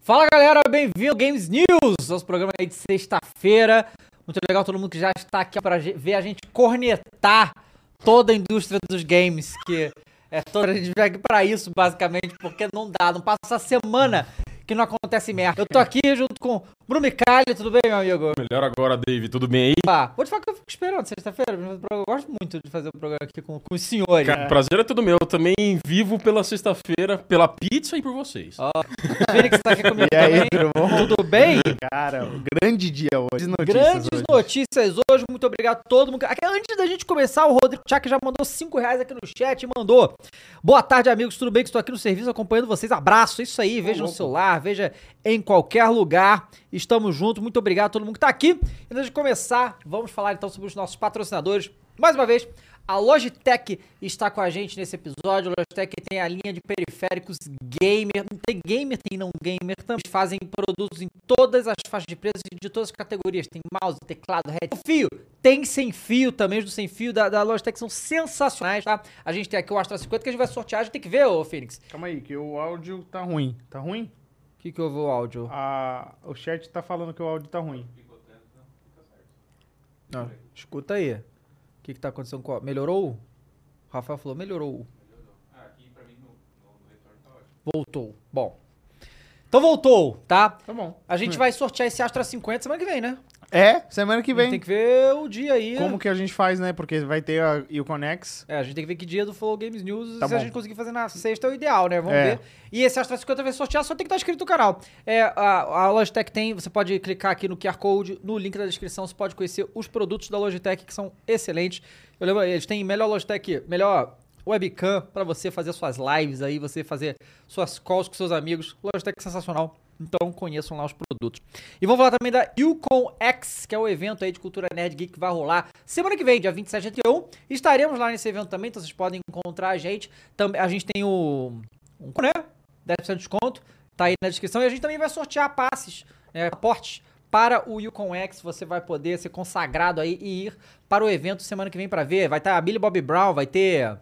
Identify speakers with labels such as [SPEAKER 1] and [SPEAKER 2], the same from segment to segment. [SPEAKER 1] Fala galera, bem-vindo ao Games News, nosso programa aí de sexta-feira. Muito legal todo mundo que já está aqui para ver a gente cornetar toda a indústria dos games, que é toda a gente vem aqui para isso, basicamente, porque não dá, não passa a semana que não acontece merda. Eu tô aqui junto com Bruno Micali, tudo bem, meu amigo?
[SPEAKER 2] Melhor agora, David, tudo bem aí?
[SPEAKER 1] Pá, vou te falar que eu fico esperando sexta-feira, eu gosto muito de fazer o programa aqui com, com os senhores. né?
[SPEAKER 2] Cara, prazer é todo meu. Eu também vivo pela sexta-feira, pela pizza e por vocês.
[SPEAKER 1] Ó, o Phoenix tá aqui comigo
[SPEAKER 3] E aí,
[SPEAKER 1] também.
[SPEAKER 3] tudo bom?
[SPEAKER 1] Tudo bem?
[SPEAKER 3] Cara, um grande dia hoje. Notícias
[SPEAKER 1] Grandes
[SPEAKER 3] hoje.
[SPEAKER 1] notícias hoje, muito obrigado a todo mundo. Aqui, Antes da gente começar, o Rodrigo Tchak já mandou 5 reais aqui no chat, mandou. Boa tarde, amigos, tudo bem? Que estou aqui no serviço acompanhando vocês. Abraço, isso aí, veja no
[SPEAKER 2] louco.
[SPEAKER 1] celular, veja em qualquer lugar. Estamos juntos, muito obrigado a todo mundo que está aqui. E antes de começar, vamos falar então sobre os nossos patrocinadores. Mais uma vez, a Logitech está com a gente nesse episódio. A Logitech tem a linha de periféricos gamer. Não tem gamer, tem não gamer também. Eles fazem produtos em todas as faixas de preço e de todas as categorias. Tem mouse, teclado, headset. Fio. Tem sem fio também. Os do sem fio da, da Logitech são sensacionais, tá? A gente tem aqui o Astra 50 que a gente vai sortear. A gente tem que ver, ô Fênix.
[SPEAKER 3] Calma aí, que o áudio tá ruim. Tá ruim?
[SPEAKER 1] O que, que houve o áudio?
[SPEAKER 3] Ah, o chat tá falando que o áudio tá ruim.
[SPEAKER 1] Não, escuta aí. O que, que tá acontecendo com o. Melhorou? O Rafael falou, melhorou. Voltou. Bom. Então voltou, tá?
[SPEAKER 3] Tá bom.
[SPEAKER 1] A gente vai sortear esse Astra 50 semana que vem, né?
[SPEAKER 3] É, semana que
[SPEAKER 1] A gente tem
[SPEAKER 3] vem.
[SPEAKER 1] que ver o dia aí.
[SPEAKER 3] Como que a gente faz, né? Porque vai ter a Uconex.
[SPEAKER 1] É, a gente tem que ver que dia do Flow Games News.
[SPEAKER 3] Tá
[SPEAKER 1] se a
[SPEAKER 3] bom.
[SPEAKER 1] gente conseguir fazer na sexta é o ideal, né? Vamos
[SPEAKER 3] É.
[SPEAKER 1] ver. E esse Astra 50 vai sortear, só tem que estar inscrito no canal. É, a, a Logitech tem, você pode clicar aqui no QR Code, no link da descrição, você pode conhecer os produtos da Logitech que são excelentes. Eu lembro, eles têm melhor Logitech, melhor webcam pra você fazer suas lives aí, você fazer suas calls com seus amigos. Logitech é sensacional. Então conheçam lá os produtos. E vamos falar também da Ucon X, que é o evento aí de cultura nerd geek que vai rolar semana que vem, dia 27 e 31. Estaremos lá nesse evento também, então vocês podem encontrar a gente. Também a gente tem o um cupom, né? 10% de desconto, tá aí na descrição. E a gente também vai sortear passes, né, aportes para o Yukon X. Você vai poder ser consagrado aí e ir para o evento semana que vem para ver. Vai estar a Billy Bob Brown, vai ter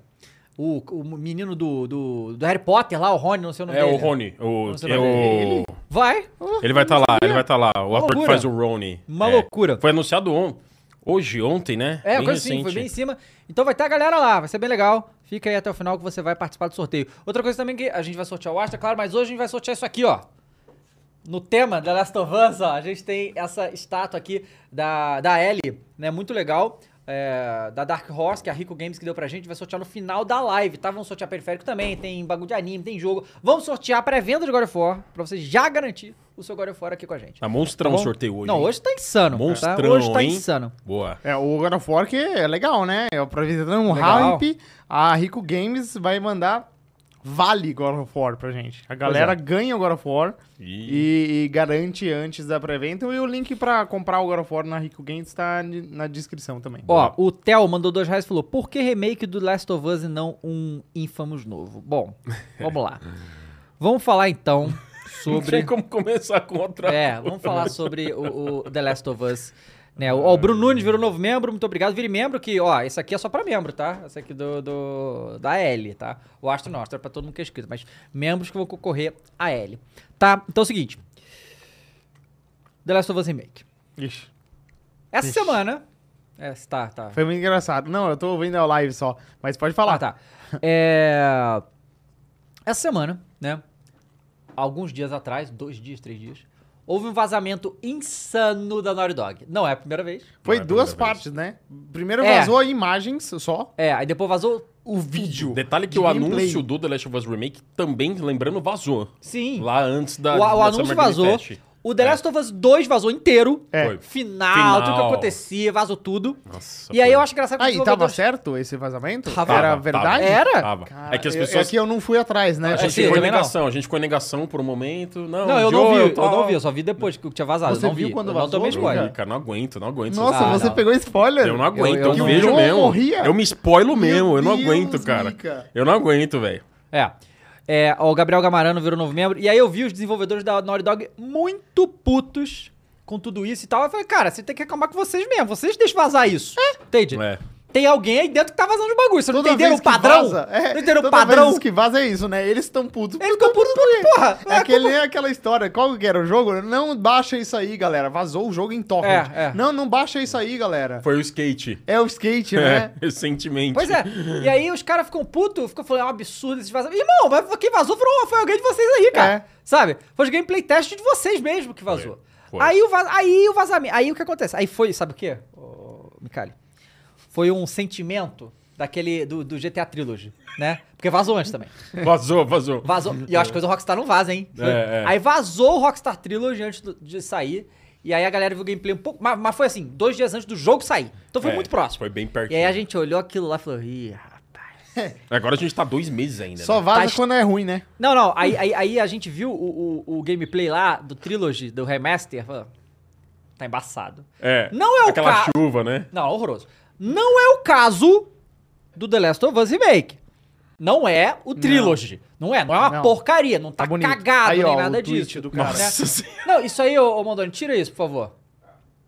[SPEAKER 1] o, o menino do, do, do Harry Potter lá, o Rony, não sei o nome
[SPEAKER 2] É
[SPEAKER 1] dele.
[SPEAKER 2] o Rony. O,
[SPEAKER 1] Você
[SPEAKER 2] é
[SPEAKER 1] vai
[SPEAKER 2] o-
[SPEAKER 1] Vai,
[SPEAKER 2] Ele vai estar lá, ele vai estar lá. O ator que
[SPEAKER 1] loucura.
[SPEAKER 2] faz o Rony.
[SPEAKER 1] uma
[SPEAKER 2] É.
[SPEAKER 1] loucura.
[SPEAKER 2] Foi anunciado on... hoje, ontem, né?
[SPEAKER 1] É,
[SPEAKER 2] Bem
[SPEAKER 1] coisa assim, foi
[SPEAKER 2] recente.
[SPEAKER 1] bem em cima. Então vai ter a galera lá, vai ser bem legal. Fica aí até o final que você vai participar do sorteio. Outra coisa também que a gente vai sortear o Astra, claro, mas hoje a gente vai sortear isso aqui, ó. No tema da Last of Us, ó, a gente tem essa estátua aqui da, da Ellie, né? Muito legal. é, da Dark Horse, que é a Rico Games que deu pra gente, vai sortear no final da live, tá? Vamos sortear periférico também, tem bagulho de anime, tem jogo. Vamos sortear a pré-venda de God of War, pra você já garantir o seu God of War aqui com a gente.
[SPEAKER 2] Tá monstrão
[SPEAKER 1] Tá
[SPEAKER 2] o
[SPEAKER 1] bom?
[SPEAKER 2] sorteio hoje.
[SPEAKER 1] Não,
[SPEAKER 2] hein?
[SPEAKER 1] hoje tá insano. tá?
[SPEAKER 2] Monstrão,
[SPEAKER 1] Hoje tá
[SPEAKER 2] hein?
[SPEAKER 1] insano.
[SPEAKER 2] Boa.
[SPEAKER 3] É, o God of War que é legal, né? É Aproveitando um
[SPEAKER 1] Legal.
[SPEAKER 3] hype, a Rico Games vai mandar vale God of War pra gente. A galera ganha o God of War
[SPEAKER 2] E...
[SPEAKER 3] e, e garante antes da pré-venda. E o link pra comprar o God of War na Rico Games tá ni- na descrição também.
[SPEAKER 1] Ó, o Theo mandou dois reais e falou: por que remake do Last of Us e não um Infamous novo? Bom, vamos lá. vamos falar então
[SPEAKER 2] Não sei
[SPEAKER 1] sobre.
[SPEAKER 2] como começar com outra.
[SPEAKER 1] é, vamos falar sobre o, o The Last of Us. Né? O, ó, o Bruno Nunes virou novo membro, muito obrigado. Vire membro, que, ó, esse aqui é só pra membro, tá? Esse aqui do, do- da L, tá? O Astro não, Astro é pra todo mundo que é inscrito, mas membros que vão concorrer a L. Tá? Então é o seguinte: The Last of Us Remake.
[SPEAKER 3] Ixi,
[SPEAKER 1] Essa semana. É, tá, tá.
[SPEAKER 3] foi muito engraçado. Não, eu tô ouvindo a live só, mas pode falar.
[SPEAKER 1] Ah, tá. É... Essa semana, né? Alguns dias atrás, dois dias, três dias, houve um vazamento insano da Naughty Dog. Não é a primeira vez.
[SPEAKER 3] Foi
[SPEAKER 2] Não é a
[SPEAKER 3] duas
[SPEAKER 2] primeira
[SPEAKER 3] partes, né? Primeiro
[SPEAKER 1] É.
[SPEAKER 3] vazou imagens só.
[SPEAKER 1] É, aí depois vazou o vídeo.
[SPEAKER 2] Detalhe que
[SPEAKER 3] De
[SPEAKER 2] o
[SPEAKER 3] gameplay.
[SPEAKER 2] anúncio do The Last of Us Remake também, lembrando, vazou.
[SPEAKER 1] Sim.
[SPEAKER 2] Lá antes da.
[SPEAKER 1] o, o
[SPEAKER 2] da
[SPEAKER 1] anúncio
[SPEAKER 2] Summer Game
[SPEAKER 1] vazou.
[SPEAKER 2] Fest.
[SPEAKER 1] O The Last of Us 2 vazou inteiro.
[SPEAKER 3] É.
[SPEAKER 2] Foi.
[SPEAKER 1] Final,
[SPEAKER 2] Final.
[SPEAKER 1] tudo que acontecia, vazou tudo.
[SPEAKER 2] Nossa,
[SPEAKER 1] e aí
[SPEAKER 2] foi.
[SPEAKER 1] eu acho engraçado que Tá os
[SPEAKER 3] Aí, tava
[SPEAKER 1] desenvolvedores-
[SPEAKER 3] certo esse vazamento?
[SPEAKER 1] Tava.
[SPEAKER 3] Era
[SPEAKER 2] Tava,
[SPEAKER 3] verdade?
[SPEAKER 2] tava.
[SPEAKER 1] Era?
[SPEAKER 2] Tava.
[SPEAKER 3] Cara,
[SPEAKER 2] é que as
[SPEAKER 3] eu-
[SPEAKER 2] pessoas. Ah, é
[SPEAKER 3] É que eu não fui atrás, né?
[SPEAKER 2] A gente
[SPEAKER 1] Sim,
[SPEAKER 2] ficou em
[SPEAKER 1] Assim, também não.
[SPEAKER 2] negação, a gente ficou em negação por um momento. Não,
[SPEAKER 1] Não, eu não
[SPEAKER 2] Joel,
[SPEAKER 1] vi, eu não
[SPEAKER 2] tal.
[SPEAKER 1] vi, eu só vi depois que tinha vazado.
[SPEAKER 3] um Você
[SPEAKER 1] eu não
[SPEAKER 3] viu
[SPEAKER 1] vi.
[SPEAKER 3] quando
[SPEAKER 1] eu
[SPEAKER 3] vazou,
[SPEAKER 1] Não tomei
[SPEAKER 2] Eu
[SPEAKER 1] spoiler.
[SPEAKER 2] vi, cara, não aguento, não aguento.
[SPEAKER 3] Nossa,
[SPEAKER 1] Ah,
[SPEAKER 2] essas-
[SPEAKER 3] você
[SPEAKER 1] não.
[SPEAKER 3] pegou spoiler?
[SPEAKER 2] Eu não aguento,
[SPEAKER 1] eu-
[SPEAKER 2] eu,
[SPEAKER 1] eu-
[SPEAKER 2] vejo
[SPEAKER 3] eu
[SPEAKER 2] mesmo.
[SPEAKER 3] morria.
[SPEAKER 2] Eu me spoilo mesmo, eu não
[SPEAKER 3] Deus,
[SPEAKER 2] aguento, cara.
[SPEAKER 3] Mica.
[SPEAKER 2] Eu não aguento, velho.
[SPEAKER 1] É. É, ó, o Gabriel Gamarano virou novo membro. E aí eu vi os desenvolvedores da Naughty Dog muito putos com tudo isso e tal. Eu falei, cara, você tem que reclamar com vocês mesmo. Vocês deixam vazar isso. Entende?
[SPEAKER 2] É.
[SPEAKER 1] tem alguém aí dentro que tá vazando de bagulho. Vocês não
[SPEAKER 3] Toda
[SPEAKER 1] entenderam
[SPEAKER 3] vez
[SPEAKER 1] o
[SPEAKER 3] que
[SPEAKER 1] padrão?
[SPEAKER 3] Vaza, é,
[SPEAKER 1] não entenderam o
[SPEAKER 3] toda
[SPEAKER 1] padrão?
[SPEAKER 3] Vez que vaza é isso, né? Eles estão putos.
[SPEAKER 1] Eles ficam putos porque, porra.
[SPEAKER 3] É aquele, aquela história, qual que era o jogo? Não baixa isso aí, galera. Vazou o jogo em torrent.
[SPEAKER 1] É, é.
[SPEAKER 3] Não, não baixa isso aí, galera.
[SPEAKER 2] Foi o skate.
[SPEAKER 3] É o skate, né?
[SPEAKER 2] É, recentemente.
[SPEAKER 1] Pois é. E aí os caras ficam putos, ficam falando, é um absurdo esse vazamento. Irmão, mas quem vazou foi, foi alguém de vocês aí, cara.
[SPEAKER 3] É.
[SPEAKER 1] Sabe? Foi o gameplay test de vocês mesmo que vazou.
[SPEAKER 2] Foi, foi.
[SPEAKER 1] Aí, o vaz... aí o vazamento. Aí o que acontece? Aí foi, sabe o quê, ô, Micali? Foi um sentimento daquele. Do, do GTA Trilogy, né? Porque vazou antes também.
[SPEAKER 2] Vazou, vazou.
[SPEAKER 1] Vazou. E eu acho que coisa do Rockstar não vaza, hein?
[SPEAKER 2] É, é.
[SPEAKER 1] Aí vazou o Rockstar Trilogy antes do- de sair. E aí a galera viu o gameplay um pouco. Mas, mas foi assim, dois dias antes do jogo sair. Então foi
[SPEAKER 2] É,
[SPEAKER 1] muito próximo.
[SPEAKER 2] Foi bem
[SPEAKER 1] E
[SPEAKER 2] pertinho.
[SPEAKER 1] aí a gente olhou aquilo lá e falou, ih, rapaz.
[SPEAKER 2] Agora a gente tá dois meses ainda.
[SPEAKER 3] Só
[SPEAKER 2] né?
[SPEAKER 3] vaza
[SPEAKER 1] Tá est-
[SPEAKER 3] quando é ruim, né?
[SPEAKER 1] Não, não, aí, aí, aí a gente viu o, o, o gameplay lá do Trilogy, do Remaster, falou, tá embaçado.
[SPEAKER 2] É.
[SPEAKER 1] Não é o
[SPEAKER 2] Aquela
[SPEAKER 1] ca-
[SPEAKER 2] chuva, né?
[SPEAKER 1] Não, horroroso. Não é o caso do The Last of Us Remake. Não é o Trilogy. Não, é, não é uma
[SPEAKER 3] Não.
[SPEAKER 1] porcaria, não tá,
[SPEAKER 3] Tá bonito.
[SPEAKER 1] cagado
[SPEAKER 3] Aí,
[SPEAKER 1] nem
[SPEAKER 3] ó,
[SPEAKER 1] nada
[SPEAKER 3] o tweet
[SPEAKER 1] disso.
[SPEAKER 3] do cara.
[SPEAKER 1] né?
[SPEAKER 2] Nossa senhora.
[SPEAKER 1] Não, isso aí, ô, ô Mondoni, tira isso, por favor.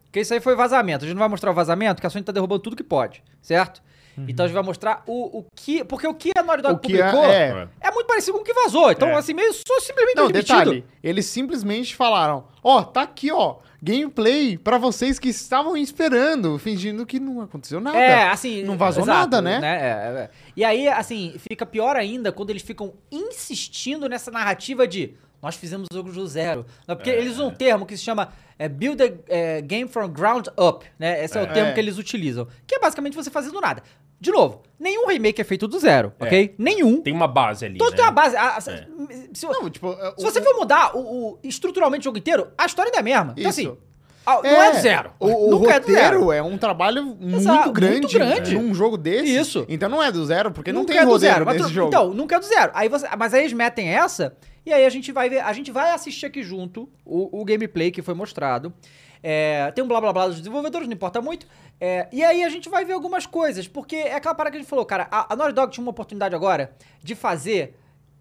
[SPEAKER 1] Porque isso aí foi vazamento. A gente não vai mostrar o vazamento, porque a Sony tá derrubando tudo que pode, certo? Então a gente vai mostrar o, o que. Porque o que a Naughty Dog
[SPEAKER 3] O que
[SPEAKER 1] publicou
[SPEAKER 3] é-
[SPEAKER 2] é.
[SPEAKER 1] é muito parecido com o que vazou. Então,
[SPEAKER 3] É.
[SPEAKER 1] assim, meio só simplesmente
[SPEAKER 3] Não,
[SPEAKER 1] admitido.
[SPEAKER 3] detalhe. Eles simplesmente falaram, ó, tá aqui, ó, gameplay pra vocês que estavam esperando, fingindo que não aconteceu nada.
[SPEAKER 1] É, assim.
[SPEAKER 3] Não vazou
[SPEAKER 1] exato,
[SPEAKER 3] nada, né?
[SPEAKER 1] É, é, é. E aí, assim, fica pior ainda quando eles ficam insistindo nessa narrativa de nós fizemos o jogo do zero. Não, porque
[SPEAKER 3] É.
[SPEAKER 1] eles usam um termo que se chama é, build a é, game from ground up, né? Esse é, o termo
[SPEAKER 3] É.
[SPEAKER 1] que eles utilizam. Que é basicamente você fazer do nada. De novo, nenhum remake é feito do zero, ok? Nenhum.
[SPEAKER 2] Tem uma base ali.
[SPEAKER 1] Todos
[SPEAKER 2] né?
[SPEAKER 1] têm uma base. a- a- se-
[SPEAKER 2] É.
[SPEAKER 1] se-
[SPEAKER 3] Não, tipo, é,
[SPEAKER 1] se
[SPEAKER 3] o-
[SPEAKER 1] você for mudar o, o- estruturalmente o jogo inteiro, a história ainda é a mesma. Então,
[SPEAKER 3] Isso.
[SPEAKER 1] assim, a- não é do zero.
[SPEAKER 3] O, o
[SPEAKER 1] Nunca é do zero.
[SPEAKER 3] roteiro é, um trabalho
[SPEAKER 1] Exato,
[SPEAKER 3] muito grande, né,
[SPEAKER 1] muito grande.
[SPEAKER 3] num jogo desse.
[SPEAKER 1] Isso.
[SPEAKER 3] Então não é do zero, porque não
[SPEAKER 1] Nunca
[SPEAKER 3] tem
[SPEAKER 1] é do
[SPEAKER 3] roteiro
[SPEAKER 1] zero, mas
[SPEAKER 3] nesse
[SPEAKER 1] tu-
[SPEAKER 3] jogo.
[SPEAKER 1] Então, nunca é do zero. Aí você, mas aí eles metem essa, e aí a gente vai ver, a gente vai assistir aqui junto o, o gameplay que foi mostrado. É, tem um blá blá blá dos desenvolvedores, não importa muito. É, e aí a gente vai ver algumas coisas, porque é aquela parada que a gente falou, cara, a, a Naughty Dog tinha uma oportunidade agora de fazer,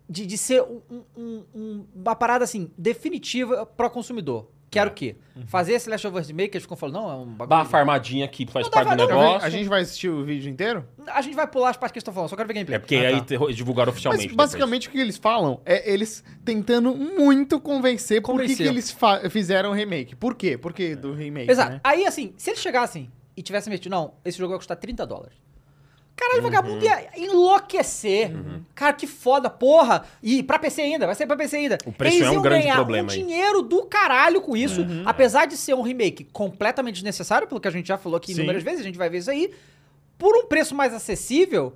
[SPEAKER 1] de, de ser um- um- um- uma parada assim, definitiva pro consumidor. Que
[SPEAKER 3] É.
[SPEAKER 1] era o quê?
[SPEAKER 3] Uhum.
[SPEAKER 1] Fazer esse Last of Us Remake, eles ficam falando, não, é um bagulho.
[SPEAKER 2] Bafa armadinha aqui faz
[SPEAKER 1] Não dá
[SPEAKER 2] parte do
[SPEAKER 1] pra- não-
[SPEAKER 3] Quer ver?
[SPEAKER 2] negócio.
[SPEAKER 3] a gente vai assistir o vídeo inteiro?
[SPEAKER 1] A gente vai pular as partes que eles estão falando, só quero ver gameplay.
[SPEAKER 2] É porque
[SPEAKER 3] Ah,
[SPEAKER 2] aí
[SPEAKER 3] tá.
[SPEAKER 2] te- divulgaram
[SPEAKER 3] Mas
[SPEAKER 2] oficialmente.
[SPEAKER 3] basicamente o que eles falam é eles tentando muito convencer, por que que,
[SPEAKER 1] Convencer.
[SPEAKER 3] eles fa- fizeram o remake. Por quê? Por que do remake,
[SPEAKER 1] Exato.
[SPEAKER 3] né?
[SPEAKER 1] Aí, assim, se eles chegassem e tivessem metido, não, esse jogo vai custar 30 dólares. Caralho,
[SPEAKER 2] Uhum.
[SPEAKER 1] vagabundo ia enlouquecer. Cara, que foda, porra. E pra PC ainda, vai ser pra PC ainda.
[SPEAKER 2] O preço é um
[SPEAKER 1] iam
[SPEAKER 2] grande
[SPEAKER 1] ganhar
[SPEAKER 2] problema
[SPEAKER 1] um
[SPEAKER 2] aí. Uhum.
[SPEAKER 1] dinheiro do caralho com isso, apesar de ser um remake completamente desnecessário, pelo que a gente já falou aqui
[SPEAKER 3] Sim.
[SPEAKER 1] inúmeras vezes, a gente vai ver isso aí. Por um preço mais acessível,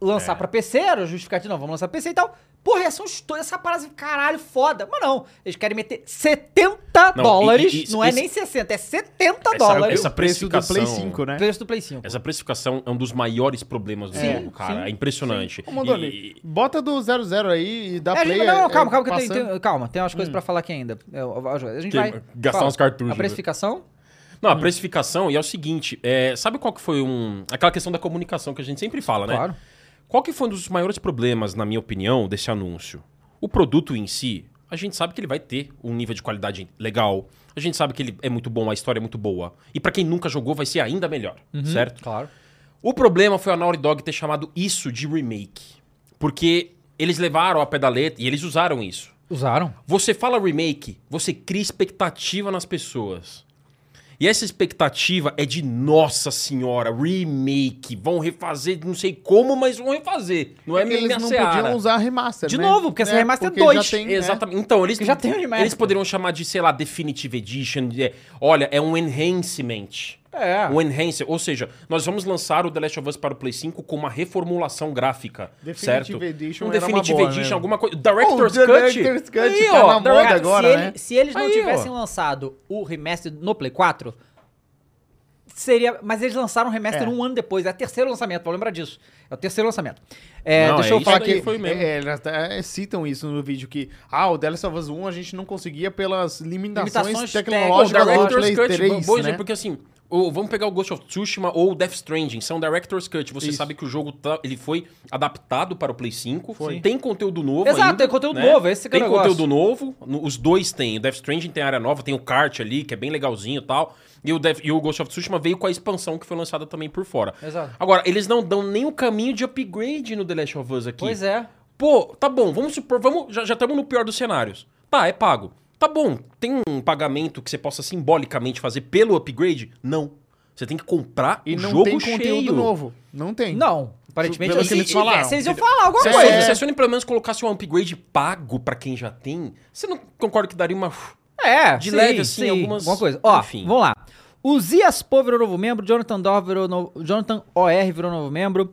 [SPEAKER 1] lançar
[SPEAKER 2] É.
[SPEAKER 1] pra PC, era o justificativo, não, vamos lançar pra PC e tal. Porra, ia ser um estouro, essa parada, caralho, foda. Mas não, eles querem meter 70
[SPEAKER 2] Não,
[SPEAKER 1] dólares,
[SPEAKER 2] e- e-
[SPEAKER 1] não é
[SPEAKER 2] isso-
[SPEAKER 1] nem 60, é 70
[SPEAKER 2] Essa-
[SPEAKER 1] dólares essa,
[SPEAKER 2] essa-
[SPEAKER 3] O preço do Play
[SPEAKER 2] precificação-
[SPEAKER 3] 5, né?
[SPEAKER 1] preço do Play 5.
[SPEAKER 2] Essa precificação é um dos maiores problemas do
[SPEAKER 1] Sim,
[SPEAKER 2] jogo, cara.
[SPEAKER 3] sim,
[SPEAKER 2] é impressionante.
[SPEAKER 3] Ô, Mandoni,
[SPEAKER 2] E-
[SPEAKER 3] bota do 00 aí e
[SPEAKER 1] É,
[SPEAKER 3] dá
[SPEAKER 1] a gente-
[SPEAKER 3] play.
[SPEAKER 1] não, não,
[SPEAKER 3] é,
[SPEAKER 1] calma, calma, que eu tenho-
[SPEAKER 3] passando.
[SPEAKER 1] tenho- calma, tem umas coisas pra falar aqui ainda. Eu- eu- eu- a gente
[SPEAKER 2] Tem-
[SPEAKER 1] vai...
[SPEAKER 2] Hum. gastar
[SPEAKER 1] fala.
[SPEAKER 2] uns cartuchos, né?
[SPEAKER 1] A precificação?
[SPEAKER 2] Não, a precificação, e é o seguinte, é, sabe qual que foi um... Aquela questão da comunicação que a gente sempre fala, né?
[SPEAKER 1] Claro.
[SPEAKER 2] Qual que foi um dos maiores problemas, na minha opinião, desse anúncio? O produto em si, a gente sabe que ele vai ter um nível de qualidade legal. A gente sabe que ele é muito bom, a história é muito boa. E pra quem nunca jogou, vai ser ainda melhor, certo?
[SPEAKER 1] Claro.
[SPEAKER 2] O problema foi a Naughty Dog ter chamado isso de remake. Porque eles levaram a pedaleta e eles usaram isso.
[SPEAKER 1] Usaram.
[SPEAKER 2] Você fala remake, você cria expectativa nas pessoas. E essa expectativa é de Nossa Senhora, remake. Vão refazer, não sei como, mas vão refazer. Não é,
[SPEAKER 3] É que
[SPEAKER 2] meio
[SPEAKER 3] eles
[SPEAKER 2] minha
[SPEAKER 3] não
[SPEAKER 2] seara.
[SPEAKER 3] podiam usar remaster,
[SPEAKER 1] De
[SPEAKER 3] né?
[SPEAKER 1] novo, porque essa
[SPEAKER 3] É,
[SPEAKER 1] remaster é
[SPEAKER 3] porque
[SPEAKER 1] dois.
[SPEAKER 3] Já um tem, né?
[SPEAKER 2] Exatamente. Então, eles,
[SPEAKER 1] Já tem o remaster.
[SPEAKER 2] eles poderiam chamar de, sei lá, Definitive Edition. de- olha, é um enhancement.
[SPEAKER 1] É.
[SPEAKER 2] Um enhancer, ou seja, nós vamos lançar o The Last of Us para o Play 5 com uma reformulação gráfica,
[SPEAKER 3] Definitive
[SPEAKER 2] certo?
[SPEAKER 3] Edition
[SPEAKER 2] um
[SPEAKER 3] era uma
[SPEAKER 2] Definitive
[SPEAKER 3] boa,
[SPEAKER 2] Edition,
[SPEAKER 3] né?
[SPEAKER 2] alguma coisa. Director's
[SPEAKER 3] Oh, o
[SPEAKER 2] Cut.
[SPEAKER 3] Director's Cut
[SPEAKER 2] Aí,
[SPEAKER 3] tá
[SPEAKER 2] ó,
[SPEAKER 3] na moda
[SPEAKER 2] Direct-
[SPEAKER 1] Cara,
[SPEAKER 3] agora,
[SPEAKER 1] se, ele-
[SPEAKER 3] né?
[SPEAKER 1] se eles não
[SPEAKER 2] Aí,
[SPEAKER 1] tivessem
[SPEAKER 2] ó.
[SPEAKER 1] lançado o remaster no Play 4, seria. Mas eles lançaram o remaster
[SPEAKER 3] É.
[SPEAKER 1] um ano depois. É o terceiro lançamento, vou lembrar disso. É o terceiro lançamento. É,
[SPEAKER 2] Não,
[SPEAKER 1] deixa
[SPEAKER 2] é
[SPEAKER 1] eu
[SPEAKER 2] isso
[SPEAKER 1] falar
[SPEAKER 2] daí.
[SPEAKER 1] aqui.
[SPEAKER 3] que
[SPEAKER 2] foi mesmo.
[SPEAKER 3] é, é, eles até citam isso no vídeo que ah, o The Last of Us 1 a gente não conseguia pelas limitações,
[SPEAKER 1] Limitações técnicas,
[SPEAKER 3] tecnológicas do
[SPEAKER 2] É, então, Director's
[SPEAKER 3] Play
[SPEAKER 2] Cut,
[SPEAKER 3] 3,
[SPEAKER 2] bom
[SPEAKER 3] né?
[SPEAKER 2] exemplo, porque assim, Ou vamos pegar o Ghost of Tsushima ou o Death Stranding, são Director's Cut. Você
[SPEAKER 3] Isso.
[SPEAKER 2] sabe que o jogo tá- ele foi adaptado para o Play 5.
[SPEAKER 1] Foi.
[SPEAKER 2] Tem conteúdo novo.
[SPEAKER 1] Exato,
[SPEAKER 2] ainda, né?
[SPEAKER 1] tem conteúdo novo, esse que é o
[SPEAKER 2] Tem
[SPEAKER 1] negócio.
[SPEAKER 2] conteúdo novo, no- os dois tem. O Death Stranding tem área nova, tem o kart ali, que é bem legalzinho e tal. E o, Death- e o Ghost of Tsushima veio com a expansão que foi lançada também por fora.
[SPEAKER 1] Exato.
[SPEAKER 2] Agora, eles não dão nem o caminho de upgrade no The Last of Us aqui.
[SPEAKER 1] Pois é.
[SPEAKER 2] Pô, tá bom, vamos supor, vamos, já estamos no pior dos cenários. Tá, é pago. Tá bom, tem um pagamento que você possa simbolicamente fazer pelo upgrade? Não. Você tem que comprar
[SPEAKER 3] E
[SPEAKER 2] o
[SPEAKER 3] não
[SPEAKER 2] jogo
[SPEAKER 3] tem
[SPEAKER 2] cheio.
[SPEAKER 3] conteúdo novo. Não tem.
[SPEAKER 1] Não, aparentemente
[SPEAKER 3] Pelo que
[SPEAKER 1] se-
[SPEAKER 3] eles falaram.
[SPEAKER 1] se eles iam falar alguma
[SPEAKER 2] Se, a
[SPEAKER 1] coisa.
[SPEAKER 2] Sony- se a Sony pelo menos colocasse um upgrade pago pra quem já tem, você não concorda que daria uma...
[SPEAKER 1] É,
[SPEAKER 2] De leve, assim, algumas-
[SPEAKER 1] alguma coisa. Ó,
[SPEAKER 2] Enfim.
[SPEAKER 1] vamos lá. O Ziaspô virou novo membro, Jonathan Dor virou novo, Jonathan OR virou novo membro,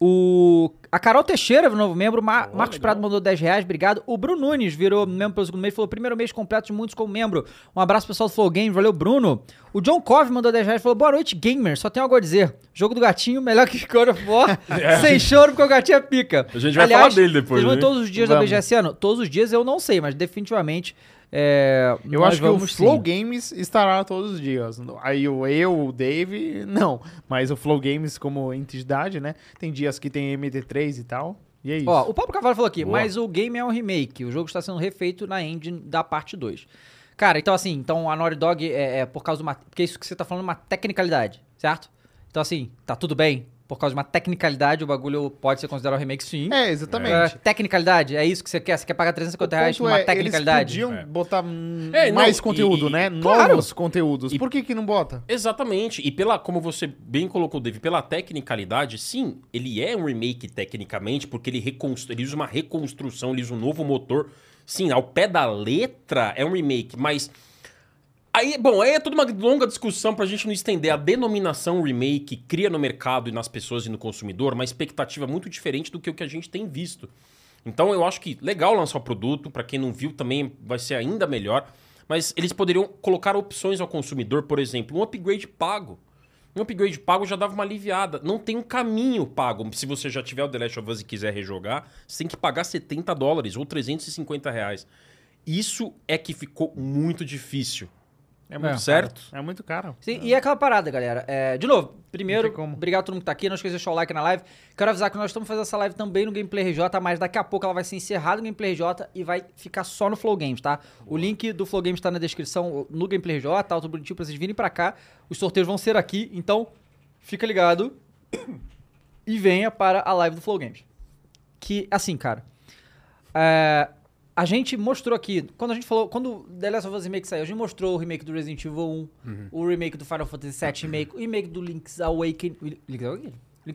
[SPEAKER 1] o... a Carol Teixeira virou novo membro, Ma-
[SPEAKER 2] Ó,
[SPEAKER 1] Marcos
[SPEAKER 2] legal.
[SPEAKER 1] Prado mandou 10 reais, obrigado. O Bruno Nunes virou membro pelo segundo mês, falou primeiro mês completo de muitos como membro. Um abraço pessoal do Flow Game, valeu Bruno. O John Cove mandou 10 reais, falou boa noite gamer, só tenho algo a dizer. Jogo do gatinho, melhor que God of War, sem choro porque o gatinho é pica.
[SPEAKER 2] A gente vai
[SPEAKER 1] Aliás,
[SPEAKER 2] falar dele depois,
[SPEAKER 1] vocês vão
[SPEAKER 2] né?
[SPEAKER 1] todos os dias
[SPEAKER 3] Vamos.
[SPEAKER 1] da BGS ano? Todos os dias eu não sei, mas definitivamente é,
[SPEAKER 3] Eu
[SPEAKER 1] nós
[SPEAKER 3] acho que o
[SPEAKER 1] vamos
[SPEAKER 3] Flow
[SPEAKER 1] sim.
[SPEAKER 3] Games estará todos os dias. Aí o eu, o Dave, não. Mas o Flow Games como entidade, né? Tem dias que tem MD3 e tal. E é isso.
[SPEAKER 1] Ó, o Pablo Cavalo falou aqui,
[SPEAKER 2] Boa.
[SPEAKER 1] mas o game é um remake, o jogo está sendo refeito na engine da parte 2. Cara, então assim, então a Naughty Dog é, é por causa de uma. Porque isso que você tá falando é uma tecnicalidade, certo? Então assim, tá tudo bem. Por causa de uma tecnicalidade, o bagulho pode ser considerado um remake sim.
[SPEAKER 3] É, exatamente. é,
[SPEAKER 1] É, tecnicalidade, é isso que você quer? Você quer pagar 350 reais por uma tecnicalidade?
[SPEAKER 3] Eles podiam
[SPEAKER 2] É.
[SPEAKER 3] botar hum,
[SPEAKER 2] É, não,
[SPEAKER 3] mais
[SPEAKER 2] e-
[SPEAKER 3] conteúdo,
[SPEAKER 2] e-
[SPEAKER 3] né?
[SPEAKER 1] claro.
[SPEAKER 3] Novos conteúdos.
[SPEAKER 2] E-
[SPEAKER 3] Por que que não bota?
[SPEAKER 2] Exatamente. E pela, como você bem colocou, Dave, pela tecnicalidade, sim, ele é um remake tecnicamente, porque ele, reconstru... ele usa uma reconstrução, ele usa um novo motor. Sim, ao pé da letra é um remake, mas. Aí, bom, aí é toda uma longa discussão pra gente não estender. A denominação remake cria no mercado e nas pessoas e no consumidor uma expectativa muito diferente do que o que a gente tem visto. Então eu acho que legal lançar o produto, pra quem não viu também vai ser ainda melhor, mas eles poderiam colocar opções ao consumidor, por exemplo, um upgrade pago. Um upgrade pago já dava uma aliviada. Não tem um caminho pago. Se você já tiver o The Last of Us e quiser rejogar, você tem que pagar 70 dólares ou 350 reais. Isso é que ficou muito difícil.
[SPEAKER 3] É
[SPEAKER 1] muito
[SPEAKER 2] certo?
[SPEAKER 3] caro. É muito caro.
[SPEAKER 1] Sim, e é aquela parada, galera. É, de novo, primeiro,
[SPEAKER 3] Não tem como.
[SPEAKER 1] obrigado a todo mundo que tá aqui. Não esqueça de deixar o like na live. Quero avisar que nós estamos fazendo essa live também no Gameplay RJ, mas daqui a pouco ela vai ser encerrada no Gameplay RJ e vai ficar só no Flow Games, tá? O link do Flow Games tá na descrição no Gameplay RJ, tá? Tudo bonitinho pra vocês virem pra cá. Os sorteios vão ser aqui, então fica ligado e venha para a live do Flow Games. Que, assim, cara. É, a gente mostrou aqui, quando a gente falou, quando The Last of Us Remake saiu, a gente mostrou o remake do Resident Evil 1, o remake do Final Fantasy VII Remake, o remake do Link's Awakening. Link's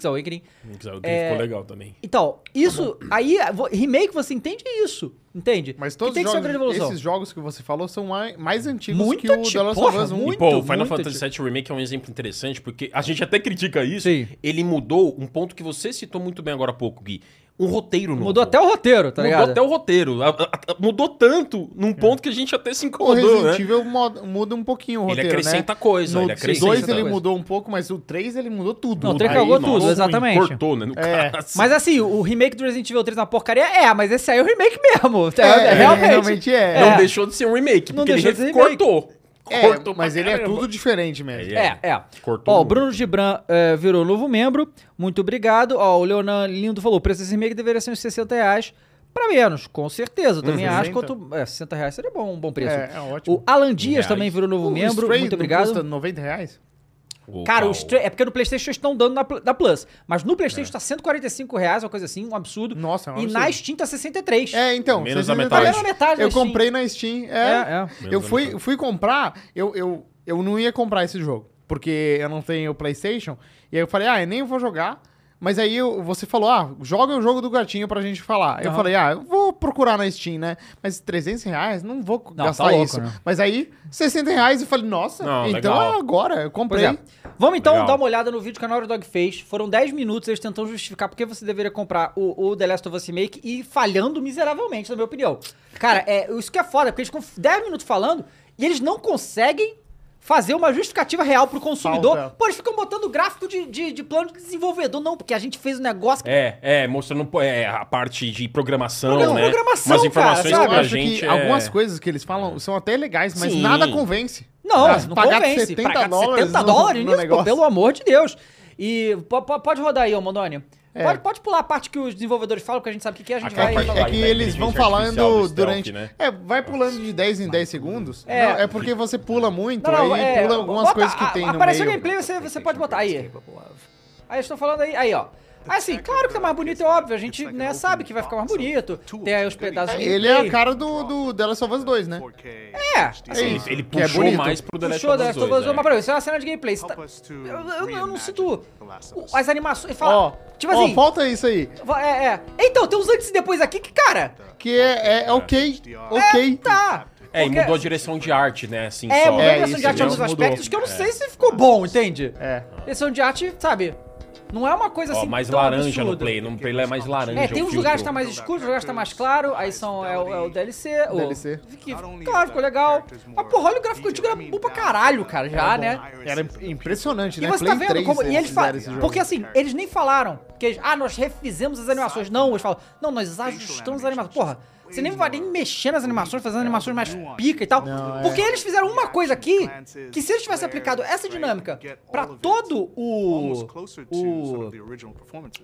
[SPEAKER 1] Awakening? Link's Awakening. É.
[SPEAKER 2] Ficou legal também.
[SPEAKER 1] Então, isso, aí, vo- remake você entende isso, entende?
[SPEAKER 3] Mas
[SPEAKER 1] Que
[SPEAKER 3] todos
[SPEAKER 1] tem que
[SPEAKER 3] os
[SPEAKER 1] ser uma grande
[SPEAKER 3] jogos,
[SPEAKER 1] evolução.
[SPEAKER 3] esses jogos que você falou são mai- mais antigos
[SPEAKER 1] Muito
[SPEAKER 3] que o
[SPEAKER 1] antigo,
[SPEAKER 3] The Last of
[SPEAKER 1] porra,
[SPEAKER 3] Us 1.
[SPEAKER 1] muito.
[SPEAKER 2] e, pô, o Final
[SPEAKER 1] muito
[SPEAKER 2] Fantasy VII Remake é um exemplo interessante, porque a gente até critica isso.
[SPEAKER 1] Sim.
[SPEAKER 2] Ele mudou um ponto que você citou muito bem agora há pouco, Gui. Um roteiro novo.
[SPEAKER 1] Mudou até o roteiro, tá
[SPEAKER 2] Mudou
[SPEAKER 1] ligado? É.
[SPEAKER 2] até o roteiro. A- a- a- Mudou tanto num ponto que a gente até se
[SPEAKER 3] O
[SPEAKER 2] incomodou, né?
[SPEAKER 3] Resident Evil mo- muda um pouquinho o
[SPEAKER 2] Ele
[SPEAKER 3] roteiro,
[SPEAKER 2] acrescenta
[SPEAKER 3] né?
[SPEAKER 2] coisa,
[SPEAKER 3] No
[SPEAKER 2] ele acrescenta
[SPEAKER 3] 2 ele
[SPEAKER 2] coisa.
[SPEAKER 3] mudou um pouco, mas o 3 ele mudou tudo.
[SPEAKER 1] Não, o três
[SPEAKER 2] Aí,
[SPEAKER 1] cagou
[SPEAKER 2] nossa,
[SPEAKER 1] tudo,
[SPEAKER 2] como
[SPEAKER 1] exatamente.
[SPEAKER 2] Cortou, né? No
[SPEAKER 3] É.
[SPEAKER 2] caso.
[SPEAKER 1] Mas assim, o remake do Resident Evil 3 é uma porcaria é, mas esse aí é o remake mesmo.
[SPEAKER 3] É,
[SPEAKER 1] É,
[SPEAKER 3] ele
[SPEAKER 1] realmente.
[SPEAKER 3] realmente é.
[SPEAKER 2] não
[SPEAKER 1] é.
[SPEAKER 2] deixou de ser um remake,
[SPEAKER 1] Não
[SPEAKER 2] porque ele
[SPEAKER 1] deixou de ser remake.
[SPEAKER 2] cortou.
[SPEAKER 3] É,
[SPEAKER 2] Cortou pra
[SPEAKER 3] mas ele é
[SPEAKER 2] caramba.
[SPEAKER 3] tudo diferente mesmo.
[SPEAKER 1] É, é.
[SPEAKER 2] Cortou
[SPEAKER 1] Ó, o
[SPEAKER 2] muito.
[SPEAKER 1] Bruno Gibran eh, virou novo membro. Muito obrigado. Ó, o Leonan Lindo falou: o preço desse remake deveria ser uns 60 reais pra menos, com certeza. Eu Também acho
[SPEAKER 3] 60.
[SPEAKER 1] quanto. É, 60 reais seria bom, um bom preço.
[SPEAKER 3] Uhum. É, é ótimo.
[SPEAKER 1] O Alan Dias
[SPEAKER 2] Reais.
[SPEAKER 1] também virou novo
[SPEAKER 3] O
[SPEAKER 1] membro.
[SPEAKER 3] Stray
[SPEAKER 1] Muito
[SPEAKER 3] não
[SPEAKER 1] obrigado.
[SPEAKER 3] custa 90 reais?
[SPEAKER 2] Opa,
[SPEAKER 1] Cara, o Stray, é porque no PlayStation estão dando na, pl- na Plus. Mas no
[SPEAKER 3] É.
[SPEAKER 1] PlayStation tá 155 reais, uma coisa assim, um absurdo.
[SPEAKER 3] Nossa, é um
[SPEAKER 1] E
[SPEAKER 3] absurdo.
[SPEAKER 1] na Steam tá 63.
[SPEAKER 3] É, então.
[SPEAKER 2] Menos
[SPEAKER 3] vocês
[SPEAKER 2] da
[SPEAKER 3] inventaram
[SPEAKER 2] metade.
[SPEAKER 1] Menos
[SPEAKER 3] isso.
[SPEAKER 1] da metade
[SPEAKER 3] Eu
[SPEAKER 1] da Steam.
[SPEAKER 3] comprei na Steam.
[SPEAKER 1] É,
[SPEAKER 3] É,
[SPEAKER 1] é.
[SPEAKER 2] Menos
[SPEAKER 3] Eu
[SPEAKER 2] da
[SPEAKER 3] fui,
[SPEAKER 2] metade.
[SPEAKER 3] fui comprar, eu, eu, eu não ia comprar esse jogo, porque eu não tenho PlayStation. E aí eu falei, ah, eu nem vou jogar. Mas aí eu- você falou, ah, joga o jogo do gatinho pra gente falar. Eu
[SPEAKER 1] Aham.
[SPEAKER 3] falei, ah, eu vou procurar na Steam, né? Mas 300 reais, não vou
[SPEAKER 1] tá
[SPEAKER 3] gastar
[SPEAKER 1] louco,
[SPEAKER 3] isso.
[SPEAKER 1] né?
[SPEAKER 3] Mas aí, 60 reais, eu falei, nossa,
[SPEAKER 2] Não,
[SPEAKER 3] então
[SPEAKER 2] legal.
[SPEAKER 3] é agora,
[SPEAKER 1] Pois
[SPEAKER 3] eu comprei.
[SPEAKER 1] é. Vamos então
[SPEAKER 2] Legal.
[SPEAKER 1] dar uma olhada no vídeo que a Naughty Dog fez. Foram 10 minutos, eles tentando justificar por que você deveria comprar o, o The Last of Us Remake e falhando miseravelmente, na minha opinião. Cara, é, isso que é foda, porque eles ficam 10 minutos falando e eles não conseguem fazer uma justificativa real pro consumidor.
[SPEAKER 3] Falta.
[SPEAKER 1] Pô, eles ficam botando gráfico de, de, de plano de desenvolvedor. Não, porque a gente fez um negócio que...
[SPEAKER 2] É, é, mostrando pô, é, a parte de programação,
[SPEAKER 1] Programa-
[SPEAKER 2] né?
[SPEAKER 1] programação,
[SPEAKER 2] Umas
[SPEAKER 1] cara,
[SPEAKER 2] informações
[SPEAKER 1] sabe?
[SPEAKER 2] que pra
[SPEAKER 3] acho
[SPEAKER 2] gente.
[SPEAKER 3] que
[SPEAKER 2] é-
[SPEAKER 3] algumas coisas que eles falam são até legais, mas
[SPEAKER 2] Sim.
[SPEAKER 3] nada convence.
[SPEAKER 1] Não,
[SPEAKER 3] Ah,
[SPEAKER 1] mas não
[SPEAKER 3] pagar
[SPEAKER 1] convence.
[SPEAKER 3] 70
[SPEAKER 1] pagar
[SPEAKER 3] dólares
[SPEAKER 1] 70
[SPEAKER 3] no-
[SPEAKER 1] dólares
[SPEAKER 3] no
[SPEAKER 1] nisso, pô,
[SPEAKER 3] negócio.
[SPEAKER 1] pelo amor de Deus. E po- po- pode rodar aí, ô Mondoni.
[SPEAKER 3] É.
[SPEAKER 1] Pode, pode pular a parte que os desenvolvedores falam, que a gente sabe o que que é, a gente
[SPEAKER 2] Aquela
[SPEAKER 1] vai...
[SPEAKER 3] É que,
[SPEAKER 2] parte-
[SPEAKER 1] falar.
[SPEAKER 3] é
[SPEAKER 2] Vai,
[SPEAKER 3] que
[SPEAKER 2] vai,
[SPEAKER 3] eles
[SPEAKER 2] inteligência
[SPEAKER 3] vão falando
[SPEAKER 2] artificial do stealth,
[SPEAKER 3] durante.
[SPEAKER 2] né?
[SPEAKER 3] É, vai pulando de 10 em 10 segundos. Não,
[SPEAKER 1] É.
[SPEAKER 3] É, porque você pula muito, Então, aí
[SPEAKER 1] é,
[SPEAKER 3] pula algumas
[SPEAKER 1] bota-
[SPEAKER 3] coisas que
[SPEAKER 1] a-
[SPEAKER 3] tem no
[SPEAKER 1] Apareceu
[SPEAKER 3] meio. né?
[SPEAKER 1] gameplay, você, você pode botar aí. Aí eu estou falando aí, aí ó. Ah, Assim, claro que tá mais bonito, é óbvio. A gente né, sabe que vai ficar mais bonito. Tem aí os pedaços de
[SPEAKER 3] Ele é a
[SPEAKER 1] gameplay.
[SPEAKER 3] cara do, do The Last of Us 2, né?
[SPEAKER 1] É,
[SPEAKER 2] Ele,
[SPEAKER 1] assim,
[SPEAKER 2] ele
[SPEAKER 3] Que é
[SPEAKER 2] puxou
[SPEAKER 3] bonito.
[SPEAKER 2] mais pro The Last
[SPEAKER 1] puxou
[SPEAKER 2] of
[SPEAKER 1] The
[SPEAKER 2] Us
[SPEAKER 1] Last of
[SPEAKER 2] 2,
[SPEAKER 1] Us,
[SPEAKER 2] né?
[SPEAKER 1] mas peraí, isso é uma cena de gameplay. você tá-
[SPEAKER 4] Help us to
[SPEAKER 1] Eu, eu- eu não
[SPEAKER 4] reimagine
[SPEAKER 1] sinto
[SPEAKER 4] The Last of Us.
[SPEAKER 1] as animações. Fala,
[SPEAKER 3] Ó,
[SPEAKER 1] tipo
[SPEAKER 3] ó,
[SPEAKER 1] assim,
[SPEAKER 3] falta isso aí.
[SPEAKER 1] Va- É, é. Então, tem uns antes e depois aqui que, cara.
[SPEAKER 3] Que é, é, ok.
[SPEAKER 1] É,
[SPEAKER 3] Ok.
[SPEAKER 1] tá.
[SPEAKER 2] É, e
[SPEAKER 1] Porque-
[SPEAKER 2] mudou a direção de arte, né? Assim,
[SPEAKER 1] É,
[SPEAKER 2] só.
[SPEAKER 1] mudou a
[SPEAKER 3] É,
[SPEAKER 1] direção de
[SPEAKER 3] isso,
[SPEAKER 1] arte em
[SPEAKER 3] entendeu?
[SPEAKER 1] alguns aspectos que eu não
[SPEAKER 2] É.
[SPEAKER 1] sei se ficou bom, entende?
[SPEAKER 3] É.
[SPEAKER 1] Direção de arte, sabe? Não é uma coisa
[SPEAKER 2] Ó,
[SPEAKER 1] assim.
[SPEAKER 2] mais
[SPEAKER 1] tão
[SPEAKER 2] laranja no
[SPEAKER 1] absurda.
[SPEAKER 2] play. No play é mais laranja.
[SPEAKER 1] É, tem
[SPEAKER 2] o
[SPEAKER 1] uns lugares que tá
[SPEAKER 2] filtro.
[SPEAKER 1] mais escuro, outros lugares que tá mais claro. Aí são, é, o, é o DLC. o-
[SPEAKER 3] DLC.
[SPEAKER 1] que, claro, ficou
[SPEAKER 4] né?
[SPEAKER 1] legal. Mas, porra, olha o gráfico antigo, era é bom pra caralho, cara, já, né?
[SPEAKER 3] Era impressionante,
[SPEAKER 1] E
[SPEAKER 3] né?
[SPEAKER 1] você tá vendo
[SPEAKER 3] Play 3
[SPEAKER 1] como. E eles
[SPEAKER 3] fizeram
[SPEAKER 1] falam.
[SPEAKER 3] esse jogo.
[SPEAKER 1] Porque assim, eles nem falaram. Que eles, ah, nós refizemos as animações. Não, eles falam. Não, nós ajustamos as animações. Porra, você nem vai nem mexer nas animações,
[SPEAKER 4] É,
[SPEAKER 1] fazendo animações mais pica e tal.
[SPEAKER 3] Não, é.
[SPEAKER 1] Porque eles fizeram uma coisa aqui que se eles tivessem aplicado essa dinâmica pra todo o. O,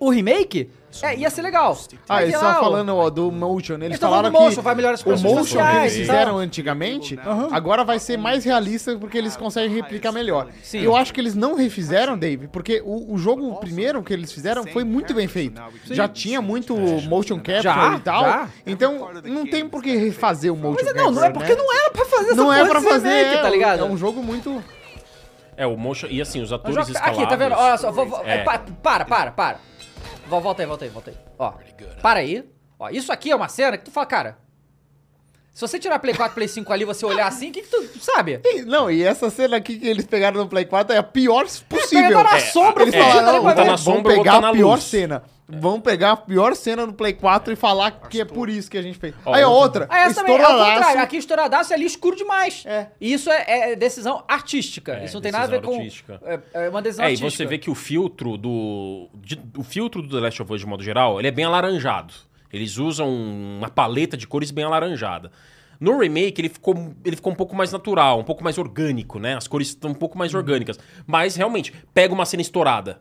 [SPEAKER 1] o remake, é, ia ser legal.
[SPEAKER 3] Ah,
[SPEAKER 1] Aí
[SPEAKER 3] eles
[SPEAKER 1] tem é lá
[SPEAKER 3] estavam
[SPEAKER 1] o-
[SPEAKER 3] falando ó, do motion. né? Eles
[SPEAKER 1] Eles tavam falando
[SPEAKER 3] falaram
[SPEAKER 1] do motion,
[SPEAKER 3] que
[SPEAKER 1] vai melhorar as
[SPEAKER 3] o
[SPEAKER 1] coisas Ah,
[SPEAKER 3] motion que
[SPEAKER 1] sociais
[SPEAKER 3] eles
[SPEAKER 1] e
[SPEAKER 3] fizeram
[SPEAKER 1] tal.
[SPEAKER 3] antigamente,
[SPEAKER 4] Aham.
[SPEAKER 3] agora vai ser mais realista porque eles conseguem replicar melhor.
[SPEAKER 1] Sim.
[SPEAKER 3] Eu acho que eles não refizeram, Dave, porque o, o jogo primeiro que eles fizeram foi muito bem feito.
[SPEAKER 4] Sim.
[SPEAKER 3] Já tinha muito motion capture
[SPEAKER 1] Já,
[SPEAKER 3] e tal.
[SPEAKER 1] já.
[SPEAKER 3] Então não tem por que refazer o motion
[SPEAKER 1] Mas
[SPEAKER 3] capture.
[SPEAKER 1] não, não é porque
[SPEAKER 3] né?
[SPEAKER 1] não era pra fazer essa
[SPEAKER 3] Não é
[SPEAKER 1] porra
[SPEAKER 3] pra
[SPEAKER 1] desse
[SPEAKER 3] fazer,
[SPEAKER 1] remake,
[SPEAKER 3] é,
[SPEAKER 1] tá ligado?
[SPEAKER 3] É um jogo muito.
[SPEAKER 2] É, o motion... E assim, os
[SPEAKER 1] Mas
[SPEAKER 2] atores
[SPEAKER 1] joga-
[SPEAKER 2] escalados...
[SPEAKER 1] Aqui, tá vendo? Olha só, vou- vou-
[SPEAKER 2] É.
[SPEAKER 1] é, pa- para, para, para. Vo- Volta aí, volta aí, volta aí. Ó, para aí. Ó, isso aqui é uma cena que tu fala, cara. Se você tirar Play 4, Play 5 ali, você olhar assim, o que, que tu sabe?
[SPEAKER 3] E- Não, e essa cena aqui que eles pegaram no Play 4 é a pior possível.
[SPEAKER 1] tá na sombra,
[SPEAKER 3] eles
[SPEAKER 1] é, tá
[SPEAKER 3] falaram,
[SPEAKER 1] ali pra
[SPEAKER 3] não,
[SPEAKER 1] ver.
[SPEAKER 3] tá
[SPEAKER 1] Tá
[SPEAKER 2] na
[SPEAKER 3] vão
[SPEAKER 2] sombra, o outro
[SPEAKER 3] pegar
[SPEAKER 2] tá na
[SPEAKER 3] a pior
[SPEAKER 2] luz." É.
[SPEAKER 3] cena. Vão pegar a pior cena no Play 4 e falar que é por isso que a gente fez.
[SPEAKER 2] Ó,
[SPEAKER 3] Aí a
[SPEAKER 2] outra-
[SPEAKER 3] outra, assim,
[SPEAKER 1] Ah, essa também é o
[SPEAKER 3] estouradaço.
[SPEAKER 1] contrário. Aqui estouradaço e ali escuro demais.
[SPEAKER 3] É.
[SPEAKER 1] E isso é, é decisão artística.
[SPEAKER 2] É,
[SPEAKER 1] isso não tem nada a ver
[SPEAKER 2] decisão
[SPEAKER 1] com.
[SPEAKER 2] artística.
[SPEAKER 1] É, é uma decisão
[SPEAKER 2] É, e
[SPEAKER 1] artística.
[SPEAKER 2] você vê que o filtro do. de- o filtro do The Last of Us, de modo geral, ele é bem alaranjado. Eles usam uma paleta de cores bem alaranjada. No remake, ele ficou, ele ficou um pouco mais natural, um pouco mais orgânico, né? As cores estão um pouco mais orgânicas. Mas, realmente, pega uma cena estourada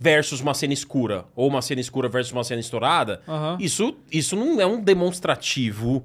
[SPEAKER 2] versus uma cena escura, ou uma cena escura versus uma cena estourada, isso, isso não é um demonstrativo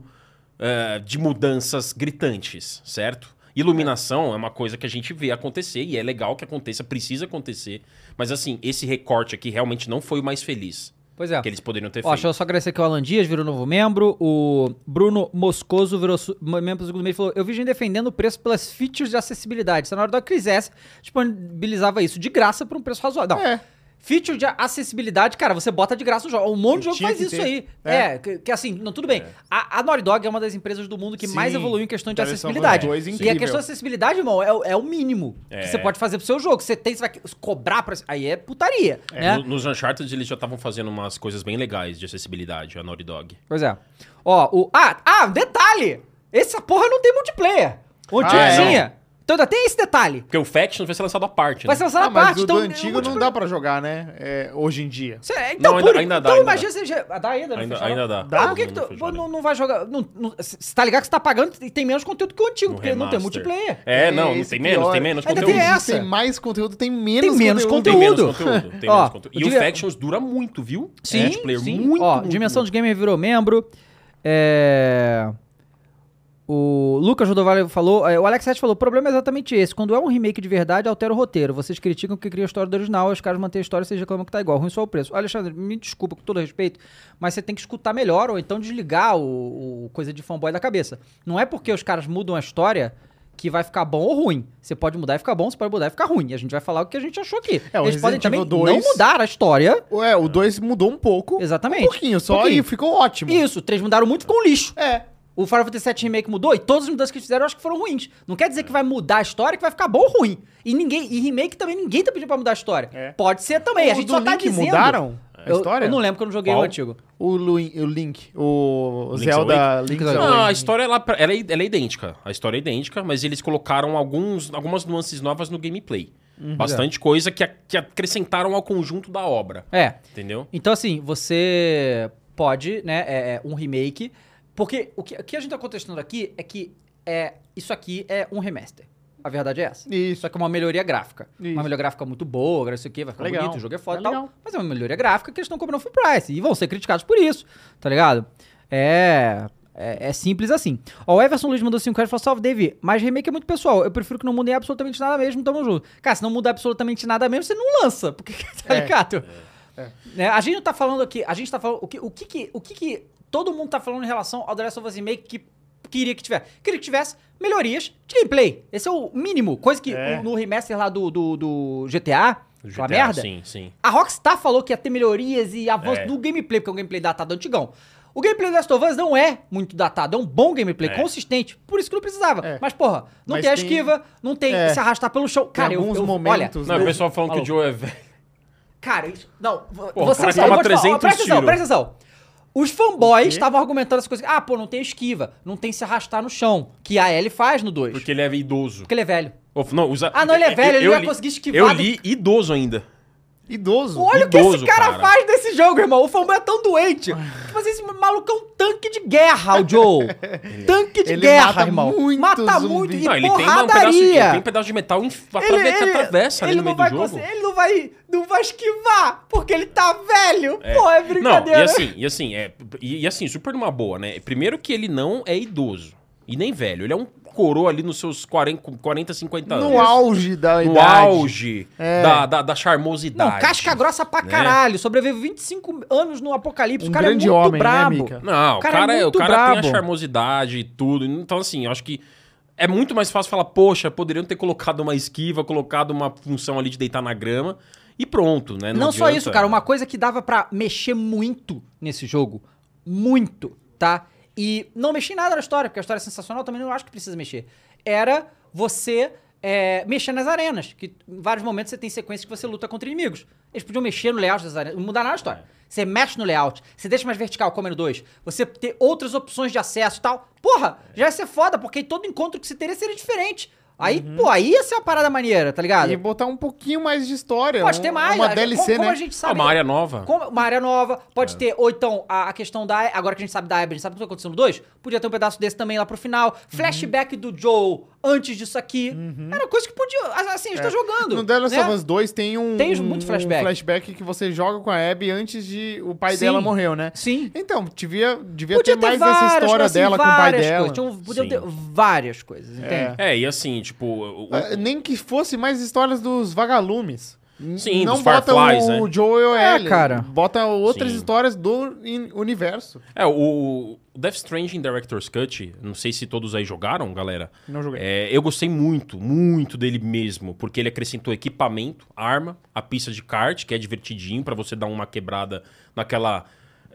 [SPEAKER 2] eh, de mudanças gritantes, certo? Iluminação é uma coisa que a gente vê acontecer e é legal que aconteça, precisa acontecer. Mas assim, esse recorte aqui realmente não foi o mais feliz
[SPEAKER 1] Pois é.
[SPEAKER 2] que eles poderiam ter
[SPEAKER 1] Ó,
[SPEAKER 2] feito.
[SPEAKER 1] deixa eu só agradecer aqui o Alan Dias, virou novo membro. O Bruno Moscoso virou su- membro do segundo mês e falou: Eu vi gente defendendo o preço pelas features de acessibilidade. Se na hora da Cris S disponibilizava isso de graça por um preço razoável. Não.
[SPEAKER 3] É.
[SPEAKER 1] Feature de acessibilidade, cara, você bota de graça o jogo. Um monte de jogo
[SPEAKER 3] Tinha
[SPEAKER 1] faz
[SPEAKER 3] que
[SPEAKER 1] isso
[SPEAKER 3] ter.
[SPEAKER 1] aí. É,
[SPEAKER 3] É.
[SPEAKER 1] que, que assim, não, tudo bem. A, a Naughty Dog é uma das empresas do mundo que
[SPEAKER 3] Sim.
[SPEAKER 1] mais evoluiu em questão de
[SPEAKER 3] Cara, eles são
[SPEAKER 1] acessibilidade.
[SPEAKER 3] dois
[SPEAKER 1] E a
[SPEAKER 3] incrível.
[SPEAKER 1] questão de acessibilidade, irmão, é, o- é o mínimo
[SPEAKER 2] É.
[SPEAKER 1] que você pode fazer pro seu jogo. Você tem, você vai cobrar pra. Aí é putaria, né?
[SPEAKER 2] No- nos Uncharted eles já estavam fazendo umas coisas bem legais de acessibilidade, a Naughty Dog.
[SPEAKER 1] Pois é. Ó, o. Ah, ah, detalhe! Essa porra não tem multiplayer. Onde
[SPEAKER 3] Ah, é?
[SPEAKER 1] tinha? Então ainda tem esse detalhe.
[SPEAKER 2] Porque o Faction vai ser lançado à parte,
[SPEAKER 1] Vai
[SPEAKER 2] né?
[SPEAKER 1] ser lançado
[SPEAKER 3] Ah,
[SPEAKER 1] na
[SPEAKER 3] mas
[SPEAKER 1] parte.
[SPEAKER 3] o
[SPEAKER 1] então,
[SPEAKER 3] do antigo não dá pra jogar, né? É, hoje em dia.
[SPEAKER 1] Cê- então,
[SPEAKER 2] Não,
[SPEAKER 1] por-
[SPEAKER 2] ainda- ainda dá,
[SPEAKER 1] então
[SPEAKER 2] ainda
[SPEAKER 1] imagina se. já- ah, Dá ainda, não
[SPEAKER 2] Ainda-
[SPEAKER 1] fecharam?
[SPEAKER 2] ainda dá.
[SPEAKER 1] Mas
[SPEAKER 2] Dá?
[SPEAKER 1] por que, que
[SPEAKER 2] Não, não
[SPEAKER 1] tu
[SPEAKER 2] fecharam.
[SPEAKER 1] não, não vai jogar? Não, não, você tá ligado que você tá pagando e tem menos conteúdo que o antigo,
[SPEAKER 2] No
[SPEAKER 1] porque não tem
[SPEAKER 2] remaster.
[SPEAKER 1] multiplayer.
[SPEAKER 2] É, não, não
[SPEAKER 3] esse
[SPEAKER 2] tem
[SPEAKER 3] pior. é
[SPEAKER 2] menos, tem menos
[SPEAKER 1] Ainda
[SPEAKER 2] conteúdo.
[SPEAKER 1] um tem essa.
[SPEAKER 3] Tem mais conteúdo, tem menos
[SPEAKER 1] menos
[SPEAKER 2] Tem menos
[SPEAKER 1] Conteúdo.
[SPEAKER 2] conteúdo. Tem
[SPEAKER 1] Ó,
[SPEAKER 2] menos conteúdo.
[SPEAKER 1] eu
[SPEAKER 2] E o
[SPEAKER 1] diria-
[SPEAKER 2] Factions dura muito, viu?
[SPEAKER 1] Sim,
[SPEAKER 2] É, multiplayer
[SPEAKER 1] sim.
[SPEAKER 2] muito,
[SPEAKER 1] Ó,
[SPEAKER 2] muito,
[SPEAKER 1] Dimensão
[SPEAKER 2] muito.
[SPEAKER 1] de Gamer virou membro. É... O Lucas Rodovalho falou, é, o Alex 7 falou, o problema é exatamente esse. Quando é um remake de verdade, altera o roteiro. Vocês criticam que cria a história do original, os caras mantêm a história e vocês reclamam que tá igual. Ruim só o preço. Alexandre, me desculpa com todo respeito, mas você tem que escutar melhor ou então desligar o, o coisa de fanboy da cabeça. Não é porque os caras mudam a história que vai ficar bom ou ruim. Você pode mudar e ficar bom, você pode mudar e ficar ruim. E a gente vai falar o que a gente achou aqui.
[SPEAKER 3] É, o
[SPEAKER 1] Eles podem
[SPEAKER 3] Resident
[SPEAKER 1] também
[SPEAKER 3] Evil 2
[SPEAKER 1] não mudar a história.
[SPEAKER 3] É, o 2 mudou um pouco.
[SPEAKER 1] Exatamente.
[SPEAKER 3] Um pouquinho só
[SPEAKER 1] Pouquinho.
[SPEAKER 3] e ficou ótimo.
[SPEAKER 1] Isso, três mudaram muito com lixo.
[SPEAKER 3] É.
[SPEAKER 1] O Final Fantasy VII Remake mudou e todas as mudanças que eles fizeram eu acho que foram ruins. Não quer dizer que vai mudar a história que vai ficar bom ou ruim. E ninguém e remake também ninguém tá pedindo pra mudar a história.
[SPEAKER 3] É.
[SPEAKER 1] Pode ser também, a
[SPEAKER 3] O
[SPEAKER 1] gente
[SPEAKER 3] do
[SPEAKER 1] só tá
[SPEAKER 3] Link
[SPEAKER 1] dizendo.
[SPEAKER 3] mudaram a
[SPEAKER 1] Eu-
[SPEAKER 3] história?
[SPEAKER 1] Eu, não lembro que eu não joguei
[SPEAKER 2] Qual?
[SPEAKER 1] o antigo.
[SPEAKER 3] O, Lu- o Link, o
[SPEAKER 2] Link's
[SPEAKER 3] Zelda Link's
[SPEAKER 1] Não,
[SPEAKER 2] Não,
[SPEAKER 3] Awakening.
[SPEAKER 2] a história ela, ela, é, ela é idêntica. A história é idêntica, mas eles colocaram alguns, algumas nuances novas no gameplay.
[SPEAKER 1] Uhum.
[SPEAKER 2] Bastante coisa que, a- que acrescentaram ao conjunto da obra.
[SPEAKER 1] É.
[SPEAKER 2] Entendeu?
[SPEAKER 1] Então, assim, você pode, né, é, é, um remake. Porque o que, o que a gente tá contestando aqui é que é, isso aqui é um remaster. A verdade é essa.
[SPEAKER 3] Isso.
[SPEAKER 1] Só que é uma melhoria gráfica.
[SPEAKER 3] Isso.
[SPEAKER 1] Uma melhoria gráfica muito boa, agora isso aqui vai ficar
[SPEAKER 3] Legal.
[SPEAKER 1] bonito, o jogo é foda e
[SPEAKER 3] É
[SPEAKER 1] tal.
[SPEAKER 3] legal.
[SPEAKER 1] Mas é uma melhoria gráfica que eles estão cobrando full price. E vão ser criticados por isso, tá ligado? É. É, é simples assim. Ó, o Everson Luiz mandou 5 reais e falou: Salve, Davi, mas remake é muito pessoal. Eu prefiro que não mudem absolutamente nada mesmo, tamo junto. Cara, se não mudar absolutamente nada mesmo, você não lança. Porque, tá
[SPEAKER 3] É.
[SPEAKER 1] ligado?
[SPEAKER 3] É.
[SPEAKER 1] Né? A gente não tá falando aqui, a gente tá falando. O que, o que, que- o que, que todo mundo tá falando em relação ao The Last of Us Remake que queria que tivesse? Queria que tivesse melhorias de gameplay. Esse é o mínimo. Coisa que
[SPEAKER 3] É.
[SPEAKER 1] o- no remaster lá do, do, do GTA,
[SPEAKER 2] O
[SPEAKER 1] aquela
[SPEAKER 2] GTA,
[SPEAKER 1] merda.
[SPEAKER 2] Sim, sim.
[SPEAKER 1] A Rockstar falou que ia ter melhorias e avanço
[SPEAKER 2] É.
[SPEAKER 1] no gameplay, porque é um gameplay datado antigão. O gameplay do Last of Us não é muito datado, é um bom gameplay,
[SPEAKER 2] É.
[SPEAKER 1] consistente, por isso que não precisava.
[SPEAKER 3] É.
[SPEAKER 1] Mas, porra, não
[SPEAKER 3] Mas
[SPEAKER 1] tem a
[SPEAKER 3] tem-
[SPEAKER 1] esquiva, não tem
[SPEAKER 3] É.
[SPEAKER 1] se arrastar pelo chão. Cara, eu-
[SPEAKER 3] alguns
[SPEAKER 1] eu, olha,
[SPEAKER 3] momentos,
[SPEAKER 2] Não,
[SPEAKER 3] Mas-
[SPEAKER 2] o pessoal falando que o Joe é velho.
[SPEAKER 1] Cara, isso. Não,
[SPEAKER 2] o
[SPEAKER 1] você não
[SPEAKER 2] cara
[SPEAKER 1] sabe,
[SPEAKER 2] toma
[SPEAKER 1] eu vou te falar, ó,
[SPEAKER 2] 300
[SPEAKER 1] Presta atenção,
[SPEAKER 2] tiros.
[SPEAKER 1] presta atenção. Os fanboys estavam argumentando essa coisa. Ah, pô, não tem esquiva, não tem se arrastar no chão. Que a Ellie faz no 2. Porque...
[SPEAKER 2] Porque ele é idoso.
[SPEAKER 1] ele é velho.
[SPEAKER 2] Ou, não, usa-
[SPEAKER 1] Ah, não, ele é
[SPEAKER 2] eu-
[SPEAKER 1] velho, ele
[SPEAKER 2] eu
[SPEAKER 1] não ia
[SPEAKER 2] li-
[SPEAKER 1] conseguir esquivar
[SPEAKER 2] Eu
[SPEAKER 1] do-
[SPEAKER 2] li idoso ainda.
[SPEAKER 3] Idoso.
[SPEAKER 1] Olha o que esse
[SPEAKER 2] Idoso,
[SPEAKER 1] cara,
[SPEAKER 2] cara.
[SPEAKER 1] faz nesse jogo, irmão. O fanboy é tão doente. Mas esse maluco é um tanque de guerra, o Joe. tanque de
[SPEAKER 3] Ele
[SPEAKER 1] guerra,
[SPEAKER 3] mata
[SPEAKER 1] irmão.
[SPEAKER 3] muito
[SPEAKER 1] mata
[SPEAKER 3] zumbi.
[SPEAKER 1] muito e
[SPEAKER 2] Não, ele tem um pedaço, de,
[SPEAKER 1] porradaria.
[SPEAKER 2] ele tem um pedaço de metal em, atrave- que atravessa ali
[SPEAKER 1] ele
[SPEAKER 2] no meio
[SPEAKER 1] não vai
[SPEAKER 2] do jogo.
[SPEAKER 1] conseguir- ele não vai, não vai esquivar, porque ele tá velho. Pô, é
[SPEAKER 2] Não,
[SPEAKER 1] brincadeira.
[SPEAKER 2] e assim, e assim, é, e, e assim, super numa boa, né? Primeiro que ele não é idoso e nem velho. Ele é um coroa ali nos seus 40, 40 50 anos.
[SPEAKER 3] No auge da
[SPEAKER 2] No
[SPEAKER 3] idade.
[SPEAKER 2] auge da, da, da charmosidade.
[SPEAKER 1] É. Não, casca grossa pra
[SPEAKER 2] né?
[SPEAKER 1] caralho. Sobreviveu 25 anos no apocalipse.
[SPEAKER 3] Um
[SPEAKER 1] o cara
[SPEAKER 3] grande
[SPEAKER 1] é muito
[SPEAKER 3] homem, né,
[SPEAKER 1] brabo.
[SPEAKER 3] Mika?
[SPEAKER 2] Não,
[SPEAKER 1] O
[SPEAKER 2] o
[SPEAKER 1] cara
[SPEAKER 2] cara,
[SPEAKER 1] é
[SPEAKER 2] é- o
[SPEAKER 1] muito
[SPEAKER 2] cara tem a
[SPEAKER 1] brabo.
[SPEAKER 2] charmosidade e tudo. Então, assim, eu acho que é muito mais fácil falar, poxa, poderiam ter colocado uma esquiva, colocado uma função ali de deitar na grama e pronto, né?
[SPEAKER 1] não só
[SPEAKER 2] adianta.
[SPEAKER 1] isso, cara. Uma coisa que dava pra mexer muito nesse jogo. Muito, tá? E não mexi em nada na história, porque a história é sensacional, também não acho que precisa mexer. Era você é, mexer nas arenas, que em vários momentos você tem sequências que você luta contra inimigos. Eles podiam mexer no layout das arenas, não mudar nada na história.
[SPEAKER 3] É.
[SPEAKER 1] Você mexe no layout, você deixa mais vertical, como no 2, você ter outras opções de acesso e tal. Porra,
[SPEAKER 3] É.
[SPEAKER 1] já ia ser foda, porque todo encontro que você teria seria diferente. Aí, pô, aí ia ser uma parada maneira, tá ligado?
[SPEAKER 3] Uhum. E botar um pouquinho mais de história.
[SPEAKER 1] Pode
[SPEAKER 3] um-
[SPEAKER 1] ter mais,
[SPEAKER 3] Uma
[SPEAKER 1] né?
[SPEAKER 3] DLC,
[SPEAKER 1] como,
[SPEAKER 3] né?
[SPEAKER 1] como a gente
[SPEAKER 2] Ah,
[SPEAKER 1] sabe,
[SPEAKER 2] uma área nova.
[SPEAKER 1] como- uma área nova,
[SPEAKER 3] É.
[SPEAKER 1] pode ter. Ou então, a, a questão da. Agora que a gente sabe da Abby, a gente sabe o que aconteceu no 2, podia ter um pedaço desse também lá pro final.
[SPEAKER 3] Uhum.
[SPEAKER 1] Flashback do Joe antes disso aqui. Era coisa que podia. Assim, a
[SPEAKER 3] É.
[SPEAKER 1] gente tá jogando.
[SPEAKER 3] No The Last
[SPEAKER 1] né?
[SPEAKER 3] of Us 2 tem um,
[SPEAKER 1] Tem
[SPEAKER 3] um,
[SPEAKER 1] muito
[SPEAKER 3] um
[SPEAKER 1] flashback.
[SPEAKER 3] flashback que você joga com a Abby antes de o pai
[SPEAKER 1] Sim.
[SPEAKER 3] dela morreu, né?
[SPEAKER 1] Sim.
[SPEAKER 3] Então, devia, devia
[SPEAKER 1] Podia
[SPEAKER 3] ter
[SPEAKER 1] ter
[SPEAKER 3] mais
[SPEAKER 1] várias,
[SPEAKER 3] essa história
[SPEAKER 1] assim,
[SPEAKER 3] dela com o pai
[SPEAKER 1] várias
[SPEAKER 3] dela.
[SPEAKER 1] coisas. Tinha- um Podia
[SPEAKER 2] Sim.
[SPEAKER 1] ter várias coisas, entende?
[SPEAKER 3] É.
[SPEAKER 2] É, e assim, tipo. o-
[SPEAKER 1] É,
[SPEAKER 2] o-
[SPEAKER 3] Ah, Nem que fosse mais histórias dos vagalumes.
[SPEAKER 2] Sim,
[SPEAKER 3] Não
[SPEAKER 2] dos
[SPEAKER 3] bota
[SPEAKER 2] Fireflies,
[SPEAKER 3] o
[SPEAKER 2] né?
[SPEAKER 3] Joel
[SPEAKER 1] É,
[SPEAKER 3] Ellie,
[SPEAKER 1] cara.
[SPEAKER 3] Bota outras
[SPEAKER 2] Sim.
[SPEAKER 3] histórias do in- universo.
[SPEAKER 2] É, o o Death Stranding Director's Cut, não sei se todos aí jogaram, galera.
[SPEAKER 3] Não joguei.
[SPEAKER 2] É, eu gostei muito, muito dele mesmo, porque ele acrescentou equipamento, arma, a pista de kart, que é divertidinho pra você dar uma quebrada naquela...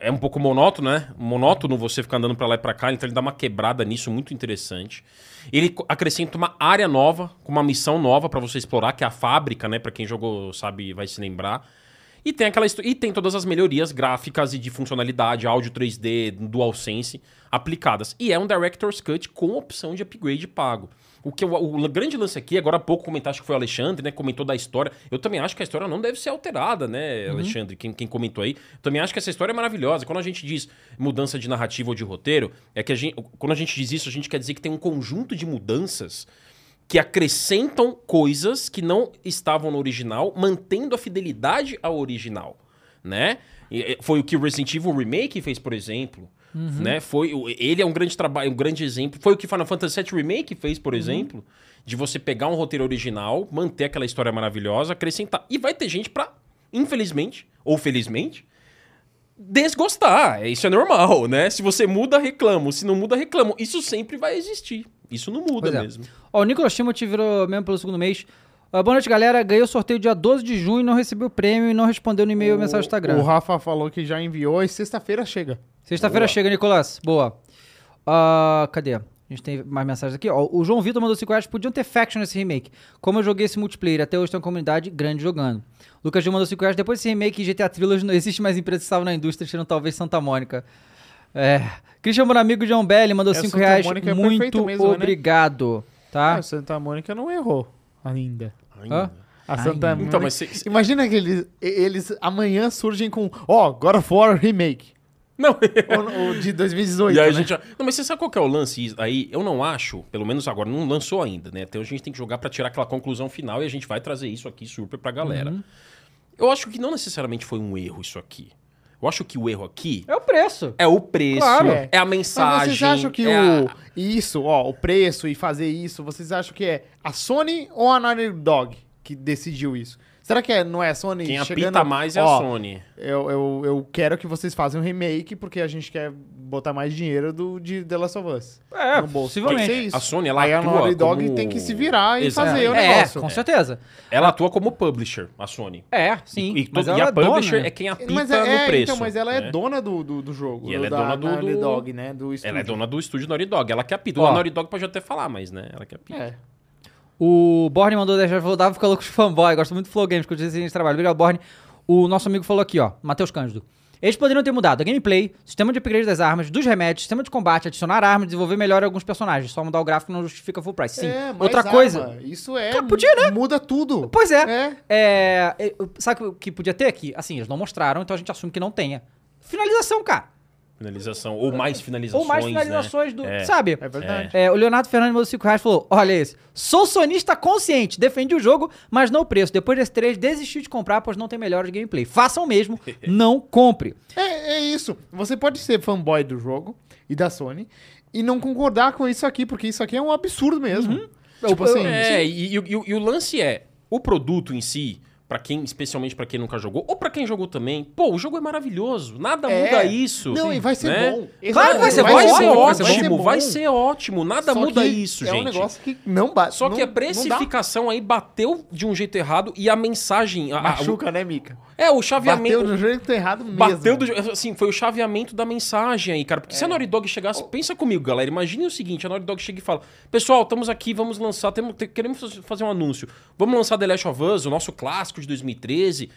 [SPEAKER 2] É um pouco monótono, né? Monótono você ficar andando pra lá e pra cá, então ele dá uma quebrada nisso muito interessante. Ele co- acrescenta uma área nova, com uma missão nova pra você explorar, que é a fábrica, né? Pra quem jogou, sabe, vai se lembrar. E tem aquela histó- e tem todas as melhorias gráficas e de funcionalidade, áudio 3D, DualSense aplicadas. E é um Director's Cut com opção de upgrade pago. O que eu- o grande lance aqui, agora há pouco comentar, acho que foi o Alexandre, né, comentou da história. Eu também acho que a história não deve ser alterada, né, Alexandre, quem, quem comentou aí. Eu também acho que essa história é maravilhosa. Quando a gente diz mudança de narrativa ou de roteiro, é que a gente, quando a gente diz isso, a gente quer dizer que tem um conjunto de mudanças que acrescentam coisas que não estavam no original, mantendo a fidelidade ao original, né? E, e, Foi o que o Resident Evil Remake fez, por exemplo, né? Foi o- ele é um grande trabalho, um grande exemplo. Foi o que Final Fantasy VII Remake fez, por exemplo, de você pegar um roteiro original, manter aquela história maravilhosa, acrescentar. E vai ter gente pra, infelizmente ou felizmente, desgostar. Isso é normal, né? Se você muda, reclamo. Se não muda, reclamo. Isso sempre vai existir. Isso não muda
[SPEAKER 1] Pois é.
[SPEAKER 2] mesmo.
[SPEAKER 1] Ó, o Nicolas Timothy virou mesmo pelo segundo mês. Ah, boa noite, galera. Ganhei o sorteio dia 12 de junho, não recebi o prêmio e não respondeu no e-mail e mensagem tá do Instagram.
[SPEAKER 3] O Rafa falou que já enviou e sexta-feira chega.
[SPEAKER 1] Sexta-feira chega, Nicolas. Boa. Ah, cadê? A gente tem mais mensagens aqui. Ó, o João Vitor mandou 5 reais. Podiam ter faction nesse remake. Como eu joguei esse multiplayer, até hoje tem uma comunidade grande jogando. Lucas Gil mandou 5 reais. Depois desse remake, GTA Trilogy não existe mais empresa que salva na indústria, tirando talvez Santa Mônica. É. Christian Bonamigo John Belli mandou
[SPEAKER 3] É,
[SPEAKER 1] 5
[SPEAKER 3] Santa
[SPEAKER 1] reais.
[SPEAKER 3] Mônica é
[SPEAKER 1] Muito
[SPEAKER 3] perfeito mesmo, né?
[SPEAKER 1] obrigado.
[SPEAKER 3] Ah,
[SPEAKER 1] Tá?
[SPEAKER 3] Santa Mônica não errou ainda.
[SPEAKER 1] Hã?
[SPEAKER 3] A Santa Mônica.
[SPEAKER 2] Então, mas se- se-
[SPEAKER 3] Imagina que eles, eles amanhã surgem com, ó, God of War Remake.
[SPEAKER 2] Não.
[SPEAKER 3] Ou- ou de 2018.
[SPEAKER 2] E aí a
[SPEAKER 3] né?
[SPEAKER 2] gente já- Não, mas você sabe qual que é o lance aí? Eu não acho, pelo menos agora, não lançou ainda, né? Então a gente tem que jogar pra tirar aquela conclusão final e a gente vai trazer isso aqui super pra galera.
[SPEAKER 3] Uhum.
[SPEAKER 2] Eu acho que não necessariamente foi um erro isso aqui. Eu acho que o erro aqui
[SPEAKER 1] É o preço.
[SPEAKER 2] é o preço,
[SPEAKER 1] Claro.
[SPEAKER 2] é a mensagem.
[SPEAKER 3] Mas vocês acham que
[SPEAKER 2] é a-
[SPEAKER 3] o isso, ó, o preço e fazer isso, vocês acham que é a Sony ou a Naughty Dog que decidiu isso? Será que é- não é a Sony
[SPEAKER 2] Quem
[SPEAKER 3] chegando...
[SPEAKER 2] apita mais é a
[SPEAKER 3] ó,
[SPEAKER 2] Sony.
[SPEAKER 3] Eu, eu, eu quero que vocês façam um remake porque a gente quer botar mais dinheiro do, de The Last of Us.
[SPEAKER 1] É,
[SPEAKER 3] no bolso.
[SPEAKER 1] possivelmente.
[SPEAKER 3] Tem que ser isso.
[SPEAKER 2] A Sony, ela
[SPEAKER 3] Aí a
[SPEAKER 2] atua
[SPEAKER 3] Naughty Dog
[SPEAKER 2] como-
[SPEAKER 3] tem que se virar e
[SPEAKER 2] Exato.
[SPEAKER 3] fazer o
[SPEAKER 1] é,
[SPEAKER 3] negócio.
[SPEAKER 1] com certeza.
[SPEAKER 2] Ela atua como publisher, a Sony.
[SPEAKER 1] É, sim.
[SPEAKER 2] E, e, to-
[SPEAKER 1] mas
[SPEAKER 2] e
[SPEAKER 1] ela
[SPEAKER 2] a publisher
[SPEAKER 1] dona, né?
[SPEAKER 2] é quem apita
[SPEAKER 3] Mas é,
[SPEAKER 2] no
[SPEAKER 3] é,
[SPEAKER 2] preço.
[SPEAKER 3] então, mas ela é
[SPEAKER 2] né?
[SPEAKER 3] dona do, do, do jogo.
[SPEAKER 2] E ela é
[SPEAKER 3] da
[SPEAKER 2] dona do-
[SPEAKER 3] Naughty
[SPEAKER 2] do-
[SPEAKER 3] Dog, né? Do
[SPEAKER 2] Ela é
[SPEAKER 3] estúdio.
[SPEAKER 2] dona do estúdio Naughty Dog, ela que apita. O
[SPEAKER 1] Ó.
[SPEAKER 2] da Naughty Dog pode até falar, mas né, ela que apita.
[SPEAKER 3] É.
[SPEAKER 1] O Borne mandou 10 reais, falou, Dava fica louco de fanboy, gosto muito do Flow Games, que eu disse de trabalho. Obrigado, Borne. O nosso amigo falou aqui, ó, Matheus Cândido. Eles poderiam ter mudado a gameplay, sistema de upgrade das armas, dos remédios, sistema de combate, adicionar armas, desenvolver melhor alguns personagens. Só mudar o gráfico não justifica full price. Sim.
[SPEAKER 3] É, mais
[SPEAKER 1] Outra
[SPEAKER 3] arma.
[SPEAKER 1] coisa.
[SPEAKER 3] Isso é.
[SPEAKER 1] Cara, podia, né?
[SPEAKER 3] Muda tudo.
[SPEAKER 1] Pois
[SPEAKER 3] É.
[SPEAKER 1] é. é. é, sabe o que podia ter aqui? Assim, eles não mostraram, então a gente assume que não tenha. Finalização, cara.
[SPEAKER 2] Finalização, ou mais finalizações.
[SPEAKER 1] Ou mais
[SPEAKER 2] né?
[SPEAKER 1] finalizações do.
[SPEAKER 2] É.
[SPEAKER 1] Sabe?
[SPEAKER 3] É verdade.
[SPEAKER 1] É, o Leonardo Fernandes mandou 5 reais e falou: Olha esse, sou sonista consciente, defendi o jogo, mas não o preço. Depois desse 3, desisti de comprar, pois não tem melhores gameplay. Façam mesmo, não compre.
[SPEAKER 3] É, é isso. Você pode ser fanboy do jogo e da Sony e não concordar com isso aqui, porque isso aqui é um absurdo mesmo. Tipo assim,
[SPEAKER 2] Uhum. É, e, e- e- e o lance é, o produto em si, pra quem, especialmente pra quem nunca jogou, ou pra quem jogou também, pô, o jogo é maravilhoso, nada
[SPEAKER 3] É.
[SPEAKER 2] muda isso.
[SPEAKER 3] Não, e vai ser
[SPEAKER 2] né?
[SPEAKER 3] bom. Esse
[SPEAKER 1] Claro que vai ser
[SPEAKER 2] Vai,
[SPEAKER 1] bom,
[SPEAKER 2] ser
[SPEAKER 1] vai ser bom,
[SPEAKER 2] ótimo, Tipo, vai ser,
[SPEAKER 3] bom.
[SPEAKER 2] ótimo, nada
[SPEAKER 3] Só
[SPEAKER 2] muda
[SPEAKER 3] que
[SPEAKER 2] isso,
[SPEAKER 3] é
[SPEAKER 2] gente.
[SPEAKER 3] um negócio que não bate.
[SPEAKER 2] Só que é
[SPEAKER 3] não-
[SPEAKER 2] a precificação aí bateu de um jeito errado e a mensagem. a-
[SPEAKER 3] não
[SPEAKER 2] a-
[SPEAKER 3] dá. machuca, né, Mika?
[SPEAKER 2] o- é, o
[SPEAKER 3] Bateu
[SPEAKER 2] chaveamento.
[SPEAKER 3] do jeito errado mesmo. É.
[SPEAKER 2] Bateu do jeito. Assim, foi o chaveamento da mensagem aí, cara. Porque se a Naughty Dog chegasse. Pensa comigo, galera. Imagine o seguinte: a Naughty Dog chega e fala: Pessoal, estamos aqui, vamos lançar. Temos, te- queremos faz- fazer um anúncio. Vamos lançar The Last of Us, o nosso clássico de 2013.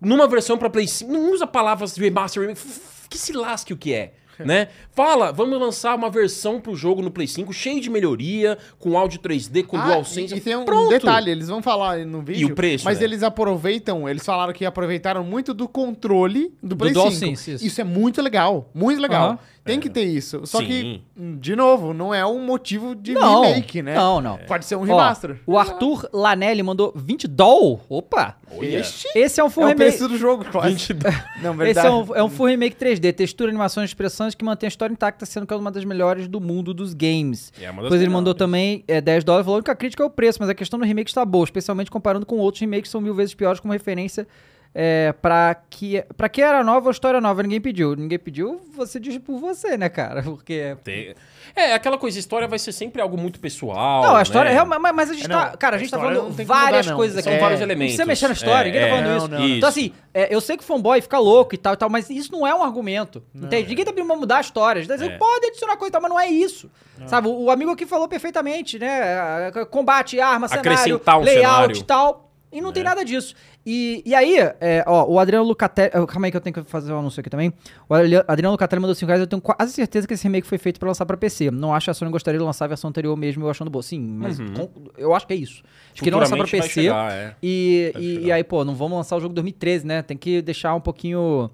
[SPEAKER 2] Numa versão pra Play 5. Não usa palavras remaster, remake, f- f- que se lasque o que é. Né? Fala, vamos lançar uma versão pro jogo no Play 5, cheio de melhoria, com áudio 3D, com
[SPEAKER 3] Ah,
[SPEAKER 2] DualSense.
[SPEAKER 3] E, e tem um
[SPEAKER 2] Pronto.
[SPEAKER 3] detalhe, eles vão falar no vídeo.
[SPEAKER 2] E o preço,
[SPEAKER 3] Mas
[SPEAKER 2] né?
[SPEAKER 3] eles aproveitam, eles falaram que aproveitaram muito do controle do, Play
[SPEAKER 1] DualSense,
[SPEAKER 3] 5.
[SPEAKER 1] isso.
[SPEAKER 3] Isso. é muito legal, muito legal.
[SPEAKER 1] Aham.
[SPEAKER 3] Tem que ter isso. Só
[SPEAKER 2] Sim.
[SPEAKER 3] que, de novo, não é um motivo de
[SPEAKER 1] Não,
[SPEAKER 3] remake, né?
[SPEAKER 1] não, não.
[SPEAKER 3] Pode ser um
[SPEAKER 1] Ó,
[SPEAKER 3] remaster.
[SPEAKER 1] o Arthur Lanelli mandou 20 doll. Opa!
[SPEAKER 2] Olha.
[SPEAKER 1] Esse é um full
[SPEAKER 3] é o
[SPEAKER 1] remake.
[SPEAKER 3] preço do jogo, quase.
[SPEAKER 2] 20
[SPEAKER 3] Não,
[SPEAKER 1] Esse
[SPEAKER 3] verdade.
[SPEAKER 1] é um, é um full remake 3D, textura, animações e expressões que mantém a história intacta, sendo que é uma das melhores do mundo dos games.
[SPEAKER 2] É uma das
[SPEAKER 1] Depois ele
[SPEAKER 2] melhores.
[SPEAKER 1] mandou também é, 10 dólares, falou, a única crítica é o preço, mas a questão do remake está boa, especialmente comparando com outros remakes que são mil vezes piores como referência é, pra, que, pra que era nova ou história nova, ninguém pediu. Ninguém pediu, você diz por você, né, cara? Porque...
[SPEAKER 2] Tem- É, aquela coisa, história vai ser sempre algo muito pessoal.
[SPEAKER 1] Não, a história
[SPEAKER 2] né?
[SPEAKER 1] é realmente... Mas, mas a gente
[SPEAKER 3] É,
[SPEAKER 1] tá...
[SPEAKER 3] não,
[SPEAKER 1] Cara, a
[SPEAKER 3] a
[SPEAKER 1] gente tá
[SPEAKER 3] história
[SPEAKER 1] falando
[SPEAKER 3] não tem como
[SPEAKER 1] várias
[SPEAKER 3] mudar, não.
[SPEAKER 1] coisas aqui.
[SPEAKER 2] São
[SPEAKER 3] É,
[SPEAKER 2] vários
[SPEAKER 3] não
[SPEAKER 2] elementos.
[SPEAKER 1] Não precisa mexer na
[SPEAKER 2] É,
[SPEAKER 1] história, ninguém tá falando
[SPEAKER 3] não,
[SPEAKER 1] isso.
[SPEAKER 3] não,
[SPEAKER 2] isso.
[SPEAKER 1] Então, assim, é, eu sei que fanboy fica louco e tal e tal, mas isso não é um argumento. entende? Ninguém tá pedindo pra mudar a história. Eles
[SPEAKER 2] É.
[SPEAKER 1] podem adicionar coisa e tal, mas não é isso. Sabe, o, o amigo aqui falou perfeitamente, né? Ah, Combate, arma, cenário,
[SPEAKER 2] Acrescentar um
[SPEAKER 1] layout
[SPEAKER 2] cenário. É.
[SPEAKER 1] e tal. E não tem nada disso. E, e aí, é, ó, o Adriano Lucatelli. ah, Calma aí que eu tenho que fazer um anúncio aqui também. O Adri- Adriano Lucatelli mandou 5 reais. Eu tenho quase certeza que esse remake foi feito pra lançar pra PC. Não acho que a Sony gostaria de lançar a versão anterior mesmo, eu achando boa. Sim, mas com- eu acho que é isso. Acho que não lançar pra
[SPEAKER 2] Uhum. Futuramente vai
[SPEAKER 1] PC.
[SPEAKER 2] chegar, é.
[SPEAKER 1] E,
[SPEAKER 2] Deve
[SPEAKER 1] e,
[SPEAKER 2] chegar.
[SPEAKER 1] e aí, pô, não vamos lançar o jogo 2013, né? Tem que deixar um pouquinho.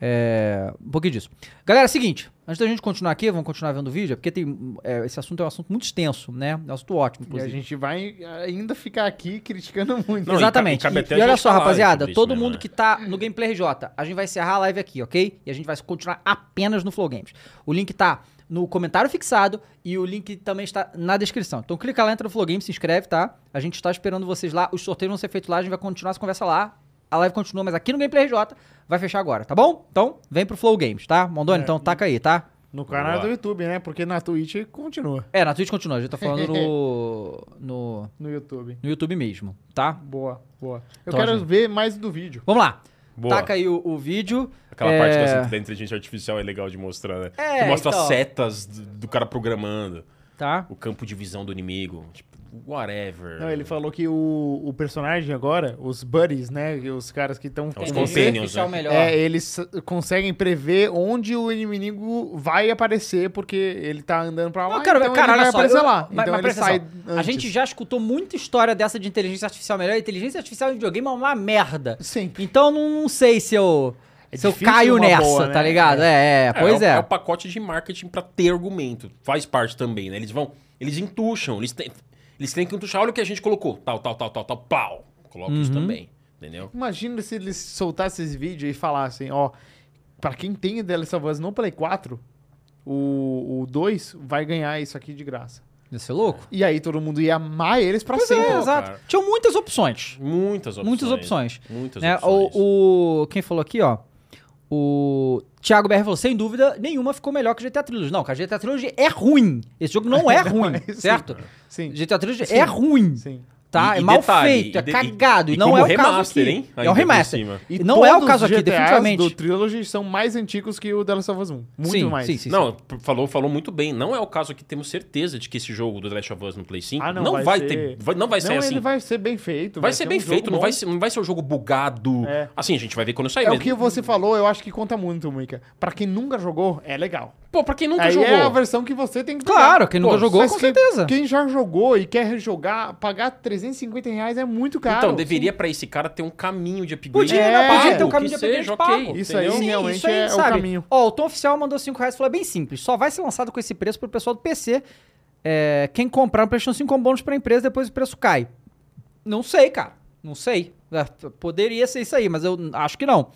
[SPEAKER 1] É, um pouquinho disso. Galera, seguinte, antes da gente continuar aqui, vamos continuar vendo o vídeo, porque tem, é, esse assunto é um assunto muito extenso, né? É um assunto ótimo,
[SPEAKER 3] E a
[SPEAKER 1] inclusive.
[SPEAKER 3] gente vai ainda ficar aqui criticando muito.
[SPEAKER 2] Não, e
[SPEAKER 1] Exatamente.
[SPEAKER 2] cabe- e cabe até
[SPEAKER 1] E,
[SPEAKER 2] a
[SPEAKER 1] olha
[SPEAKER 2] gente
[SPEAKER 1] só,
[SPEAKER 2] falar
[SPEAKER 1] rapaziada,
[SPEAKER 2] sobre isso
[SPEAKER 1] todo
[SPEAKER 2] mesmo,
[SPEAKER 1] mundo
[SPEAKER 2] né?
[SPEAKER 1] que tá no Gameplay RJ, a gente vai encerrar a live aqui, ok? E a gente vai continuar apenas no Flow Games. O link tá no comentário fixado e o link também está na descrição. Então clica lá, entra no Flow Games, se inscreve, tá? A gente tá esperando vocês lá, os sorteios vão ser feitos lá, a gente vai continuar essa conversa lá. A live continua, mas aqui no Gameplay RJ vai fechar agora, tá bom? Então, vem pro Flow Games, tá? Mondoni, então taca aí, tá?
[SPEAKER 3] No canal
[SPEAKER 2] Vamos lá.
[SPEAKER 3] do YouTube, né? Porque na Twitch continua.
[SPEAKER 1] É, na Twitch continua, a gente tá falando no, no,
[SPEAKER 3] No YouTube.
[SPEAKER 1] no YouTube mesmo, tá?
[SPEAKER 3] Boa, boa. Eu
[SPEAKER 1] Então,
[SPEAKER 3] quero
[SPEAKER 1] gente.
[SPEAKER 3] ver mais do vídeo.
[SPEAKER 1] Vamos lá.
[SPEAKER 2] Boa.
[SPEAKER 1] Taca aí o, o vídeo.
[SPEAKER 2] Aquela
[SPEAKER 1] É,
[SPEAKER 2] parte da, da inteligência artificial é legal de mostrar, né?
[SPEAKER 1] É,
[SPEAKER 2] que mostra
[SPEAKER 1] então.
[SPEAKER 2] as setas do, do cara programando,
[SPEAKER 1] Tá?
[SPEAKER 2] o campo de visão do inimigo. Tipo, whatever.
[SPEAKER 3] Não, ele falou que o, o personagem agora, os buddies, né? e Os caras que estão
[SPEAKER 2] os
[SPEAKER 1] Tem
[SPEAKER 3] com
[SPEAKER 1] que
[SPEAKER 3] você,
[SPEAKER 2] companions,
[SPEAKER 1] fechar o
[SPEAKER 2] né?
[SPEAKER 1] É, melhor.
[SPEAKER 3] é, eles conseguem prever onde o inimigo vai aparecer, porque ele tá andando pra lá,
[SPEAKER 1] Eu quero ver-
[SPEAKER 3] então
[SPEAKER 1] cara,
[SPEAKER 3] ele vai
[SPEAKER 1] olha só,
[SPEAKER 3] aparecer
[SPEAKER 1] eu-
[SPEAKER 3] lá.
[SPEAKER 1] mas-
[SPEAKER 3] então
[SPEAKER 1] mas
[SPEAKER 3] ele
[SPEAKER 1] presta
[SPEAKER 3] sai
[SPEAKER 1] atenção, A
[SPEAKER 3] antes.
[SPEAKER 1] gente já escutou muita história dessa de inteligência artificial melhor. A inteligência artificial em videogame é uma merda.
[SPEAKER 3] Sempre.
[SPEAKER 1] Então não, não sei se eu.
[SPEAKER 3] É
[SPEAKER 1] se eu
[SPEAKER 3] difícil
[SPEAKER 1] caio
[SPEAKER 3] uma
[SPEAKER 1] nessa,
[SPEAKER 3] boa, né?
[SPEAKER 1] tá ligado? É, é, pois
[SPEAKER 2] o-
[SPEAKER 1] é.
[SPEAKER 2] o pacote de marketing pra ter argumento. Faz parte também, né? Eles vão. Eles entucham, eles têm, eles têm que entuchar. Olha o que a gente colocou. Tal, tal, tal, tal, tal. Pau! Coloca isso
[SPEAKER 1] Uhum.
[SPEAKER 2] também. Entendeu?
[SPEAKER 3] Imagina se eles soltassem esse vídeo e falassem, ó, pra quem tem The Last of Us no Play 4, o, o 2 vai ganhar isso aqui de graça.
[SPEAKER 1] Isso é louco?
[SPEAKER 3] E aí todo mundo ia amar eles pra
[SPEAKER 1] Pois
[SPEAKER 3] sempre.
[SPEAKER 1] é, exato.
[SPEAKER 2] cara.
[SPEAKER 1] Tinham muitas opções.
[SPEAKER 2] Muitas opções.
[SPEAKER 1] Muitas opções.
[SPEAKER 2] Muitas
[SPEAKER 1] né?
[SPEAKER 2] opções.
[SPEAKER 1] O, o- quem falou aqui, ó. O Thiago BR falou, sem dúvida nenhuma ficou melhor que GTA Trilogy. Não, cara, GTA Trilogy é ruim. Esse jogo não é ruim,
[SPEAKER 3] é isso.
[SPEAKER 1] certo?
[SPEAKER 3] Sim,
[SPEAKER 1] GTA Trilogy
[SPEAKER 3] Sim.
[SPEAKER 1] é ruim,
[SPEAKER 3] sim.
[SPEAKER 1] tá?
[SPEAKER 2] E-
[SPEAKER 1] é
[SPEAKER 2] e
[SPEAKER 1] mal
[SPEAKER 2] detalhe,
[SPEAKER 1] feito, é
[SPEAKER 2] e de- e-
[SPEAKER 1] cagado. E,
[SPEAKER 2] e
[SPEAKER 1] não
[SPEAKER 2] como
[SPEAKER 1] é o caso aqui.
[SPEAKER 2] remaster, hein?
[SPEAKER 1] É
[SPEAKER 2] Ainda
[SPEAKER 1] o
[SPEAKER 2] por
[SPEAKER 1] remaster.
[SPEAKER 2] cima.
[SPEAKER 1] E não é o
[SPEAKER 3] todos
[SPEAKER 1] caso
[SPEAKER 3] os
[SPEAKER 1] aqui,
[SPEAKER 3] GTAs do
[SPEAKER 1] definitivamente.
[SPEAKER 3] Trilogy são mais antigos que o The Last of Us 1. Muito
[SPEAKER 1] Sim,
[SPEAKER 3] mais.
[SPEAKER 1] sim, sim.
[SPEAKER 2] Não, p- falou, falou muito bem. Não é o caso que temos certeza de que esse jogo do The Last of Us no Play 5
[SPEAKER 3] Ah, não vai
[SPEAKER 2] vai
[SPEAKER 3] ser.
[SPEAKER 2] ter. vai- não vai
[SPEAKER 3] Não,
[SPEAKER 2] sair
[SPEAKER 3] ele
[SPEAKER 2] assim. Vai,
[SPEAKER 3] vai ser bem feito.
[SPEAKER 2] ser
[SPEAKER 3] um
[SPEAKER 2] bem
[SPEAKER 3] jogo
[SPEAKER 2] feito, não
[SPEAKER 3] bom.
[SPEAKER 2] vai, ser, não vai ser um jogo bugado.
[SPEAKER 3] É.
[SPEAKER 2] Assim, a gente vai ver quando sair.
[SPEAKER 3] É o
[SPEAKER 2] mas-
[SPEAKER 3] que você falou, eu acho que conta muito, Mika. Pra quem nunca jogou, é legal.
[SPEAKER 2] Pô, pra quem nunca
[SPEAKER 3] Aí
[SPEAKER 2] jogou.
[SPEAKER 3] é a versão que você tem que jogar.
[SPEAKER 1] Claro, quem nunca
[SPEAKER 3] Pô,
[SPEAKER 1] jogou,
[SPEAKER 3] mas
[SPEAKER 1] com
[SPEAKER 3] quem-
[SPEAKER 1] certeza.
[SPEAKER 3] Quem já jogou e quer rejogar, pagar 350 reais é muito caro.
[SPEAKER 2] então, deveria pra esse cara ter um caminho de upgrade.
[SPEAKER 1] Podia,
[SPEAKER 3] né?
[SPEAKER 2] pago,
[SPEAKER 3] Podia ter um
[SPEAKER 2] que
[SPEAKER 1] caminho de upgrade
[SPEAKER 2] seja,
[SPEAKER 1] pago.
[SPEAKER 2] ok,
[SPEAKER 3] Isso
[SPEAKER 2] entendeu?
[SPEAKER 3] aí.
[SPEAKER 1] Sim,
[SPEAKER 3] realmente
[SPEAKER 1] isso aí,
[SPEAKER 3] é o
[SPEAKER 1] sabe?
[SPEAKER 3] caminho.
[SPEAKER 1] Ó, o Tom Oficial mandou 5 reais e falou: é bem simples, só vai ser lançado com esse preço pro pessoal do PC. É, quem comprar um PlayStation 5 com bônus pra empresa, depois o preço cai. Não sei, cara. Não sei. É, p- Poderia ser isso aí, mas eu n- acho que não.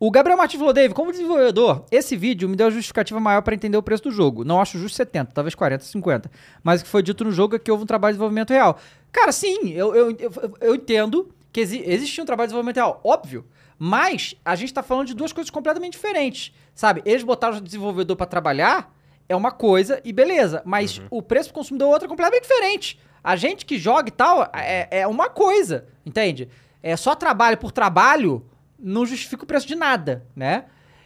[SPEAKER 1] O Gabriel Martins falou, Dave, como desenvolvedor, esse vídeo me deu a justificativa maior para entender o preço do jogo. Não acho justo 70, talvez 40, 50. Mas o que foi dito no jogo é que houve um trabalho de desenvolvimento real. Cara, sim, eu, eu, eu, eu entendo que exi existia um trabalho de desenvolvimento real, óbvio. Mas a gente tá falando de duas coisas completamente diferentes. Sabe, eles botaram o desenvolvedor para trabalhar, é uma coisa e beleza. Mas o preço pro consumidor é outra completamente diferente. A gente que joga e tal é, é uma coisa, entende? É só trabalho por trabalho não justifica o preço de nada, né?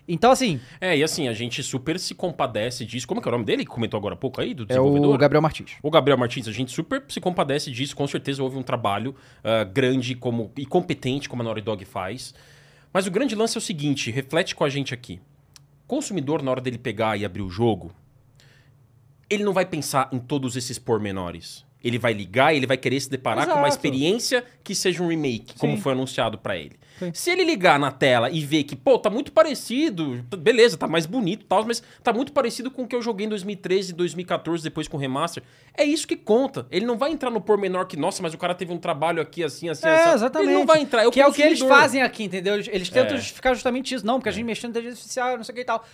[SPEAKER 1] Então, assim,
[SPEAKER 2] É, e assim, a gente super se compadece disso. Como é que é o nome dele que comentou agora há pouco aí, do
[SPEAKER 1] é o
[SPEAKER 2] desenvolvedor?
[SPEAKER 1] Gabriel Martins.
[SPEAKER 2] O Gabriel Martins, a gente super se compadece disso. Com certeza houve um trabalho ah, grande como, e competente como a Naughty Dog faz. Mas o grande lance é o seguinte, reflete com a gente aqui. Consumidor, na hora dele pegar e abrir o jogo, ele não vai pensar em todos esses pormenores. Ele vai ligar e ele vai querer se deparar com uma
[SPEAKER 1] Exato.
[SPEAKER 2] experiência que seja um remake, como
[SPEAKER 1] Sim.
[SPEAKER 2] foi anunciado pra ele.
[SPEAKER 1] Sim.
[SPEAKER 2] Se ele ligar na tela e ver que, pô, tá muito parecido, tá- beleza, tá mais bonito e tal, mas tá muito parecido com o que eu joguei em 2013, 2014, depois com o remaster, é isso que conta. Ele não vai entrar no pormenor que, nossa, mas o cara teve um trabalho aqui, assim, assim, assim.
[SPEAKER 1] É, exatamente.
[SPEAKER 2] Ele não vai entrar. É o
[SPEAKER 1] que é o que eles
[SPEAKER 2] consumidor.
[SPEAKER 1] fazem aqui, entendeu? Eles, eles tentam
[SPEAKER 2] É.
[SPEAKER 1] justificar justamente isso. Não, porque a gente mexeu na inteligência artificial, não sei o que e tal.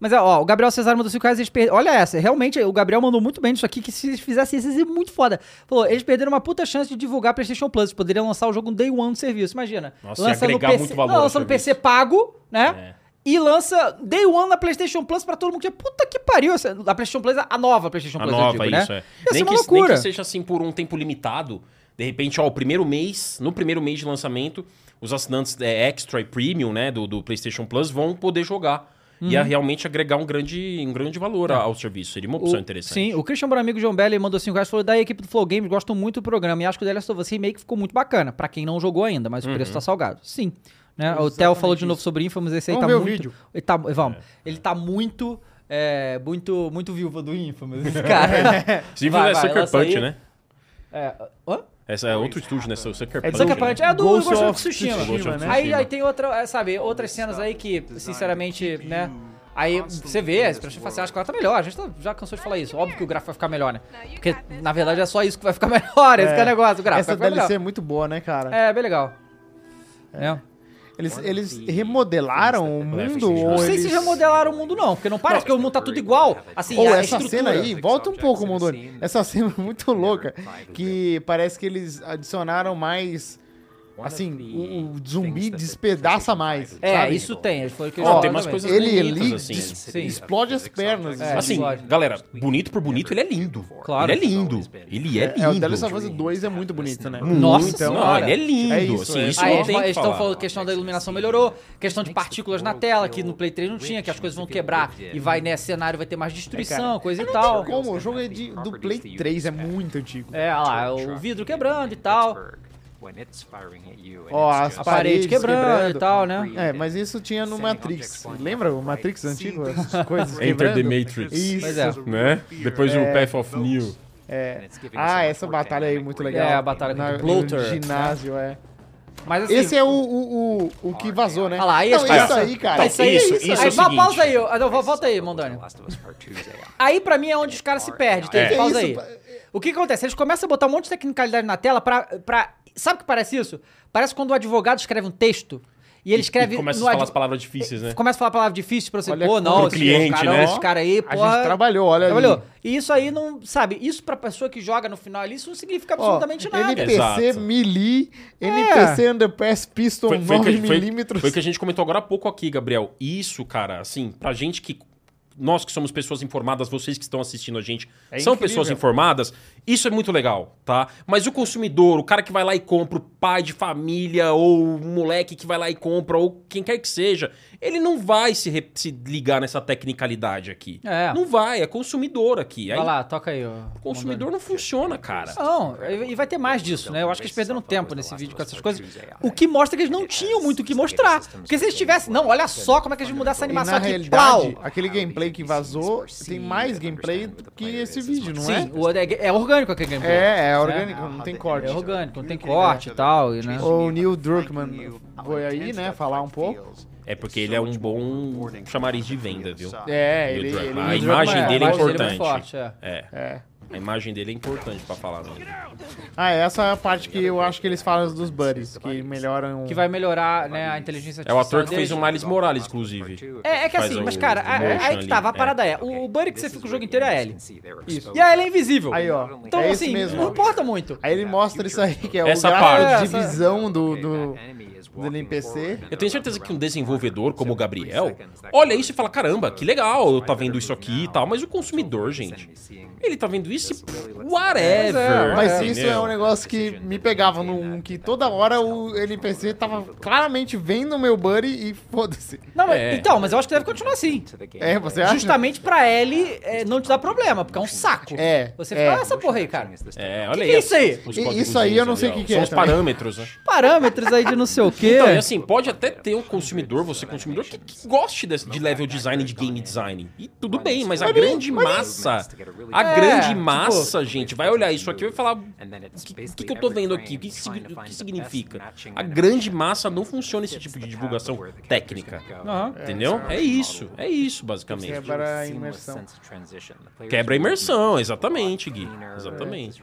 [SPEAKER 1] Mas, ó, o Gabriel Cesar mandou 5 reais. eles per- Olha essa, realmente, o Gabriel mandou muito bem nisso aqui, que se eles fizessem isso, ia ser muito foda. Falou, eles perderam uma puta chance de divulgar PlayStation Plus. Eles poderiam lançar o jogo no Day One do serviço, imagina.
[SPEAKER 2] Nossa,
[SPEAKER 1] lança
[SPEAKER 2] ia agregar
[SPEAKER 1] no PC...
[SPEAKER 2] muito valor
[SPEAKER 1] Não,
[SPEAKER 2] ao
[SPEAKER 1] lança no
[SPEAKER 2] serviço.
[SPEAKER 1] PC pago, né?
[SPEAKER 2] É.
[SPEAKER 1] E lança Day One na PlayStation Plus pra todo mundo. que Puta que pariu. essa- A PlayStation Plus, a nova PlayStation
[SPEAKER 2] A
[SPEAKER 1] Plus,
[SPEAKER 2] nova,
[SPEAKER 1] eu digo,
[SPEAKER 2] isso,
[SPEAKER 1] né?
[SPEAKER 2] é.
[SPEAKER 1] Ia ser
[SPEAKER 2] Nem
[SPEAKER 1] uma
[SPEAKER 2] que, nem
[SPEAKER 1] loucura.
[SPEAKER 2] que seja assim por um tempo limitado. De repente, ó, o primeiro mês, no primeiro mês de lançamento, os assinantes é, Extra e Premium, né, do, do PlayStation Plus vão poder jogar. Ia
[SPEAKER 1] Uhum.
[SPEAKER 2] realmente agregar um grande, um grande valor a- ao serviço. Seria uma opção
[SPEAKER 1] É. O-
[SPEAKER 2] interessante.
[SPEAKER 1] Sim, o Christian Boramigo João Belli mandou 5 reais e falou: da equipe do Flow Games, gosto muito do programa e acho que o The Last of Us Remake ficou muito bacana, pra quem não jogou ainda, mas o preço
[SPEAKER 2] Uhum.
[SPEAKER 1] tá salgado. Sim. Né? O Theo falou de
[SPEAKER 3] isso.
[SPEAKER 1] novo sobre Infamous, esse aí
[SPEAKER 3] Vamos
[SPEAKER 1] tá
[SPEAKER 3] ver o
[SPEAKER 1] muito.
[SPEAKER 3] vídeo.
[SPEAKER 1] Ele tá,
[SPEAKER 2] É.
[SPEAKER 1] vamos. Ele tá muito. é, muito, muito viúva do Infamous, esse cara.
[SPEAKER 2] Sim,
[SPEAKER 1] Vai,
[SPEAKER 2] é
[SPEAKER 1] vai,
[SPEAKER 2] Sucker
[SPEAKER 1] lança
[SPEAKER 2] Punch,
[SPEAKER 1] aí.
[SPEAKER 2] né?
[SPEAKER 1] é, hã?
[SPEAKER 2] Essa é outro estúdio, né? Su- Sucker
[SPEAKER 3] É
[SPEAKER 2] Punch.
[SPEAKER 1] Sucker
[SPEAKER 2] né?
[SPEAKER 1] Punch, é do
[SPEAKER 3] Ghost
[SPEAKER 1] Ghost of
[SPEAKER 3] of
[SPEAKER 1] Tsushima.
[SPEAKER 3] Tsushima, né?
[SPEAKER 1] Aí, aí
[SPEAKER 2] Tsushima.
[SPEAKER 1] tem outra, é, sabe, outras cenas aí que, sinceramente, né? Aí você vê, a expressão facial acho que ela tá melhor. A gente tá- já cansou de falar isso. Óbvio que o gráfico vai ficar melhor, né? Porque, na verdade, é só isso que vai ficar melhor. Esse que é o negócio, o gráfico
[SPEAKER 3] Essa
[SPEAKER 1] vai
[SPEAKER 3] DLC
[SPEAKER 1] ficar
[SPEAKER 3] é
[SPEAKER 1] melhor.
[SPEAKER 3] muito boa, né, cara?
[SPEAKER 1] É, bem legal. É.
[SPEAKER 3] Eles, eles remodelaram o mundo ou
[SPEAKER 1] Não sei
[SPEAKER 3] eles...
[SPEAKER 1] se já modelaram o mundo, não, porque não parece, porque o mundo tá tudo igual. Assim,
[SPEAKER 3] Ou
[SPEAKER 1] a
[SPEAKER 3] essa
[SPEAKER 1] estrutura.
[SPEAKER 3] cena aí, volta um pouco, Mondoni. Essa cena é muito louca, que parece que eles adicionaram mais, assim, o, o zumbi despedaça mais,
[SPEAKER 1] É,
[SPEAKER 3] sabe?
[SPEAKER 1] isso tem. Ele falou que
[SPEAKER 2] Ó,
[SPEAKER 1] eles falaram
[SPEAKER 2] tem umas
[SPEAKER 1] também.
[SPEAKER 2] coisas
[SPEAKER 3] Ele, ele
[SPEAKER 2] bonitas, assim.
[SPEAKER 3] des-
[SPEAKER 1] Sim.
[SPEAKER 3] explode as pernas.
[SPEAKER 1] É,
[SPEAKER 2] Assim,
[SPEAKER 1] pode.
[SPEAKER 2] galera, bonito por bonito, ele é lindo.
[SPEAKER 1] Claro.
[SPEAKER 2] Ele é lindo. Ele é lindo.
[SPEAKER 3] É, o The Last of Us 2 é muito bonito, né?
[SPEAKER 1] Muito. Nossa
[SPEAKER 2] Não,
[SPEAKER 1] Senhora.
[SPEAKER 2] ele é lindo.
[SPEAKER 3] É isso,
[SPEAKER 2] assim,
[SPEAKER 3] é.
[SPEAKER 2] isso
[SPEAKER 1] Aí Ah,
[SPEAKER 2] não
[SPEAKER 1] eles
[SPEAKER 2] tem o que
[SPEAKER 1] estão
[SPEAKER 2] falar.
[SPEAKER 1] falando que a questão da iluminação melhorou, questão de partículas na tela, que no Play 3 não tinha, que as coisas vão quebrar e vai, né, cenário vai ter mais
[SPEAKER 3] É,
[SPEAKER 1] destruição, coisa e tal.
[SPEAKER 3] Como? O jogo é de, do Play 3, é muito antigo.
[SPEAKER 1] É, olha lá, o vidro quebrando e tal,
[SPEAKER 3] Ó, as
[SPEAKER 1] a
[SPEAKER 3] paredes
[SPEAKER 1] parede quebrando,
[SPEAKER 3] quebrando.
[SPEAKER 1] e tal, né?
[SPEAKER 3] É, mas isso tinha no Matrix. Lembra o Matrix antigo? Essas coisas
[SPEAKER 2] Enter the
[SPEAKER 3] quebrando?
[SPEAKER 2] Matrix.
[SPEAKER 3] Isso.
[SPEAKER 1] Pois é.
[SPEAKER 2] Né? Depois o Path of New.
[SPEAKER 5] É.
[SPEAKER 3] É. Ah, essa batalha aí é muito legal.
[SPEAKER 1] É, a batalha contra
[SPEAKER 3] Na-
[SPEAKER 1] o Bloater.
[SPEAKER 3] No ginásio, é.
[SPEAKER 1] Mas assim.
[SPEAKER 3] Esse é o, o, o, o que vazou, né?
[SPEAKER 1] Olha lá, aí
[SPEAKER 3] não,
[SPEAKER 1] as coisas-
[SPEAKER 3] isso aí, cara.
[SPEAKER 2] Tá,
[SPEAKER 3] isso aí,
[SPEAKER 2] isso,
[SPEAKER 1] aí,
[SPEAKER 2] isso.
[SPEAKER 3] isso,
[SPEAKER 2] é o
[SPEAKER 1] va-
[SPEAKER 2] seguinte.
[SPEAKER 1] pausa aí, ó. Não, vo- volta aí, Mondani. Aí pra mim é onde os caras se perdem. Tem
[SPEAKER 3] É.
[SPEAKER 1] pausa
[SPEAKER 3] Que
[SPEAKER 1] aí.
[SPEAKER 3] isso,
[SPEAKER 1] O que acontece? Eles começam a botar um monte de tecnicalidade na tela pra, pra. Sabe o que parece isso? Parece quando o advogado escreve um texto e ele escreve.
[SPEAKER 2] E começa a
[SPEAKER 1] no
[SPEAKER 2] falar
[SPEAKER 1] adv-
[SPEAKER 2] as palavras difíceis, né?
[SPEAKER 1] Começa a falar palavra difícil pra você.
[SPEAKER 3] Olha
[SPEAKER 1] Pô, não,
[SPEAKER 2] pro
[SPEAKER 1] esse
[SPEAKER 2] cliente,
[SPEAKER 1] caramba,
[SPEAKER 2] né?
[SPEAKER 1] esse cara aí,
[SPEAKER 3] A
[SPEAKER 1] porra.
[SPEAKER 3] gente é, trabalhou, olha ali.
[SPEAKER 1] Trabalhou. E isso aí não, sabe, isso pra pessoa que joga no final ali, isso não significa
[SPEAKER 3] Ó,
[SPEAKER 1] absolutamente nada.
[SPEAKER 3] NPC
[SPEAKER 2] Exato.
[SPEAKER 3] melee, NPC underpass pistol
[SPEAKER 2] Foi, foi, o que, a gente- foi,
[SPEAKER 3] 9mm.
[SPEAKER 2] foi o que a gente comentou agora há pouco aqui, Gabriel. Isso, cara, assim, pra gente que. Nós que somos pessoas informadas, vocês que estão assistindo a gente,
[SPEAKER 3] É
[SPEAKER 2] são
[SPEAKER 3] incrível.
[SPEAKER 2] pessoas informadas, isso é muito legal, tá? Mas o consumidor, o cara que vai lá e compra, o pai de família, ou o moleque que vai lá e compra, ou quem quer que seja, ele não vai se, re- se ligar nessa tecnicalidade aqui.
[SPEAKER 1] É.
[SPEAKER 2] Não vai, é consumidor aqui. Aí,
[SPEAKER 1] Vai lá, toca aí, ó.
[SPEAKER 2] o consumidor não funciona, cara.
[SPEAKER 1] Não, e e vai ter mais disso, né? Eu acho que eles perderam tempo nesse vídeo com essas coisas. O que mostra que eles não tinham muito o É, que mostrar. Porque se eles tivessem. Não, olha só como é que eles mudaram essa
[SPEAKER 3] E
[SPEAKER 1] animação
[SPEAKER 3] na
[SPEAKER 1] aqui.
[SPEAKER 3] realidade,
[SPEAKER 1] Plau!
[SPEAKER 3] aquele gameplay que vazou tem mais gameplay do que esse vídeo, não é?
[SPEAKER 1] Sim, o- é, é orgânico aquele gameplay.
[SPEAKER 3] É, é orgânico, não tem corte.
[SPEAKER 1] É orgânico, não tem corte e
[SPEAKER 4] Tipo,
[SPEAKER 1] tal. E, né?
[SPEAKER 3] O Neil Druckmann foi aí, né, falar um pouco.
[SPEAKER 2] É porque ele é um
[SPEAKER 4] tipo
[SPEAKER 2] bom chamariz de venda, viu?
[SPEAKER 3] É,
[SPEAKER 2] Neil
[SPEAKER 3] ele,
[SPEAKER 2] Druckmann.
[SPEAKER 3] ele-
[SPEAKER 2] a
[SPEAKER 3] Neil
[SPEAKER 2] imagem dele
[SPEAKER 3] Druckmann
[SPEAKER 2] é
[SPEAKER 1] a imagem dele é
[SPEAKER 2] importante.
[SPEAKER 1] muito forte, é.
[SPEAKER 3] É.
[SPEAKER 2] A imagem dele é importante pra falar. Né?
[SPEAKER 3] Ah, essa é a parte que eu acho que eles falam dos buddies, que melhoram... um-
[SPEAKER 1] Que vai melhorar né, a inteligência
[SPEAKER 2] É o
[SPEAKER 1] artificial.
[SPEAKER 2] ator que fez
[SPEAKER 1] deles.
[SPEAKER 2] o Miles Morales, inclusive.
[SPEAKER 1] É, é que
[SPEAKER 2] faz
[SPEAKER 1] assim,
[SPEAKER 2] o-
[SPEAKER 1] mas cara,
[SPEAKER 2] o
[SPEAKER 1] a- a- aí
[SPEAKER 2] motion
[SPEAKER 1] que tava, a
[SPEAKER 2] ali.
[SPEAKER 1] parada é, o, o buddy que você fica o jogo inteiro é a Ellie. E a Ellie é invisível.
[SPEAKER 3] Aí, ó.
[SPEAKER 1] Então,
[SPEAKER 3] é esse
[SPEAKER 1] assim,
[SPEAKER 3] mesmo.
[SPEAKER 1] não importa muito.
[SPEAKER 3] Aí ele mostra isso aí, que é
[SPEAKER 2] Essa
[SPEAKER 3] o gráfico
[SPEAKER 2] parte.
[SPEAKER 3] de visão do, do, do NPC.
[SPEAKER 2] Eu tenho certeza que um desenvolvedor como o Gabriel olha isso e fala: caramba, que legal, eu tá vendo isso aqui e tal. Mas o consumidor, gente, ele tá vendo isso e
[SPEAKER 1] Pois é,
[SPEAKER 2] whatever.
[SPEAKER 3] Mas
[SPEAKER 2] entendeu?
[SPEAKER 3] isso é um negócio que me pegava no 1, que toda hora o NPC tava claramente vendo o meu buddy e foda-se.
[SPEAKER 1] Não, mas-
[SPEAKER 2] É.
[SPEAKER 1] Então, mas eu acho que deve continuar assim.
[SPEAKER 3] É, você acha?
[SPEAKER 1] Justamente pra Ellie é, não te dar problema, porque é um saco.
[SPEAKER 3] É,
[SPEAKER 1] Você
[SPEAKER 3] é.
[SPEAKER 1] fica, ah, essa porra aí, cara.
[SPEAKER 2] É,
[SPEAKER 1] Que
[SPEAKER 2] olha
[SPEAKER 1] que é isso aí?
[SPEAKER 2] os- os
[SPEAKER 3] E-
[SPEAKER 2] códigos
[SPEAKER 3] isso aí eu não sei
[SPEAKER 2] ali,
[SPEAKER 3] o que
[SPEAKER 2] ó.
[SPEAKER 3] que
[SPEAKER 2] São
[SPEAKER 3] é
[SPEAKER 2] os
[SPEAKER 3] também.
[SPEAKER 2] parâmetros, né?
[SPEAKER 1] Parâmetros aí de não sei o quê.
[SPEAKER 2] Então, e assim, pode até ter um consumidor, você consumidor, que, que goste desse- de level design, de game design. E tudo bem, é. mas a grande massa, a
[SPEAKER 1] É,
[SPEAKER 2] grande
[SPEAKER 1] tipo-
[SPEAKER 2] massa, gente, vai olhar isso aqui e vai falar, o que, que eu tô vendo aqui? O que, sig- o que significa? A grande massa não funciona esse tipo de divulgação técnica.
[SPEAKER 1] Aham.
[SPEAKER 2] Entendeu? É isso, é isso, basicamente.
[SPEAKER 3] Quebra a imersão.
[SPEAKER 2] Quebra a imersão, exatamente, Gui. Exatamente.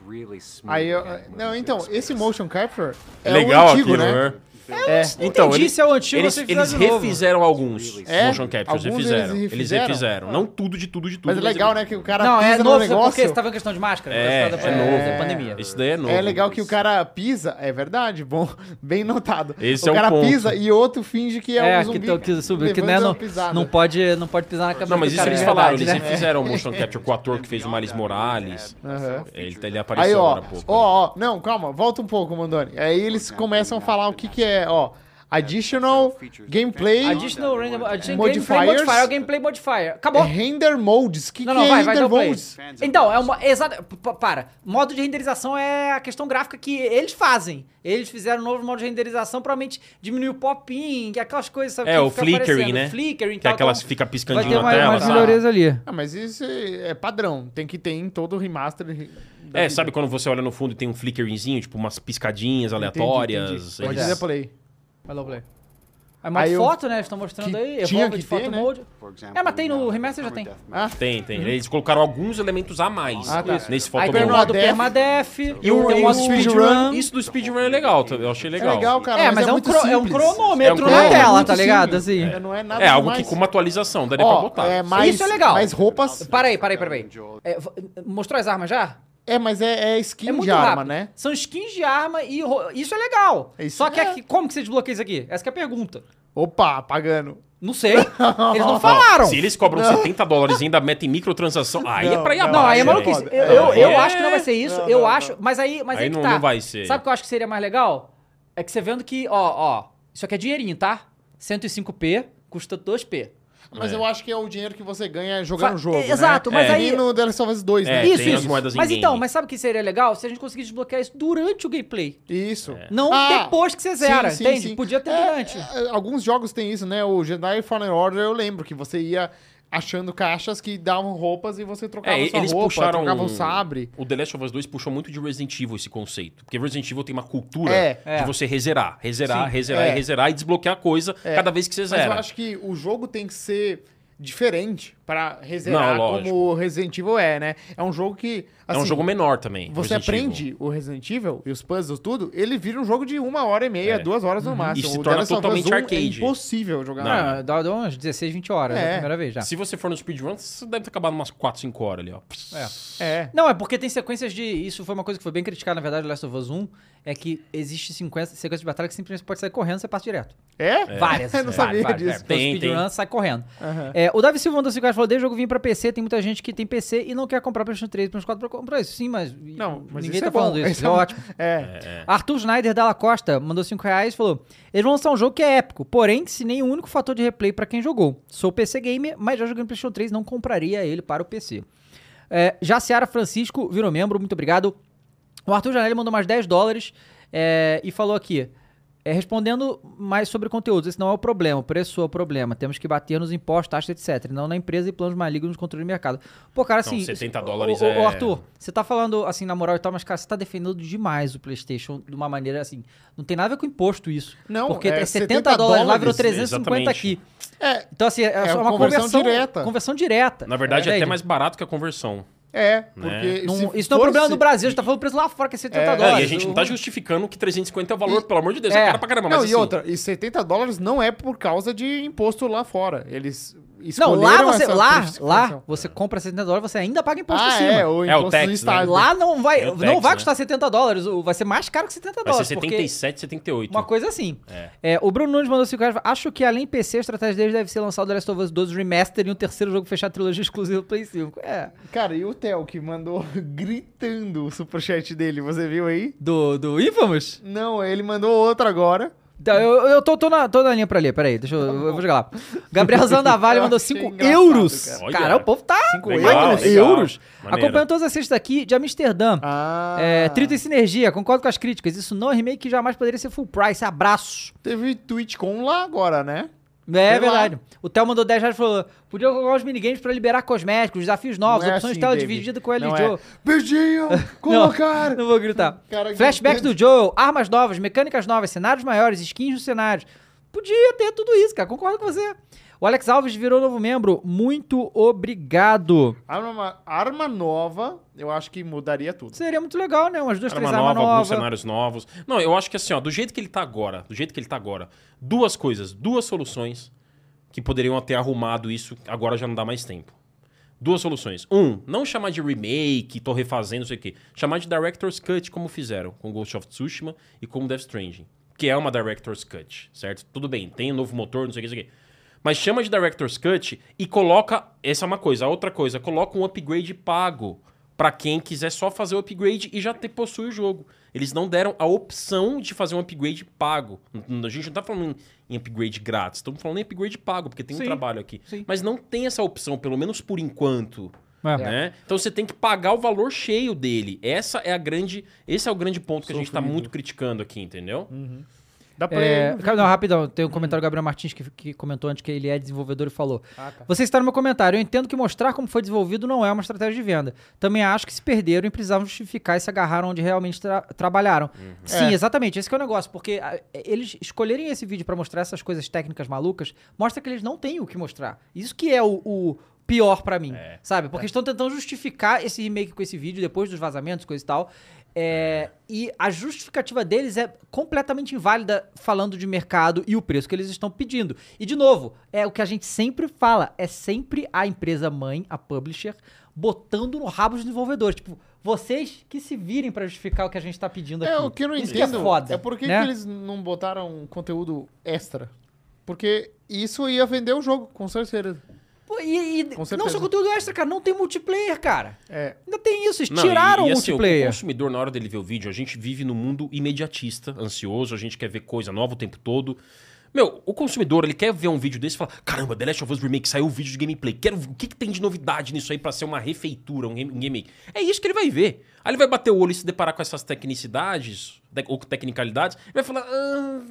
[SPEAKER 3] Aí eu... Não, então, esse motion capture é
[SPEAKER 2] Legal
[SPEAKER 3] o antigo,
[SPEAKER 2] aquilo,
[SPEAKER 3] né?
[SPEAKER 2] né?
[SPEAKER 3] É.
[SPEAKER 2] Então,
[SPEAKER 1] entendi
[SPEAKER 2] eles,
[SPEAKER 1] se é o antigo
[SPEAKER 2] eles,
[SPEAKER 1] ou se fizeram
[SPEAKER 2] eles
[SPEAKER 1] de novo.
[SPEAKER 2] refizeram alguns
[SPEAKER 3] É?
[SPEAKER 2] motion captures,
[SPEAKER 3] Alguns eles
[SPEAKER 2] refizeram. Eles refizeram.
[SPEAKER 3] refizeram.
[SPEAKER 2] Não tudo de tudo de tudo.
[SPEAKER 3] Mas é legal, né, que o cara
[SPEAKER 1] Não, é
[SPEAKER 3] pisa
[SPEAKER 1] novo, sabe
[SPEAKER 3] no
[SPEAKER 1] por quê?
[SPEAKER 3] negócio...
[SPEAKER 1] Você tá vendo questão de máscara?
[SPEAKER 2] É,
[SPEAKER 1] Por
[SPEAKER 2] é,
[SPEAKER 1] causa da-
[SPEAKER 2] novo.
[SPEAKER 1] da pandemia.
[SPEAKER 2] Esse daí é novo.
[SPEAKER 3] É legal que o cara pisa, é verdade, bom, bem notado.
[SPEAKER 2] Esse
[SPEAKER 3] o
[SPEAKER 2] é o
[SPEAKER 3] cara
[SPEAKER 2] ponto.
[SPEAKER 3] pisa e outro finge que é,
[SPEAKER 1] É,
[SPEAKER 3] um
[SPEAKER 1] que,
[SPEAKER 3] zumbi.
[SPEAKER 1] tem- que, subiu, que
[SPEAKER 3] levando
[SPEAKER 1] né,
[SPEAKER 3] uma
[SPEAKER 1] não,
[SPEAKER 3] pisada.
[SPEAKER 1] não, pode, não pode pisar na cabeça
[SPEAKER 2] Não, mas
[SPEAKER 1] do
[SPEAKER 2] isso
[SPEAKER 1] cara,
[SPEAKER 2] eles
[SPEAKER 1] é
[SPEAKER 2] falaram,
[SPEAKER 1] verdade,
[SPEAKER 2] eles
[SPEAKER 1] né?
[SPEAKER 2] fizeram o motion capture com o ator que fez o Miles Morales.
[SPEAKER 3] É, Aham.
[SPEAKER 2] Ele, ele apareceu
[SPEAKER 3] Aí, ó,
[SPEAKER 2] agora há um pouco. né?
[SPEAKER 3] ó, ó, não, calma, volta um pouco, Mandoni. Aí eles começam a falar o que que é, ó, additional gameplay
[SPEAKER 1] Additional random, additional
[SPEAKER 3] Modifiers.
[SPEAKER 1] gameplay modifier, é o gameplay modifier. Acabou.
[SPEAKER 3] é render modes. Que
[SPEAKER 1] Não,
[SPEAKER 3] que
[SPEAKER 1] não,
[SPEAKER 3] é
[SPEAKER 1] vai, vai
[SPEAKER 3] render
[SPEAKER 1] dar o play.
[SPEAKER 3] modes?
[SPEAKER 1] Então, é uma. Exata, p- p- para. Modo de renderização é a questão gráfica que eles fazem. Eles fizeram um novo modo de renderização, provavelmente diminuiu o pop-in, aquelas coisas. Sabe,
[SPEAKER 2] É,
[SPEAKER 1] que
[SPEAKER 2] o
[SPEAKER 3] tá
[SPEAKER 1] fica
[SPEAKER 2] flickering,
[SPEAKER 1] aparecendo,
[SPEAKER 2] né?
[SPEAKER 1] Flickering, e
[SPEAKER 2] Que é
[SPEAKER 1] tal,
[SPEAKER 2] aquelas que
[SPEAKER 1] então
[SPEAKER 2] fica
[SPEAKER 1] Vai
[SPEAKER 2] piscandinho
[SPEAKER 1] ter
[SPEAKER 2] na
[SPEAKER 1] mais,
[SPEAKER 2] tela.
[SPEAKER 1] mais
[SPEAKER 2] sabe?
[SPEAKER 1] melhorias ali.
[SPEAKER 3] Ah, mas isso é é padrão, tem que ter em todo remaster. da
[SPEAKER 2] É,
[SPEAKER 3] vida.
[SPEAKER 2] sabe quando você olha no fundo e tem um flickeringzinho, tipo umas piscadinhas
[SPEAKER 3] Entendi,
[SPEAKER 2] aleatórias?
[SPEAKER 3] entendi.
[SPEAKER 2] Eles-
[SPEAKER 3] Pode dizer play.
[SPEAKER 1] Vai lá, play. É modo
[SPEAKER 3] Aí eu-
[SPEAKER 1] foto, né? Eles estão mostrando
[SPEAKER 3] que
[SPEAKER 1] aí.
[SPEAKER 3] tinha
[SPEAKER 1] Evolved
[SPEAKER 3] que
[SPEAKER 1] Photo
[SPEAKER 3] ter, né?
[SPEAKER 1] Mode.
[SPEAKER 4] É, mas tem no
[SPEAKER 1] remaster
[SPEAKER 4] Remaster
[SPEAKER 1] já
[SPEAKER 4] já
[SPEAKER 1] tem.
[SPEAKER 4] tem.
[SPEAKER 3] Ah,
[SPEAKER 2] Tem, tem. Eles colocaram alguns elementos a mais
[SPEAKER 3] Ah, tá.
[SPEAKER 2] nesse
[SPEAKER 1] Aí
[SPEAKER 2] fotomodelo.
[SPEAKER 1] tem o modo
[SPEAKER 3] Permadeath.
[SPEAKER 1] Permadeath.
[SPEAKER 2] E o,
[SPEAKER 1] tem
[SPEAKER 2] e
[SPEAKER 1] modo
[SPEAKER 2] o
[SPEAKER 3] um speedrun.
[SPEAKER 2] um speedrun, isso do speedrun é legal, tá? eu achei
[SPEAKER 3] é
[SPEAKER 2] legal.
[SPEAKER 3] legal, cara,
[SPEAKER 1] É, mas é, um,
[SPEAKER 3] muito
[SPEAKER 1] cro- é um
[SPEAKER 3] simples.
[SPEAKER 1] cronômetro
[SPEAKER 2] É
[SPEAKER 1] na
[SPEAKER 2] um cronômetro.
[SPEAKER 3] É
[SPEAKER 1] tela,
[SPEAKER 3] muito
[SPEAKER 1] tá ligado?
[SPEAKER 3] simples.
[SPEAKER 1] Assim.
[SPEAKER 3] É, Não é nada
[SPEAKER 2] É algo que
[SPEAKER 3] demais.
[SPEAKER 2] com uma atualização daria pra
[SPEAKER 3] Ó,
[SPEAKER 2] botar.
[SPEAKER 3] é mais,
[SPEAKER 1] Isso é legal.
[SPEAKER 3] mais roupas.
[SPEAKER 1] Para aí, para aí, para aí. É, v- mostrou as armas já?
[SPEAKER 3] É, mas é, é skin
[SPEAKER 1] É muito
[SPEAKER 3] de arma,
[SPEAKER 1] rápido.
[SPEAKER 3] né?
[SPEAKER 1] São skins de arma e ro- isso é legal.
[SPEAKER 3] Isso
[SPEAKER 1] Só que
[SPEAKER 3] é.
[SPEAKER 1] aqui- como que você desbloqueia isso aqui? Essa que é a pergunta.
[SPEAKER 3] Opa, pagando.
[SPEAKER 1] Não sei. Eles não
[SPEAKER 2] Não,
[SPEAKER 1] falaram.
[SPEAKER 2] se eles cobram 70 dólares e ainda metem microtransação, aí é
[SPEAKER 3] Não,
[SPEAKER 2] pra ir
[SPEAKER 3] não,
[SPEAKER 2] abaixo.
[SPEAKER 1] não, aí é
[SPEAKER 2] né?
[SPEAKER 1] maluquice.
[SPEAKER 3] foda.
[SPEAKER 1] Eu, eu, eu
[SPEAKER 2] É.
[SPEAKER 1] acho que não vai ser isso.
[SPEAKER 3] Não,
[SPEAKER 1] eu
[SPEAKER 3] não,
[SPEAKER 1] acho. Mas aí, mas aí,
[SPEAKER 2] Aí
[SPEAKER 1] que
[SPEAKER 2] não-
[SPEAKER 1] tá.
[SPEAKER 2] não vai ser.
[SPEAKER 1] Sabe o que eu acho que seria mais legal? É que você vendo que, ó, ó, isso aqui é dinheirinho, tá? 105p custa 2p.
[SPEAKER 3] Mas
[SPEAKER 2] É.
[SPEAKER 3] eu acho que é o dinheiro que você ganha jogando
[SPEAKER 1] Fa-
[SPEAKER 3] o jogo. né?
[SPEAKER 1] Exato, mas
[SPEAKER 3] É.
[SPEAKER 1] aí-
[SPEAKER 3] E no The Last of Us 2, né?
[SPEAKER 2] É,
[SPEAKER 1] isso,
[SPEAKER 2] tem as
[SPEAKER 1] isso.
[SPEAKER 2] moedas em
[SPEAKER 1] Mas
[SPEAKER 2] game.
[SPEAKER 1] então, mas sabe o que seria legal? Se a gente conseguir desbloquear isso durante o gameplay.
[SPEAKER 3] Isso.
[SPEAKER 2] É.
[SPEAKER 1] Não
[SPEAKER 3] Ah,
[SPEAKER 1] depois que você
[SPEAKER 3] sim,
[SPEAKER 1] zera,
[SPEAKER 3] sim,
[SPEAKER 1] entende?
[SPEAKER 3] sim.
[SPEAKER 1] Podia ter
[SPEAKER 3] É,
[SPEAKER 1] durante.
[SPEAKER 3] é, Alguns jogos têm isso, né? O Jedi Fallen Order, eu lembro que você ia achando caixas que davam roupas e você trocava
[SPEAKER 2] É,
[SPEAKER 3] sua
[SPEAKER 2] eles
[SPEAKER 3] roupa,
[SPEAKER 2] puxaram. um-
[SPEAKER 3] trocava o sabre.
[SPEAKER 2] O The Last of Us 2 puxou muito de Resident Evil esse conceito. Porque Resident Evil tem uma cultura
[SPEAKER 3] É,
[SPEAKER 1] é.
[SPEAKER 2] de você rezerar, rezerar,
[SPEAKER 1] Sim,
[SPEAKER 2] rezerar
[SPEAKER 3] é.
[SPEAKER 2] e rezerar e desbloquear coisa cada vez que você
[SPEAKER 3] Mas eu
[SPEAKER 2] zera.
[SPEAKER 3] acho que o jogo tem que ser diferente pra
[SPEAKER 2] Não,
[SPEAKER 3] rezerar
[SPEAKER 2] lógico.
[SPEAKER 3] como o Resident Evil é, né? É um jogo que.
[SPEAKER 2] é um
[SPEAKER 3] assim,
[SPEAKER 2] jogo menor também.
[SPEAKER 3] Você
[SPEAKER 2] Resident Evil.
[SPEAKER 3] aprende o Resident Evil e os puzzles, tudo, ele vira um jogo de uma hora e meia,
[SPEAKER 2] É.
[SPEAKER 3] duas horas no máximo.
[SPEAKER 2] E se
[SPEAKER 3] O
[SPEAKER 2] torna
[SPEAKER 3] The Last of Us
[SPEAKER 2] totalmente
[SPEAKER 3] 1 É
[SPEAKER 2] arcade.
[SPEAKER 3] impossível jogar.
[SPEAKER 2] Não.
[SPEAKER 3] Ah,
[SPEAKER 1] Ah, dá, dá umas 16, 20 horas, é.
[SPEAKER 3] É.
[SPEAKER 1] a primeira vez já.
[SPEAKER 2] Se você for no speedrun, você deve ter acabado umas 4, 5 horas ali, ó.
[SPEAKER 1] É.
[SPEAKER 3] É.
[SPEAKER 1] Não, é porque tem sequências de. Isso foi uma coisa que foi bem criticada, na verdade, no Last of Us 1. É que existe 50 sequências de batalha que simplesmente você pode sair correndo e você passa direto.
[SPEAKER 3] É?
[SPEAKER 1] Várias.
[SPEAKER 3] Eu
[SPEAKER 1] assim,
[SPEAKER 3] não sabia
[SPEAKER 1] várias,
[SPEAKER 3] disso.
[SPEAKER 1] Várias.
[SPEAKER 2] Tem,
[SPEAKER 1] Tem, speedrun,
[SPEAKER 2] tem.
[SPEAKER 1] sai correndo.
[SPEAKER 3] Aham.
[SPEAKER 1] É, o Davi Silva mandou 5 reais e falou: desde o jogo vim pra PC, tem muita gente que tem PC e não quer comprar PlayStation 3, PlayStation 4 pra comprar isso. Sim, mas.
[SPEAKER 3] Não, mas
[SPEAKER 1] ninguém
[SPEAKER 3] isso
[SPEAKER 1] tá
[SPEAKER 3] é bom.
[SPEAKER 1] falando isso.
[SPEAKER 3] Isso
[SPEAKER 1] é
[SPEAKER 3] é um-
[SPEAKER 1] ótimo.
[SPEAKER 3] É.
[SPEAKER 1] Arthur Schneider da La Costa mandou 5 reais e falou: Eles vão lançar um jogo que é épico, porém, se nem o único fator de replay pra quem jogou. Sou PC gamer, mas já joguei no PlayStation 3, não compraria ele para o PC. É, já Seara Francisco virou membro, muito obrigado. O Arthur Janelli mandou mais 10 dólares é, e falou aqui. é, respondendo mais sobre conteúdos, esse não é o problema, o preço é o problema. Temos que bater nos impostos, taxas, etc. Não na empresa e planos malignos de controle de mercado. Pô, cara,
[SPEAKER 2] Não,
[SPEAKER 1] assim.
[SPEAKER 2] 70 Então, dólares
[SPEAKER 1] ô, ô, ô,
[SPEAKER 2] é-
[SPEAKER 1] Arthur, você tá falando assim na moral e tal, mas, cara, você tá defendendo demais o PlayStation de uma maneira assim. Não tem nada a ver com imposto isso.
[SPEAKER 3] Não,
[SPEAKER 1] Porque
[SPEAKER 3] é
[SPEAKER 1] é 70,
[SPEAKER 3] 70
[SPEAKER 1] dólares lá virou
[SPEAKER 3] dólares,
[SPEAKER 1] 350 aqui.
[SPEAKER 3] É.
[SPEAKER 1] Então, assim, é, só uma
[SPEAKER 3] conversão
[SPEAKER 1] conversão,
[SPEAKER 3] direta.
[SPEAKER 1] Conversão direta.
[SPEAKER 2] Na verdade, é,
[SPEAKER 1] Entende?
[SPEAKER 2] até mais barato que a conversão.
[SPEAKER 3] É,
[SPEAKER 2] Né?
[SPEAKER 3] porque.
[SPEAKER 1] Não-
[SPEAKER 3] se
[SPEAKER 1] isso não é problema
[SPEAKER 3] fosse-
[SPEAKER 1] do Brasil, a gente tá falando o preço lá fora, que é 70
[SPEAKER 3] É,
[SPEAKER 2] É,
[SPEAKER 1] dólares.
[SPEAKER 2] e a gente não
[SPEAKER 1] O-
[SPEAKER 2] tá justificando que 350 é o valor, pelo amor de Deus,
[SPEAKER 1] É.
[SPEAKER 2] é cara pra caramba.
[SPEAKER 3] Não,
[SPEAKER 2] mas
[SPEAKER 3] e
[SPEAKER 2] assim,
[SPEAKER 3] outra, e 70 dólares não é por causa de imposto lá fora. Eles
[SPEAKER 1] Não, lá
[SPEAKER 3] escolheram
[SPEAKER 1] você,
[SPEAKER 3] essa
[SPEAKER 1] lá,
[SPEAKER 3] crucificação.
[SPEAKER 1] lá, você compra 70 dólares, você ainda paga imposto
[SPEAKER 3] Ah,
[SPEAKER 1] em cima.
[SPEAKER 3] é, o
[SPEAKER 2] É, o
[SPEAKER 3] imposto
[SPEAKER 2] tax,
[SPEAKER 3] do
[SPEAKER 2] né?
[SPEAKER 3] estado.
[SPEAKER 1] Lá não vai,
[SPEAKER 2] É o
[SPEAKER 1] não
[SPEAKER 2] tax,
[SPEAKER 1] vai
[SPEAKER 2] né?
[SPEAKER 1] custar 70 dólares, o- vai ser mais caro que 70
[SPEAKER 2] vai ser
[SPEAKER 1] dólares, porque
[SPEAKER 2] 77, 78.
[SPEAKER 1] uma coisa assim.
[SPEAKER 2] É.
[SPEAKER 1] É, o Bruno Nunes mandou 5 reais. Acho que além PC, a estratégia deles deve ser lançar o The Last of Us 2 Remaster e um terceiro jogo fechar a trilogia exclusiva do Play 5. É.
[SPEAKER 3] Cara, e o Theo que mandou gritando o superchat dele, você viu aí?
[SPEAKER 1] Do, do Infamous?
[SPEAKER 3] Não, ele mandou outro agora.
[SPEAKER 1] Tá, Eu, eu tô, tô na, tô na linha pra ler, peraí, deixa eu, eu vou chegar lá. Gabriel Zandavalli
[SPEAKER 3] Tá Eu
[SPEAKER 1] mandou
[SPEAKER 3] achei
[SPEAKER 1] 5
[SPEAKER 3] engraçado,
[SPEAKER 1] euros.
[SPEAKER 3] cara.
[SPEAKER 1] Cara.
[SPEAKER 2] Olha.
[SPEAKER 1] o povo tá.
[SPEAKER 3] Cinco
[SPEAKER 2] Legal,
[SPEAKER 3] euros?
[SPEAKER 2] legal.
[SPEAKER 1] Euros?
[SPEAKER 2] Maneiro.
[SPEAKER 1] Acompanhando todas as cestas aqui de Amsterdã.
[SPEAKER 3] Ah.
[SPEAKER 1] É, Trito e Sinergia, concordo com as críticas. Isso não é remake que jamais poderia ser full price. Abraços.
[SPEAKER 3] Teve TwitchCon lá agora, né?
[SPEAKER 1] É
[SPEAKER 3] Sei
[SPEAKER 1] verdade. O Theo mandou 10 reais e falou: podia colocar os minigames pra liberar cosméticos, desafios novos,
[SPEAKER 3] Não é
[SPEAKER 1] opções
[SPEAKER 3] assim,
[SPEAKER 1] de tela
[SPEAKER 3] David.
[SPEAKER 1] dividida com o LJ.
[SPEAKER 3] Não é. Beijinho! Colocar!
[SPEAKER 1] Não vou gritar.
[SPEAKER 3] Cara, que
[SPEAKER 1] Flashbacks do Joel, armas novas, mecânicas novas, cenários maiores, skins nos cenários. Podia ter tudo isso, cara. Concordo com você. O Alex Alves virou novo membro. Muito obrigado.
[SPEAKER 3] Arma, arma nova, eu acho que mudaria tudo.
[SPEAKER 1] Seria muito legal, né? Umas duas,
[SPEAKER 2] Arma
[SPEAKER 1] três
[SPEAKER 2] nova,
[SPEAKER 1] armas
[SPEAKER 2] alguns
[SPEAKER 1] novas.
[SPEAKER 2] cenários novos. Não, eu acho que assim, ó, do jeito que ele tá agora, do jeito que ele tá agora, duas coisas, duas soluções que poderiam ter arrumado isso, agora já não dá mais tempo. Duas soluções. Um, não chamar de remake, tô refazendo, não sei o quê. Chamar de Director's Cut, como fizeram com Ghost of Tsushima e com Death Stranding. Que é uma Director's Cut, certo? Tudo bem, tem um novo motor, não sei o que, não sei o que. Mas chama de Director's Cut e coloca. Essa é uma coisa. A outra coisa, coloca um upgrade pago pra quem quiser só fazer o upgrade e já ter, possui o jogo. Eles não deram a opção de fazer um upgrade pago. N- A gente não tá falando em- em upgrade grátis, estamos falando em upgrade pago, porque tem
[SPEAKER 1] Sim,
[SPEAKER 2] um trabalho aqui.
[SPEAKER 1] sim.
[SPEAKER 2] Mas não tem essa opção, pelo menos por enquanto.
[SPEAKER 1] É.
[SPEAKER 2] Né? Então você tem que pagar o valor cheio dele. Essa é a grande, esse é o grande ponto que a gente tá
[SPEAKER 3] Sofrido.
[SPEAKER 2] muito criticando aqui, entendeu?
[SPEAKER 3] Dá pra
[SPEAKER 1] É,
[SPEAKER 3] ele-
[SPEAKER 1] cara, não, rapidão, tem um comentário do Gabriel Martins que, que comentou antes que ele é desenvolvedor e falou:
[SPEAKER 3] Ah, tá.
[SPEAKER 1] Você está no meu comentário. Eu entendo que mostrar como foi desenvolvido não é uma estratégia de venda. Também acho que se perderam e precisavam justificar e se agarraram onde realmente tra- trabalharam. Sim,
[SPEAKER 3] É.
[SPEAKER 1] exatamente. Esse que é o negócio. Porque ah, eles escolherem esse vídeo para mostrar essas coisas técnicas malucas mostra que eles não têm o que mostrar. Isso que é o. o pior pra mim, sabe? Porque estão tentando justificar esse remake com esse vídeo depois dos vazamentos, coisa e tal. É, E a justificativa deles é completamente inválida falando de mercado e o preço que eles estão pedindo. E, de novo, é o que a gente sempre fala: é sempre a empresa mãe, a publisher, botando no rabo os desenvolvedores. Tipo, vocês que se virem pra justificar o que a gente tá pedindo aqui.
[SPEAKER 3] É, o que eu não
[SPEAKER 1] Isso
[SPEAKER 3] entendo
[SPEAKER 1] que é foda.
[SPEAKER 3] por que,
[SPEAKER 1] né?
[SPEAKER 3] que eles não botaram conteúdo extra. Porque isso ia vender o jogo, com certeza.
[SPEAKER 1] Pô, E, e
[SPEAKER 3] Com
[SPEAKER 1] não
[SPEAKER 3] certeza.
[SPEAKER 1] só conteúdo extra, cara, não tem multiplayer, cara.
[SPEAKER 3] É.
[SPEAKER 1] Ainda tem isso, eles
[SPEAKER 2] Não,
[SPEAKER 1] tiraram
[SPEAKER 2] e-
[SPEAKER 1] o
[SPEAKER 2] e assim, O
[SPEAKER 1] multiplayer.
[SPEAKER 2] consumidor, na hora dele ver o vídeo, a gente vive num mundo imediatista, ansioso, a gente quer ver coisa nova o tempo todo. Meu, o consumidor, ele quer ver um vídeo desse e falar: caramba, The Last of Us Remake saiu o vídeo de gameplay. Quero ver o que, que tem de novidade nisso aí pra ser uma refeitura, um game- um remake. É isso que ele vai ver. Aí ele vai bater o olho e se deparar com essas tecnicidades tec- ou tecnicalidades. Ele vai falar: ah,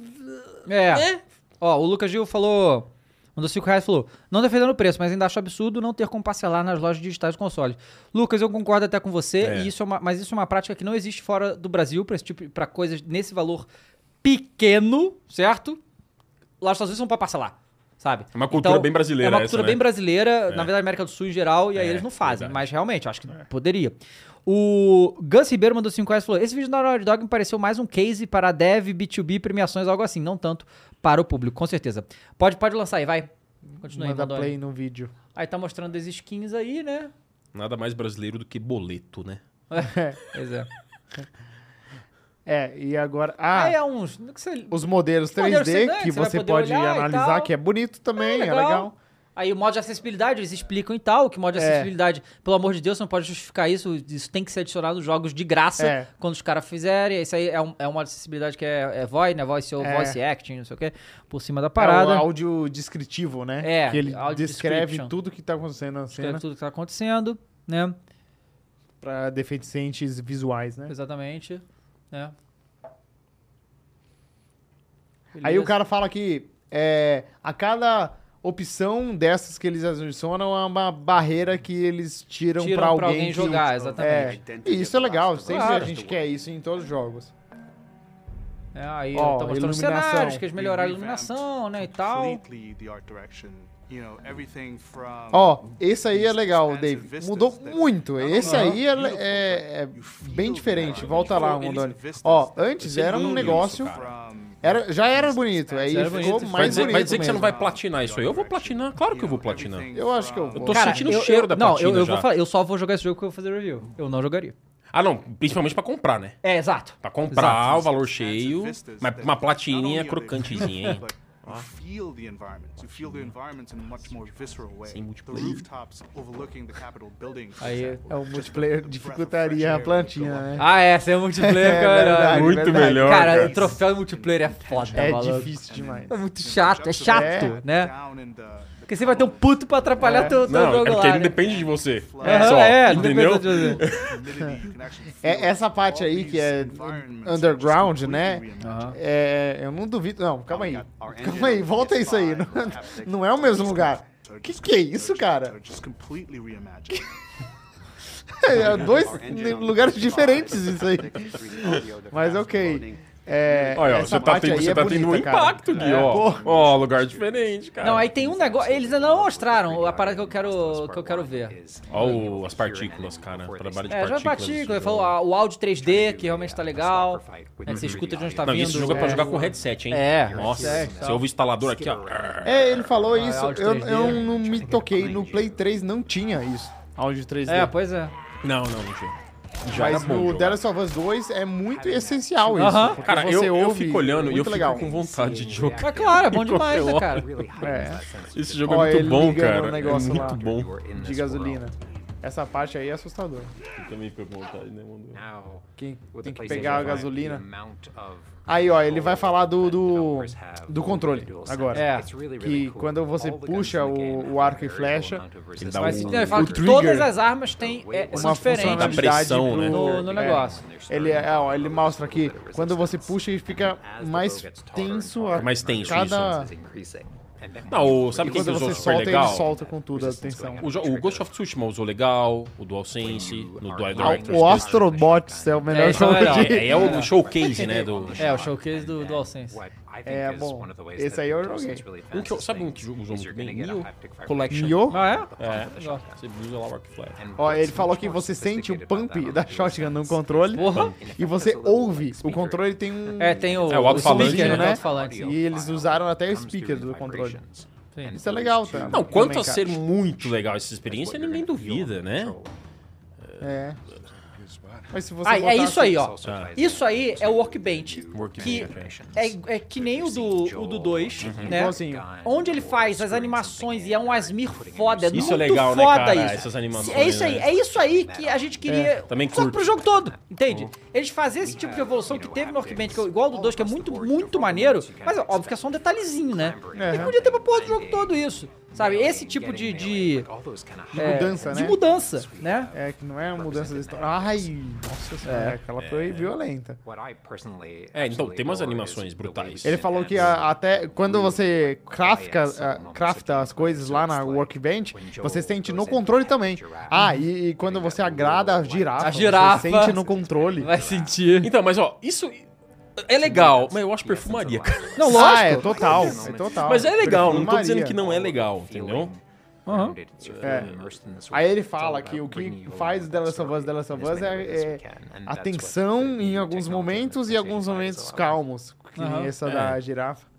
[SPEAKER 1] É.
[SPEAKER 2] é,
[SPEAKER 1] Ó, o Lucas Gil falou. Mandou 5 reais e falou: Não defendendo o preço, mas ainda acho absurdo não ter como parcelar nas lojas digitais de consoles. Lucas, eu concordo até com você,
[SPEAKER 2] É.
[SPEAKER 1] e isso é uma- mas isso é uma prática que não existe fora do Brasil para tipo, pra coisas nesse valor pequeno, certo? Lá nos Estados Unidos são para parcelar, sabe?
[SPEAKER 2] É uma cultura bem brasileira
[SPEAKER 1] É uma
[SPEAKER 2] essa,
[SPEAKER 1] cultura
[SPEAKER 2] né?
[SPEAKER 1] bem brasileira, na verdade, América do Sul em geral, e aí
[SPEAKER 2] É,
[SPEAKER 1] eles não fazem.
[SPEAKER 2] verdade.
[SPEAKER 1] Mas realmente, eu acho que poderia. O Gus Ribeiro mandou 5 reais e falou: Esse vídeo da Naughty Dog me pareceu mais um case para dev, B2B, premiações, algo assim, não tanto para o público, com certeza. Pode, pode lançar aí, vai. Continua aí,
[SPEAKER 3] Manda
[SPEAKER 1] Godoy.
[SPEAKER 3] play no vídeo.
[SPEAKER 1] Aí tá mostrando as skins aí, né?
[SPEAKER 2] Nada mais brasileiro do que boleto, né?
[SPEAKER 1] Pois é.
[SPEAKER 3] É, e agora.
[SPEAKER 1] aí
[SPEAKER 3] Ah,
[SPEAKER 1] é uns. no que você-
[SPEAKER 3] os modelos 3D
[SPEAKER 1] modelos 3D,
[SPEAKER 3] que
[SPEAKER 1] que você vai
[SPEAKER 3] você
[SPEAKER 1] poder
[SPEAKER 3] pode
[SPEAKER 1] olhar e
[SPEAKER 3] analisar,
[SPEAKER 1] tal.
[SPEAKER 3] que é bonito também,
[SPEAKER 1] É,
[SPEAKER 3] é
[SPEAKER 1] legal.
[SPEAKER 3] legal.
[SPEAKER 1] Aí o modo de acessibilidade, eles explicam e tal, que o modo de
[SPEAKER 3] É.
[SPEAKER 1] acessibilidade, pelo amor de Deus, você não pode justificar isso, isso tem que ser adicionado nos jogos de graça
[SPEAKER 3] É.
[SPEAKER 1] quando os caras fizerem. Isso aí é, um, é uma acessibilidade que é, é voice, né? Voice ou
[SPEAKER 3] É.
[SPEAKER 1] voice acting, não sei o quê, por cima da
[SPEAKER 3] É o
[SPEAKER 1] parada.
[SPEAKER 3] áudio descritivo, né?
[SPEAKER 1] É,
[SPEAKER 3] Que ele
[SPEAKER 1] áudio
[SPEAKER 3] descreve
[SPEAKER 1] description.
[SPEAKER 3] tudo que tá acontecendo na
[SPEAKER 1] Escreve
[SPEAKER 3] cena
[SPEAKER 1] tudo que tá acontecendo, né?
[SPEAKER 3] pra deficientes visuais, né?
[SPEAKER 1] Exatamente. né?
[SPEAKER 3] Aí o
[SPEAKER 1] Beleza.
[SPEAKER 3] cara fala que é, a cada opção dessas que eles adicionam é uma barreira que eles tiram,
[SPEAKER 1] Tiram
[SPEAKER 3] pra alguém,
[SPEAKER 1] pra alguém
[SPEAKER 3] que-
[SPEAKER 1] jogar,
[SPEAKER 3] é.
[SPEAKER 1] exatamente.
[SPEAKER 3] E isso é legal, sempre
[SPEAKER 1] Claro.
[SPEAKER 3] a gente quer isso em todos os jogos.
[SPEAKER 1] É, aí
[SPEAKER 3] Ó,
[SPEAKER 1] tá mostrando os
[SPEAKER 3] iluminação.
[SPEAKER 1] cenários, que eles melhoraram a iluminação, né, e tal.
[SPEAKER 3] Ó, esse aí é legal, Dave. Mudou muito. Esse aí é, é- é bem diferente. Volta lá, Mondoni. Ó, antes era um negócio. Era, já era bonito, aí
[SPEAKER 1] Já era
[SPEAKER 3] ficou
[SPEAKER 1] bonito.
[SPEAKER 2] vai
[SPEAKER 3] mais
[SPEAKER 2] dizer,
[SPEAKER 3] bonito.
[SPEAKER 2] vai dizer que você não
[SPEAKER 3] mesmo.
[SPEAKER 2] vai platinar isso aí. Eu vou platinar, claro que eu vou platinar.
[SPEAKER 3] Eu acho que eu vou.
[SPEAKER 2] tô sentindo o cheiro da
[SPEAKER 1] não,
[SPEAKER 2] platina
[SPEAKER 1] eu, eu
[SPEAKER 2] já.
[SPEAKER 1] Vou falar, eu só vou jogar esse jogo porque eu vou fazer review. Eu não jogaria.
[SPEAKER 2] Ah, não, principalmente pra comprar, né?
[SPEAKER 1] É, exato.
[SPEAKER 2] Pra comprar o valor cheio,
[SPEAKER 4] É,
[SPEAKER 2] mas uma platininha crocantezinha, hein?
[SPEAKER 4] Feel the environment. You feel the environment in a much more visceral way.
[SPEAKER 2] Sem
[SPEAKER 4] The
[SPEAKER 2] multiplayer.
[SPEAKER 4] rooftops overlooking the Capitol building. for
[SPEAKER 1] Aí-
[SPEAKER 4] example.
[SPEAKER 3] É o multiplayer dificultaria a plantinha, né?
[SPEAKER 1] Ah, é, sem multiplayer, cara.
[SPEAKER 3] verdade, é
[SPEAKER 2] Muito
[SPEAKER 3] verdade.
[SPEAKER 2] melhor.
[SPEAKER 1] Cara,
[SPEAKER 2] cara.
[SPEAKER 1] o troféu em multiplayer é foda,
[SPEAKER 3] É
[SPEAKER 1] maluco.
[SPEAKER 3] difícil demais.
[SPEAKER 1] É muito chato, é chato,
[SPEAKER 3] É.
[SPEAKER 1] né?
[SPEAKER 4] Down in the-
[SPEAKER 1] Porque você vai ter um puto pra atrapalhar teu, teu
[SPEAKER 2] Não, é
[SPEAKER 1] jogo
[SPEAKER 2] porque
[SPEAKER 1] lá.
[SPEAKER 2] ele
[SPEAKER 1] né?
[SPEAKER 2] não depende de você.
[SPEAKER 1] Aham,
[SPEAKER 2] só,
[SPEAKER 1] é, não depende
[SPEAKER 2] entendeu?
[SPEAKER 1] de você.
[SPEAKER 4] humidity, you can actually feel
[SPEAKER 3] É, essa parte
[SPEAKER 4] all
[SPEAKER 3] aí
[SPEAKER 4] these
[SPEAKER 3] que é
[SPEAKER 4] environments
[SPEAKER 3] underground,
[SPEAKER 4] just
[SPEAKER 3] né?
[SPEAKER 4] completely reimagined.
[SPEAKER 1] Aham.
[SPEAKER 3] É, eu não duvido. Não, calma aí. Calma aí, volta isso aí. Não, não é o mesmo lugar. Que que é isso, cara?
[SPEAKER 4] They're just completely reimagined.
[SPEAKER 3] É dois lugares diferentes isso aí. Mas ok. É,
[SPEAKER 2] Olha, ó,
[SPEAKER 3] essa
[SPEAKER 2] você tá,
[SPEAKER 3] parte
[SPEAKER 2] tendo,
[SPEAKER 3] aí
[SPEAKER 2] você
[SPEAKER 3] é
[SPEAKER 2] tá tendo um
[SPEAKER 3] bonita, cara. É,
[SPEAKER 2] impacto, Gui, ó. Ó, lugar diferente, cara.
[SPEAKER 1] Não, aí tem um negócio. Eles ainda não mostraram a parada que eu quero, que eu quero ver.
[SPEAKER 2] Ó, o- as partículas, cara. Trabalho de
[SPEAKER 1] É, já
[SPEAKER 2] partículas.
[SPEAKER 1] partícula, ele falou ah, o áudio 3D, que realmente tá legal. É que você escuta de onde tá
[SPEAKER 2] Não,
[SPEAKER 1] vindo.
[SPEAKER 2] e esse jogo é pra
[SPEAKER 1] É.
[SPEAKER 2] jogar com headset, hein?
[SPEAKER 1] É,
[SPEAKER 2] Nossa,
[SPEAKER 1] é,
[SPEAKER 2] você
[SPEAKER 1] tal.
[SPEAKER 2] ouve o instalador aqui, ó.
[SPEAKER 3] É, ele falou isso.
[SPEAKER 1] áudio
[SPEAKER 3] Eu,
[SPEAKER 1] 3D.
[SPEAKER 3] eu não me toquei. No Play 3 não tinha isso. Áudio 3D.
[SPEAKER 1] É, pois é.
[SPEAKER 2] Não, não, não tinha. Já
[SPEAKER 3] Mas
[SPEAKER 2] era bom
[SPEAKER 3] no
[SPEAKER 2] jogar.
[SPEAKER 3] The Last of Us 2 é muito essencial isso.
[SPEAKER 1] Aham.
[SPEAKER 3] porque
[SPEAKER 2] Cara, eu,
[SPEAKER 3] você
[SPEAKER 2] eu
[SPEAKER 3] ouve,
[SPEAKER 2] fico olhando e
[SPEAKER 3] muito
[SPEAKER 2] eu fico
[SPEAKER 3] legal.
[SPEAKER 2] com vontade de jogar.
[SPEAKER 1] Mas claro, é bom demais, né, cara?
[SPEAKER 3] É.
[SPEAKER 2] Esse jogo
[SPEAKER 3] Ó,
[SPEAKER 2] é muito
[SPEAKER 3] ele
[SPEAKER 2] bom,
[SPEAKER 3] ligando o
[SPEAKER 2] cara. É
[SPEAKER 3] negócio
[SPEAKER 2] muito
[SPEAKER 3] lá.
[SPEAKER 2] bom.
[SPEAKER 3] de gasolina. Essa parte aí é assustadora.
[SPEAKER 2] Eu também fico com vontade, né, mano?
[SPEAKER 3] Quem tem que
[SPEAKER 5] PlayStation
[SPEAKER 3] pegar a
[SPEAKER 5] 5,
[SPEAKER 3] gasolina.
[SPEAKER 5] the amount of
[SPEAKER 3] Aí, ó, ele vai falar do, do,
[SPEAKER 5] developers have
[SPEAKER 3] do controle
[SPEAKER 5] dual
[SPEAKER 3] agora.
[SPEAKER 1] É.
[SPEAKER 5] It's really, really
[SPEAKER 3] Que
[SPEAKER 5] cool.
[SPEAKER 3] quando você
[SPEAKER 5] All the guns
[SPEAKER 3] puxa
[SPEAKER 5] in the game
[SPEAKER 3] o, o
[SPEAKER 5] have
[SPEAKER 3] arco e
[SPEAKER 5] variable
[SPEAKER 3] flecha, então,
[SPEAKER 5] amount of
[SPEAKER 2] Ele dá
[SPEAKER 5] resistance.
[SPEAKER 1] Mas
[SPEAKER 2] um-
[SPEAKER 1] ele fala
[SPEAKER 2] o
[SPEAKER 1] que
[SPEAKER 2] trigger.
[SPEAKER 1] todas as armas têm, é, são
[SPEAKER 3] uma
[SPEAKER 1] diferentes
[SPEAKER 3] funcionalidade
[SPEAKER 2] pressão,
[SPEAKER 3] pro-
[SPEAKER 2] né?
[SPEAKER 1] no, no
[SPEAKER 3] é.
[SPEAKER 1] negócio.
[SPEAKER 3] Ele, é, ó, ele mostra aqui, quando você puxa e fica mais tenso a
[SPEAKER 2] É mais tenso
[SPEAKER 3] cada...
[SPEAKER 5] It's increasing. And then
[SPEAKER 2] Não, o- sabe
[SPEAKER 3] E
[SPEAKER 2] quem que
[SPEAKER 3] quando
[SPEAKER 2] usou
[SPEAKER 3] você
[SPEAKER 2] é super
[SPEAKER 3] solta,
[SPEAKER 2] legal? é
[SPEAKER 3] ele solta com tudo a tensão.
[SPEAKER 2] O, jo- o Ghost of Tsushima usou legal, o DualSense, no Dual
[SPEAKER 3] Ah,
[SPEAKER 2] Directors.
[SPEAKER 3] O Astrobots é o melhor
[SPEAKER 1] É, isso é
[SPEAKER 3] jogo
[SPEAKER 1] legal.
[SPEAKER 3] de...
[SPEAKER 2] É, é o showcase, né? Do...
[SPEAKER 1] É, o showcase do DualSense.
[SPEAKER 5] what I think
[SPEAKER 3] É,
[SPEAKER 5] is
[SPEAKER 3] bom,
[SPEAKER 5] one of the ways
[SPEAKER 3] esse
[SPEAKER 5] that
[SPEAKER 3] aí eu
[SPEAKER 5] DualSense
[SPEAKER 3] joguei.
[SPEAKER 5] really
[SPEAKER 1] Então,
[SPEAKER 2] Um que eu-
[SPEAKER 5] fancies
[SPEAKER 2] sabe um
[SPEAKER 5] things
[SPEAKER 2] que jogo
[SPEAKER 5] is
[SPEAKER 2] usou
[SPEAKER 5] you're
[SPEAKER 2] muito
[SPEAKER 5] gonna
[SPEAKER 2] bem?
[SPEAKER 5] get a
[SPEAKER 2] Neo
[SPEAKER 5] haptic fiber
[SPEAKER 2] Collection.
[SPEAKER 3] Nyo?
[SPEAKER 1] Ah, é?
[SPEAKER 2] É, você usa lá o arco e flecha.
[SPEAKER 5] and
[SPEAKER 3] Ó,
[SPEAKER 5] what's
[SPEAKER 3] ele falou
[SPEAKER 5] much
[SPEAKER 3] que
[SPEAKER 5] more
[SPEAKER 3] você sente o
[SPEAKER 5] sophisticated about that
[SPEAKER 3] pump
[SPEAKER 5] on
[SPEAKER 3] da
[SPEAKER 5] the
[SPEAKER 3] shotgun no
[SPEAKER 5] DualSense
[SPEAKER 3] controle
[SPEAKER 1] Porra.
[SPEAKER 3] e você ouve. O controle tem um...
[SPEAKER 1] É, tem o,
[SPEAKER 2] É, o alto-falante,
[SPEAKER 1] speaker,
[SPEAKER 2] né?
[SPEAKER 1] né? alto-falante.
[SPEAKER 3] E eles usaram até o speaker do controle.
[SPEAKER 1] Sim.
[SPEAKER 3] Isso é legal, tá?
[SPEAKER 2] Não, quanto
[SPEAKER 3] Também,
[SPEAKER 2] a
[SPEAKER 3] cara.
[SPEAKER 2] ser muito legal essa experiência, ninguém duvida, né?
[SPEAKER 3] É. Mas se você
[SPEAKER 1] Ah, é
[SPEAKER 3] botar
[SPEAKER 1] isso aí, ó.
[SPEAKER 5] Ah.
[SPEAKER 1] Isso aí é o Workbench, que
[SPEAKER 2] Workbench,
[SPEAKER 1] é, é que nem o do o do 2,
[SPEAKER 2] Uhum.
[SPEAKER 3] Uhum.
[SPEAKER 1] né?
[SPEAKER 3] Igualzinho.
[SPEAKER 1] Onde ele faz as animações e é um Asmir foda, é
[SPEAKER 2] Isso é
[SPEAKER 1] muito
[SPEAKER 2] legal, né,
[SPEAKER 1] foda
[SPEAKER 2] cara?
[SPEAKER 1] isso.
[SPEAKER 2] Essas animações,
[SPEAKER 1] É isso aí,
[SPEAKER 2] né? É,
[SPEAKER 1] é isso aí que a gente queria.
[SPEAKER 2] também
[SPEAKER 1] só
[SPEAKER 2] curto. Uhum.
[SPEAKER 1] pro jogo todo, entende? Eles fazem esse tipo de evolução que teve no Orkband, que é igual ao do 2, que é muito, muito maneiro, mas é óbvio que é só um detalhezinho, né?
[SPEAKER 5] É.
[SPEAKER 1] E podia ter pra porra do jogo todo isso, Sabe? Esse tipo de, de, é,
[SPEAKER 3] De mudança,
[SPEAKER 1] de
[SPEAKER 3] né?
[SPEAKER 1] mudança, né?
[SPEAKER 3] É, que não é uma mudança da história. Ai, nossa
[SPEAKER 1] É.
[SPEAKER 3] senhora, aquela foi violenta.
[SPEAKER 2] É, então, tem umas animações brutais.
[SPEAKER 3] Ele falou que a- até quando você crafta, a- crafta as coisas lá na workbench, você sente no controle também. Ah, e, e quando você agrada a girafa,
[SPEAKER 1] A girafa.
[SPEAKER 3] você sente no controle.
[SPEAKER 1] Vai sentir.
[SPEAKER 2] Então, mas ó, isso é legal, mas eu acho perfumaria, cara.
[SPEAKER 1] Não, lógico.
[SPEAKER 3] Ah, é total, é total.
[SPEAKER 2] Mas é legal, não tô dizendo
[SPEAKER 3] Perfumaria.
[SPEAKER 2] que não é legal, entendeu?
[SPEAKER 1] É.
[SPEAKER 3] Aí ele fala
[SPEAKER 2] Então,
[SPEAKER 3] que
[SPEAKER 2] é
[SPEAKER 3] o que faz The Last of Us The Last of Us é, é a tensão em alguns momentos e alguns momentos calmos. Que nem
[SPEAKER 1] Aham.
[SPEAKER 3] essa
[SPEAKER 2] É.
[SPEAKER 3] da girafa.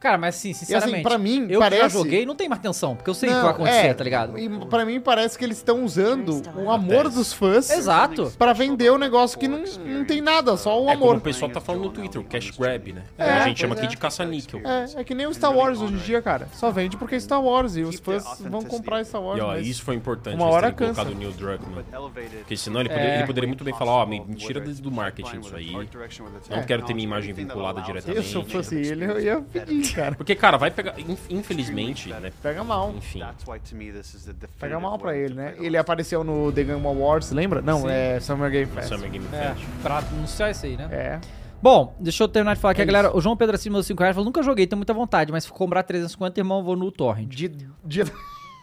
[SPEAKER 1] Cara, mas assim, sinceramente.
[SPEAKER 3] pra mim,
[SPEAKER 1] eu que já
[SPEAKER 3] parece-
[SPEAKER 1] joguei não tem mais tensão, porque eu sei o que
[SPEAKER 3] Não,
[SPEAKER 1] vai acontecer,
[SPEAKER 3] é,
[SPEAKER 1] tá ligado?
[SPEAKER 3] E pra mim parece que eles estão usando o amor dos fãs
[SPEAKER 1] Exato.
[SPEAKER 3] pra vender um negócio que não, não tem nada, só o
[SPEAKER 2] É como o
[SPEAKER 3] amor.
[SPEAKER 2] pessoal tá falando no Twitter, o cash grab, né?
[SPEAKER 3] É,
[SPEAKER 2] a gente chama
[SPEAKER 3] pois
[SPEAKER 2] aqui
[SPEAKER 3] é.
[SPEAKER 2] de caça-níquel.
[SPEAKER 3] É, é que nem o Star Wars hoje em dia, cara. Só vende porque é Star Wars e os fãs vão comprar Star Wars.
[SPEAKER 2] E ó,
[SPEAKER 3] mas-
[SPEAKER 2] isso foi importante
[SPEAKER 3] uma
[SPEAKER 2] eles
[SPEAKER 3] hora
[SPEAKER 2] terem colocado o
[SPEAKER 3] cansa.
[SPEAKER 2] Neil Druckmann.
[SPEAKER 4] elevated.
[SPEAKER 2] Porque senão ele
[SPEAKER 3] É,
[SPEAKER 2] poderia, ele poderia muito bem falar, ó, me me tira do do marketing isso aí. Não quero ter minha imagem vinculada
[SPEAKER 3] Eu, se eu
[SPEAKER 2] diretamente.
[SPEAKER 3] fosse ele, eu ia
[SPEAKER 2] Tipo assim,
[SPEAKER 3] pedir, cara.
[SPEAKER 2] Porque, cara, vai pegar. inf- Infelizmente, né?
[SPEAKER 3] Pega mal.
[SPEAKER 2] Enfim.
[SPEAKER 3] Pega um mal pra ele, né? Ele apareceu no The Game Awards, lembra? Não, é Summer Game Fest.
[SPEAKER 2] Summer Game
[SPEAKER 1] É,
[SPEAKER 2] Fest.
[SPEAKER 1] pra anunciar isso aí, né?
[SPEAKER 3] É.
[SPEAKER 1] Bom, deixa eu terminar de falar aqui, a galera. O João Pedro Assis mandou 5 reais falou: nunca joguei, tenho muita vontade, mas se for comprar 350, irmão, eu vou no Torrent.
[SPEAKER 3] De, de...
[SPEAKER 1] É.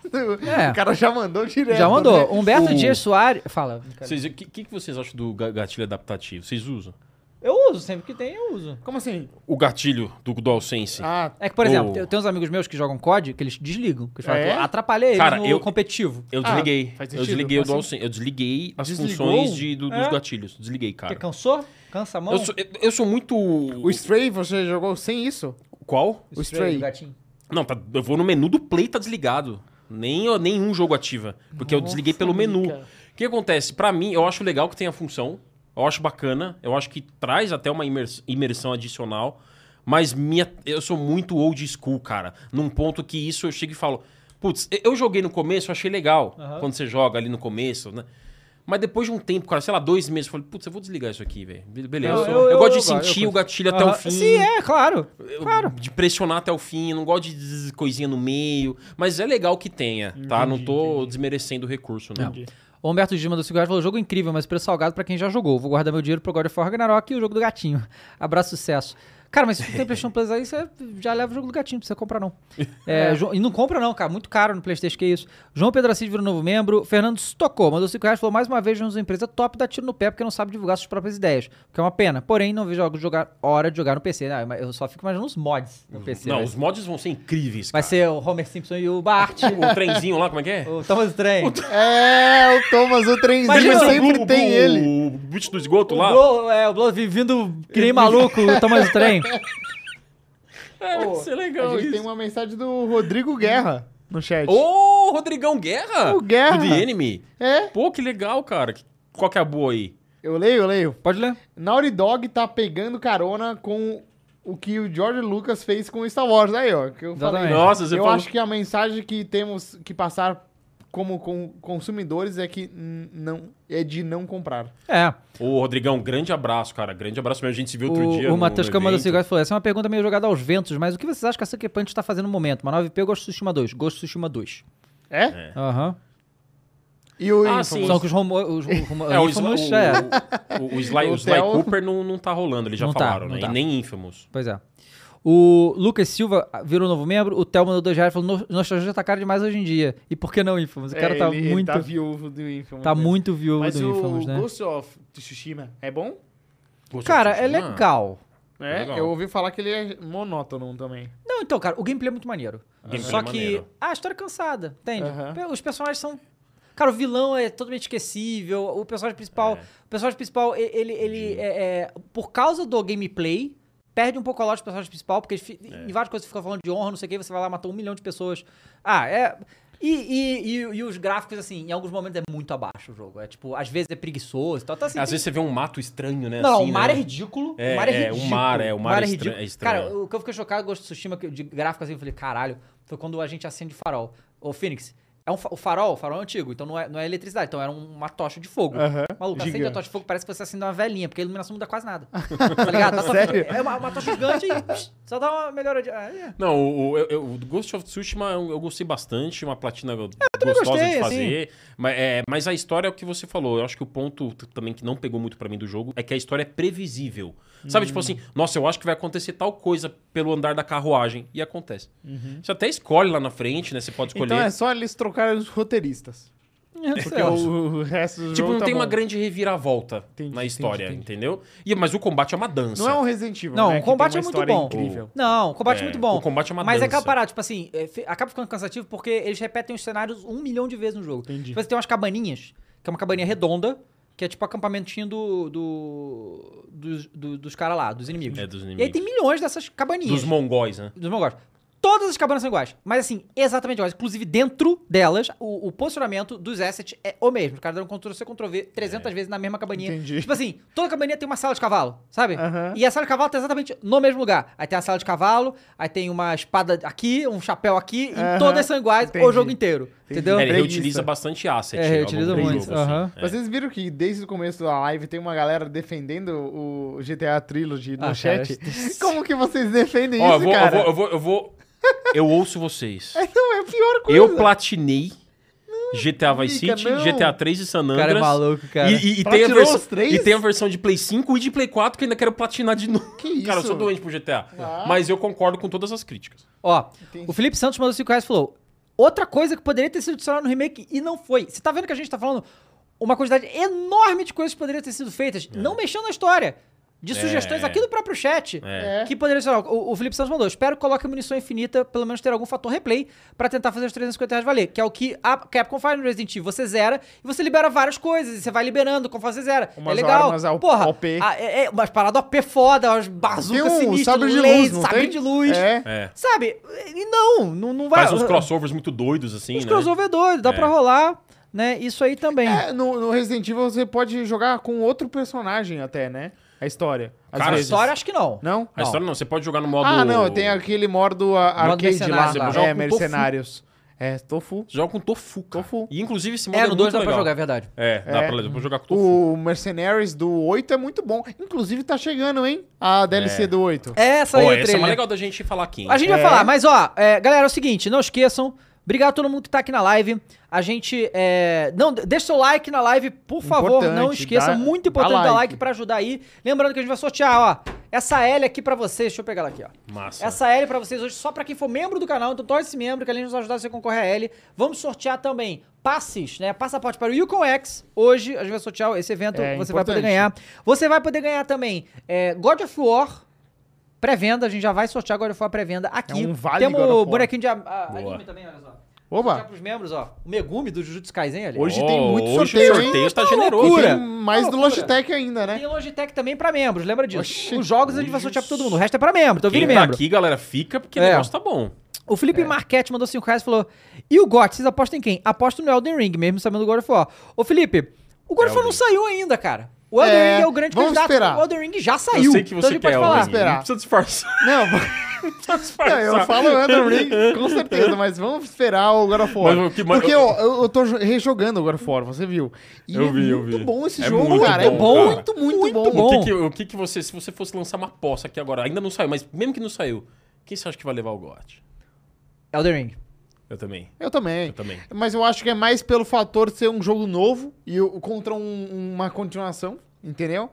[SPEAKER 3] O cara já mandou direto.
[SPEAKER 1] Já mandou. Um
[SPEAKER 3] né?
[SPEAKER 1] Humberto
[SPEAKER 3] O-
[SPEAKER 1] Dias Soares. Fala.
[SPEAKER 3] É.
[SPEAKER 1] cara.
[SPEAKER 2] Vocês- O que, que que vocês acham do ga- gatilho adaptativo? Vocês usam?
[SPEAKER 1] Eu uso, sempre que tem, eu uso.
[SPEAKER 3] Como assim?
[SPEAKER 2] O gatilho do DualSense.
[SPEAKER 3] Ah,
[SPEAKER 1] É que, por
[SPEAKER 2] Ou-
[SPEAKER 1] exemplo, eu tenho uns amigos meus que jogam COD que eles desligam. Que eles falam,
[SPEAKER 3] É?
[SPEAKER 1] "Pô, atrapalha eles
[SPEAKER 2] Cara,
[SPEAKER 1] no
[SPEAKER 2] eu-
[SPEAKER 1] competitivo.
[SPEAKER 2] Eu
[SPEAKER 3] Ah,
[SPEAKER 2] desliguei.
[SPEAKER 3] faz
[SPEAKER 2] eu
[SPEAKER 3] sentido,
[SPEAKER 2] desliguei o
[SPEAKER 3] faz
[SPEAKER 2] DualSense. Eu desliguei as
[SPEAKER 3] Desligou?
[SPEAKER 2] funções de- do- dos
[SPEAKER 1] É. um?
[SPEAKER 2] gatilhos. Desliguei,
[SPEAKER 1] Porque
[SPEAKER 2] cara.
[SPEAKER 1] cansou? Cansa a mão?
[SPEAKER 2] Eu sou, eu- eu sou muito.
[SPEAKER 3] o Stray você jogou sem isso?
[SPEAKER 2] Qual?
[SPEAKER 3] o Stray.
[SPEAKER 1] do gatinho.
[SPEAKER 2] Não, tá- eu vou no menu do Play, tá desligado. Nem, nenhum jogo ativa. Porque eu desliguei pelo menu.
[SPEAKER 3] cara.
[SPEAKER 2] O que acontece? Pra mim, eu acho legal que tem a função. Eu acho bacana. Eu acho que traz até uma imers- imersão adicional. Mas minha, eu sou muito old school, cara. Num ponto que isso eu chego e falo. Putz, eu- eu joguei no começo, eu achei legal.
[SPEAKER 1] Aham.
[SPEAKER 2] Quando você joga ali no começo, né? Mas depois de um tempo, cara, sei lá, dois meses, eu falei, putz, eu vou desligar isso aqui, velho. Be- Beleza.
[SPEAKER 1] Eu-
[SPEAKER 2] Eu,
[SPEAKER 1] eu- eu-
[SPEAKER 2] gosto de
[SPEAKER 1] eu gosto,
[SPEAKER 2] sentir
[SPEAKER 1] eu
[SPEAKER 2] o gatilho até o
[SPEAKER 1] Aham.
[SPEAKER 2] fim.
[SPEAKER 1] Sim, é, claro.
[SPEAKER 2] Eu-
[SPEAKER 1] Claro.
[SPEAKER 2] De pressionar até o fim, eu não gosto de zzz, coisinha no meio. Mas é legal que tenha, tá? Não tô desmerecendo o recurso, não.
[SPEAKER 1] O Humberto Dias mandou 5 reais falou: jogo incrível, mas preço salgado pra quem já jogou. Vou guardar meu dinheiro pro God of War Ragnarok e o jogo do gatinho. Abraço, sucesso. Cara, mas se tu tem PlayStation Plus aí, você já leva o jogo do gatinho, não precisa comprar não. É, Jo- e não compra não, cara, muito caro no PlayStation, que isso. João Pedro Assis virou novo membro. Fernando Stocou, mandou 5 reais, falou mais uma vez, uma empresa top dá tiro no pé porque não sabe divulgar suas próprias ideias. O que é uma pena. Porém, não vejo algo jogar, hora de jogar no PC. Ah, mas eu só fico imaginando os mods no PC.
[SPEAKER 2] não,
[SPEAKER 1] né?
[SPEAKER 2] os mods vão ser incríveis,
[SPEAKER 1] Vai
[SPEAKER 2] cara.
[SPEAKER 1] ser o Homer Simpson e o Bart,
[SPEAKER 2] O trenzinho lá, como é que é?
[SPEAKER 1] o Thomas Train.
[SPEAKER 3] É, o Thomas, o trenzinho
[SPEAKER 1] Mas
[SPEAKER 2] Vai ser o
[SPEAKER 3] sempre
[SPEAKER 2] Blue-
[SPEAKER 3] tem
[SPEAKER 2] Blue-
[SPEAKER 3] ele.
[SPEAKER 2] O bicho do esgoto
[SPEAKER 1] O
[SPEAKER 2] lá.
[SPEAKER 1] Blo, é, o Blo vindo que nem maluco, tomando trem.
[SPEAKER 2] É, vai ser
[SPEAKER 3] A
[SPEAKER 2] legal
[SPEAKER 3] gente tem um
[SPEAKER 2] isso.
[SPEAKER 3] uma mensagem do Rodrigo Guerra no chat.
[SPEAKER 2] Ô, Rodrigão Guerra!
[SPEAKER 3] O Guerra.
[SPEAKER 2] Do The Enemy.
[SPEAKER 3] É,
[SPEAKER 2] Pô, que legal, cara. Que- Qual que é a boa aí?
[SPEAKER 3] eu leio, eu leio.
[SPEAKER 1] Pode ler.
[SPEAKER 3] Naughty Dog tá pegando carona com o que o George Lucas fez com Star Wars. Aí, ó, que eu falei.
[SPEAKER 1] Exatamente.
[SPEAKER 2] Nossa, você
[SPEAKER 3] É, eu
[SPEAKER 2] falou-
[SPEAKER 3] acho que a mensagem que temos que passar como com- consumidores é que n- não é de não comprar.
[SPEAKER 1] É.
[SPEAKER 2] Ô, Rodrigão, grande abraço, cara. Grande abraço mesmo. A gente se viu outro dia.
[SPEAKER 1] O, o
[SPEAKER 2] no-
[SPEAKER 1] Matheus
[SPEAKER 2] no
[SPEAKER 1] Câmara
[SPEAKER 2] evento.
[SPEAKER 1] Cigarro falou: essa é uma pergunta meio jogada aos ventos, mas o que vocês acham que a Sucker Punch tá fazendo no momento? Uma 9P ou Ghost of Tsushima 2? Ghost of Tsushima 2.
[SPEAKER 3] É?
[SPEAKER 1] Aham.
[SPEAKER 3] E o
[SPEAKER 2] Ah,
[SPEAKER 3] Infamous?
[SPEAKER 2] sim.
[SPEAKER 1] Só que os rumores. Os rumo-
[SPEAKER 2] É, o,
[SPEAKER 1] Infamous,
[SPEAKER 2] Sly,
[SPEAKER 1] é.
[SPEAKER 2] o, o, o Sly, o Sly
[SPEAKER 3] Hotel.
[SPEAKER 2] Cooper não, não tá rolando, eles já
[SPEAKER 1] Não tá,
[SPEAKER 2] falaram,
[SPEAKER 1] não
[SPEAKER 2] né?
[SPEAKER 1] tá.
[SPEAKER 2] E nem Infamous.
[SPEAKER 1] Pois é. O Lucas Silva virou novo membro, o Theo mandou dois reais e falou: "No- Nostalgia tá cara demais hoje em dia. E por que não, Infamous? O cara
[SPEAKER 3] É,
[SPEAKER 1] tá
[SPEAKER 3] ele- ele
[SPEAKER 1] muito.
[SPEAKER 3] tá viúvo do Infamous.
[SPEAKER 1] Tá
[SPEAKER 3] né?
[SPEAKER 1] muito viúvo
[SPEAKER 3] Mas
[SPEAKER 1] do
[SPEAKER 3] o
[SPEAKER 1] Infamous, né?
[SPEAKER 3] Ghost of Tsushima é bom?
[SPEAKER 1] Cara, é
[SPEAKER 2] Tsushima?
[SPEAKER 1] legal.
[SPEAKER 3] É,
[SPEAKER 2] Legal.
[SPEAKER 3] eu ouvi falar que ele é monótono também.
[SPEAKER 1] Não, então, cara, o gameplay é muito maneiro.
[SPEAKER 2] Gameplay
[SPEAKER 1] Só
[SPEAKER 2] é
[SPEAKER 1] que
[SPEAKER 2] maneiro.
[SPEAKER 1] a história é cansada, entende?
[SPEAKER 3] Aham.
[SPEAKER 1] Pe- Os personagens são. Cara, o vilão é totalmente esquecível. O personagem principal.
[SPEAKER 2] É.
[SPEAKER 1] O personagem principal, e- ele. ele é, é, por causa do gameplay, perde um pouco a loja do personagem principal, porque ele fi-
[SPEAKER 2] É.
[SPEAKER 1] em várias coisas fica falando de honra, não sei o que, você vai lá matou um milhão de pessoas. Ah, é. E, e, e, e os gráficos, assim, em alguns momentos é muito abaixo o jogo. É tipo, às vezes é preguiçoso e tal. Então, assim,
[SPEAKER 2] Às
[SPEAKER 1] tem-
[SPEAKER 2] vezes você vê um mato estranho, né?
[SPEAKER 1] não,
[SPEAKER 2] assim,
[SPEAKER 1] o mar
[SPEAKER 2] né?
[SPEAKER 1] é ridículo.
[SPEAKER 2] É,
[SPEAKER 1] o mar é
[SPEAKER 2] é, o
[SPEAKER 1] ridículo.
[SPEAKER 2] mar é- o mar é estra- é estranho.
[SPEAKER 1] Cara, o que eu fiquei chocado com o Ghost of Tsushima que- de gráfico assim, eu falei, caralho, foi quando a gente acende o farol. Ô, Phoenix, É um fa- o farol, o farol é antigo, então não é, não é eletricidade, então era um- uma tocha de fogo.
[SPEAKER 3] Aham,
[SPEAKER 1] Maluco, acende a
[SPEAKER 3] gigante.
[SPEAKER 1] tocha de fogo, parece que você acendeu uma velhinha, porque a iluminação muda quase nada. tá ligado? Dá só-
[SPEAKER 3] Sério?
[SPEAKER 1] É uma, uma tocha gigante e psh, só dá uma melhora de. ah, é.
[SPEAKER 2] Não, o, o- eu- eu- o Ghost of Tsushima eu, eu gostei bastante, uma platina gostosa
[SPEAKER 1] É, gostei, assim.
[SPEAKER 2] de fazer. Mas, é, mas a história é o que você falou. Eu acho que o ponto t- também que não pegou muito pra mim do jogo é que a história é previsível. Sabe,
[SPEAKER 1] Hum.
[SPEAKER 2] tipo assim, nossa, eu acho que vai acontecer tal coisa pelo andar da carruagem. E acontece.
[SPEAKER 1] Uhum.
[SPEAKER 2] Você até escolhe lá na frente, né? Você pode escolher.
[SPEAKER 3] Então é só eles trocarem os roteiristas. Porque o, o resto do
[SPEAKER 2] Tipo,
[SPEAKER 3] jogo
[SPEAKER 2] não
[SPEAKER 3] tá
[SPEAKER 2] tem uma
[SPEAKER 3] bom.
[SPEAKER 2] grande reviravolta
[SPEAKER 3] Entendi,
[SPEAKER 2] na
[SPEAKER 3] entendi,
[SPEAKER 2] história,
[SPEAKER 3] entendi.
[SPEAKER 2] entendeu? E, mas o combate é uma dança.
[SPEAKER 3] Não é um Resident Evil,
[SPEAKER 1] Não,
[SPEAKER 3] né,
[SPEAKER 1] o
[SPEAKER 3] que tem
[SPEAKER 1] combate
[SPEAKER 3] uma
[SPEAKER 1] é muito
[SPEAKER 3] história
[SPEAKER 1] bom.
[SPEAKER 3] incrível.
[SPEAKER 1] Não, o combate
[SPEAKER 2] É,
[SPEAKER 1] é muito bom.
[SPEAKER 2] o combate é uma
[SPEAKER 1] Mas é
[SPEAKER 2] dança.
[SPEAKER 1] aquela parada, tipo assim, é, fi- acaba ficando cansativo porque eles repetem os cenários um milhão de vezes no jogo.
[SPEAKER 3] Entendi.
[SPEAKER 1] Tipo, você tem umas cabaninhas, que é uma cabaninha redonda, que é tipo acampamentinho do, do, dos, do- dos caras lá, dos inimigos.
[SPEAKER 2] É, dos
[SPEAKER 1] E aí tem
[SPEAKER 2] inimigos.
[SPEAKER 1] milhões dessas cabaninhas.
[SPEAKER 2] Dos mongóis, né?
[SPEAKER 1] dos mongóis. Todas as cabanas são iguais, mas assim, exatamente iguais. Inclusive, dentro delas, o, o posicionamento dos assets é o mesmo. Os caras deram Ctrl-C, Ctrl-V 300 vezes na mesma cabaninha.
[SPEAKER 3] É. Entendi.
[SPEAKER 1] Tipo assim, toda cabaninha tem uma sala de cavalo, sabe?
[SPEAKER 3] Aham.
[SPEAKER 1] E a sala de cavalo tá exatamente no mesmo lugar. Aí tem a sala de cavalo, aí tem uma espada aqui, um chapéu aqui, e
[SPEAKER 3] Aham.
[SPEAKER 1] todas são iguais
[SPEAKER 3] Entendi.
[SPEAKER 1] o jogo inteiro. Entendeu?
[SPEAKER 2] É, ele
[SPEAKER 3] Preguiça.
[SPEAKER 2] reutiliza bastante asset.
[SPEAKER 1] É,
[SPEAKER 2] ao longo
[SPEAKER 1] reutiliza
[SPEAKER 2] do
[SPEAKER 1] muito,
[SPEAKER 2] jogo, assim.
[SPEAKER 1] aham.
[SPEAKER 2] É.
[SPEAKER 3] Vocês viram que desde o começo da live tem uma galera defendendo o GTA Trilogy no
[SPEAKER 1] Ah, cara,
[SPEAKER 3] chat? Como que vocês defendem
[SPEAKER 2] Ó, eu
[SPEAKER 3] isso,
[SPEAKER 2] vou,
[SPEAKER 3] cara?
[SPEAKER 2] eu vou, eu vou, eu vou- eu ouço vocês.
[SPEAKER 3] Não, é a pior coisa.
[SPEAKER 2] Eu platinei GTA Vice
[SPEAKER 3] Mica,
[SPEAKER 2] City,
[SPEAKER 3] não.
[SPEAKER 2] GTA 3 e San Andreas.
[SPEAKER 1] cara é maluco, cara.
[SPEAKER 2] E, e- e tem a
[SPEAKER 3] Platinou
[SPEAKER 2] versão,
[SPEAKER 3] os três?
[SPEAKER 2] e tem a versão de Play 5 e de Play 4 que eu ainda quero platinar de novo.
[SPEAKER 3] Que
[SPEAKER 2] Cara, eu
[SPEAKER 3] isso? Ah.
[SPEAKER 2] sou doente pro GTA. Mas eu concordo com todas as críticas.
[SPEAKER 1] Ó, o Felipe Santos mandou 5 reais e falou: Outra coisa que poderia ter sido adicionada no remake e não foi. Você tá vendo que a gente tá falando uma quantidade enorme de coisas que poderiam ter sido feitas,
[SPEAKER 3] É.
[SPEAKER 1] não mexendo na história. De sugestões aqui do próprio chat.
[SPEAKER 2] É.
[SPEAKER 1] Que poderia ser. O, o Felipe Santos mandou. Espero que coloque munição infinita, pelo menos ter algum fator replay, pra tentar fazer os 350 reais valer. Que é o que a Capcom faz no Resident Evil. Você zera e você libera várias coisas. E você vai liberando conforme você zera.
[SPEAKER 3] Umas
[SPEAKER 1] é legal.
[SPEAKER 3] armas ao-
[SPEAKER 1] Porra,
[SPEAKER 3] OP.
[SPEAKER 1] ah, é, é, umas paradas OP foda, umas
[SPEAKER 3] Tem
[SPEAKER 1] bazucas
[SPEAKER 3] um
[SPEAKER 1] sinistras,
[SPEAKER 3] sabre de
[SPEAKER 1] laser,
[SPEAKER 3] luz, não
[SPEAKER 1] sabre
[SPEAKER 3] tem?
[SPEAKER 1] de luz.
[SPEAKER 3] É.
[SPEAKER 2] É.
[SPEAKER 1] Sabe? E não, não, não vai.
[SPEAKER 2] Faz uns crossovers muito doidos, assim,
[SPEAKER 1] Os
[SPEAKER 2] né?
[SPEAKER 1] crossover doido, dá
[SPEAKER 2] É.
[SPEAKER 1] pra rolar, né? Isso aí também.
[SPEAKER 3] É, no, no Resident Evil você pode jogar com outro personagem até, né? A história. Às
[SPEAKER 2] Cara,
[SPEAKER 1] a
[SPEAKER 2] às
[SPEAKER 3] vezes.
[SPEAKER 1] história, acho que não.
[SPEAKER 3] Não?
[SPEAKER 2] A história não, você pode jogar no modo...
[SPEAKER 3] Ah, não, tem aquele modo a-
[SPEAKER 1] Modo
[SPEAKER 3] arcade
[SPEAKER 1] mercenário,
[SPEAKER 3] lá.
[SPEAKER 2] lá.
[SPEAKER 3] É,
[SPEAKER 2] Joga com
[SPEAKER 3] mercenários. É, tofu.
[SPEAKER 2] Você joga com Tofu, cara.
[SPEAKER 3] Tofu.
[SPEAKER 2] E, inclusive, esse modo
[SPEAKER 1] É, no 2
[SPEAKER 2] muito
[SPEAKER 1] dá pra
[SPEAKER 2] legal.
[SPEAKER 1] jogar, é verdade.
[SPEAKER 2] É, dá
[SPEAKER 3] É.
[SPEAKER 2] pra, dá pra jogar com Tofu.
[SPEAKER 3] O Mercenaries do 8 é muito bom. Inclusive tá chegando, hein? A DLC do 8.
[SPEAKER 1] É, essa aí
[SPEAKER 2] Pô,
[SPEAKER 1] é o
[SPEAKER 2] essa é mais
[SPEAKER 1] trailer.
[SPEAKER 2] legal da gente falar aqui, hein?
[SPEAKER 1] A gente vai
[SPEAKER 3] É.
[SPEAKER 1] falar, mas ó, é, galera, é o seguinte, não esqueçam. Obrigado a todo mundo que tá aqui na live. A gente. é, não, deixa seu like na live, por favor.
[SPEAKER 3] Importante,
[SPEAKER 1] Não esqueça.
[SPEAKER 3] dá-
[SPEAKER 1] muito
[SPEAKER 3] dá
[SPEAKER 1] importante dar
[SPEAKER 3] like.
[SPEAKER 1] like pra ajudar aí. Lembrando que a gente vai sortear, ó. Essa L aqui pra vocês. Deixa eu pegar ela aqui, ó.
[SPEAKER 2] Massa.
[SPEAKER 1] Essa L pra vocês hoje, só pra quem for membro do canal, então torne-se membro, que além de nos ajudar, você concorre a L. Vamos sortear também passes, né? Passaporte para o Yukon X. Hoje a gente vai sortear esse evento,
[SPEAKER 3] É,
[SPEAKER 1] você vai
[SPEAKER 3] importante.
[SPEAKER 1] poder ganhar. Você vai poder ganhar também é, God of War. Pré-venda, a gente já vai sortear God of War pré-venda aqui.
[SPEAKER 3] É um vale
[SPEAKER 1] Temos
[SPEAKER 3] God of War.
[SPEAKER 1] bonequinho de a- a-
[SPEAKER 2] Boa.
[SPEAKER 1] anime também, olha só. Já
[SPEAKER 3] Oba!
[SPEAKER 1] pros membros, ó. O Megumi do Jujutsu Kaisen ali.
[SPEAKER 3] Hoje tem
[SPEAKER 2] Oh,
[SPEAKER 3] muito
[SPEAKER 2] hoje
[SPEAKER 3] sorteio,
[SPEAKER 2] o
[SPEAKER 3] hein?
[SPEAKER 2] sorteio tá
[SPEAKER 1] Tá
[SPEAKER 2] generoso.
[SPEAKER 1] loucura.
[SPEAKER 2] hein?
[SPEAKER 3] Tem mais do
[SPEAKER 1] Loucura.
[SPEAKER 3] Logitech ainda, né?
[SPEAKER 1] Tem Logitech também pra membros, lembra disso.
[SPEAKER 3] Oxi.
[SPEAKER 1] Os jogos a gente vai sortear pra todo mundo, o resto é pra membro, então vire
[SPEAKER 2] Quem tá
[SPEAKER 1] membro.
[SPEAKER 2] aqui, galera, fica porque o
[SPEAKER 1] É.
[SPEAKER 2] negócio tá bom.
[SPEAKER 1] O Felipe Marquete mandou 5 reais e falou: E o GOT, vocês apostam em quem? Aposto no Elden Ring, mesmo sabendo do God of War. Ô, Felipe, o God of War não saiu ainda, cara. O Elden
[SPEAKER 3] É,
[SPEAKER 1] Ring é o grande
[SPEAKER 3] vamos
[SPEAKER 1] candidato.
[SPEAKER 3] esperar.
[SPEAKER 1] O Elden Ring já saiu.
[SPEAKER 2] Eu sei que você
[SPEAKER 1] então a gente
[SPEAKER 2] quer,
[SPEAKER 1] pode falar.
[SPEAKER 2] Alvin.
[SPEAKER 3] Esperar.
[SPEAKER 2] Não precisa disfarçar.
[SPEAKER 3] Não,
[SPEAKER 2] Não precisa disfarçar.
[SPEAKER 3] não, eu falo Elden Ring com certeza, mas vamos esperar o God of War.
[SPEAKER 2] Mas o que mais-
[SPEAKER 3] Porque ó, eu, eu tô jo- rejogando o God of War, você viu? E
[SPEAKER 2] Eu
[SPEAKER 3] é
[SPEAKER 2] vi, eu
[SPEAKER 3] muito
[SPEAKER 2] vi.
[SPEAKER 3] bom esse
[SPEAKER 2] É
[SPEAKER 3] jogo,
[SPEAKER 2] muito
[SPEAKER 3] cara.
[SPEAKER 2] bom,
[SPEAKER 3] é bom,
[SPEAKER 2] cara.
[SPEAKER 3] muito, muito,
[SPEAKER 1] Muito
[SPEAKER 3] bom.
[SPEAKER 1] bom.
[SPEAKER 2] O que que, o que que você, se você fosse lançar uma aposta aqui agora, ainda não saiu, mas mesmo que não saiu, quem você acha que vai levar o GOT?
[SPEAKER 1] Elden Ring.
[SPEAKER 2] Eu também.
[SPEAKER 3] Eu também.
[SPEAKER 2] Eu também.
[SPEAKER 3] Mas eu acho que é mais pelo fator de ser um jogo novo e o- contra um- uma continuação, entendeu?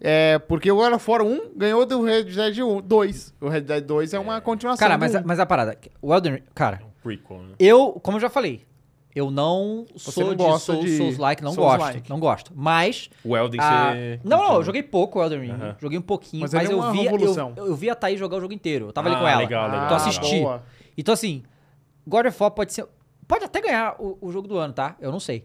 [SPEAKER 3] É, porque o God of War 1 ganhou do Red Dead 1 2. O Red Dead 2 é uma continuação.
[SPEAKER 1] Cara,
[SPEAKER 3] do
[SPEAKER 1] mas, a-
[SPEAKER 3] 1.
[SPEAKER 1] mas a parada. O Elden Ring. Cara,
[SPEAKER 2] Prequel, né?
[SPEAKER 1] eu, como eu já falei, eu não sou
[SPEAKER 3] não
[SPEAKER 1] de,
[SPEAKER 3] gosta
[SPEAKER 1] Souls,
[SPEAKER 3] de
[SPEAKER 1] like não
[SPEAKER 3] Souls-like.
[SPEAKER 1] gosto. Não gosto. Mas.
[SPEAKER 2] O Elden
[SPEAKER 1] Ah,
[SPEAKER 2] você-
[SPEAKER 1] não, não, eu joguei pouco o Elden Ring.
[SPEAKER 2] Aham.
[SPEAKER 1] Joguei um pouquinho, mas,
[SPEAKER 3] Mas ele é
[SPEAKER 1] eu,
[SPEAKER 3] uma
[SPEAKER 1] vi, eu,
[SPEAKER 3] revolução.
[SPEAKER 1] eu vi a Thaís jogar o jogo inteiro. Eu tava
[SPEAKER 2] Ah,
[SPEAKER 1] ali com ela.
[SPEAKER 2] legal, legal,
[SPEAKER 1] então assisti.
[SPEAKER 3] boa.
[SPEAKER 1] Então, assim, God of War pode ser. Pode até ganhar o, o jogo do ano, tá? Eu não sei.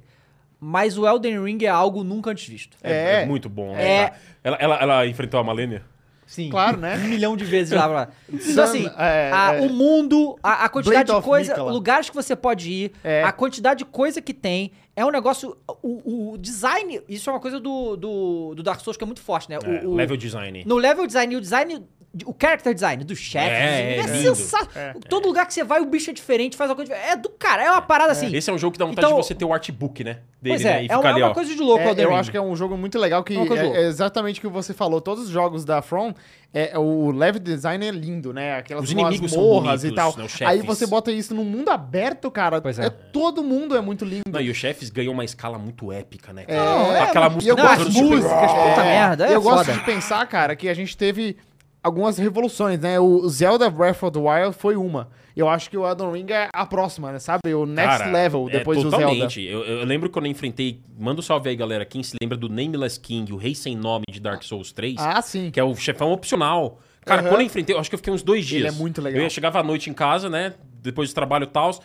[SPEAKER 1] Mas o Elden Ring é algo nunca antes visto.
[SPEAKER 2] É,
[SPEAKER 3] É,
[SPEAKER 2] muito bom.
[SPEAKER 1] É.
[SPEAKER 2] né, cara? Ela, ela, ela enfrentou a Malenia?
[SPEAKER 1] Sim.
[SPEAKER 3] claro, né?
[SPEAKER 1] Um milhão de vezes lá. lá. Então, assim,
[SPEAKER 3] é,
[SPEAKER 1] a-
[SPEAKER 3] é.
[SPEAKER 1] o mundo, a, a quantidade
[SPEAKER 3] Blade
[SPEAKER 1] de
[SPEAKER 3] of
[SPEAKER 1] coisa,
[SPEAKER 3] Mikala.
[SPEAKER 1] lugares que você pode ir,
[SPEAKER 3] É.
[SPEAKER 1] a quantidade de coisa que tem, é um negócio. O, o design, isso é uma coisa do, do, do Dark Souls que é muito forte, né?
[SPEAKER 2] É,
[SPEAKER 1] o, o-
[SPEAKER 2] level design.
[SPEAKER 1] No level design, e o design de- o character design do chefe.
[SPEAKER 2] É,
[SPEAKER 1] do-
[SPEAKER 2] é lindo.
[SPEAKER 1] sensacional. Todo lugar que você vai, o bicho é diferente, faz uma coisa diferente. É do cara, é uma parada assim.
[SPEAKER 2] Esse é um jogo que dá vontade
[SPEAKER 1] Então-
[SPEAKER 2] de você ter o artbook, né? Dele,
[SPEAKER 1] pois
[SPEAKER 2] né?
[SPEAKER 1] é,
[SPEAKER 2] E
[SPEAKER 1] é
[SPEAKER 2] ficar
[SPEAKER 1] uma,
[SPEAKER 2] ali,
[SPEAKER 1] é uma
[SPEAKER 2] ó.
[SPEAKER 1] coisa de louco,
[SPEAKER 3] É,
[SPEAKER 1] Elden
[SPEAKER 3] eu
[SPEAKER 1] Ring.
[SPEAKER 3] acho que é um jogo muito legal que
[SPEAKER 1] É uma coisa
[SPEAKER 3] é,
[SPEAKER 1] louca.
[SPEAKER 3] é exatamente o que você falou. Todos os jogos da From, é, o level design é lindo, né? Aquelas
[SPEAKER 2] Os inimigos são
[SPEAKER 3] masmorras e
[SPEAKER 2] bonitos,
[SPEAKER 3] tal.
[SPEAKER 2] né? Os
[SPEAKER 3] Aí
[SPEAKER 2] chefes.
[SPEAKER 3] você bota isso num mundo aberto, cara.
[SPEAKER 1] Pois é.
[SPEAKER 3] todo mundo é muito lindo.
[SPEAKER 2] Não, e os chefes ganham uma escala muito épica, né? cara?
[SPEAKER 1] Não, é,
[SPEAKER 2] Aquela
[SPEAKER 1] mas-
[SPEAKER 2] música
[SPEAKER 1] Não, as
[SPEAKER 2] tocando, tipo,
[SPEAKER 1] músicas, puta merda, é
[SPEAKER 3] eu
[SPEAKER 1] foda.
[SPEAKER 3] gosto de pensar, cara, que a gente teve algumas revoluções, né? O Zelda Breath of the Wild foi uma. Eu acho que o Elden Ring é a próxima, né? Sabe? O next
[SPEAKER 2] Cara,
[SPEAKER 3] level
[SPEAKER 2] é
[SPEAKER 3] depois do Zelda.
[SPEAKER 2] totalmente. Eu, eu lembro quando eu enfrentei. Manda um salve aí, galera. Quem se lembra do Nameless King, o Rei Sem Nome de Dark Souls 3?
[SPEAKER 3] Ah, sim.
[SPEAKER 2] Que é o chefão opcional. Cara,
[SPEAKER 3] Aham.
[SPEAKER 2] quando eu enfrentei, eu acho que eu fiquei uns dois
[SPEAKER 3] Ele
[SPEAKER 2] dias.
[SPEAKER 3] é muito legal.
[SPEAKER 2] Eu ia- chegava à noite em casa, né? Depois do trabalho e tal.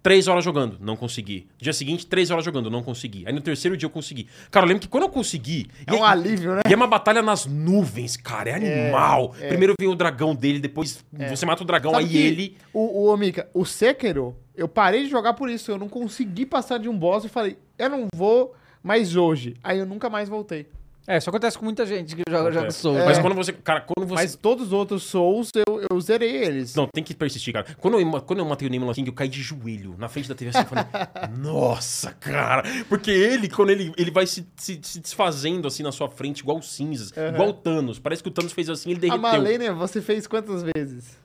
[SPEAKER 2] Três horas jogando, não consegui. Dia seguinte, três horas jogando, não consegui. Aí no terceiro dia eu consegui. Cara, eu lembro que quando eu consegui.
[SPEAKER 3] É um alívio, né?
[SPEAKER 2] E é uma batalha nas nuvens, cara. É animal. Primeiro vem o dragão dele, depois você mata o dragão,
[SPEAKER 3] É.
[SPEAKER 1] então
[SPEAKER 3] Sabe
[SPEAKER 2] aí
[SPEAKER 3] que
[SPEAKER 2] ele.
[SPEAKER 3] O, o Amiga, o Sekiro, eu parei de jogar por isso. Eu não consegui passar de um boss e falei, eu não vou mais hoje. Aí eu nunca mais voltei.
[SPEAKER 1] É, isso acontece com muita gente que joga, joga Souls.
[SPEAKER 2] É.
[SPEAKER 3] né?
[SPEAKER 2] Mas quando você. Cara, quando você.
[SPEAKER 3] Mas todos os outros Souls, eu, eu zerei eles.
[SPEAKER 2] Não, tem que persistir, cara. Quando eu, ma- quando eu matei o Neyman King, eu caí de joelho na frente da TV assim, eu falei, nossa, cara. Porque ele, quando ele, ele vai se, se, se desfazendo assim na sua frente, igual cinzas, igual o Thanos. Parece que o Thanos fez assim, ele
[SPEAKER 3] A
[SPEAKER 2] derreteu.
[SPEAKER 3] Malenia, você fez quantas vezes?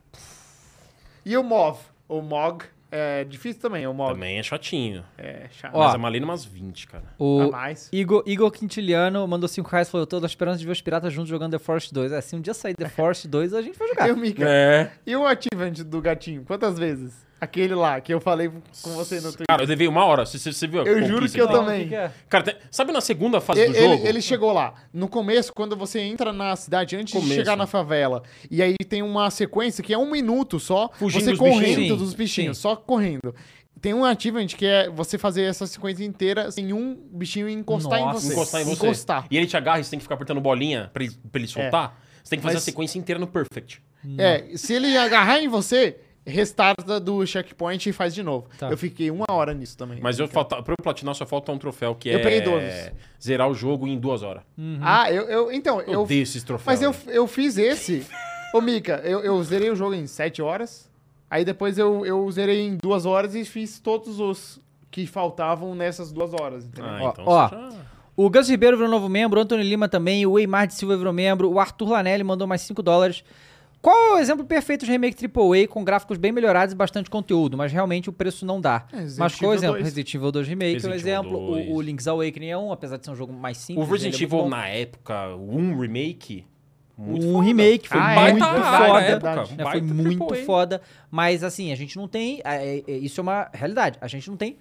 [SPEAKER 3] E o Mov? O Mog é difícil também, o Mog.
[SPEAKER 2] Também é chatinho.
[SPEAKER 3] É chato.
[SPEAKER 1] Ó,
[SPEAKER 2] Mas a Malena umas 20, cara.
[SPEAKER 1] O
[SPEAKER 3] A mais.
[SPEAKER 1] Igor, Igor Quintiliano mandou 5 reais e falou: Eu tô na esperança de ver os piratas juntos jogando The Forest 2. É, se um dia sair The Forest 2, a gente vai jogar.
[SPEAKER 3] E o Mika?
[SPEAKER 2] É.
[SPEAKER 3] E o Ativant do gatinho? Quantas vezes? Aquele lá que eu falei com você no Twitter.
[SPEAKER 2] Cara, eu levei uma hora. Você, você- você viu? a
[SPEAKER 3] Eu
[SPEAKER 2] conquista
[SPEAKER 3] juro que
[SPEAKER 2] e
[SPEAKER 3] eu
[SPEAKER 2] tal?
[SPEAKER 3] também.
[SPEAKER 1] O que que é?
[SPEAKER 2] Cara, tem- sabe na segunda fase
[SPEAKER 3] Ele,
[SPEAKER 2] do jogo?
[SPEAKER 3] ele- ele chegou lá. No começo, quando você entra na cidade, antes de
[SPEAKER 2] Começo.
[SPEAKER 3] chegar na favela, e aí tem uma sequência que é um minuto só,
[SPEAKER 2] Fugindo
[SPEAKER 3] você
[SPEAKER 2] dos
[SPEAKER 3] correndo
[SPEAKER 2] bichinhos.
[SPEAKER 3] dos
[SPEAKER 1] Sim,
[SPEAKER 3] bichinhos,
[SPEAKER 1] sim.
[SPEAKER 3] só correndo. Tem um achievement que é você fazer essa sequência inteira sem um bichinho encostar em
[SPEAKER 1] Nossa.
[SPEAKER 3] você.
[SPEAKER 2] Encostar em você.
[SPEAKER 3] Encostar.
[SPEAKER 2] E ele te agarra e você tem que ficar apertando bolinha pra ele,
[SPEAKER 1] É.
[SPEAKER 2] pra ele soltar. Você tem que fazer
[SPEAKER 3] Mas-
[SPEAKER 2] a sequência inteira no Perfect.
[SPEAKER 3] É, se ele agarrar em você, restarta do checkpoint e faz de novo.
[SPEAKER 1] Tá.
[SPEAKER 3] Eu fiquei uma hora nisso também.
[SPEAKER 2] Mas eu falta, pra eu platinar só falta um troféu que
[SPEAKER 3] Eu
[SPEAKER 2] é
[SPEAKER 3] peguei todos.
[SPEAKER 2] zerar o jogo em duas horas.
[SPEAKER 1] Uhum.
[SPEAKER 3] Ah, eu, eu- então,
[SPEAKER 2] Eu
[SPEAKER 3] eu,
[SPEAKER 2] odeio esses troféus. né?
[SPEAKER 3] Mas eu,
[SPEAKER 2] velho.
[SPEAKER 3] eu fiz esse. Ô, Mika, eu, eu zerei o jogo em 7 horas. Aí depois eu, eu zerei em 2 horas e fiz todos os que faltavam nessas 2 horas, entendeu?
[SPEAKER 2] Ah,
[SPEAKER 1] Ó,
[SPEAKER 2] então
[SPEAKER 1] ó.
[SPEAKER 2] você já-
[SPEAKER 1] O Gus Ribeiro virou novo membro, o Antônio Lima também, o Eymar de Silva virou membro, o Arthur Lanelli mandou mais 5 dólares. Qual é o exemplo perfeito de remake AAA com gráficos bem melhorados e bastante conteúdo, mas realmente o preço não dá?
[SPEAKER 3] É, Resident
[SPEAKER 1] mas qual é o
[SPEAKER 3] Evil
[SPEAKER 1] exemplo?
[SPEAKER 3] 2.
[SPEAKER 1] Resident Evil 2 Remake é um
[SPEAKER 2] Resident Evil
[SPEAKER 1] exemplo, o, o
[SPEAKER 2] 2.
[SPEAKER 1] Link's Awakening é um, apesar de ser um jogo mais
[SPEAKER 2] O
[SPEAKER 1] simples.
[SPEAKER 2] Resident
[SPEAKER 1] ele é muito
[SPEAKER 2] Evil
[SPEAKER 1] bom.
[SPEAKER 2] na época, o um remake, muito
[SPEAKER 1] O
[SPEAKER 2] foda.
[SPEAKER 1] remake foi
[SPEAKER 3] Ah, é,
[SPEAKER 1] muito
[SPEAKER 3] baita
[SPEAKER 2] área,
[SPEAKER 1] foda.
[SPEAKER 2] na época,
[SPEAKER 3] verdade.
[SPEAKER 1] né, foi
[SPEAKER 2] é baita
[SPEAKER 1] muito
[SPEAKER 2] AAA.
[SPEAKER 1] foda. Mas assim, a gente não tem. é, é, é, Isso é uma realidade. A gente não tem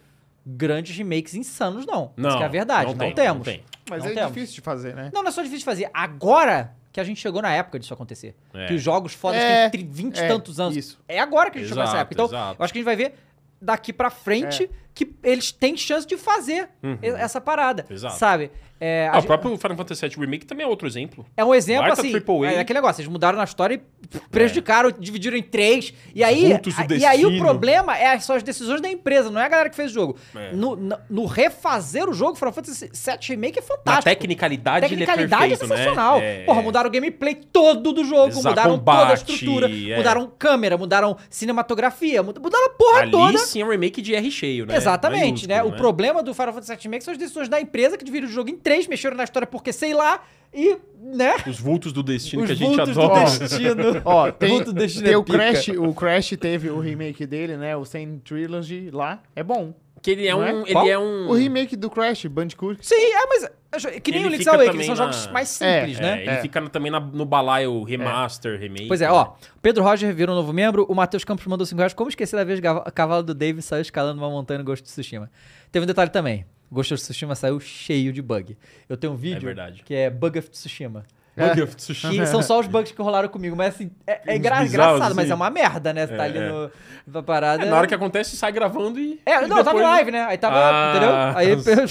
[SPEAKER 1] grandes remakes insanos, não. Isso
[SPEAKER 2] Não,
[SPEAKER 1] que é a verdade. Não,
[SPEAKER 2] não tem, não
[SPEAKER 1] temos.
[SPEAKER 2] tem.
[SPEAKER 3] Mas
[SPEAKER 1] Não
[SPEAKER 3] é
[SPEAKER 1] temos.
[SPEAKER 3] difícil de fazer, né?
[SPEAKER 1] Não, não é só difícil de fazer. Agora que a gente chegou na época disso acontecer.
[SPEAKER 2] É.
[SPEAKER 1] Que os jogos fodas
[SPEAKER 3] É,
[SPEAKER 1] têm tri- 20 e
[SPEAKER 3] é,
[SPEAKER 1] tantos anos.
[SPEAKER 3] isso.
[SPEAKER 1] É agora que a gente chegou nessa
[SPEAKER 2] Exato,
[SPEAKER 1] época. Então,
[SPEAKER 2] exato.
[SPEAKER 1] eu acho que a gente vai ver daqui pra
[SPEAKER 3] É.
[SPEAKER 1] frente que eles têm chance de fazer e- essa parada.
[SPEAKER 2] Uhum. Exato.
[SPEAKER 1] Sabe? É, a
[SPEAKER 2] Ah, o
[SPEAKER 1] gente-
[SPEAKER 2] próprio Final Fantasy VII Remake também é outro exemplo.
[SPEAKER 1] é um exemplo
[SPEAKER 2] Baita
[SPEAKER 1] assim.
[SPEAKER 2] AAA.
[SPEAKER 1] É aquele negócio, eles mudaram na história e prejudicaram, dividiram em três. E aí,
[SPEAKER 2] É. Juntos o
[SPEAKER 1] a- e aí o
[SPEAKER 2] destino.
[SPEAKER 1] problema é são as decisões da empresa, não é a galera que fez o jogo.
[SPEAKER 2] É.
[SPEAKER 1] No, no- no refazer o jogo, Final Fantasy VII Remake é
[SPEAKER 2] Na
[SPEAKER 1] fantástico.
[SPEAKER 2] tecnicalidade,
[SPEAKER 1] Tecnicalidade
[SPEAKER 2] ele
[SPEAKER 1] é
[SPEAKER 2] é perfeito,
[SPEAKER 1] sensacional.
[SPEAKER 2] né? É,
[SPEAKER 1] Porra,
[SPEAKER 2] é.
[SPEAKER 1] mudaram o gameplay todo do jogo,
[SPEAKER 2] Exato,
[SPEAKER 1] mudaram toda a
[SPEAKER 2] combate,
[SPEAKER 1] estrutura,
[SPEAKER 2] é.
[SPEAKER 1] mudaram câmera, mudaram cinematografia, muda- mudaram a porra
[SPEAKER 2] Ali
[SPEAKER 1] toda.
[SPEAKER 2] sim é um remake de R cheio, né?
[SPEAKER 1] Exatamente, né?
[SPEAKER 2] Maiúsculo,
[SPEAKER 1] O problema do Final Fantasy VII Remake são as decisões da empresa que dividiram o jogo em três, mexeram na história porque sei lá, e, né?
[SPEAKER 2] Os vultos do destino
[SPEAKER 1] Os
[SPEAKER 2] que a gente
[SPEAKER 1] vultos do
[SPEAKER 2] adora.
[SPEAKER 1] destino. Destino.
[SPEAKER 3] Ó, tem,
[SPEAKER 1] Muito Destino
[SPEAKER 3] tem
[SPEAKER 1] é
[SPEAKER 3] o
[SPEAKER 1] pica.
[SPEAKER 3] Crash, o Crash teve o remake dele, né? O Sand Trilogy lá, é bom.
[SPEAKER 2] Que ele é
[SPEAKER 3] Não é?
[SPEAKER 2] um...
[SPEAKER 1] Qual?
[SPEAKER 2] Ele é um...
[SPEAKER 3] O remake do Crash, Bandicoot,
[SPEAKER 1] Sim, é, mas é jo- que nem
[SPEAKER 2] Ele
[SPEAKER 1] o Link's
[SPEAKER 2] fica
[SPEAKER 1] Awakening,
[SPEAKER 2] também
[SPEAKER 1] são
[SPEAKER 2] na-
[SPEAKER 1] jogos mais simples,
[SPEAKER 2] É,
[SPEAKER 1] né?
[SPEAKER 2] Ele fica no- também na- no balaio remaster, remake.
[SPEAKER 1] Pois é, ó. Pedro Roger virou um novo membro. O Matheus Campos mandou 5 reais. Como esquecer da vez que o cavalo do Davis saiu escalando uma montanha no Ghost of Tsushima? Teve um detalhe também. Ghost of Tsushima saiu cheio de bug. Eu tenho um vídeo
[SPEAKER 2] verdade.
[SPEAKER 1] que é Bug of Tsushima.
[SPEAKER 2] Bug of Tsushima.
[SPEAKER 1] Que são só os bugs que rolaram comigo. Mas assim, é, é
[SPEAKER 2] Uns
[SPEAKER 1] engra-
[SPEAKER 2] bizarros,
[SPEAKER 1] engraçado, mas
[SPEAKER 2] assim.
[SPEAKER 1] é uma merda, né? Você tá ali
[SPEAKER 2] É, é.
[SPEAKER 1] no, na parada.
[SPEAKER 2] É, na hora que acontece, sai gravando e.
[SPEAKER 1] É,
[SPEAKER 2] e
[SPEAKER 1] não, tava
[SPEAKER 2] depois-
[SPEAKER 1] em live, né? Aí tava,
[SPEAKER 2] Ah,
[SPEAKER 1] entendeu? Aí.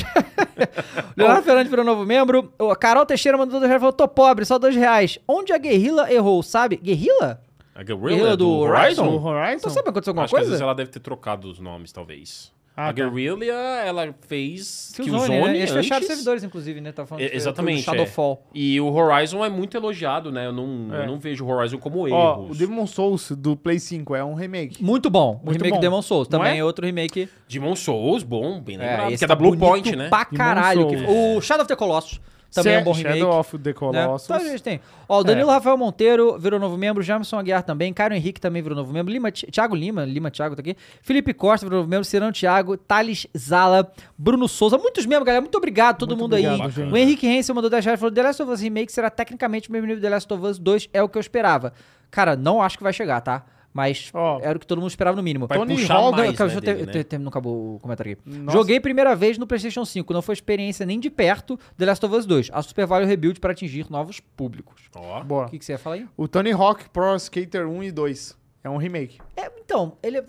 [SPEAKER 1] Leonardo Fernandes virou novo membro. O Carol Teixeira mandou dois reais e falou: tô pobre, só dois reais. Onde a guerrilla errou, sabe? Guerrilla?
[SPEAKER 2] A Guerrilla
[SPEAKER 1] Guerrilla
[SPEAKER 2] do,
[SPEAKER 1] do
[SPEAKER 2] Horizon?
[SPEAKER 3] o Horizon.
[SPEAKER 1] Então sabe aconteceu alguma
[SPEAKER 2] Acho que às
[SPEAKER 1] coisa?
[SPEAKER 2] vezes ela deve ter trocado os nomes, talvez.
[SPEAKER 3] Ah,
[SPEAKER 2] a
[SPEAKER 3] tá.
[SPEAKER 2] Guerrilla, ela fez
[SPEAKER 1] Killzone, né? Eles fecharam os servidores, inclusive, né? Tá falando
[SPEAKER 2] É,
[SPEAKER 1] que foi
[SPEAKER 2] exatamente.
[SPEAKER 1] tudo Shadowfall.
[SPEAKER 2] é. E o Horizon é muito elogiado, né? Eu não,
[SPEAKER 3] É.
[SPEAKER 2] eu não vejo o Horizon como erro.
[SPEAKER 3] Ó, o Demon Souls do Play 5 é um remake.
[SPEAKER 1] Muito bom. O
[SPEAKER 3] Muito
[SPEAKER 1] remake
[SPEAKER 3] bom.
[SPEAKER 1] do Demon Souls.
[SPEAKER 3] Não
[SPEAKER 1] Também
[SPEAKER 3] é?
[SPEAKER 1] é outro remake.
[SPEAKER 2] Demon Souls, bom, bem lembrado.
[SPEAKER 1] esse
[SPEAKER 2] que é
[SPEAKER 1] tá
[SPEAKER 2] da Blue
[SPEAKER 1] bonito
[SPEAKER 2] Point, né?
[SPEAKER 1] Pra
[SPEAKER 3] Demon
[SPEAKER 1] caralho. que-
[SPEAKER 3] Souls.
[SPEAKER 1] O Shadow of the Colossus também é um bom remake.
[SPEAKER 3] Shadow of the
[SPEAKER 1] né?
[SPEAKER 3] Colossus. É.
[SPEAKER 1] Então a gente tem. Ó, o Danilo Rafael Monteiro virou novo membro, Jamerson Aguiar também, Caio Henrique também virou novo membro, Lima, Ti- Thiago Lima, Lima Thiago tá aqui, Felipe Costa virou novo membro, Cirão Thiago, Thales Zala, Bruno Souza, muitos membros, galera, muito obrigado a todo
[SPEAKER 3] Muito
[SPEAKER 1] mundo aí.
[SPEAKER 3] obrigado,
[SPEAKER 2] gente.
[SPEAKER 1] O Henrique Hensel mandou 10 reais e falou, The Last of Us Remake será tecnicamente o mesmo nível do The Last of Us 2, é o que eu esperava. Cara, não acho que vai chegar, tá? Mas
[SPEAKER 3] Ó.
[SPEAKER 1] era o que todo mundo esperava no mínimo.
[SPEAKER 2] Vai
[SPEAKER 3] Tony
[SPEAKER 2] puxar
[SPEAKER 3] Hawk-
[SPEAKER 1] Não,
[SPEAKER 2] mais,
[SPEAKER 1] calma, deixa
[SPEAKER 2] né,
[SPEAKER 1] eu
[SPEAKER 2] dele,
[SPEAKER 1] ter-
[SPEAKER 2] né?
[SPEAKER 1] ter- terminar, não acabou o comentário aqui.
[SPEAKER 3] Nossa.
[SPEAKER 1] Joguei primeira vez no PlayStation 5, não foi experiência nem de perto The Last of Us 2. A Super Value Rebuild para atingir novos públicos.
[SPEAKER 2] Ó.
[SPEAKER 1] O
[SPEAKER 3] Bora.
[SPEAKER 1] que, que você ia falar aí?
[SPEAKER 3] O Tony Hawk Pro Skater 1 e 2 é um remake.
[SPEAKER 1] É, então, ele é,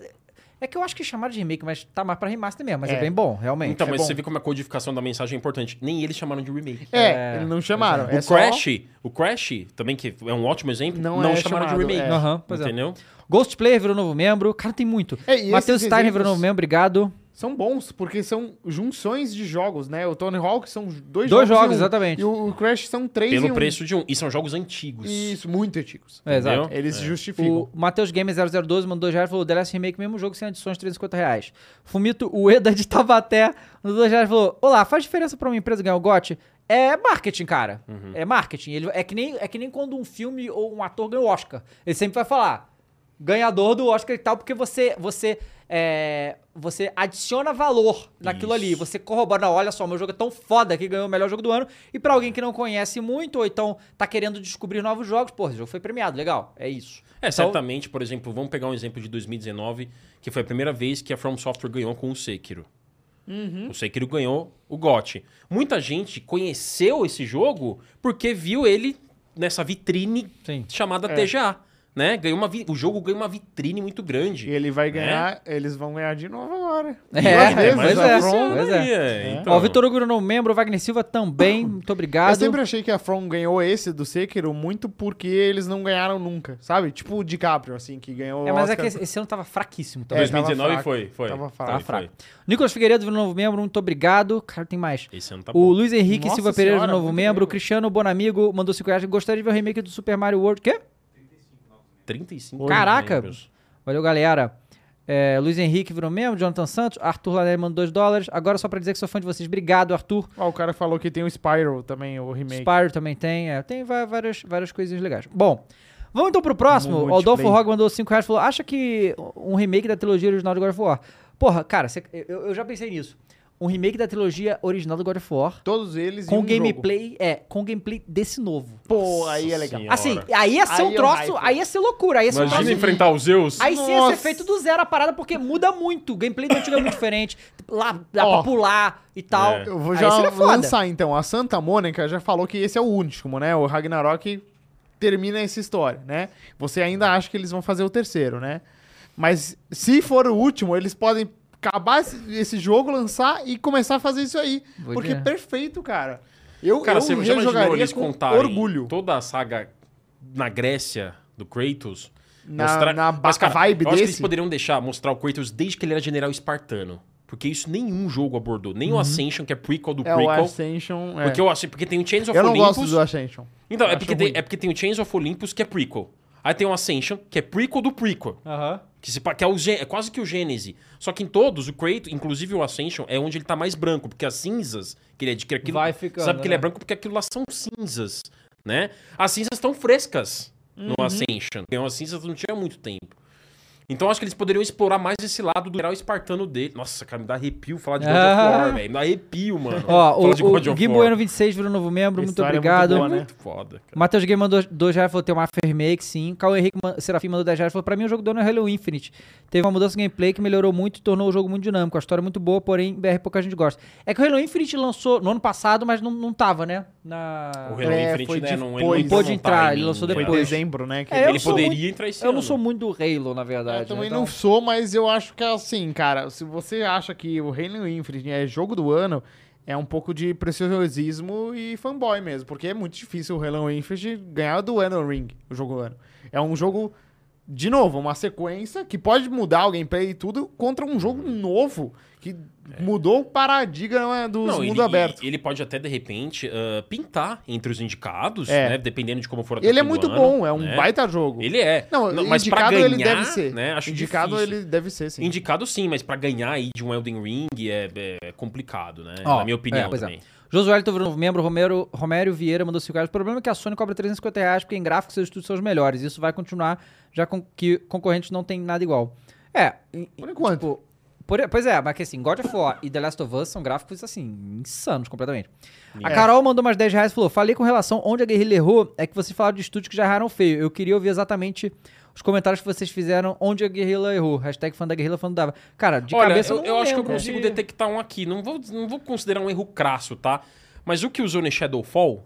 [SPEAKER 1] é que eu acho que chamaram de remake, mas tá mais pra remaster mesmo, mas é,
[SPEAKER 3] É.
[SPEAKER 1] bem bom, realmente.
[SPEAKER 2] Então,
[SPEAKER 3] é
[SPEAKER 2] mas
[SPEAKER 3] bom.
[SPEAKER 2] você vê como a codificação da mensagem é importante. Nem eles chamaram de remake.
[SPEAKER 3] É,
[SPEAKER 1] É,
[SPEAKER 3] eles não chamaram.
[SPEAKER 2] O
[SPEAKER 3] É só-
[SPEAKER 2] Crash, o Crash, também que é um ótimo exemplo,
[SPEAKER 3] Não
[SPEAKER 2] não,
[SPEAKER 3] é
[SPEAKER 2] chamaram
[SPEAKER 3] chamado,
[SPEAKER 2] de remake.
[SPEAKER 3] é.
[SPEAKER 1] Aham, pois é.
[SPEAKER 2] Entendeu?
[SPEAKER 1] Ghost Player virou novo membro, cara, tem muito.
[SPEAKER 3] É, e
[SPEAKER 1] Matheus
[SPEAKER 3] esses
[SPEAKER 1] Steiner
[SPEAKER 3] exemplos-
[SPEAKER 1] virou novo membro, obrigado.
[SPEAKER 3] São bons, porque são junções de jogos, né? O Tony Hawk são
[SPEAKER 1] Dois
[SPEAKER 3] dois, jogos,
[SPEAKER 1] jogos,
[SPEAKER 3] em um.
[SPEAKER 1] exatamente.
[SPEAKER 3] E o o Crash são três em
[SPEAKER 2] Pelo
[SPEAKER 3] um.
[SPEAKER 2] preço de um. E são jogos antigos.
[SPEAKER 3] Isso, muito antigos.
[SPEAKER 1] É, exato.
[SPEAKER 2] Entendeu?
[SPEAKER 3] Eles se
[SPEAKER 1] O
[SPEAKER 3] justificam.
[SPEAKER 1] Matheus Gamer 0012 mandou já e falou: The Last Remake, mesmo jogo sem adições, 350 reais. Fumito Ueda de Tabaté mandou 2 reais e falou: Olá, faz diferença pra uma empresa ganhar o GOT? É marketing, cara. É marketing. Ele, é, que nem, é que nem quando um filme ou um ator ganha o Oscar. Ele sempre vai falar: ganhador do Oscar e tal, porque você. você é, você adiciona valor naquilo ali,
[SPEAKER 2] Isso.
[SPEAKER 1] você corrobora, "Não, olha só, meu jogo é tão foda que ganhou o melhor jogo do ano. E pra alguém que não conhece muito ou então tá querendo descobrir novos jogos, pô, esse jogo foi premiado, legal, é isso.
[SPEAKER 2] É,
[SPEAKER 1] Então-
[SPEAKER 2] certamente, por exemplo, vamos pegar um exemplo de 2019, que foi a primeira vez que a From Software ganhou com o Sekiro.
[SPEAKER 3] Uhum.
[SPEAKER 2] O Sekiro ganhou o GOT. Muita gente conheceu esse jogo porque viu ele nessa vitrine
[SPEAKER 1] Sim.
[SPEAKER 2] chamada
[SPEAKER 3] É.
[SPEAKER 2] TGA, né? Ganhou uma vi- O jogo ganhou uma vitrine muito grande.
[SPEAKER 3] E ele vai ganhar, eles vão ganhar de novo agora.
[SPEAKER 1] É,
[SPEAKER 3] Duas vezes,
[SPEAKER 1] mas
[SPEAKER 3] a
[SPEAKER 1] é.
[SPEAKER 3] From-
[SPEAKER 1] Pois é.
[SPEAKER 2] Aí, é, então.
[SPEAKER 1] Ó, o Vitor Hugo virou membro, o Wagner Silva também, muito obrigado.
[SPEAKER 3] Eu É sempre achei que a From ganhou esse do Sekiro muito porque eles não ganharam nunca, sabe? Tipo o DiCaprio, assim, que ganhou.
[SPEAKER 1] É, mas é
[SPEAKER 3] Oscar.
[SPEAKER 1] que esse esse ano tava fraquíssimo também.
[SPEAKER 3] É, tava
[SPEAKER 2] 2019
[SPEAKER 3] fraco,
[SPEAKER 2] foi, foi.
[SPEAKER 3] tava fraco.
[SPEAKER 2] foi,
[SPEAKER 1] tava
[SPEAKER 2] foi.
[SPEAKER 1] fraco. Nicolas Figueiredo virou novo membro, muito obrigado. Cara, tem mais.
[SPEAKER 2] Esse ano tá
[SPEAKER 1] o
[SPEAKER 2] bom.
[SPEAKER 1] Luiz Henrique
[SPEAKER 3] Nossa
[SPEAKER 1] Silva Pereira,
[SPEAKER 3] senhora,
[SPEAKER 1] novo
[SPEAKER 3] muito
[SPEAKER 1] membro.
[SPEAKER 3] membro.
[SPEAKER 1] Cristiano Bonamigo mandou 5 reais. Gostaria de ver o remake do Super Mario World. Quê?
[SPEAKER 2] 35
[SPEAKER 1] Caraca!
[SPEAKER 2] membros.
[SPEAKER 1] Valeu, galera. É, Luiz Henrique virou membro. Jonathan Santos. Arthur Lanelli mandou 2 dólares. Agora só pra dizer que sou fã de vocês. Obrigado, Arthur.
[SPEAKER 3] Ó, Ah, o cara falou que tem o Spyro também, o remake.
[SPEAKER 1] Spyro também tem, é, tem va- várias, várias coisinhas legais. Bom, vamos então pro próximo.
[SPEAKER 3] Multiplayer.
[SPEAKER 1] O Adolfo Rog mandou 5 reais e falou: acha que um remake da trilogia original de God of War. Porra, cara, cê- eu, eu já pensei nisso. Um remake da trilogia original do God of War
[SPEAKER 3] Todos eles
[SPEAKER 1] com
[SPEAKER 3] em um
[SPEAKER 1] gameplay. É, com gameplay desse novo.
[SPEAKER 3] Jogo. Pô, aí é legal.
[SPEAKER 2] Senhora.
[SPEAKER 1] Assim, aí ia ser
[SPEAKER 3] Aí
[SPEAKER 1] um
[SPEAKER 3] é o
[SPEAKER 1] troço,
[SPEAKER 3] hype.
[SPEAKER 1] aí ia ser loucura, aí ia ser um
[SPEAKER 3] tá
[SPEAKER 1] troço
[SPEAKER 3] assim,
[SPEAKER 2] Imagina enfrentar os Zeus.
[SPEAKER 1] Aí sim ia ser
[SPEAKER 3] Nossa.
[SPEAKER 1] feito do zero a parada, porque muda muito. O gameplay do antigo é muito diferente. Lá dá pra
[SPEAKER 3] Ó.
[SPEAKER 1] pular e tal.
[SPEAKER 2] É.
[SPEAKER 3] Eu vou
[SPEAKER 1] Aí
[SPEAKER 3] já
[SPEAKER 1] seria foda.
[SPEAKER 3] lançar então. A Santa Mônica já falou que esse é o último, né? O Ragnarok termina essa história, né? Você ainda acha que eles vão fazer o terceiro, né? Mas se for o último, eles podem acabar esse- esse jogo, lançar e começar a fazer isso aí.
[SPEAKER 1] Boa
[SPEAKER 3] porque
[SPEAKER 1] ideia.
[SPEAKER 3] perfeito, cara. Eu,
[SPEAKER 2] Cara,
[SPEAKER 3] eu
[SPEAKER 2] você já imaginou
[SPEAKER 3] rejogaria
[SPEAKER 2] eles
[SPEAKER 3] com
[SPEAKER 2] contarem
[SPEAKER 3] orgulho.
[SPEAKER 2] toda a saga na Grécia do Kratos?
[SPEAKER 3] Na- na ba- vibe
[SPEAKER 2] eu acho que eles
[SPEAKER 3] desse?
[SPEAKER 2] poderiam deixar mostrar o Kratos desde que ele era general espartano. Porque isso nenhum jogo abordou. Nem o Ascension, que é prequel do
[SPEAKER 3] Uhum. É o
[SPEAKER 2] prequel.
[SPEAKER 3] Ascension. é.
[SPEAKER 2] Porque, eu acho, porque tem o Chains of
[SPEAKER 3] Eu não
[SPEAKER 2] Olympus.
[SPEAKER 3] gosto do Ascension.
[SPEAKER 2] Então, é
[SPEAKER 3] Acho
[SPEAKER 2] porque, tem,
[SPEAKER 3] ruim.
[SPEAKER 2] é porque tem o Chains of Olympus, que é prequel. Aí tem o Ascension, que é prequel do prequel.
[SPEAKER 1] Aham.
[SPEAKER 2] Que, se pa- que é, o gê- é quase que o Gênese. Só que em todos, o Kratos, inclusive o Ascension, é onde ele tá mais branco, porque as cinzas que ele adquire aquilo.
[SPEAKER 1] Vai ficando,
[SPEAKER 2] sabe que ele é
[SPEAKER 1] né?
[SPEAKER 2] branco porque aquilo lá são cinzas, né? As cinzas estão frescas
[SPEAKER 1] Uhum.
[SPEAKER 2] no Ascension. Então, as cinzas não tinha muito tempo. Então acho que eles poderiam explorar mais esse lado do geral espartano dele. Nossa, cara, me dá arrepio falar de God
[SPEAKER 1] Ah.
[SPEAKER 2] of War, velho. Me dá arrepio, mano.
[SPEAKER 1] Ó,
[SPEAKER 2] falar
[SPEAKER 1] o, é um o Gui
[SPEAKER 2] War.
[SPEAKER 1] Bueno26 virou novo membro,
[SPEAKER 3] Essa
[SPEAKER 1] muito
[SPEAKER 3] área é muito
[SPEAKER 1] obrigado.
[SPEAKER 3] boa, né?
[SPEAKER 2] Muito foda, cara.
[SPEAKER 1] Matheus Gui mandou 2 reais, falou, tem uma Fermake, sim. Cauê Henrique man- Serafim mandou 10 reais, falou, pra mim o jogo do ano é Halo Infinite. Teve uma mudança no gameplay que melhorou muito e tornou o jogo muito dinâmico. A história é muito boa, porém, BR pouca gente gosta. É que o Halo Infinite lançou no ano passado, mas não, não tava, né? Na...
[SPEAKER 2] O Halo
[SPEAKER 3] É,
[SPEAKER 2] Infinite,
[SPEAKER 3] foi
[SPEAKER 2] né? Não,
[SPEAKER 3] depois.
[SPEAKER 2] não
[SPEAKER 3] Pôde
[SPEAKER 2] entrou no
[SPEAKER 1] entrar, ele
[SPEAKER 2] timing,
[SPEAKER 1] lançou
[SPEAKER 2] né?
[SPEAKER 3] Foi em
[SPEAKER 1] depois.
[SPEAKER 3] depois. né? Que
[SPEAKER 1] É, eu
[SPEAKER 2] Ele
[SPEAKER 1] sou
[SPEAKER 2] poderia
[SPEAKER 1] muito-
[SPEAKER 2] entrar esse
[SPEAKER 1] Eu
[SPEAKER 2] ano.
[SPEAKER 1] não sou muito do Halo, na verdade.
[SPEAKER 3] É, Eu também
[SPEAKER 1] né? Então-
[SPEAKER 3] não sou, mas eu acho que assim, cara, se você acha que o Halo Infinite é jogo do ano, é um pouco de preciosismo e fanboy mesmo, porque é muito difícil o Halo Infinite ganhar do ano Ring, o jogo do ano. É um jogo de novo, uma sequência que pode mudar o gameplay e tudo contra um
[SPEAKER 2] Uhum.
[SPEAKER 3] jogo novo que mudou o paradigma né, dos
[SPEAKER 2] É. Não,
[SPEAKER 3] mundo
[SPEAKER 2] ele,
[SPEAKER 3] aberto.
[SPEAKER 2] Ele pode até, de repente, ah, pintar entre os indicados,
[SPEAKER 3] É.
[SPEAKER 2] né? Dependendo de como for a
[SPEAKER 3] Ele é
[SPEAKER 2] do
[SPEAKER 3] muito
[SPEAKER 2] ano,
[SPEAKER 3] bom, é um
[SPEAKER 2] né?
[SPEAKER 3] baita jogo.
[SPEAKER 2] Ele é.
[SPEAKER 3] Não,
[SPEAKER 2] Não, mas pra
[SPEAKER 3] indicado ele
[SPEAKER 2] ganhar,
[SPEAKER 3] deve ser.
[SPEAKER 2] né, acho
[SPEAKER 3] indicado
[SPEAKER 2] difícil.
[SPEAKER 3] ele deve ser, sim.
[SPEAKER 2] Indicado sim, mas pra ganhar aí de um Elden Ring é, é complicado, né?
[SPEAKER 1] Ó,
[SPEAKER 2] Na minha opinião
[SPEAKER 1] é, pois é.
[SPEAKER 2] também.
[SPEAKER 1] Josué Elton virou novo membro, Romero, Romério Vieira mandou 5 reais. O problema é que a Sony cobra 350 reais porque em gráficos seus estudos são os melhores. Isso vai continuar, já com que concorrentes não tem nada igual. É, em-
[SPEAKER 3] Por enquanto.
[SPEAKER 1] tipo, por- pois é, mas que assim, God of War e The Last of Us são gráficos, assim, insanos completamente. A
[SPEAKER 2] É.
[SPEAKER 1] Carol mandou umas 10 reais e falou, falei com relação onde a guerrilha errou, é que vocês falaram de estúdios que já erraram feio. Eu queria ouvir exatamente os comentários que vocês fizeram onde a guerrilha errou. Hashtag fã da guerrilha, fã do Dava. Cara, de
[SPEAKER 2] Olha,
[SPEAKER 1] cabeça eu,
[SPEAKER 2] eu,
[SPEAKER 1] não
[SPEAKER 2] eu acho que eu
[SPEAKER 1] lembro. É.
[SPEAKER 2] consigo detectar um aqui. Não vou, não vou considerar um erro crasso, tá? Mas o que usou no Shadowfall,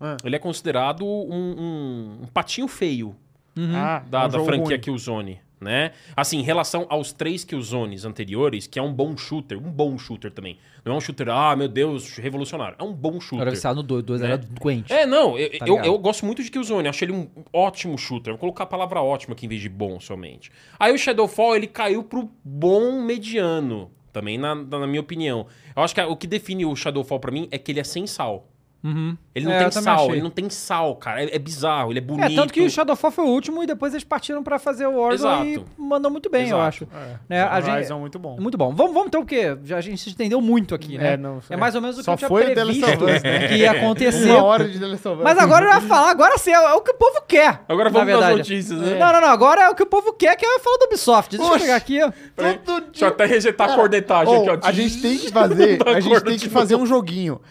[SPEAKER 3] Ah.
[SPEAKER 2] ele é considerado um, um- um patinho feio
[SPEAKER 3] Ah,
[SPEAKER 2] uhum. da,
[SPEAKER 3] é um
[SPEAKER 2] da
[SPEAKER 3] jogo
[SPEAKER 2] franquia
[SPEAKER 3] ruim.
[SPEAKER 2] Killzone, né? Assim, em relação aos três Killzones anteriores, que é um bom shooter, um bom shooter também. Não é um shooter, ah, meu Deus, revolucionário. É um bom
[SPEAKER 1] Eu era
[SPEAKER 2] shooter.
[SPEAKER 1] viciado tá no 2, 2 era
[SPEAKER 2] Né?
[SPEAKER 1] doente.
[SPEAKER 2] É, não, eu,
[SPEAKER 1] Tá
[SPEAKER 2] eu,
[SPEAKER 1] ligado?
[SPEAKER 2] eu gosto muito de Killzone, acho ele um ótimo shooter. Vou colocar a palavra ótima aqui em vez de bom somente. Aí o Shadowfall, ele caiu pro bom mediano, também na, na minha opinião. Eu acho que a- o que define o Shadowfall pra mim é que ele é sem sal.
[SPEAKER 1] Uhum.
[SPEAKER 2] Ele não
[SPEAKER 1] É, eu
[SPEAKER 2] tem
[SPEAKER 1] também
[SPEAKER 2] sal,
[SPEAKER 1] achei.
[SPEAKER 2] ele não tem sal, cara. É, é bizarro, ele é bonito.
[SPEAKER 1] É, tanto que o Shadowfall foi o último e depois eles partiram pra fazer o Warzone
[SPEAKER 2] Exato.
[SPEAKER 1] e mandou muito bem, eu
[SPEAKER 2] Exato.
[SPEAKER 1] acho.
[SPEAKER 3] É.
[SPEAKER 1] Né, a gente-
[SPEAKER 3] Horizon é muito bom.
[SPEAKER 1] Muito bom. Vamos, vamos então, porque já a gente se estendeu muito aqui, né?
[SPEAKER 3] É, não,
[SPEAKER 1] é mais ou menos o que
[SPEAKER 3] Só
[SPEAKER 1] eu tinha
[SPEAKER 3] foi o The
[SPEAKER 1] previsto
[SPEAKER 3] Last of Us, né?
[SPEAKER 1] que ia acontecer.
[SPEAKER 3] Uma hora de The Last of Us.
[SPEAKER 1] Mas agora eu ia falar, agora sim, é o que o povo quer. na
[SPEAKER 2] Agora vamos nas
[SPEAKER 1] verdade.
[SPEAKER 2] notícias, né?
[SPEAKER 1] Não, não, não, agora é o que o povo quer, que é falar do Ubisoft. Deixa eu
[SPEAKER 3] Oxe.
[SPEAKER 1] pegar aqui. ó.
[SPEAKER 2] Peraí,
[SPEAKER 3] Todo
[SPEAKER 2] Deixa eu até rejeitar a
[SPEAKER 3] Cara,
[SPEAKER 2] cornetagem
[SPEAKER 3] oh,
[SPEAKER 2] aqui, ó.
[SPEAKER 3] A gente tem que fazer,
[SPEAKER 2] Da tipo.
[SPEAKER 3] a gente
[SPEAKER 2] corda
[SPEAKER 3] tem que
[SPEAKER 2] de
[SPEAKER 3] fazer um joguinho.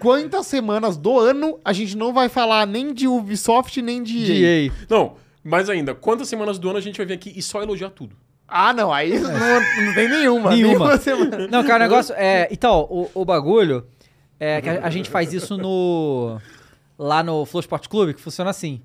[SPEAKER 3] Quantas semanas do ano a gente não vai falar nem de Ubisoft nem de, EA?
[SPEAKER 1] EA.
[SPEAKER 2] Não, mas ainda, quantas semanas do ano a gente vai vir aqui e só elogiar tudo?
[SPEAKER 3] Ah, não, aí não, não tem
[SPEAKER 1] Nenhuma.
[SPEAKER 3] nenhuma, nenhuma. semana.
[SPEAKER 1] Não, cara, o negócio é. Então, o, o bagulho é que a, a gente faz isso no. Lá no Flow Sport Clube, que funciona assim.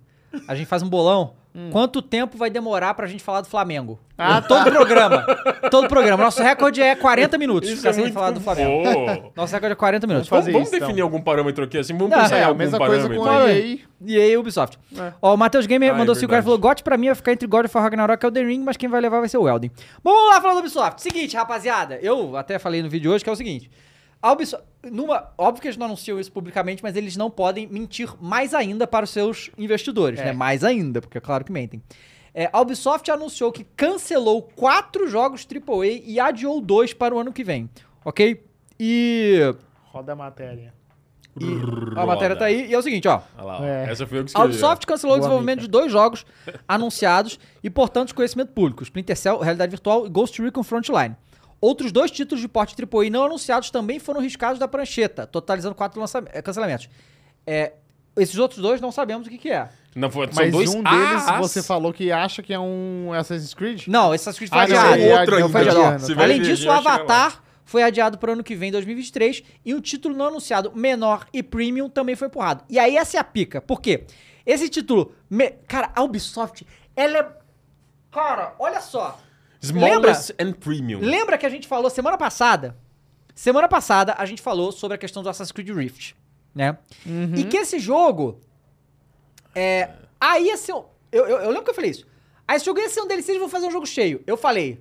[SPEAKER 1] A gente faz um bolão. Quanto tempo vai demorar pra gente falar do Flamengo?
[SPEAKER 3] Hum. Ah,
[SPEAKER 1] todo programa. Todo programa. Nosso recorde é 40 minutos ficar sem falar do Flamengo.
[SPEAKER 2] Pô.
[SPEAKER 1] Nosso recorde é 40 minutos.
[SPEAKER 3] Vamos fazer
[SPEAKER 2] Vamos
[SPEAKER 3] isso, então.
[SPEAKER 2] definir algum parâmetro aqui, assim, vamos
[SPEAKER 1] Não,
[SPEAKER 2] pensar
[SPEAKER 3] É,
[SPEAKER 2] em
[SPEAKER 3] a
[SPEAKER 2] algum
[SPEAKER 3] mesma coisa
[SPEAKER 2] parâmetro.
[SPEAKER 3] com
[SPEAKER 2] aí.
[SPEAKER 3] a EA.
[SPEAKER 1] E aí, Ubisoft. Ó, o Matheus Gamer
[SPEAKER 2] Ah, é
[SPEAKER 1] mandou 5 reais e
[SPEAKER 2] verdade.
[SPEAKER 1] falou: Gote pra mim vai ficar entre God of War Ragnarok e Elden Ring, mas quem vai levar vai ser o Elden. Bom, vamos lá falar do Ubisoft. Seguinte, rapaziada, eu até falei no vídeo hoje que é o seguinte: a Ubisoft. Numa, óbvio que eles não anunciam isso publicamente, mas eles não podem mentir mais ainda para os seus investidores, né? Mais ainda, porque é claro que mentem. É, a Ubisoft anunciou que cancelou quatro jogos AAA e adiou dois para o ano que vem, ok? E.
[SPEAKER 3] Roda a matéria.
[SPEAKER 1] e a matéria tá aí. E é o seguinte, ó.
[SPEAKER 2] Olha lá, ó.
[SPEAKER 3] É.
[SPEAKER 2] essa foi eu que
[SPEAKER 1] A
[SPEAKER 2] escrevi.
[SPEAKER 1] Ubisoft cancelou
[SPEAKER 3] Boa,
[SPEAKER 1] o desenvolvimento
[SPEAKER 3] Mika.
[SPEAKER 1] de dois jogos anunciados e, portanto, de conhecimento público: Splinter Cell, Realidade Virtual e Ghost Recon Frontline. Outros dois títulos de porte AAA não anunciados também foram riscados da prancheta, totalizando quatro lançam- eh, cancelamentos. É, esses outros dois não sabemos o que, que é.
[SPEAKER 2] Não, foi- são
[SPEAKER 3] Mas
[SPEAKER 2] dois
[SPEAKER 3] um deles
[SPEAKER 2] As.
[SPEAKER 3] você falou que acha que é um Assassin's Creed?
[SPEAKER 1] Não, Assassin's Creed foi
[SPEAKER 3] Ah, não,
[SPEAKER 1] adiado.
[SPEAKER 3] é outro
[SPEAKER 1] Não, foi
[SPEAKER 3] ainda.
[SPEAKER 1] adiado.
[SPEAKER 3] Você
[SPEAKER 2] vai
[SPEAKER 1] Além
[SPEAKER 2] ver,
[SPEAKER 1] disso,
[SPEAKER 2] já
[SPEAKER 1] o
[SPEAKER 2] vai chegar
[SPEAKER 1] Avatar foi adiado para o ano que vem, 2023, e um título não anunciado, menor e premium, também foi empurrado. E aí essa é a pica. Por quê? Esse título... me- Cara, a Ubisoft, ela é... Cara, olha só.
[SPEAKER 2] Smallest and Premium.
[SPEAKER 1] Lembra que a gente falou semana passada? Semana passada a gente falou sobre a questão do Assassin's Creed Rift, né? E que esse jogo. É, aí ia ser. um- Eu, eu, eu lembro que eu falei isso. Aí esse jogo ia ser um DLC, eles vão fazer um jogo cheio. Eu falei.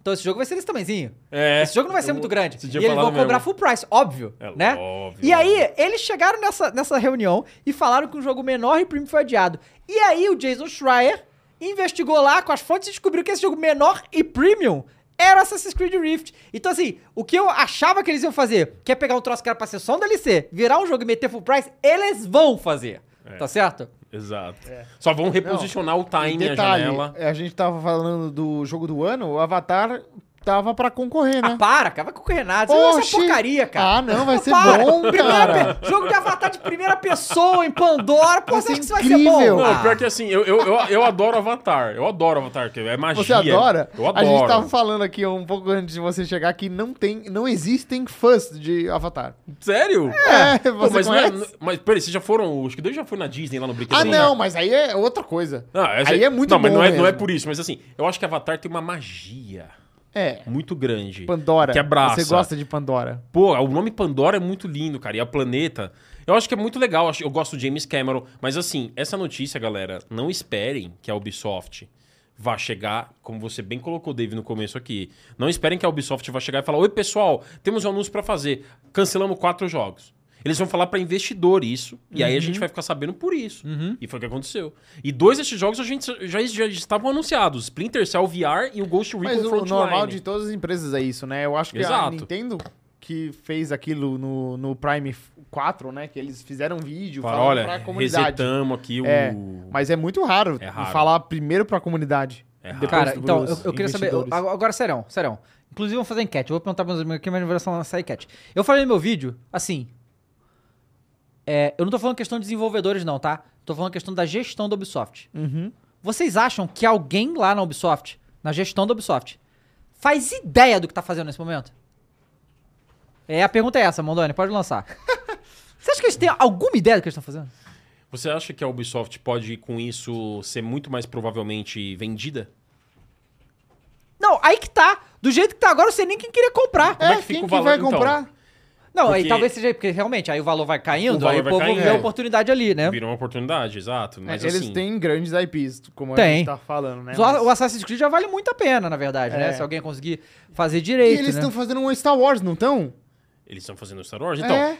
[SPEAKER 1] Então esse jogo vai ser desse tamanzinho.
[SPEAKER 2] É.
[SPEAKER 1] Esse jogo não vai ser muito grande.
[SPEAKER 2] Esse
[SPEAKER 1] E
[SPEAKER 2] dia
[SPEAKER 1] eles vão
[SPEAKER 2] falaram
[SPEAKER 1] cobrar
[SPEAKER 2] mesmo.
[SPEAKER 1] full price, óbvio,
[SPEAKER 2] É
[SPEAKER 1] né?
[SPEAKER 2] óbvio.
[SPEAKER 1] E aí, eles chegaram nessa, nessa reunião e falaram que o jogo menor e premium foi adiado. E aí, o Jason Schreier investigou lá com as fontes e descobriu que esse jogo menor e premium era Assassin's Creed Rift. Então, assim, o que eu achava que eles iam fazer, que é pegar um troço que era pra ser só um DLC, virar um jogo e meter full price, eles vão fazer.
[SPEAKER 2] É.
[SPEAKER 1] Tá certo?
[SPEAKER 2] Exato.
[SPEAKER 1] É.
[SPEAKER 2] Só vão reposicionar o
[SPEAKER 3] E
[SPEAKER 2] time, a
[SPEAKER 3] Detalhe, É.
[SPEAKER 2] janela.
[SPEAKER 3] a gente tava falando do jogo do ano, o Avatar tava pra concorrer, né?
[SPEAKER 1] Ah, para, cara. Vai com o Renato. Isso é essa
[SPEAKER 3] Oxi.
[SPEAKER 1] porcaria, cara.
[SPEAKER 3] Ah, não, vai ser
[SPEAKER 1] Para.
[SPEAKER 3] bom,
[SPEAKER 1] Primeira
[SPEAKER 3] cara.
[SPEAKER 1] pe- Jogo de avatar de primeira pessoa em Pandora. Pô,
[SPEAKER 3] Vai
[SPEAKER 1] você acha
[SPEAKER 3] ser
[SPEAKER 1] que isso vai ser bom?
[SPEAKER 3] incrível.
[SPEAKER 2] Não,
[SPEAKER 1] Ah.
[SPEAKER 2] pior que assim, eu, eu, eu, eu adoro Avatar. Eu adoro Avatar, que é magia.
[SPEAKER 3] Você adora?
[SPEAKER 2] Eu adoro.
[SPEAKER 3] A gente tava falando aqui um pouco antes de você chegar que não tem, não existem fãs de Avatar.
[SPEAKER 2] Sério?
[SPEAKER 3] É,
[SPEAKER 2] Pô,
[SPEAKER 3] você
[SPEAKER 2] mas, não é-
[SPEAKER 3] conhece?
[SPEAKER 2] mas peraí, vocês já foram. Acho que eu já fui na Disney lá no
[SPEAKER 3] Ah,
[SPEAKER 2] Brinquedo.
[SPEAKER 3] não, mas aí é outra coisa.
[SPEAKER 2] Não, essa-
[SPEAKER 3] aí é muito
[SPEAKER 2] não,
[SPEAKER 3] bom
[SPEAKER 2] mas não é, não é
[SPEAKER 3] mesmo.
[SPEAKER 2] por isso, mas assim, eu acho que Avatar tem uma magia
[SPEAKER 3] É,
[SPEAKER 2] muito grande.
[SPEAKER 3] Pandora.
[SPEAKER 2] Que abraça.
[SPEAKER 3] Você gosta de Pandora.
[SPEAKER 2] Pô, o nome Pandora é muito lindo, cara. E a planeta. Eu acho que é muito legal. acho- Eu gosto do James Cameron. Mas assim, essa notícia, galera, não esperem que a Ubisoft vá chegar, como você bem colocou, Dave, no começo aqui. Não esperem que a Ubisoft vá chegar e falar: Oi, pessoal, temos um anúncio para fazer. Cancelamos quatro jogos. Eles vão falar para investidor isso, e
[SPEAKER 3] Uhum.
[SPEAKER 2] aí a gente vai ficar sabendo por isso. E foi o que aconteceu. E dois desses jogos a gente já, já estavam anunciados: Splinter Cell VR e o Ghost Recon
[SPEAKER 3] Mas o
[SPEAKER 2] Frontline.
[SPEAKER 3] normal de todas as empresas é isso, né? Eu acho que a
[SPEAKER 2] Exato.
[SPEAKER 3] Nintendo que fez aquilo no, no Prime 4, né? Que eles fizeram um vídeo
[SPEAKER 2] Fala,
[SPEAKER 3] falando pra
[SPEAKER 2] olha,
[SPEAKER 3] comunidade.
[SPEAKER 2] resetamos aqui o.
[SPEAKER 3] É, mas é muito raro,
[SPEAKER 2] É raro.
[SPEAKER 3] falar primeiro pra comunidade.
[SPEAKER 2] É raro.
[SPEAKER 3] depois
[SPEAKER 1] Cara,
[SPEAKER 3] dos
[SPEAKER 1] então, eu, eu queria saber. eu-
[SPEAKER 3] investidores.
[SPEAKER 1] Agora, serão, serão. Inclusive, vamos fazer enquete. Eu vou perguntar para meus amigos aqui, mas vai lançar enquete. Eu falei no meu vídeo, assim. é, eu não tô falando questão de desenvolvedores, não, tá? Tô falando questão da gestão da Ubisoft.
[SPEAKER 3] Uhum.
[SPEAKER 1] Vocês acham que alguém lá na Ubisoft, na gestão da Ubisoft, faz ideia do que tá fazendo nesse momento? É, a pergunta é essa, Mondoni, pode lançar. Você acha que eles têm alguma ideia do que eles estão fazendo?
[SPEAKER 2] Você acha que a Ubisoft pode, com isso, ser muito mais provavelmente vendida?
[SPEAKER 1] Não, aí que tá. Do jeito que tá agora, eu sei nem quem queria comprar.
[SPEAKER 2] Como é
[SPEAKER 3] É,
[SPEAKER 2] que fica
[SPEAKER 3] quem
[SPEAKER 2] o
[SPEAKER 3] que
[SPEAKER 2] valor,
[SPEAKER 3] vai
[SPEAKER 2] então?
[SPEAKER 3] comprar?
[SPEAKER 1] Não, aí
[SPEAKER 2] Porque-
[SPEAKER 1] talvez seja porque realmente aí o valor vai caindo,
[SPEAKER 2] O valor
[SPEAKER 1] aí o
[SPEAKER 2] vai
[SPEAKER 1] povo
[SPEAKER 2] caindo,
[SPEAKER 1] vê a
[SPEAKER 2] é.
[SPEAKER 1] oportunidade ali, né?
[SPEAKER 2] Virou uma oportunidade, exato. Mas
[SPEAKER 3] É, Eles
[SPEAKER 2] assim,
[SPEAKER 3] têm grandes IPs, como a
[SPEAKER 1] Tem.
[SPEAKER 3] gente tá falando, né?
[SPEAKER 1] Só
[SPEAKER 3] Mas-
[SPEAKER 1] O Assassin's Creed já vale muito a pena, na verdade, né?
[SPEAKER 3] É.
[SPEAKER 1] Se alguém conseguir fazer
[SPEAKER 3] E
[SPEAKER 1] direito,
[SPEAKER 3] eles
[SPEAKER 1] né?
[SPEAKER 3] estão fazendo um Star Wars, não estão?
[SPEAKER 2] eles estão fazendo Star Wars. Então,
[SPEAKER 3] É.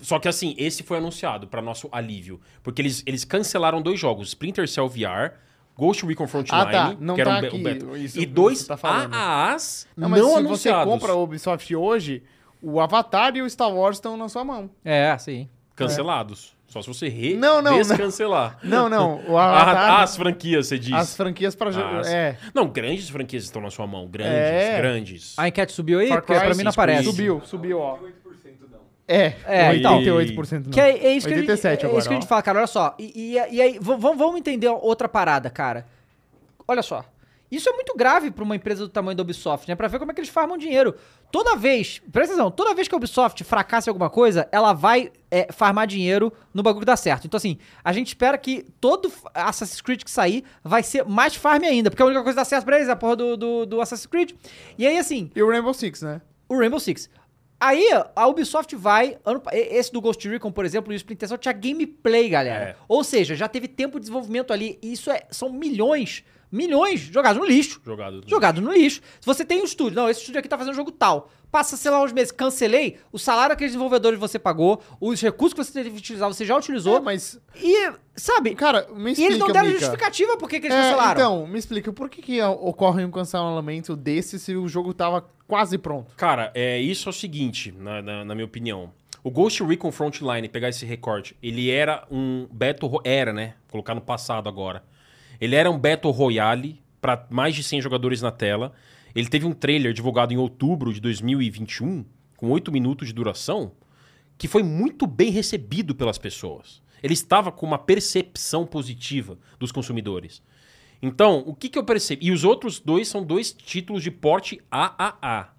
[SPEAKER 2] só que assim, esse foi anunciado para nosso alívio. Porque eles, eles cancelaram dois jogos, Splinter Cell VR, Ghost Recon Frontline,
[SPEAKER 3] Ah, tá. Não
[SPEAKER 2] que era
[SPEAKER 3] tá
[SPEAKER 2] um, be- um
[SPEAKER 3] aqui,
[SPEAKER 2] beta.
[SPEAKER 3] isso
[SPEAKER 2] e
[SPEAKER 3] que
[SPEAKER 2] dois
[SPEAKER 3] você tá falando.
[SPEAKER 2] AAAs não,
[SPEAKER 3] Não, mas se
[SPEAKER 2] anunciados.
[SPEAKER 3] você compra a Ubisoft hoje, o Avatar e o Star Wars estão na sua mão.
[SPEAKER 1] É, sim.
[SPEAKER 2] Cancelados. Só se você re
[SPEAKER 3] né? Não, não, não.
[SPEAKER 2] descancelar.
[SPEAKER 3] Não, não. O
[SPEAKER 2] Ah,
[SPEAKER 3] Avatar,
[SPEAKER 2] As franquias, você diz.
[SPEAKER 3] as franquias pra...
[SPEAKER 2] Ah,
[SPEAKER 3] jogar.
[SPEAKER 2] as-
[SPEAKER 3] é.
[SPEAKER 2] Não, grandes franquias estão na sua mão. Grandes,
[SPEAKER 3] É.
[SPEAKER 2] grandes.
[SPEAKER 1] A enquete subiu aí,
[SPEAKER 3] Far
[SPEAKER 1] porque
[SPEAKER 3] Cry,
[SPEAKER 1] pra mim não aparece.
[SPEAKER 3] Subiu, subiu, ó. É,
[SPEAKER 1] É, então.
[SPEAKER 3] 88% não.
[SPEAKER 1] Que é, é isso que, a,
[SPEAKER 3] 87
[SPEAKER 1] gente, é
[SPEAKER 3] agora,
[SPEAKER 1] isso que a gente
[SPEAKER 3] ó.
[SPEAKER 1] fala, cara. Olha só. E, e- e aí, v- v- vamos entender outra parada, cara. Olha só. Isso é muito grave pra uma empresa do tamanho da Ubisoft, né? Pra ver como é que eles farmam dinheiro. Toda vez, presta atenção, toda vez que a Ubisoft fracassa em alguma coisa, ela vai é, farmar dinheiro no bagulho que dá certo. Então, assim, a gente espera que todo f- Assassin's Creed que sair vai ser mais farm ainda, porque a única coisa que dá certo pra eles é a porra do- do, do Assassin's Creed. E aí, assim,
[SPEAKER 3] E o Rainbow Six, né?
[SPEAKER 1] o Rainbow Six. Aí a Ubisoft vai, ano pa- e- esse do Ghost Recon, por exemplo, e o Splinter Cell tinha gameplay, galera.
[SPEAKER 2] É.
[SPEAKER 1] Ou seja, já teve tempo de desenvolvimento ali. E isso é, são milhões, milhões jogados no lixo.
[SPEAKER 2] Jogado.
[SPEAKER 1] Jogado no lixo. Se você tem um estúdio, não, esse estúdio aqui tá fazendo um jogo tal. Passa, sei lá, uns meses, cancelei, o salário que os desenvolvedores você pagou, os recursos que você teve que utilizar, você já utilizou.
[SPEAKER 3] É, mas,
[SPEAKER 1] E, sabe,
[SPEAKER 3] cara, me explica,
[SPEAKER 1] e eles não deram
[SPEAKER 3] Mika.
[SPEAKER 1] justificativa por que que eles
[SPEAKER 3] É,
[SPEAKER 1] cancelaram.
[SPEAKER 3] então, me explica, por que, que ocorre um cancelamento desse se o jogo tava quase pronto?
[SPEAKER 2] Cara, é, isso é o seguinte, na, na- na minha opinião. O Ghost Recon Frontline, pegar esse recorte, ele era um Battle Ro- Era, né? Vou colocar no passado agora. Ele era um Battle Royale para mais de 100 jogadores na tela. Ele teve um trailer divulgado em outubro de 2021, com 8 minutos de duração, que foi muito bem recebido pelas pessoas. Ele estava com uma percepção positiva dos consumidores. Então, o que, que eu percebi? E os outros dois são dois títulos de porte AAA.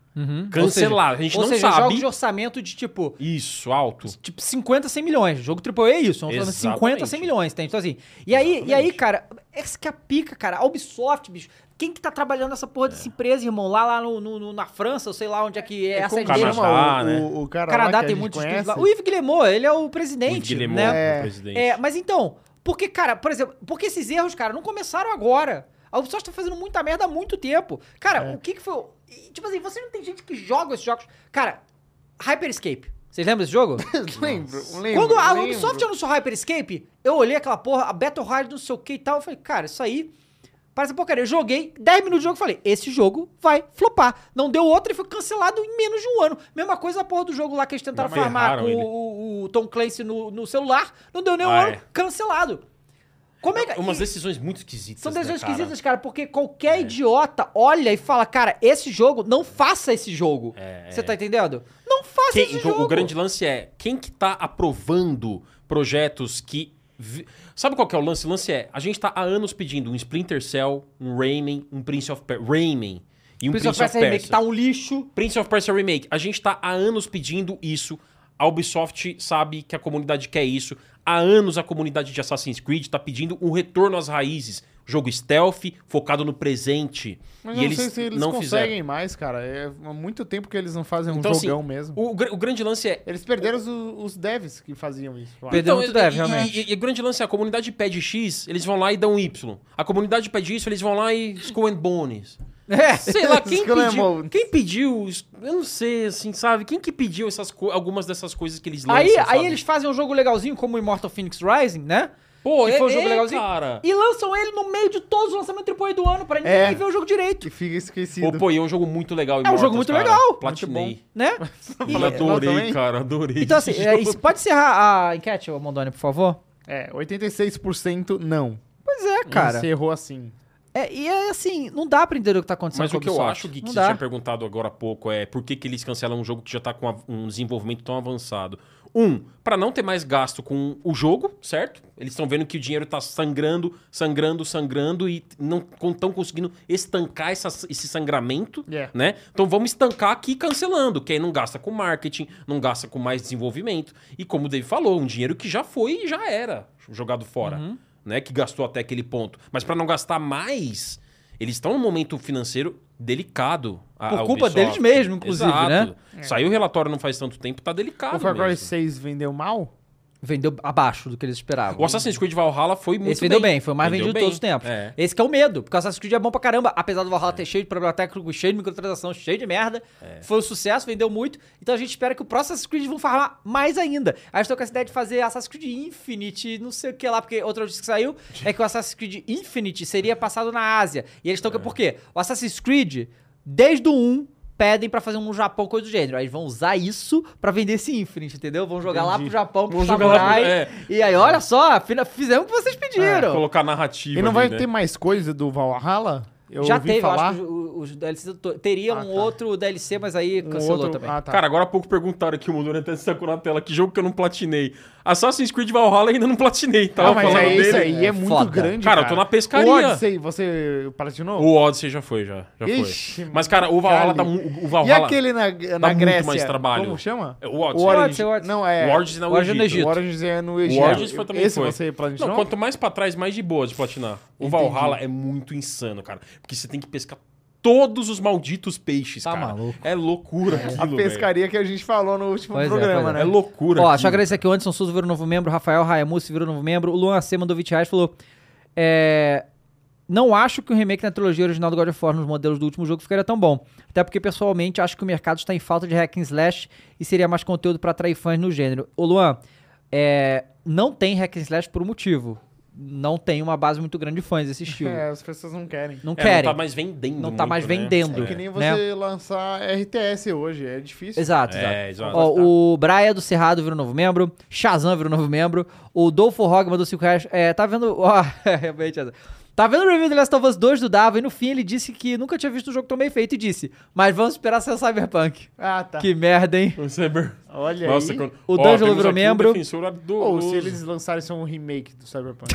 [SPEAKER 2] Cancelar. a gente
[SPEAKER 1] Uhum. Ou
[SPEAKER 2] não
[SPEAKER 1] seja,
[SPEAKER 2] sabe.
[SPEAKER 1] jogos de orçamento de tipo
[SPEAKER 2] Isso, alto.
[SPEAKER 1] Tipo, 50, 100 milhões. Jogo AAA é isso. Nós falando
[SPEAKER 2] Exatamente.
[SPEAKER 1] 50, 100 milhões, tem. Então, assim. E aí, e aí,
[SPEAKER 2] Exatamente.
[SPEAKER 1] cara, essa que é a pica, cara. A Ubisoft, bicho. Quem que tá trabalhando nessa porra
[SPEAKER 3] É.
[SPEAKER 1] dessa empresa, irmão? Lá, lá no, no- no- na França, eu sei lá onde é que é, essa
[SPEAKER 3] Como
[SPEAKER 1] ideia.
[SPEAKER 2] que
[SPEAKER 1] dele.
[SPEAKER 2] chama?
[SPEAKER 3] o,
[SPEAKER 2] Canadá, né?
[SPEAKER 3] o, o cara
[SPEAKER 1] O Canadá
[SPEAKER 3] lá que a
[SPEAKER 1] tem
[SPEAKER 3] gente
[SPEAKER 1] muitos
[SPEAKER 3] conhece?
[SPEAKER 1] estúdios lá. O Yves Guillemot, ele é o presidente,
[SPEAKER 2] Muito Guillemot,
[SPEAKER 1] né?
[SPEAKER 2] né,
[SPEAKER 3] É.
[SPEAKER 2] presidente.
[SPEAKER 1] É, mas então, porque, cara, por exemplo, porque esses erros, cara, não começaram agora. A Ubisoft tá fazendo muita merda há muito tempo. Cara,
[SPEAKER 3] É.
[SPEAKER 1] o que que foi... o- e, Tipo assim, você não tem gente que joga esses jogos... Cara, Hyper Escape. Vocês lembram desse jogo?
[SPEAKER 3] lembro, lembro.
[SPEAKER 1] Quando a
[SPEAKER 2] um
[SPEAKER 3] lembro.
[SPEAKER 1] Ubisoft anunciou Hyper Escape, eu olhei aquela porra, a Battle Royale, não sei o que e tal. Eu falei, cara, isso aí parece uma porcaria. Eu joguei 10 minutos de jogo e falei, esse jogo vai flopar. Não deu outra e foi cancelado em menos de um ano. Mesma coisa a porra do jogo lá que eles tentaram
[SPEAKER 2] Mas
[SPEAKER 1] farmar
[SPEAKER 2] erraram
[SPEAKER 1] com
[SPEAKER 2] ele.
[SPEAKER 1] o, o Tom Clancy no, no celular. Não deu nem um
[SPEAKER 2] Ah,
[SPEAKER 1] ano,
[SPEAKER 2] é.
[SPEAKER 1] cancelado. Como é que.
[SPEAKER 2] Umas
[SPEAKER 1] e-
[SPEAKER 2] decisões muito esquisitas.
[SPEAKER 1] são
[SPEAKER 2] né,
[SPEAKER 1] decisões
[SPEAKER 2] cara? É.
[SPEAKER 1] esquisitas, cara, porque qualquer idiota olha e fala, cara, esse jogo, não faça esse jogo.
[SPEAKER 2] É,
[SPEAKER 1] Você
[SPEAKER 2] é.
[SPEAKER 1] tá entendendo? Não faça
[SPEAKER 2] Quem-
[SPEAKER 1] esse
[SPEAKER 2] então,
[SPEAKER 1] jogo.
[SPEAKER 2] O grande lance é quem que tá aprovando projetos que. vi- Sabe qual que é o lance? O lance é, a gente tá há anos pedindo um Splinter Cell, um Rayman, um Prince of Persia. Rayman e um
[SPEAKER 1] Prince of Persia Remake tá um lixo.
[SPEAKER 2] Prince of Persia Remake. A gente tá há anos pedindo isso. A Ubisoft sabe que a comunidade quer isso. Há anos a comunidade de Assassin's Creed tá pedindo um retorno às raízes. Jogo stealth, focado no presente.
[SPEAKER 3] Mas
[SPEAKER 2] e
[SPEAKER 3] eu não
[SPEAKER 2] eles
[SPEAKER 3] sei se eles
[SPEAKER 2] não
[SPEAKER 3] conseguem
[SPEAKER 2] fizeram.
[SPEAKER 3] mais, cara. É há muito tempo que eles não fazem um
[SPEAKER 2] Então, assim,
[SPEAKER 3] jogão mesmo.
[SPEAKER 2] O, gr- o grande lance é. então,
[SPEAKER 3] Eles perderam os, os devs que faziam isso. eu acho.
[SPEAKER 1] Perdeu muito
[SPEAKER 2] e-
[SPEAKER 1] dev,
[SPEAKER 2] e-
[SPEAKER 1] realmente.
[SPEAKER 2] E, e o grande lance é a comunidade pede X, eles vão lá e dão Y. A comunidade pede isso, eles vão lá e Skull and Bones.
[SPEAKER 1] É.
[SPEAKER 2] Sei lá, quem
[SPEAKER 3] Skull and
[SPEAKER 2] pediu,
[SPEAKER 3] Bones.
[SPEAKER 2] quem pediu, isso? eu não sei, assim, sabe? Quem que pediu essas co- algumas dessas coisas que eles lançam,
[SPEAKER 1] Aí, aí
[SPEAKER 2] sabe?
[SPEAKER 1] eles fazem um jogo legalzinho, como o Immortal Phoenix Rising, né?
[SPEAKER 2] Pô,
[SPEAKER 1] que
[SPEAKER 2] é,
[SPEAKER 1] foi um jogo
[SPEAKER 2] é,
[SPEAKER 1] legalzinho.
[SPEAKER 2] cara.
[SPEAKER 1] E lançam ele no meio de todos os lançamentos AAA do ano, pra ninguém
[SPEAKER 3] É.
[SPEAKER 1] ver o jogo direito.
[SPEAKER 3] Que fica esquecido.
[SPEAKER 2] Pô, pô, e é um jogo muito legal.
[SPEAKER 1] É um
[SPEAKER 2] Immortals,
[SPEAKER 1] jogo muito
[SPEAKER 2] cara.
[SPEAKER 1] legal.
[SPEAKER 2] Platinei.
[SPEAKER 1] Né?
[SPEAKER 2] E
[SPEAKER 3] legal
[SPEAKER 2] adorei,
[SPEAKER 3] também.
[SPEAKER 2] cara, adorei.
[SPEAKER 1] Então, assim,
[SPEAKER 2] esse
[SPEAKER 1] é,
[SPEAKER 2] jogo.
[SPEAKER 1] isso- pode encerrar a enquete, ô Mondoni, por favor?
[SPEAKER 3] É, 86% não.
[SPEAKER 1] Pois é, cara.
[SPEAKER 3] Você errou assim.
[SPEAKER 1] É, e é assim, não dá pra entender o que tá acontecendo
[SPEAKER 2] Mas
[SPEAKER 1] com
[SPEAKER 2] o que eu
[SPEAKER 1] Ubisoft.
[SPEAKER 2] acho, Gui, que
[SPEAKER 1] não
[SPEAKER 2] você
[SPEAKER 1] dá.
[SPEAKER 2] tinha perguntado agora há pouco é por que, que eles cancelam um jogo que já tá com a- um desenvolvimento tão avançado. Um, pra não ter mais gasto com o jogo, certo? Eles estão vendo que o dinheiro tá sangrando, sangrando, sangrando e não estão conseguindo estancar essa- esse sangramento,
[SPEAKER 3] É.
[SPEAKER 2] né? Então vamos estancar aqui cancelando, que aí não gasta com marketing, não gasta com mais desenvolvimento. E como o Dave falou, um dinheiro que já foi e já era jogado fora,
[SPEAKER 1] Uhum.
[SPEAKER 2] né? Que gastou até aquele ponto. Mas pra não gastar mais, eles estão num momento financeiro delicado. a-
[SPEAKER 1] Por
[SPEAKER 2] a
[SPEAKER 1] culpa
[SPEAKER 2] Ubisoft.
[SPEAKER 1] deles mesmo, inclusive, né?
[SPEAKER 2] Exato. Saiu o relatório não faz tanto tempo, tá
[SPEAKER 3] O
[SPEAKER 2] delicado
[SPEAKER 3] Far Cry
[SPEAKER 2] mesmo.
[SPEAKER 3] 6 vendeu mal?
[SPEAKER 1] Vendeu abaixo do que eles esperavam.
[SPEAKER 2] O Assassin's Creed Valhalla foi muito
[SPEAKER 1] Esse vendeu bem, foi o mais
[SPEAKER 2] Vendeu
[SPEAKER 1] vendido de
[SPEAKER 2] bem.
[SPEAKER 1] todos os tempos.
[SPEAKER 2] É.
[SPEAKER 1] Esse que é o medo, porque o Assassin's Creed é bom pra caramba, apesar do Valhalla ter cheio de problema técnico, cheio de microtransação, cheio de merda.
[SPEAKER 2] É.
[SPEAKER 1] Foi um sucesso, vendeu muito. Então a gente espera que o próximo Assassin's Creed vão farmar mais ainda. Aí eu estou com essa ideia de fazer Assassin's Creed Infinite, não sei o que lá, porque outra notícia que saiu é que o Assassin's Creed Infinite seria passado na Ásia. E eles estão.
[SPEAKER 2] É.
[SPEAKER 1] Por quê? O Assassin's Creed, desde o 1. Pedem pra fazer um no Japão, coisa do gênero. Aí eles vão usar isso pra vender esse Infinite, entendeu? Vão jogar lá pro
[SPEAKER 3] Entendi.
[SPEAKER 1] Japão, tá pro
[SPEAKER 2] Vão jogar lá pro-
[SPEAKER 1] Samurai.
[SPEAKER 2] é.
[SPEAKER 1] E aí, olha só, fina- fizemos o que vocês
[SPEAKER 3] É,
[SPEAKER 1] pediram.
[SPEAKER 2] Colocar narrativa.
[SPEAKER 3] E não
[SPEAKER 2] ali,
[SPEAKER 3] vai
[SPEAKER 2] né?
[SPEAKER 3] ter mais coisa do Valhalla? Eu
[SPEAKER 1] Já
[SPEAKER 3] ouvi
[SPEAKER 1] teve, eu
[SPEAKER 3] falar.
[SPEAKER 1] acho que os, os DLC to- teria
[SPEAKER 3] Ah,
[SPEAKER 1] um
[SPEAKER 3] tá.
[SPEAKER 1] outro DLC, mas aí
[SPEAKER 3] Um
[SPEAKER 1] cancelou
[SPEAKER 3] outro-
[SPEAKER 1] também.
[SPEAKER 3] Ah, tá.
[SPEAKER 2] Cara, agora há pouco perguntaram aqui, o Mundura até sacou na tela, que jogo que eu não platinei. Assassin's Creed Valhalla ainda não platinei, tava
[SPEAKER 3] ah, mas
[SPEAKER 2] falando
[SPEAKER 3] é
[SPEAKER 2] dele.
[SPEAKER 3] isso aí, é,
[SPEAKER 1] É
[SPEAKER 3] muito
[SPEAKER 1] foda.
[SPEAKER 3] grande,
[SPEAKER 2] Cara,
[SPEAKER 3] cara.
[SPEAKER 2] eu tô na pescaria.
[SPEAKER 3] O Odyssey, você platinou?
[SPEAKER 2] O Odyssey já foi, já, já
[SPEAKER 3] Ixi,
[SPEAKER 2] foi. Mas, cara, o Valhalla
[SPEAKER 3] caralho.
[SPEAKER 2] dá muito... O
[SPEAKER 3] E
[SPEAKER 2] Valhalla...
[SPEAKER 3] aquele na, na
[SPEAKER 2] muito
[SPEAKER 3] Grécia?
[SPEAKER 2] mais trabalho.
[SPEAKER 3] Como chama?
[SPEAKER 2] É, O Odyssey.
[SPEAKER 3] O
[SPEAKER 1] Pode
[SPEAKER 3] Origins.
[SPEAKER 1] ser, pode ser.
[SPEAKER 3] Não, é...
[SPEAKER 2] O Origin é
[SPEAKER 1] O
[SPEAKER 2] o
[SPEAKER 1] Origin
[SPEAKER 2] Egito.
[SPEAKER 1] no Egito.
[SPEAKER 3] O Origins é no
[SPEAKER 2] O
[SPEAKER 3] Egito.
[SPEAKER 2] Origins foi também
[SPEAKER 3] Esse
[SPEAKER 2] foi.
[SPEAKER 3] você platinou?
[SPEAKER 2] Não, quanto mais pra trás, mais de boa de platinar. O
[SPEAKER 3] Entendi.
[SPEAKER 2] Valhalla é muito insano, cara. Porque você tem que pescar todos os malditos peixes,
[SPEAKER 1] Tá
[SPEAKER 2] cara.
[SPEAKER 1] maluco.
[SPEAKER 2] É loucura
[SPEAKER 3] A
[SPEAKER 2] aquilo, velho.
[SPEAKER 3] pescaria que a gente falou no último
[SPEAKER 1] Pois é,
[SPEAKER 3] programa,
[SPEAKER 1] pois
[SPEAKER 2] É
[SPEAKER 3] né?
[SPEAKER 1] Ó,
[SPEAKER 2] loucura
[SPEAKER 1] deixa eu
[SPEAKER 2] aquilo.
[SPEAKER 1] agradecer aqui. O Anderson Souza virou novo membro, o Rafael Raimus virou novo membro, o Luan Acema do 20 reais falou: é, Não acho que o remake na trilogia original do God of War nos modelos do último jogo ficaria tão bom. Até porque, pessoalmente, acho que o mercado está em falta de hack and slash e seria mais conteúdo pra atrair fãs no gênero. Ô, Luan, é, não tem hack and slash por um motivo. Não tem uma base muito grande de fãs desse estilo.
[SPEAKER 3] É, as pessoas não querem.
[SPEAKER 1] Não
[SPEAKER 2] É,
[SPEAKER 1] querem.
[SPEAKER 2] não tá mais vendendo
[SPEAKER 1] Não tá
[SPEAKER 2] muito,
[SPEAKER 1] mais
[SPEAKER 2] né?
[SPEAKER 1] vendendo.
[SPEAKER 3] É que nem você
[SPEAKER 1] Né?
[SPEAKER 3] lançar RTS hoje, é difícil.
[SPEAKER 1] Exato, exato.
[SPEAKER 2] É, exato.
[SPEAKER 1] Ó, o Braia do Cerrado virou novo membro, Shazam virou novo membro, o Dolfo Hog mandou 5 reais. É, tá vendo. Ó, é, realmente. Shazam. Tá vendo o review do Last of Us 2 do Dava e no fim ele disse que nunca tinha visto um jogo tão bem feito e disse: Mas vamos esperar ser o Cyberpunk.
[SPEAKER 3] Ah, tá.
[SPEAKER 1] Que merda, hein?
[SPEAKER 2] O Cyber...
[SPEAKER 3] Olha
[SPEAKER 2] Nossa,
[SPEAKER 3] aí.
[SPEAKER 2] quando...
[SPEAKER 1] O
[SPEAKER 2] Ó,
[SPEAKER 1] D'Angelo
[SPEAKER 2] temos
[SPEAKER 1] virou
[SPEAKER 2] aqui
[SPEAKER 1] membro.
[SPEAKER 2] Um defensor
[SPEAKER 3] Ou
[SPEAKER 2] ardoroso.
[SPEAKER 3] se eles lançassem um remake do Cyberpunk.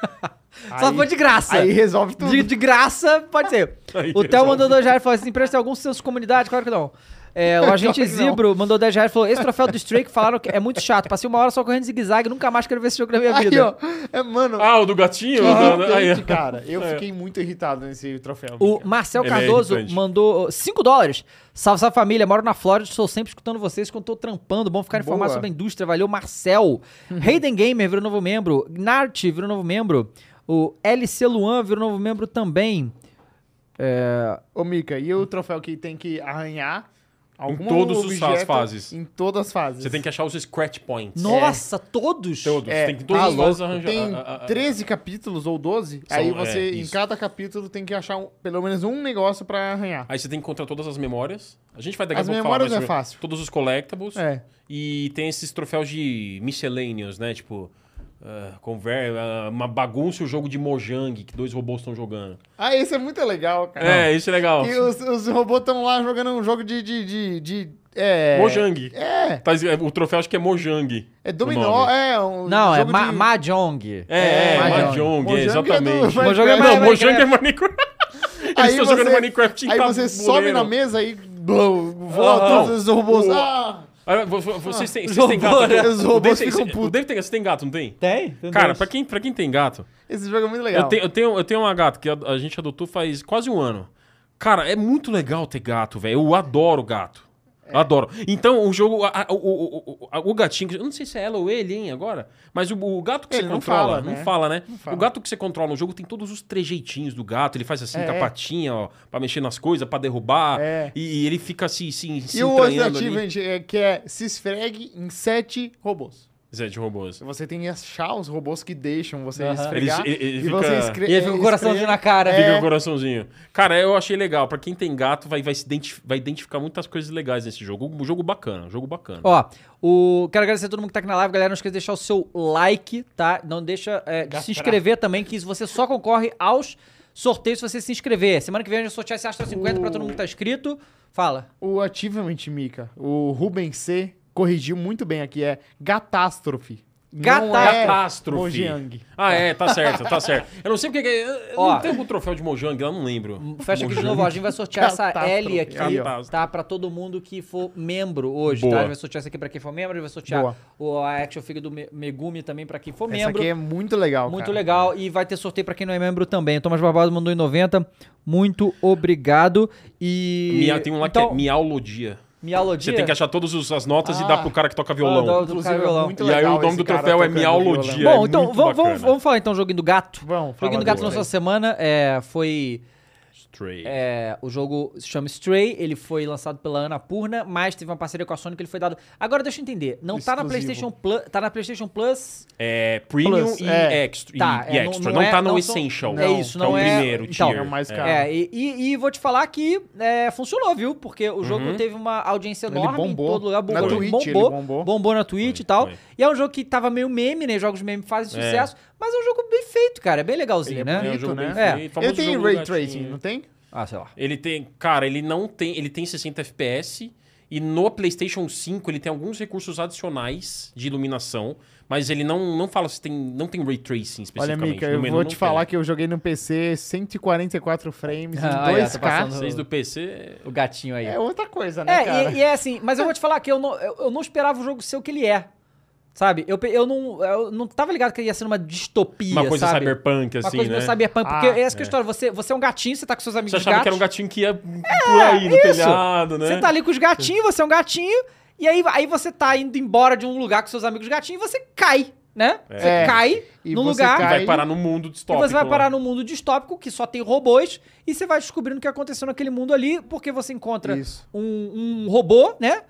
[SPEAKER 1] Só foi de graça.
[SPEAKER 3] Aí resolve tudo.
[SPEAKER 1] De, de graça, pode ser.
[SPEAKER 2] Aí,
[SPEAKER 1] o Theo
[SPEAKER 2] resolve.
[SPEAKER 1] mandou 2 reais e falou assim: empresta algum senso de comunidade? Claro que não. É, o agente
[SPEAKER 3] Claro que não.
[SPEAKER 1] Zibro mandou 10 reais e falou: Esse troféu do Stray que falaram que é muito chato. Passei uma hora só correndo zigue-zague, nunca mais quero ver esse jogo na minha
[SPEAKER 3] Aí,
[SPEAKER 1] vida.
[SPEAKER 3] ó. É, mano,
[SPEAKER 2] Ah, o do gatinho? Não, não, aí,
[SPEAKER 3] irritante,
[SPEAKER 2] ó.
[SPEAKER 3] cara. Eu
[SPEAKER 2] É.
[SPEAKER 3] fiquei muito irritado nesse troféu.
[SPEAKER 1] O
[SPEAKER 3] cara.
[SPEAKER 1] Marcel
[SPEAKER 2] Ele é
[SPEAKER 1] Cardoso
[SPEAKER 2] irritante.
[SPEAKER 1] mandou 5 dólares. Salve, salve família, moro na Flórida, estou sempre escutando vocês quando estou trampando. Bom ficar informado
[SPEAKER 3] Boa.
[SPEAKER 1] sobre a indústria. Valeu, Marcel. Hayden Gamer virou novo membro. Nart virou novo membro. O LC Luan virou novo membro também. É,
[SPEAKER 3] Ô, Mika, e o troféu que tem que arranhar algum
[SPEAKER 2] todos os-
[SPEAKER 3] objeto
[SPEAKER 2] as fases.
[SPEAKER 3] Em todas as fases.
[SPEAKER 2] Você tem que achar os scratch
[SPEAKER 1] É.
[SPEAKER 2] points.
[SPEAKER 1] Nossa, todos?
[SPEAKER 2] Todos.
[SPEAKER 3] É,
[SPEAKER 2] tem que todos
[SPEAKER 3] tá
[SPEAKER 2] os lados
[SPEAKER 3] louco.
[SPEAKER 2] arranjar.
[SPEAKER 3] Tem
[SPEAKER 2] a- a- a-
[SPEAKER 3] 13 capítulos ou 12,
[SPEAKER 2] São-
[SPEAKER 3] aí
[SPEAKER 2] é,
[SPEAKER 3] você, em
[SPEAKER 2] isso.
[SPEAKER 3] cada capítulo, tem que achar um- pelo menos um negócio pra arranhar.
[SPEAKER 2] Aí você tem que encontrar todas as memórias. A gente vai daqui
[SPEAKER 3] As
[SPEAKER 2] a pouco
[SPEAKER 3] memórias
[SPEAKER 2] falar mais sobre
[SPEAKER 3] é fácil.
[SPEAKER 2] Todos os collectibles.
[SPEAKER 3] É.
[SPEAKER 2] E tem esses troféus de miscellaneous, né? Tipo, ah, conver- ah, uma bagunça e o jogo de Mojang que dois robôs estão jogando.
[SPEAKER 3] Ah, esse é muito legal, cara.
[SPEAKER 2] É, isso é legal.
[SPEAKER 3] E os, os robôs estão lá jogando um jogo de... de, de, de- é...
[SPEAKER 2] Mojang.
[SPEAKER 3] É,
[SPEAKER 2] Tá, é, o troféu acho que é Mojang.
[SPEAKER 3] é
[SPEAKER 2] o
[SPEAKER 3] dominó,
[SPEAKER 2] nome.
[SPEAKER 3] é um
[SPEAKER 1] Não, é
[SPEAKER 3] jogo
[SPEAKER 1] Ma
[SPEAKER 3] de-
[SPEAKER 1] Mahjong.
[SPEAKER 2] É, é,
[SPEAKER 3] É,
[SPEAKER 2] Mahjong,
[SPEAKER 3] Mojang.
[SPEAKER 2] é,
[SPEAKER 3] Mojang é do
[SPEAKER 2] exatamente.
[SPEAKER 3] Minecraft.
[SPEAKER 1] Mojang é mais-
[SPEAKER 2] Não, Mojang é
[SPEAKER 1] Minecraft.
[SPEAKER 2] Minecraft. Eles estão jogando Minecraft em
[SPEAKER 3] Aí você
[SPEAKER 2] tabuleiro.
[SPEAKER 3] sobe na mesa e blum, voa
[SPEAKER 2] Aham.
[SPEAKER 3] todos os robôs.
[SPEAKER 2] O-
[SPEAKER 3] Ah,
[SPEAKER 2] Olha, vo- vo- Vocês têm,
[SPEAKER 1] os
[SPEAKER 2] vocês têm gato.
[SPEAKER 1] robôs,
[SPEAKER 2] aqui?
[SPEAKER 1] né?
[SPEAKER 3] Os
[SPEAKER 2] O
[SPEAKER 3] robôs
[SPEAKER 2] Dave tem-
[SPEAKER 3] ficam
[SPEAKER 2] cê-
[SPEAKER 3] putos.
[SPEAKER 2] O Dave tem gato. Você tem gato, não tem?
[SPEAKER 1] Tem? Tem
[SPEAKER 2] Cara,
[SPEAKER 1] dois.
[SPEAKER 2] pra quem, pra quem tem gato...
[SPEAKER 3] Esse jogo é muito legal.
[SPEAKER 2] Eu tenho, eu, tenho, eu tenho uma gata que a, a gente adotou faz quase um ano. Cara, é muito legal ter gato, velho. Eu adoro gato.
[SPEAKER 3] É.
[SPEAKER 2] Eu Adoro. Então, o jogo. a- a- o, o, o, a- o gatinho. que- Eu não sei se é ela ou ele, hein, agora. Mas o, o gato que
[SPEAKER 3] Ele
[SPEAKER 2] você
[SPEAKER 3] não
[SPEAKER 2] controla.
[SPEAKER 3] fala, né?
[SPEAKER 2] Não fala, né?
[SPEAKER 3] fala.
[SPEAKER 2] O gato que você controla no jogo tem todos os trejeitinhos do gato. Ele faz assim
[SPEAKER 3] É,
[SPEAKER 2] com a
[SPEAKER 3] é.
[SPEAKER 2] patinha, ó, pra mexer nas coisas, pra derrubar.
[SPEAKER 3] É.
[SPEAKER 2] E, e ele fica assim, se, se
[SPEAKER 3] E o
[SPEAKER 2] entranhando ali.
[SPEAKER 3] alternativo, gente, é que é se esfregue em sete robôs.
[SPEAKER 2] Zé de robôs.
[SPEAKER 3] Você tem que achar os robôs que deixam você
[SPEAKER 1] Aham.
[SPEAKER 3] esfregar.
[SPEAKER 2] Ele- ele- ele
[SPEAKER 3] e
[SPEAKER 2] fica-
[SPEAKER 3] você escre- é,
[SPEAKER 1] E aí fica com o um coraçãozinho
[SPEAKER 3] esfrega.
[SPEAKER 1] na cara.
[SPEAKER 2] Fica
[SPEAKER 1] É.
[SPEAKER 2] com o coraçãozinho. Cara, eu achei legal. Pra quem tem gato, vai, vai, se identif- vai identificar muitas coisas legais nesse jogo. Um jogo bacana, um jogo bacana.
[SPEAKER 1] Ó, o... quero agradecer a todo mundo que tá aqui na live, galera. Não esqueça de deixar o seu like, tá? Não deixa é, de se inscrever também, que isso você só concorre aos sorteios se você se inscrever. Semana que vem a gente vai sortear esse Astro 50 pra todo mundo que tá inscrito. Fala.
[SPEAKER 3] O Achievement, Mika, o Ruben C corrigiu muito bem aqui, é catástrofe. Não é
[SPEAKER 2] Catástrofe.
[SPEAKER 3] Mojang.
[SPEAKER 2] Ah, é, tá certo, tá certo. Eu não sei porque. que- eu
[SPEAKER 1] Ó.
[SPEAKER 2] não tem algum troféu de Mojang lá, não lembro.
[SPEAKER 1] Fecha aqui de
[SPEAKER 2] Mojang.
[SPEAKER 1] novo, ó. a gente vai sortear essa
[SPEAKER 3] Catástrofe.
[SPEAKER 1] L aqui,
[SPEAKER 2] Aí, ó.
[SPEAKER 1] tá? Pra todo mundo que for membro hoje,
[SPEAKER 2] Boa.
[SPEAKER 1] tá? A gente vai sortear essa aqui pra quem for membro, a gente vai sortear
[SPEAKER 3] Boa.
[SPEAKER 1] o, a Action Figure do Me- Megumi também pra quem for
[SPEAKER 3] Essa
[SPEAKER 1] membro.
[SPEAKER 3] aqui é muito legal,
[SPEAKER 1] Muito
[SPEAKER 3] cara.
[SPEAKER 1] legal. E vai ter sorteio pra quem não é membro também. O Thomas Barbado mandou em 90. Muito obrigado. E.
[SPEAKER 2] Mia- tem um lá que
[SPEAKER 1] então,
[SPEAKER 2] é miaulodia.
[SPEAKER 1] Mialodia.
[SPEAKER 2] Você tem que achar todas os- as notas e
[SPEAKER 3] Ah.
[SPEAKER 2] dar pro cara que toca violão.
[SPEAKER 1] dá- do
[SPEAKER 3] Inclusive, é
[SPEAKER 1] Carolão.
[SPEAKER 3] muito
[SPEAKER 2] E aí
[SPEAKER 3] legal
[SPEAKER 2] o nome
[SPEAKER 3] esse
[SPEAKER 2] do
[SPEAKER 3] cara
[SPEAKER 2] troféu é
[SPEAKER 3] tocando violão.
[SPEAKER 2] Miaulodia.
[SPEAKER 1] Bom,
[SPEAKER 2] é
[SPEAKER 1] então vamos,
[SPEAKER 2] muito
[SPEAKER 1] vamos,
[SPEAKER 2] bacana.
[SPEAKER 1] vamos falar então do joguinho do gato.
[SPEAKER 3] Vamos,
[SPEAKER 1] O joguinho
[SPEAKER 3] fala
[SPEAKER 1] do gato
[SPEAKER 3] dele.
[SPEAKER 1] lançou essa semana. É, foi.
[SPEAKER 2] Stray.
[SPEAKER 1] é, o jogo se chama Stray, ele foi lançado pela Anapurna, mas teve uma parceria com a Sony que ele foi dado. Agora deixa eu entender, não tá na
[SPEAKER 3] Exclusivo.
[SPEAKER 1] PlayStation Plus, tá na PlayStation Plus
[SPEAKER 2] É, Premium
[SPEAKER 3] Plus,
[SPEAKER 2] e,
[SPEAKER 3] é.
[SPEAKER 2] Extra,
[SPEAKER 1] Tá,
[SPEAKER 2] e, e
[SPEAKER 1] é, não-
[SPEAKER 2] Extra.
[SPEAKER 1] não
[SPEAKER 2] Não,
[SPEAKER 1] é-
[SPEAKER 2] tá no
[SPEAKER 1] não são-
[SPEAKER 2] Essential.
[SPEAKER 1] é isso,
[SPEAKER 2] que
[SPEAKER 1] não
[SPEAKER 2] é o
[SPEAKER 1] é-
[SPEAKER 2] primeiro
[SPEAKER 1] então,
[SPEAKER 2] tier.
[SPEAKER 1] é o
[SPEAKER 3] mais caro. Tá.
[SPEAKER 1] É, e, e- e vou te falar que é, funcionou, viu? Porque o jogo teve uma audiência
[SPEAKER 3] Uhum. Ele
[SPEAKER 1] enorme
[SPEAKER 3] bombou.
[SPEAKER 1] em todo lugar.
[SPEAKER 3] Na
[SPEAKER 1] Bombou,
[SPEAKER 3] Twitch ele
[SPEAKER 1] bombou,
[SPEAKER 3] bombou.
[SPEAKER 1] bombou na Twitch e tal.
[SPEAKER 2] foi.
[SPEAKER 1] E é um jogo que tava meio meme, né? Jogos de meme fazem
[SPEAKER 2] É.
[SPEAKER 1] sucesso. Mas é um jogo bem feito, cara. É bem legalzinho,
[SPEAKER 3] Ele
[SPEAKER 1] né?
[SPEAKER 3] é
[SPEAKER 2] É um
[SPEAKER 3] bonito.
[SPEAKER 2] jogo bem
[SPEAKER 3] né?
[SPEAKER 1] É.
[SPEAKER 2] feito,
[SPEAKER 3] Ele
[SPEAKER 2] famoso
[SPEAKER 3] tem
[SPEAKER 2] jogo
[SPEAKER 3] ray
[SPEAKER 2] gatinho.
[SPEAKER 3] tracing, não tem?
[SPEAKER 1] Ah, sei lá.
[SPEAKER 2] Ele tem, cara, ele não tem, ele tem 60 FPS e no PlayStation 5 ele tem alguns recursos adicionais de iluminação, mas ele não, não fala se tem, não tem ray tracing
[SPEAKER 3] Olha,
[SPEAKER 2] especificamente.
[SPEAKER 3] Mika,
[SPEAKER 2] No
[SPEAKER 3] eu
[SPEAKER 2] menu
[SPEAKER 3] vou
[SPEAKER 2] não
[SPEAKER 3] te
[SPEAKER 2] tem.
[SPEAKER 3] falar que eu joguei no PC 144 frames
[SPEAKER 1] Ah,
[SPEAKER 3] em
[SPEAKER 1] olha, tá
[SPEAKER 3] 2K.
[SPEAKER 1] passando-
[SPEAKER 2] Vocês do PC
[SPEAKER 1] O gatinho aí.
[SPEAKER 3] É outra coisa, né,
[SPEAKER 1] É,
[SPEAKER 3] cara?
[SPEAKER 1] e, e é assim, mas eu vou te falar que eu não, eu, eu não esperava o jogo ser o que ele é. Sabe? Eu, pe- eu, não, eu não tava ligado que ia ser uma distopia.
[SPEAKER 2] uma coisa
[SPEAKER 1] sabe?
[SPEAKER 2] cyberpunk
[SPEAKER 1] Uma
[SPEAKER 2] assim,
[SPEAKER 1] coisa
[SPEAKER 2] né?
[SPEAKER 1] meio cyberpunk, porque
[SPEAKER 3] Ah,
[SPEAKER 1] essa que é a história. Você, você é um gatinho, você tá com seus amigos
[SPEAKER 2] Você achava
[SPEAKER 1] gatos.
[SPEAKER 2] que era um gatinho que ia por aí no
[SPEAKER 1] É, Isso.
[SPEAKER 2] telhado, né?
[SPEAKER 1] Você tá ali com os gatinhos, você é um gatinho, e aí, aí você tá indo embora de um lugar com seus amigos gatinhos e você cai, né? Você
[SPEAKER 3] É.
[SPEAKER 1] cai
[SPEAKER 3] E
[SPEAKER 1] num
[SPEAKER 3] você
[SPEAKER 1] lugar
[SPEAKER 2] E
[SPEAKER 3] cai
[SPEAKER 2] vai
[SPEAKER 3] Aí-
[SPEAKER 2] parar no mundo
[SPEAKER 1] e
[SPEAKER 2] distópico. né?
[SPEAKER 1] você
[SPEAKER 3] né?
[SPEAKER 1] vai parar
[SPEAKER 2] no
[SPEAKER 1] num mundo distópico que só tem robôs e você vai descobrindo o que aconteceu naquele mundo ali, porque você encontra
[SPEAKER 3] Isso.
[SPEAKER 1] um, um robô, né?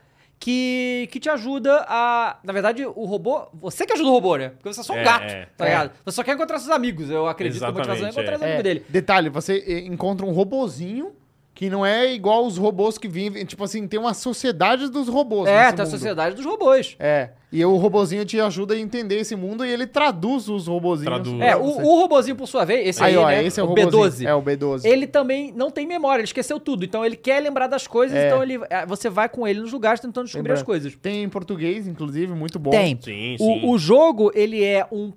[SPEAKER 1] Que, que te ajuda a. Na verdade, o robô. Você que ajuda o robô, né? Porque você é só um
[SPEAKER 2] É,
[SPEAKER 1] gato,
[SPEAKER 2] é.
[SPEAKER 1] tá ligado? Você só quer encontrar seus amigos, eu acredito que a motivação é
[SPEAKER 2] Exatamente,
[SPEAKER 1] encontrar
[SPEAKER 2] é.
[SPEAKER 1] os amigos
[SPEAKER 3] É,
[SPEAKER 1] dele.
[SPEAKER 3] Detalhe, você eh, encontra um robozinho que não é igual os robôs que vivem. Tipo assim, tem uma sociedade dos robôs.
[SPEAKER 1] É,
[SPEAKER 3] nesse
[SPEAKER 1] tem a
[SPEAKER 3] mundo.
[SPEAKER 1] sociedade dos robôs.
[SPEAKER 3] É. E o robozinho te ajuda a entender esse mundo e ele traduz os robozinhos.
[SPEAKER 2] Traduz.
[SPEAKER 1] É,
[SPEAKER 3] pra
[SPEAKER 1] o,
[SPEAKER 3] você.
[SPEAKER 1] o robozinho, por sua vez, esse
[SPEAKER 3] Aí,
[SPEAKER 1] aí,
[SPEAKER 3] ó,
[SPEAKER 1] né?
[SPEAKER 3] esse é o,
[SPEAKER 1] o
[SPEAKER 3] robozinho.
[SPEAKER 1] B12.
[SPEAKER 3] É o B12.
[SPEAKER 1] Ele também não tem memória, ele esqueceu tudo. Então ele quer lembrar das coisas,
[SPEAKER 3] É.
[SPEAKER 1] então ele, é, você vai com ele nos lugares tentando descobrir
[SPEAKER 3] Lembrando.
[SPEAKER 1] as coisas.
[SPEAKER 3] Tem em português, inclusive, muito bom.
[SPEAKER 1] Tem.
[SPEAKER 2] Sim, sim.
[SPEAKER 1] O, o jogo, ele é um.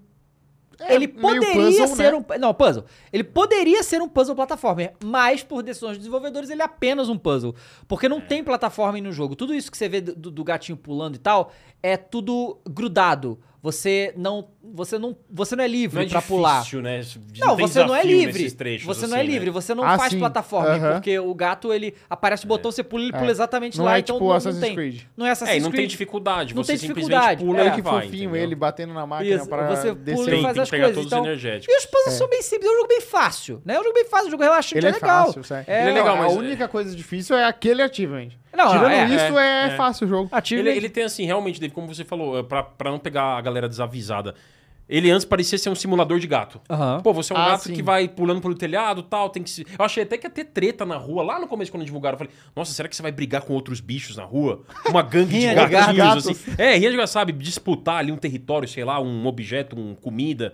[SPEAKER 3] É
[SPEAKER 1] ele
[SPEAKER 3] meio
[SPEAKER 1] poderia
[SPEAKER 3] puzzle,
[SPEAKER 1] ser
[SPEAKER 3] né?
[SPEAKER 1] um. Não, puzzle. Ele poderia ser um puzzle plataforma, mas por decisões dos desenvolvedores, ele é apenas um puzzle. Porque
[SPEAKER 2] É.
[SPEAKER 1] não tem plataforma no jogo. Tudo isso que você vê do, do gatinho pulando e tal é tudo grudado. Você não. Você não. Você não é livre
[SPEAKER 2] não é
[SPEAKER 1] pra
[SPEAKER 2] difícil,
[SPEAKER 1] pular.
[SPEAKER 2] né?
[SPEAKER 1] Não,
[SPEAKER 2] tem
[SPEAKER 1] você não é
[SPEAKER 2] desafio
[SPEAKER 1] livre.
[SPEAKER 2] nesses trechos,
[SPEAKER 1] você não é
[SPEAKER 2] assim, né?
[SPEAKER 1] livre, você não
[SPEAKER 3] Ah,
[SPEAKER 1] faz
[SPEAKER 3] sim.
[SPEAKER 1] plataforma,
[SPEAKER 3] Aham.
[SPEAKER 1] porque o gato ele
[SPEAKER 2] É.
[SPEAKER 1] aparece o botão, você pula, ele pula exatamente
[SPEAKER 3] Não
[SPEAKER 1] lá,
[SPEAKER 3] é
[SPEAKER 1] então
[SPEAKER 3] tipo
[SPEAKER 1] não, não
[SPEAKER 3] Assassin's
[SPEAKER 1] tem.
[SPEAKER 3] Creed.
[SPEAKER 1] Não é Assassin's
[SPEAKER 2] É, e não tem
[SPEAKER 1] Creed.
[SPEAKER 2] dificuldade,
[SPEAKER 1] Não
[SPEAKER 2] você
[SPEAKER 1] tem
[SPEAKER 2] simplesmente
[SPEAKER 1] dificuldade,
[SPEAKER 2] pula
[SPEAKER 1] é.
[SPEAKER 2] e
[SPEAKER 3] Olha
[SPEAKER 2] vai.
[SPEAKER 3] que fofinho
[SPEAKER 2] entendeu?
[SPEAKER 3] ele batendo na máquina
[SPEAKER 1] Isso,
[SPEAKER 3] pra
[SPEAKER 1] você pula
[SPEAKER 3] descer.
[SPEAKER 1] e
[SPEAKER 2] Tem-
[SPEAKER 1] faz
[SPEAKER 2] tem
[SPEAKER 1] as
[SPEAKER 2] que pegar
[SPEAKER 1] coisas.
[SPEAKER 2] todos os
[SPEAKER 1] Então,
[SPEAKER 2] energéticos.
[SPEAKER 1] e os puzzles são bem simples, é um jogo bem fácil, né? É um jogo bem fácil, um jogo relaxante,
[SPEAKER 3] Ele
[SPEAKER 1] é
[SPEAKER 3] é
[SPEAKER 1] legal.
[SPEAKER 3] fácil, sério.
[SPEAKER 1] É,
[SPEAKER 2] Ele é legal,
[SPEAKER 3] a
[SPEAKER 2] mas-
[SPEAKER 3] única coisa difícil é aquele achievement.
[SPEAKER 1] Não,
[SPEAKER 3] Tirando
[SPEAKER 1] é,
[SPEAKER 3] isso, é,
[SPEAKER 2] é.
[SPEAKER 3] fácil o jogo.
[SPEAKER 1] Achievement.
[SPEAKER 2] Ele, ele tem assim, realmente, Dave, como você falou, é, pra, pra não pegar a galera desavisada. Ele antes parecia ser um simulador de gato.
[SPEAKER 1] Aham.
[SPEAKER 2] Pô, você é um
[SPEAKER 3] Ah,
[SPEAKER 2] gato
[SPEAKER 3] sim.
[SPEAKER 2] que vai pulando pelo telhado e tal, tem que se... Eu achei até que ia ter treta na rua, lá no começo quando divulgaram. Eu falei, nossa, será que você vai brigar com outros bichos na rua? Uma gangue de
[SPEAKER 1] Rinha
[SPEAKER 2] gatinhos,
[SPEAKER 1] de
[SPEAKER 3] gatos.
[SPEAKER 2] assim. É, rinha de gatos, sabe? Disputar ali um território, sei lá, um objeto, um comida.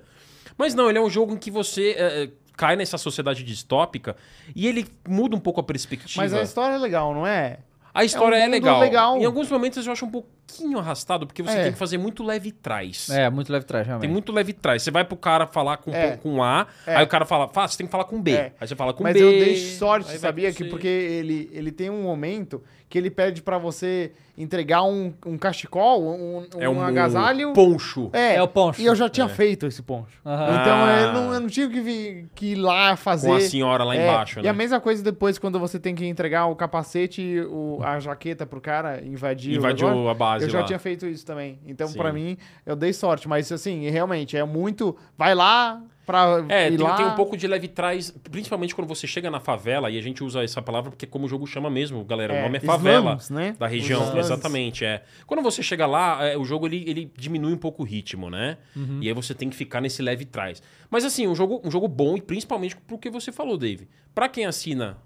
[SPEAKER 2] Mas não, ele é um jogo em que você é, é, cai nessa sociedade distópica e ele muda um pouco a perspectiva.
[SPEAKER 3] Mas a história é legal, não é?
[SPEAKER 2] A história é,
[SPEAKER 3] mundo
[SPEAKER 2] legal.
[SPEAKER 3] legal.
[SPEAKER 2] Em alguns momentos eu acho um pouquinho arrastado, porque você
[SPEAKER 3] É.
[SPEAKER 2] tem que fazer muito leve trás.
[SPEAKER 1] É, muito leve trás,
[SPEAKER 2] Tem
[SPEAKER 1] realmente.
[SPEAKER 2] muito leve trás. Você vai pro cara falar com,
[SPEAKER 3] É.
[SPEAKER 2] com A,
[SPEAKER 3] É.
[SPEAKER 2] aí o cara fala, fala, você tem que falar com B.
[SPEAKER 3] É.
[SPEAKER 2] Aí você fala com
[SPEAKER 3] Mas
[SPEAKER 2] B.
[SPEAKER 3] eu dei sorte,
[SPEAKER 2] aí vai
[SPEAKER 3] sabia?
[SPEAKER 2] com
[SPEAKER 3] Que
[SPEAKER 2] C.
[SPEAKER 3] porque ele, ele tem um momento que ele pede pra você entregar um, um cachecol, um, um,
[SPEAKER 2] É um,
[SPEAKER 3] agasalho.
[SPEAKER 2] poncho.
[SPEAKER 3] É,
[SPEAKER 1] É o poncho.
[SPEAKER 3] E eu já tinha feito esse poncho.
[SPEAKER 1] Aham.
[SPEAKER 3] Então
[SPEAKER 2] Ah.
[SPEAKER 3] eu não, eu não tinha que, vi- que ir lá fazer.
[SPEAKER 2] Com a senhora lá
[SPEAKER 3] É,
[SPEAKER 2] embaixo,
[SPEAKER 3] E
[SPEAKER 2] né?
[SPEAKER 3] a mesma coisa depois quando você tem que entregar o capacete e o- a jaqueta pro cara invadir. o
[SPEAKER 2] Invadiu
[SPEAKER 3] negócio.
[SPEAKER 2] a base
[SPEAKER 3] Eu já
[SPEAKER 2] lá.
[SPEAKER 3] tinha feito isso também. Então
[SPEAKER 2] Sim.
[SPEAKER 3] pra mim eu dei sorte, mas assim, realmente é muito vai lá pra
[SPEAKER 2] É,
[SPEAKER 3] ir
[SPEAKER 2] tem,
[SPEAKER 3] lá.
[SPEAKER 2] tem um pouco de leve trás, principalmente quando você chega na favela, e a gente usa essa palavra porque é como o jogo chama mesmo, galera,
[SPEAKER 3] É,
[SPEAKER 2] o nome é
[SPEAKER 3] slums,
[SPEAKER 2] favela
[SPEAKER 3] né?
[SPEAKER 2] da região,
[SPEAKER 3] Os slums.
[SPEAKER 2] exatamente, é. Quando você chega lá, é, o jogo ele, ele diminui um pouco o ritmo, né?
[SPEAKER 3] Uhum.
[SPEAKER 2] E aí você tem que ficar nesse leve trás. Mas assim, um jogo, um jogo bom e principalmente pro que você falou, Dave. Pra quem assina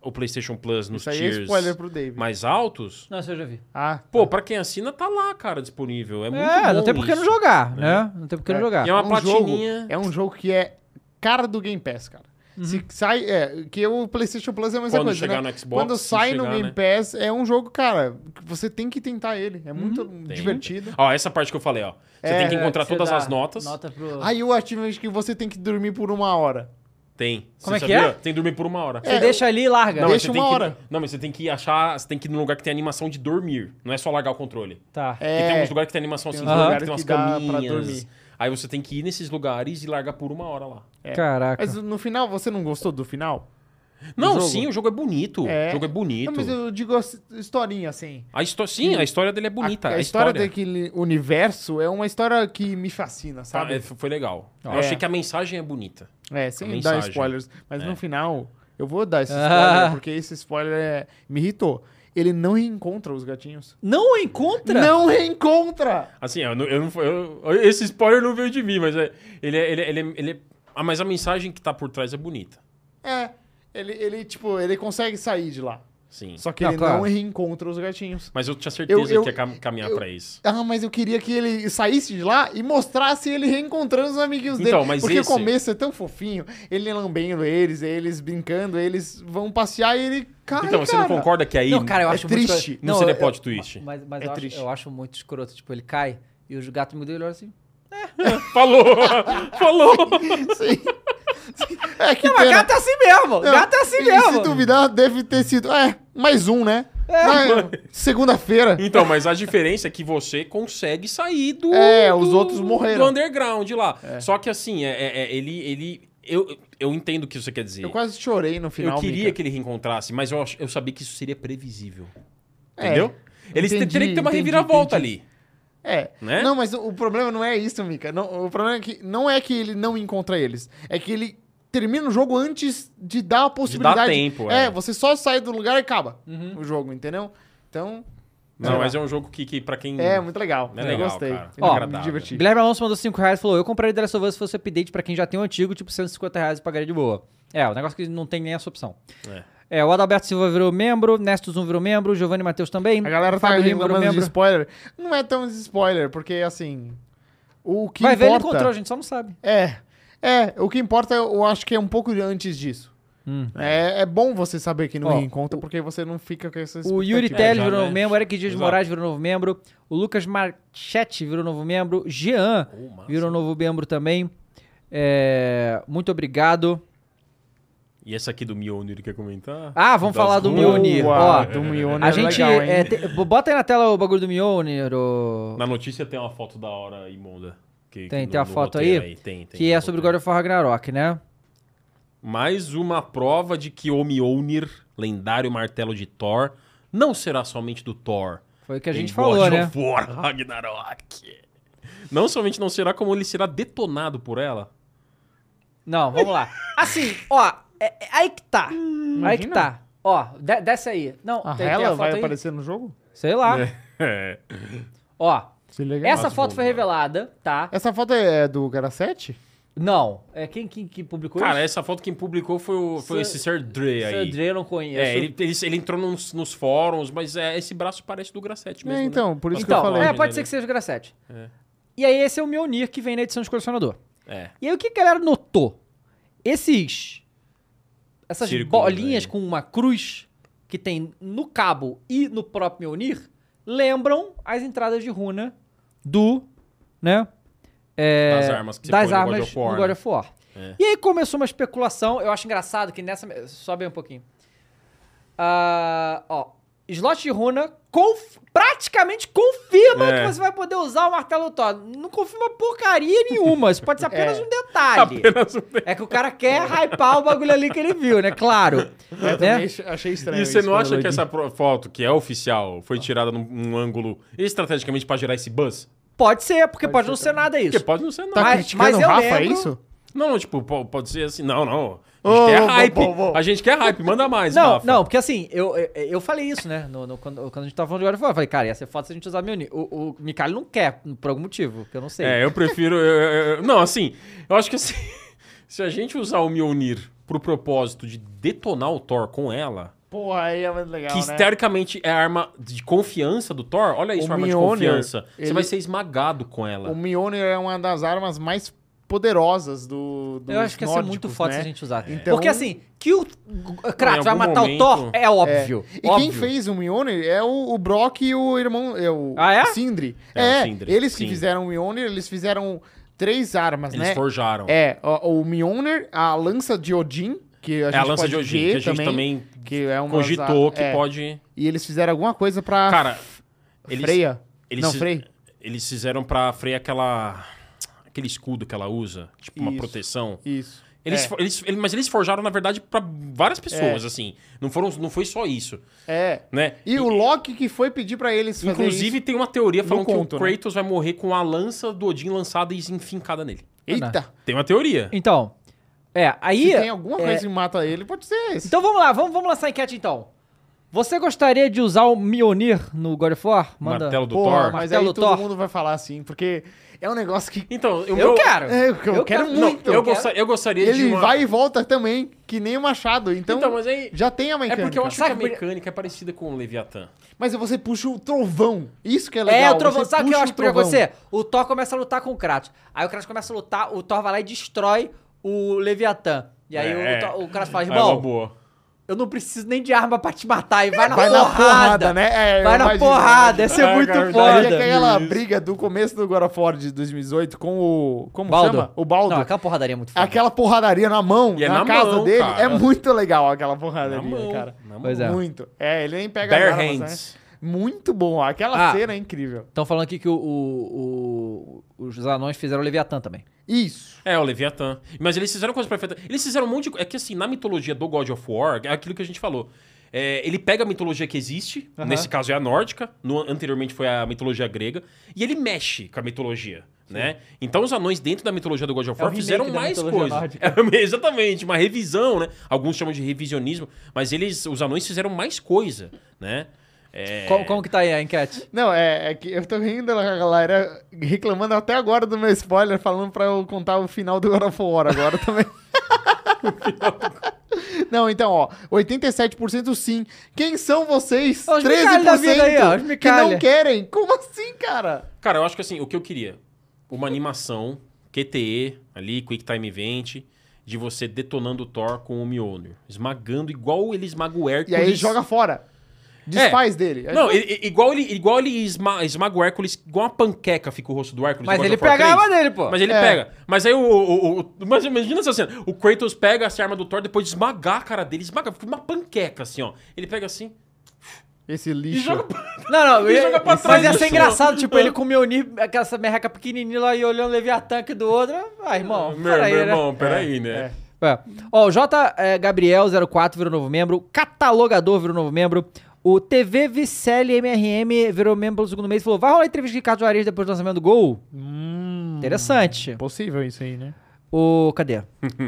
[SPEAKER 2] o PlayStation Plus nos
[SPEAKER 3] Isso aí é
[SPEAKER 2] tiers
[SPEAKER 3] spoiler pro David.
[SPEAKER 2] mais altos,
[SPEAKER 1] Não, isso eu já vi.
[SPEAKER 3] Ah,
[SPEAKER 2] pô, pra quem assina tá lá, cara, disponível. É muito
[SPEAKER 1] é, não
[SPEAKER 2] bom
[SPEAKER 1] tem por que não
[SPEAKER 2] isso.
[SPEAKER 1] jogar, né? Não tem por que não
[SPEAKER 3] É.
[SPEAKER 1] jogar.
[SPEAKER 2] E é uma
[SPEAKER 3] um
[SPEAKER 2] platininha.
[SPEAKER 3] Jogo, é um jogo que é cara do Game Pass, cara. Se sai, é, que o PlayStation Plus é a mesma
[SPEAKER 2] Quando
[SPEAKER 3] coisa,
[SPEAKER 2] chegar
[SPEAKER 3] né?
[SPEAKER 2] no Xbox,
[SPEAKER 3] Quando
[SPEAKER 2] se
[SPEAKER 3] sai no
[SPEAKER 2] chegar,
[SPEAKER 3] Game
[SPEAKER 2] né?
[SPEAKER 3] Pass, é um jogo, cara, que você tem que tentar ele. É muito
[SPEAKER 2] Tem.
[SPEAKER 3] divertido.
[SPEAKER 2] Ó, essa parte que eu falei, ó. Você
[SPEAKER 3] É,
[SPEAKER 2] tem que encontrar
[SPEAKER 1] Você
[SPEAKER 2] todas
[SPEAKER 1] dá
[SPEAKER 2] as notas.
[SPEAKER 1] Nota pro...
[SPEAKER 3] Aí o Achievement que você tem que dormir por uma hora.
[SPEAKER 2] Tem.
[SPEAKER 1] Como
[SPEAKER 2] Você
[SPEAKER 1] é que
[SPEAKER 2] sabia?
[SPEAKER 1] é?
[SPEAKER 2] Tem que dormir por uma hora.
[SPEAKER 1] Você
[SPEAKER 3] é,
[SPEAKER 1] deixa ali e larga.
[SPEAKER 3] Não,
[SPEAKER 2] mas
[SPEAKER 3] deixa
[SPEAKER 2] você tem
[SPEAKER 3] uma
[SPEAKER 2] que-
[SPEAKER 3] hora.
[SPEAKER 2] Não, mas você tem que ir achar. Você tem que ir num lugar que tem animação de dormir. Não é só largar o controle.
[SPEAKER 1] Tá.
[SPEAKER 2] Porque tem
[SPEAKER 3] É,
[SPEAKER 2] uns lugares que tem animação assim,
[SPEAKER 3] Tem
[SPEAKER 2] tem
[SPEAKER 3] uns
[SPEAKER 2] lugares que tem
[SPEAKER 3] lugares
[SPEAKER 2] umas
[SPEAKER 3] que dá pra
[SPEAKER 2] caminhas.
[SPEAKER 3] dormir.
[SPEAKER 2] Aí você tem que ir nesses lugares e largar por uma hora lá.
[SPEAKER 1] Caraca.
[SPEAKER 3] mas no final, você não gostou do final?
[SPEAKER 2] Não,
[SPEAKER 3] jogo?
[SPEAKER 2] sim, o jogo é bonito.
[SPEAKER 3] É.
[SPEAKER 2] O jogo é bonito.
[SPEAKER 3] Não, mas eu digo a s- historinha, assim.
[SPEAKER 2] A histó- Sim, a história dele é bonita.
[SPEAKER 3] a,
[SPEAKER 2] A,
[SPEAKER 3] a história daquele universo é uma história que me fascina,
[SPEAKER 2] Tá,
[SPEAKER 3] sabe?
[SPEAKER 2] é, f- foi legal.
[SPEAKER 3] É.
[SPEAKER 2] Eu achei que a mensagem é bonita.
[SPEAKER 3] É, sem
[SPEAKER 2] A
[SPEAKER 3] dar
[SPEAKER 2] mensagem.
[SPEAKER 3] spoilers. Mas
[SPEAKER 2] É.
[SPEAKER 3] no final, eu vou dar esse
[SPEAKER 1] Ah.
[SPEAKER 3] spoiler, porque esse spoiler é- me irritou. Ele não reencontra os gatinhos.
[SPEAKER 1] Não encontra?
[SPEAKER 3] Não reencontra!
[SPEAKER 2] Assim, eu não, eu não- eu- esse spoiler não veio de mim, mas é, ele, é, ele, é- ele, é- ele é- ah, mas a mensagem que tá por trás é bonita.
[SPEAKER 3] É, ele, ele, tipo, ele consegue sair de lá.
[SPEAKER 2] Sim.
[SPEAKER 3] Só que
[SPEAKER 1] Não,
[SPEAKER 3] ele
[SPEAKER 1] claro.
[SPEAKER 3] não reencontra os gatinhos.
[SPEAKER 2] Mas eu tinha certeza
[SPEAKER 3] Eu- eu-
[SPEAKER 2] que ia cam- caminhar
[SPEAKER 3] eu-
[SPEAKER 2] pra isso.
[SPEAKER 3] Ah, mas eu queria que ele saísse de lá e mostrasse ele reencontrando os amiguinhos
[SPEAKER 2] Então,
[SPEAKER 3] dele.
[SPEAKER 2] mas
[SPEAKER 3] porque
[SPEAKER 2] esse-
[SPEAKER 3] o começo é tão fofinho. Ele lambendo eles, eles brincando, eles vão passear e ele cai,
[SPEAKER 2] então, você
[SPEAKER 3] cara.
[SPEAKER 2] não concorda que aí
[SPEAKER 1] Não, cara, eu
[SPEAKER 3] é
[SPEAKER 1] acho muito
[SPEAKER 3] triste.
[SPEAKER 1] escroto.
[SPEAKER 2] não seria
[SPEAKER 1] eu-
[SPEAKER 2] plot twist?
[SPEAKER 1] Mas, mas
[SPEAKER 3] É
[SPEAKER 1] eu,
[SPEAKER 3] triste.
[SPEAKER 1] Acho, eu acho muito escroto. Tipo, ele cai e os gatos me olham assim.
[SPEAKER 2] Falou! Falou!
[SPEAKER 3] Sim. É que
[SPEAKER 1] Não, mas
[SPEAKER 3] pena.
[SPEAKER 1] gato é assim mesmo.
[SPEAKER 3] Não,
[SPEAKER 1] gato é assim
[SPEAKER 3] e
[SPEAKER 1] mesmo. É.
[SPEAKER 3] Se duvidar, deve ter sido. É, mais um, né? Na- Segunda-feira.
[SPEAKER 2] Então, mas a diferença é que você consegue sair do.
[SPEAKER 3] É, os
[SPEAKER 2] do-
[SPEAKER 3] outros morreram.
[SPEAKER 2] Do underground lá. Só que assim, é, é- é- ele. ele eu, eu entendo o que você quer dizer.
[SPEAKER 3] Eu
[SPEAKER 2] Eu,
[SPEAKER 3] quase chorei no final.
[SPEAKER 2] queria
[SPEAKER 3] Mika.
[SPEAKER 2] que ele reencontrasse, mas eu, ach- eu sabia que isso seria previsível.
[SPEAKER 3] É,
[SPEAKER 2] Entendeu? Eles
[SPEAKER 3] entendi,
[SPEAKER 2] teriam que ter uma
[SPEAKER 3] entendi,
[SPEAKER 2] reviravolta ali.
[SPEAKER 3] É.
[SPEAKER 2] Né?
[SPEAKER 3] Não, mas o, o problema não é isso, Mika. Não, o problema é que não é que ele não encontra eles. É que ele termina o jogo antes de dar a possibilidade.
[SPEAKER 2] tempo,
[SPEAKER 3] é.
[SPEAKER 2] é.
[SPEAKER 3] você só sai do lugar e acaba
[SPEAKER 1] Uhum.
[SPEAKER 3] o jogo, entendeu? Então,
[SPEAKER 2] Não,
[SPEAKER 3] É.
[SPEAKER 2] mas é um jogo que, que para quem.
[SPEAKER 3] é muito legal.
[SPEAKER 2] É
[SPEAKER 3] eu
[SPEAKER 2] legal,
[SPEAKER 3] gostei.
[SPEAKER 2] cara.
[SPEAKER 3] Eu me
[SPEAKER 2] Agradável.
[SPEAKER 3] diverti.
[SPEAKER 1] Guilherme Alonso mandou 5 reais e falou: Eu compraria The Last of Us se fosse update pra quem já tem o antigo, tipo 150 reais e pagaria de boa. É, o negócio que não tem nem essa opção. É, o Adalberto Silva virou membro, Nestos 1 virou membro, Giovanni Matheus também.
[SPEAKER 3] A galera tá
[SPEAKER 1] Fábio Lima virou
[SPEAKER 3] reclamando de
[SPEAKER 1] membro.
[SPEAKER 3] spoiler. Não é tão spoiler, porque assim. O que
[SPEAKER 1] Vai ver, ele
[SPEAKER 3] importa...
[SPEAKER 1] encontrou, a gente só não sabe.
[SPEAKER 3] É. É, o que importa, eu acho que é um pouco antes disso. É, é bom você saber que não
[SPEAKER 1] Ó,
[SPEAKER 3] reencontra, porque você não fica com essas.
[SPEAKER 1] O Yuri Telles
[SPEAKER 2] já,
[SPEAKER 1] virou
[SPEAKER 2] né?
[SPEAKER 1] novo membro, Eric Dias de
[SPEAKER 2] Exato.
[SPEAKER 1] Moraes virou novo membro, o Lucas Marchetti virou novo membro, Jean
[SPEAKER 2] Oh, massa.
[SPEAKER 1] virou novo membro também. É, muito obrigado.
[SPEAKER 2] E essa aqui do Mjolnir quer comentar?
[SPEAKER 1] Ah, vamos
[SPEAKER 2] Das
[SPEAKER 1] falar do
[SPEAKER 2] ruas?
[SPEAKER 1] Mjolnir. Ó,
[SPEAKER 3] Boa, do Mione
[SPEAKER 1] A gente.
[SPEAKER 3] legal, hein?
[SPEAKER 1] é, te- bota aí na tela o bagulho do Mjolnir, o-
[SPEAKER 2] Na notícia tem uma foto da hora imunda. Que, que
[SPEAKER 1] Tem,
[SPEAKER 2] no-
[SPEAKER 1] tem a
[SPEAKER 2] no
[SPEAKER 1] foto aí,
[SPEAKER 2] roteiro Tem, tem.
[SPEAKER 1] que
[SPEAKER 2] no
[SPEAKER 1] é sobre God
[SPEAKER 2] roteiro.
[SPEAKER 1] of War Ragnarok, né?
[SPEAKER 2] Mais uma prova de que o Mjolnir, lendário martelo de Thor, não será somente do Thor.
[SPEAKER 1] Foi o que a
[SPEAKER 2] Em
[SPEAKER 1] gente falou,
[SPEAKER 2] God
[SPEAKER 1] né?
[SPEAKER 2] of War Ragnarok. Não somente não será, como ele será detonado por ela.
[SPEAKER 1] Não, vamos lá. Assim, ó, é- é aí que tá. aí que
[SPEAKER 3] Hum, imagina.
[SPEAKER 1] tá. Ó, de- desce aí. Não,
[SPEAKER 3] A
[SPEAKER 1] tem- tem
[SPEAKER 3] Hela
[SPEAKER 1] foto
[SPEAKER 3] vai
[SPEAKER 1] aí?
[SPEAKER 3] aparecer no jogo?
[SPEAKER 1] Sei lá.
[SPEAKER 2] É.
[SPEAKER 1] Ó,
[SPEAKER 3] Se legal.
[SPEAKER 1] essa
[SPEAKER 2] Mas
[SPEAKER 1] foto
[SPEAKER 2] bom,
[SPEAKER 1] foi
[SPEAKER 2] né?
[SPEAKER 1] revelada, tá?
[SPEAKER 3] Essa foto é do Garacete?
[SPEAKER 1] Não, é quem, quem que publicou
[SPEAKER 2] Cara,
[SPEAKER 1] isso?
[SPEAKER 2] essa foto quem publicou foi, o, foi
[SPEAKER 1] Sir-
[SPEAKER 2] esse Sir Dre aí.
[SPEAKER 1] Sandre, eu não conheço.
[SPEAKER 2] É, ele, ele, ele entrou nos, nos fóruns, mas é, esse braço parece do Grassetti mesmo. né?
[SPEAKER 3] É, então, por isso que eu
[SPEAKER 1] Então,
[SPEAKER 3] falei.
[SPEAKER 1] é, pode ser que seja o Grassetti. E aí esse é o Mjolnir que vem na edição de colecionador.
[SPEAKER 2] que. É.
[SPEAKER 1] E aí o que a galera notou? Esses. Essas
[SPEAKER 2] Círculos
[SPEAKER 1] bolinhas
[SPEAKER 2] aí.
[SPEAKER 1] com uma cruz que tem no cabo e no próprio Mjolnir lembram as entradas de runa do. né? é,
[SPEAKER 2] Das armas que você
[SPEAKER 1] das
[SPEAKER 2] põe no God
[SPEAKER 1] armas
[SPEAKER 2] of War,
[SPEAKER 1] do God
[SPEAKER 2] né?
[SPEAKER 1] of War.
[SPEAKER 2] É.
[SPEAKER 1] E aí começou uma especulação. Eu acho engraçado que nessa. Sobe aí um pouquinho. Ah, ó. Slot de runa conf- praticamente confirma
[SPEAKER 2] É.
[SPEAKER 1] que você vai poder usar o martelo Thor. Não confirma porcaria nenhuma. Isso pode ser apenas um detalhe.
[SPEAKER 2] É. Apenas um
[SPEAKER 1] É que o cara quer hypar o bagulho ali que ele viu, né? Claro.
[SPEAKER 3] Eu
[SPEAKER 1] Né?
[SPEAKER 3] também ach- achei estranho.
[SPEAKER 2] E você
[SPEAKER 3] isso
[SPEAKER 2] não
[SPEAKER 3] quando
[SPEAKER 2] acha
[SPEAKER 3] eu
[SPEAKER 2] que
[SPEAKER 3] li.
[SPEAKER 2] essa pro- foto, que é oficial, foi tirada num, num ângulo estrategicamente pra gerar esse buzz?
[SPEAKER 1] Pode ser, porque pode, não ser nada isso.
[SPEAKER 2] Porque pode não ser nada.
[SPEAKER 3] Tá
[SPEAKER 1] Mas-
[SPEAKER 3] criticando
[SPEAKER 1] mas
[SPEAKER 3] o
[SPEAKER 1] eu
[SPEAKER 3] Rafa, é
[SPEAKER 1] lembro-
[SPEAKER 3] isso?
[SPEAKER 2] Não, não, tipo, po- pode ser assim. Não, não. A gente
[SPEAKER 3] Ô,
[SPEAKER 2] quer
[SPEAKER 3] ô,
[SPEAKER 2] hype.
[SPEAKER 3] ô, ô, ô.
[SPEAKER 2] A gente quer hype, manda mais,
[SPEAKER 1] Não,
[SPEAKER 2] Rafa.
[SPEAKER 1] não, porque assim, eu, eu, eu falei isso, né? No, no- quando, quando a gente tava falando de God of War, eu falei, cara, ia ser foda se a gente usar Mjolnir. O, o Mikali não quer, por algum motivo, que eu não sei.
[SPEAKER 2] É, eu prefiro. eu- eu- eu- não, assim, eu acho que assim, se a gente usar o Mjolnir pro propósito de detonar o Thor com ela,
[SPEAKER 3] Porra, aí é muito legal,
[SPEAKER 2] que historicamente é a arma de confiança do Thor, olha isso,
[SPEAKER 3] O
[SPEAKER 2] a arma
[SPEAKER 3] Mjolnir,
[SPEAKER 2] de confiança. Você
[SPEAKER 3] ele-
[SPEAKER 2] vai ser esmagado com ela.
[SPEAKER 3] O Mjolnir é uma das armas mais poderosas do, dos
[SPEAKER 1] Eu acho que ia ser
[SPEAKER 3] nórdicos,
[SPEAKER 1] muito foda
[SPEAKER 3] né?
[SPEAKER 1] se a gente usar.
[SPEAKER 3] Então-
[SPEAKER 1] Porque assim, que o Kratos vai
[SPEAKER 2] algum
[SPEAKER 1] matar
[SPEAKER 2] momento-
[SPEAKER 1] o Thor é
[SPEAKER 3] É.
[SPEAKER 1] óbvio.
[SPEAKER 3] E
[SPEAKER 1] óbvio.
[SPEAKER 3] quem fez o Mjolnir é o, o Brock e o irmão... É o
[SPEAKER 1] Ah, é?
[SPEAKER 3] Sindri.
[SPEAKER 2] É, o
[SPEAKER 3] É,
[SPEAKER 2] Sindri,
[SPEAKER 3] eles que
[SPEAKER 2] sim.
[SPEAKER 3] fizeram o Mjolnir, eles fizeram três armas,
[SPEAKER 2] Eles
[SPEAKER 3] né?
[SPEAKER 2] forjaram.
[SPEAKER 3] É, o, o Mjolnir, a lança de Odin, que a gente
[SPEAKER 2] É a lança
[SPEAKER 3] pode
[SPEAKER 2] de Odin,
[SPEAKER 3] ver
[SPEAKER 2] que a gente também,
[SPEAKER 3] que é uma
[SPEAKER 2] cogitou
[SPEAKER 3] das-
[SPEAKER 2] que
[SPEAKER 3] é.
[SPEAKER 2] pode.
[SPEAKER 3] E eles fizeram alguma coisa pra
[SPEAKER 2] Cara, eles,
[SPEAKER 3] freia.
[SPEAKER 2] eles
[SPEAKER 3] não,
[SPEAKER 2] fiz-
[SPEAKER 3] freio.
[SPEAKER 2] eles fizeram pra freia aquela. aquele escudo que ela usa, tipo uma
[SPEAKER 3] Isso.
[SPEAKER 2] proteção.
[SPEAKER 3] Isso.
[SPEAKER 2] Eles,
[SPEAKER 3] é.
[SPEAKER 2] for- eles, ele- mas eles forjaram, na verdade, pra várias pessoas, assim. Não, foram, não foi só isso,
[SPEAKER 3] é.
[SPEAKER 2] né?
[SPEAKER 3] E, o Loki que foi pedir pra eles fazer
[SPEAKER 2] Inclusive, tem uma teoria
[SPEAKER 3] No
[SPEAKER 2] falando que
[SPEAKER 3] conto,
[SPEAKER 2] o
[SPEAKER 3] né?
[SPEAKER 2] Kratos vai morrer com a lança do Odin lançada e enfincada nele.
[SPEAKER 3] isso. Eita.
[SPEAKER 2] Tem uma teoria.
[SPEAKER 1] Então, é, aí...
[SPEAKER 3] Se tem alguma
[SPEAKER 1] é,
[SPEAKER 3] coisa que mata ele, pode ser esse.
[SPEAKER 1] Então vamos lá, vamos, vamos lançar a enquete então. Você gostaria de usar o Mjolnir no God of War? Manda.
[SPEAKER 2] Martelo do
[SPEAKER 3] Porra,
[SPEAKER 2] Thor.
[SPEAKER 3] mas aí
[SPEAKER 1] Martelo
[SPEAKER 3] todo
[SPEAKER 1] Thor.
[SPEAKER 3] mundo vai falar assim, porque é um negócio que
[SPEAKER 2] Então, o
[SPEAKER 1] Eu
[SPEAKER 2] meu-
[SPEAKER 1] quero.
[SPEAKER 3] É, eu quero
[SPEAKER 2] Não,
[SPEAKER 3] muito.
[SPEAKER 2] eu, gostar- eu gostaria de.
[SPEAKER 3] ele
[SPEAKER 2] uma- É
[SPEAKER 3] vai e volta também, que nem o Machado. Então,
[SPEAKER 2] Então, mas aí.
[SPEAKER 3] já tem a
[SPEAKER 2] É
[SPEAKER 3] mecânica.
[SPEAKER 2] porque eu acho
[SPEAKER 1] Sabe
[SPEAKER 2] que
[SPEAKER 1] por-
[SPEAKER 2] a mecânica é parecida com o Leviatã.
[SPEAKER 3] Mas aí você puxa o trovão. Isso que é legal.
[SPEAKER 1] É, o Trovão.
[SPEAKER 3] você
[SPEAKER 1] Sabe o que eu
[SPEAKER 3] puxa
[SPEAKER 1] acho que podia
[SPEAKER 3] trovão.
[SPEAKER 1] acontecer? O Thor começa a lutar com o Kratos. Aí o Kratos começa a lutar, o Thor vai lá e destrói o Leviatã. E aí o
[SPEAKER 2] É.
[SPEAKER 1] Thor- o, Kratos fala,
[SPEAKER 2] Aí é uma
[SPEAKER 1] irmão,
[SPEAKER 2] boa.
[SPEAKER 1] eu não preciso nem de arma pra te matar. E vai na
[SPEAKER 3] Vai
[SPEAKER 1] porrada.
[SPEAKER 3] na porrada, né? É,
[SPEAKER 1] vai na
[SPEAKER 3] imagino,
[SPEAKER 1] porrada.
[SPEAKER 3] imagino. É,
[SPEAKER 1] Ia ser
[SPEAKER 2] Ah,
[SPEAKER 1] muito
[SPEAKER 2] cara,
[SPEAKER 3] Daí
[SPEAKER 1] foda.
[SPEAKER 3] aquela
[SPEAKER 2] Isso.
[SPEAKER 3] briga do começo do God of War de 2018 com o. Como
[SPEAKER 1] Baldo.
[SPEAKER 3] chama? O Baldo.
[SPEAKER 1] Não, aquela porradaria é muito foda.
[SPEAKER 3] Aquela porradaria na mão,
[SPEAKER 2] E é
[SPEAKER 3] na,
[SPEAKER 2] na
[SPEAKER 3] casa
[SPEAKER 2] mão,
[SPEAKER 3] dele.
[SPEAKER 2] cara.
[SPEAKER 3] É muito legal aquela
[SPEAKER 2] Na
[SPEAKER 3] porradaria,
[SPEAKER 2] mão,
[SPEAKER 3] cara.
[SPEAKER 2] na
[SPEAKER 1] Pois
[SPEAKER 2] mão.
[SPEAKER 1] é.
[SPEAKER 3] Muito. É, ele nem pega
[SPEAKER 2] Bare
[SPEAKER 3] as armas,
[SPEAKER 2] hands.
[SPEAKER 3] né? Muito bom. Aquela
[SPEAKER 1] Ah.
[SPEAKER 3] cena é incrível.
[SPEAKER 1] Estão falando aqui que o, o- o- os anões fizeram o Leviatã também.
[SPEAKER 3] Isso.
[SPEAKER 2] É, o Leviatã. Mas eles fizeram coisa perfeita. Eles fizeram um monte de. É que assim, na mitologia do God of War, é aquilo que a gente falou. É, ele pega a mitologia que existe, nesse caso é a nórdica, no- anteriormente foi a mitologia grega, e ele mexe com a mitologia, né? Então os anões dentro da mitologia do God of
[SPEAKER 1] É o
[SPEAKER 2] War
[SPEAKER 1] remake
[SPEAKER 2] fizeram
[SPEAKER 1] da
[SPEAKER 2] mais
[SPEAKER 1] mitologia
[SPEAKER 2] coisas.
[SPEAKER 1] nórdica.
[SPEAKER 2] É, exatamente, uma revisão, né? Alguns chamam de revisionismo, mas eles, os anões fizeram mais coisa, né? É,
[SPEAKER 1] Como, como que tá aí a enquete?
[SPEAKER 3] Não, é, é que eu tô rindo da galera reclamando até agora do meu spoiler, falando pra eu contar o final do God of War agora também. Não, então, ó, 87% sim. Quem são vocês?
[SPEAKER 1] Ó, os micalha da vida aí, ó, os
[SPEAKER 3] 13% que não
[SPEAKER 1] micalha.
[SPEAKER 3] querem. Como assim, cara?
[SPEAKER 2] Cara, eu acho que assim, o que eu queria? Uma animação, QTE, ali, Quick Time Event, de você detonando o Thor com o Mjolnir. Esmagando igual ele esmaga o
[SPEAKER 3] E
[SPEAKER 2] Hércules.
[SPEAKER 3] aí ele joga fora. Desfaz dele.
[SPEAKER 2] Não, ele- ele- igual ele, igual ele esma- esmaga o Hércules, igual uma panqueca fica o rosto do Hércules.
[SPEAKER 1] Mas
[SPEAKER 2] igual
[SPEAKER 1] ele
[SPEAKER 3] um
[SPEAKER 2] God of War
[SPEAKER 1] pega a
[SPEAKER 2] 3.
[SPEAKER 1] arma dele, pô.
[SPEAKER 2] Mas ele
[SPEAKER 3] É.
[SPEAKER 2] pega. Mas aí o, o- o- Mas imagina essa cena. O Kratos pega essa arma do Thor depois de esmagar a cara dele. Esmaga, fica uma panqueca assim, ó. Ele pega assim
[SPEAKER 3] Esse
[SPEAKER 2] e
[SPEAKER 3] lixo.
[SPEAKER 2] joga
[SPEAKER 1] Não, não,
[SPEAKER 2] Ele
[SPEAKER 1] eu-
[SPEAKER 2] joga pra
[SPEAKER 1] mas
[SPEAKER 2] trás
[SPEAKER 1] ia
[SPEAKER 2] isso,
[SPEAKER 1] ser
[SPEAKER 2] ó.
[SPEAKER 1] engraçado, tipo, ele com o Mjolnir, aquela essa merreca pequenininha lá e olhando o Leviatã aqui do outro. Ah, irmão,
[SPEAKER 2] Meu,
[SPEAKER 1] peraí,
[SPEAKER 2] meu
[SPEAKER 1] né?
[SPEAKER 2] irmão, peraí, né?
[SPEAKER 3] é.
[SPEAKER 1] É. Ó, o J. eh, Gabriel04 virou novo membro, o Catalogador virou novo membro, o TV Vicelli MRM virou membro pelo segundo mês e falou, vai rolar entrevista de Ricardo Juarez depois do lançamento do gol?
[SPEAKER 3] Hum,
[SPEAKER 1] Interessante.
[SPEAKER 3] Possível isso aí, né?
[SPEAKER 1] O. Cadê?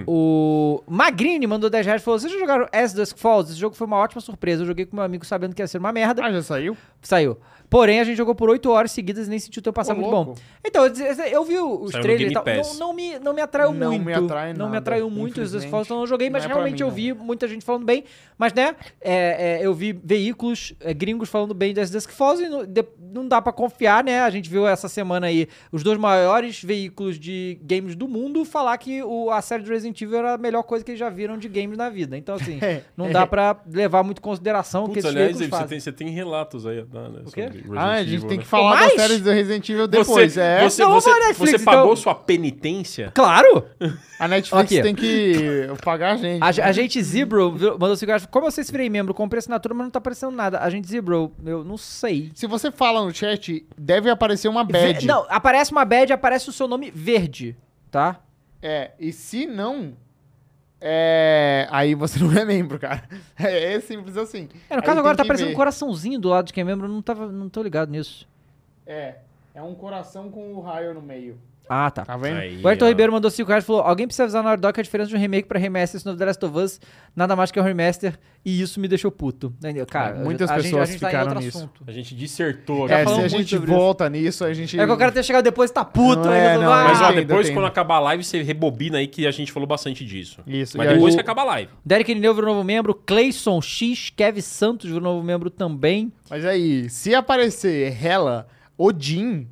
[SPEAKER 1] o Magrini mandou 10 reais e falou: Vocês já jogaram As Dusk Falls? Esse jogo foi uma ótima surpresa. Eu joguei com meu amigo sabendo que ia ser uma merda.
[SPEAKER 3] Ah, já saiu?
[SPEAKER 1] Saiu. Porém, a gente jogou por 8 horas seguidas e nem sentiu o tempo passar
[SPEAKER 3] Ô,
[SPEAKER 1] muito
[SPEAKER 3] louco.
[SPEAKER 1] bom. Então, eu- eu eu vi os
[SPEAKER 2] Saiu no
[SPEAKER 1] trailers e
[SPEAKER 2] Game
[SPEAKER 1] tal.
[SPEAKER 2] Pass.
[SPEAKER 1] Não, não me, não me atraiu
[SPEAKER 3] Não
[SPEAKER 1] muito.
[SPEAKER 3] me atrai
[SPEAKER 1] Não me
[SPEAKER 3] nada,
[SPEAKER 1] atraiu muito As Dusk Falls, então eu não
[SPEAKER 3] infelizmente.
[SPEAKER 1] joguei, mas
[SPEAKER 3] Não é pra
[SPEAKER 1] realmente
[SPEAKER 3] mim,
[SPEAKER 1] eu
[SPEAKER 3] não.
[SPEAKER 1] vi muita gente falando bem. Mas, né, é, é, eu vi veículos, é, gringos falando bem de As Dusk Falls e não, de- não dá pra confiar, né? A gente viu essa semana aí os dois maiores veículos de games do mundo falar que o, a série de Resident Evil era a melhor coisa que eles já viram de games na vida. Então,
[SPEAKER 3] É.
[SPEAKER 1] assim, não dá pra levar muito em consideração o que
[SPEAKER 2] Putz,
[SPEAKER 1] esses
[SPEAKER 2] aliás,
[SPEAKER 1] veículos
[SPEAKER 2] Dave, você
[SPEAKER 1] fazem.
[SPEAKER 2] tem, você tem relatos aí. Né,
[SPEAKER 1] quê?
[SPEAKER 2] sobre Resident
[SPEAKER 3] Ah, a gente
[SPEAKER 2] Evil,
[SPEAKER 3] tem
[SPEAKER 2] né?
[SPEAKER 3] que falar
[SPEAKER 1] Mas-
[SPEAKER 3] das séries do Resident Evil depois,
[SPEAKER 2] você,
[SPEAKER 3] é.
[SPEAKER 2] Você,
[SPEAKER 1] Não,
[SPEAKER 2] você,
[SPEAKER 1] vamos, Netflix,
[SPEAKER 2] você pagou
[SPEAKER 1] então.
[SPEAKER 2] sua penitência?
[SPEAKER 1] Claro!
[SPEAKER 3] A Netflix
[SPEAKER 1] Aqui.
[SPEAKER 3] tem que pagar a gente.
[SPEAKER 1] A, ge- a gente Zebro viu- mandou cinco reais. Como eu sei se virei membro? Comprei assinatura, mas não tá aparecendo nada. A gente Zebro, eu não sei.
[SPEAKER 3] Se você fala no chat, deve aparecer uma bad.
[SPEAKER 1] Ve- Não, aparece uma bad, aparece o seu nome verde, tá?
[SPEAKER 3] É, e se não, é... aí você não é membro, cara. É, é simples assim.
[SPEAKER 1] É, no
[SPEAKER 3] Aí
[SPEAKER 1] caso
[SPEAKER 3] tem
[SPEAKER 1] agora tá
[SPEAKER 3] que
[SPEAKER 1] aparecendo
[SPEAKER 3] ver.
[SPEAKER 1] um coraçãozinho do lado de quem é membro, eu não, tava, não tô ligado nisso.
[SPEAKER 3] É, é um coração com o raio no meio.
[SPEAKER 1] Ah, tá.
[SPEAKER 3] Tá vendo?
[SPEAKER 2] Aí,
[SPEAKER 1] O Ayrton
[SPEAKER 2] ó.
[SPEAKER 1] Ribeiro mandou 5 reais e falou: Alguém precisa avisar na Naughty Dog que a diferença de um remake pra remaster isso no The Last of Us nada mais que um remaster e isso me deixou puto. Entendeu? Cara,
[SPEAKER 3] É, muitas
[SPEAKER 1] a gente-
[SPEAKER 3] pessoas
[SPEAKER 1] a gente
[SPEAKER 3] ficaram
[SPEAKER 1] tá em outro
[SPEAKER 3] nisso.
[SPEAKER 1] assunto.
[SPEAKER 2] A gente dissertou.
[SPEAKER 1] Já
[SPEAKER 3] É,
[SPEAKER 1] falamos
[SPEAKER 3] se a
[SPEAKER 1] muito
[SPEAKER 3] gente
[SPEAKER 1] sobre isso.
[SPEAKER 3] volta nisso, a gente...
[SPEAKER 1] É que o cara ter chegado depois e tá puto. "Ah,
[SPEAKER 3] Não
[SPEAKER 1] aí
[SPEAKER 3] é,
[SPEAKER 1] eu tô-
[SPEAKER 3] não,
[SPEAKER 2] Mas ó,
[SPEAKER 3] Entendo,
[SPEAKER 2] depois,
[SPEAKER 3] entendo.
[SPEAKER 2] quando acabar a live, você rebobina aí que a gente falou bastante disso.
[SPEAKER 3] Isso,
[SPEAKER 2] Mas
[SPEAKER 3] e aí-
[SPEAKER 2] depois que
[SPEAKER 3] o-
[SPEAKER 2] acaba a live.
[SPEAKER 1] Derek Nineu virou novo membro, Clayson X, Kev Santos virou novo membro também.
[SPEAKER 3] Mas aí, se aparecer Hela, Odin,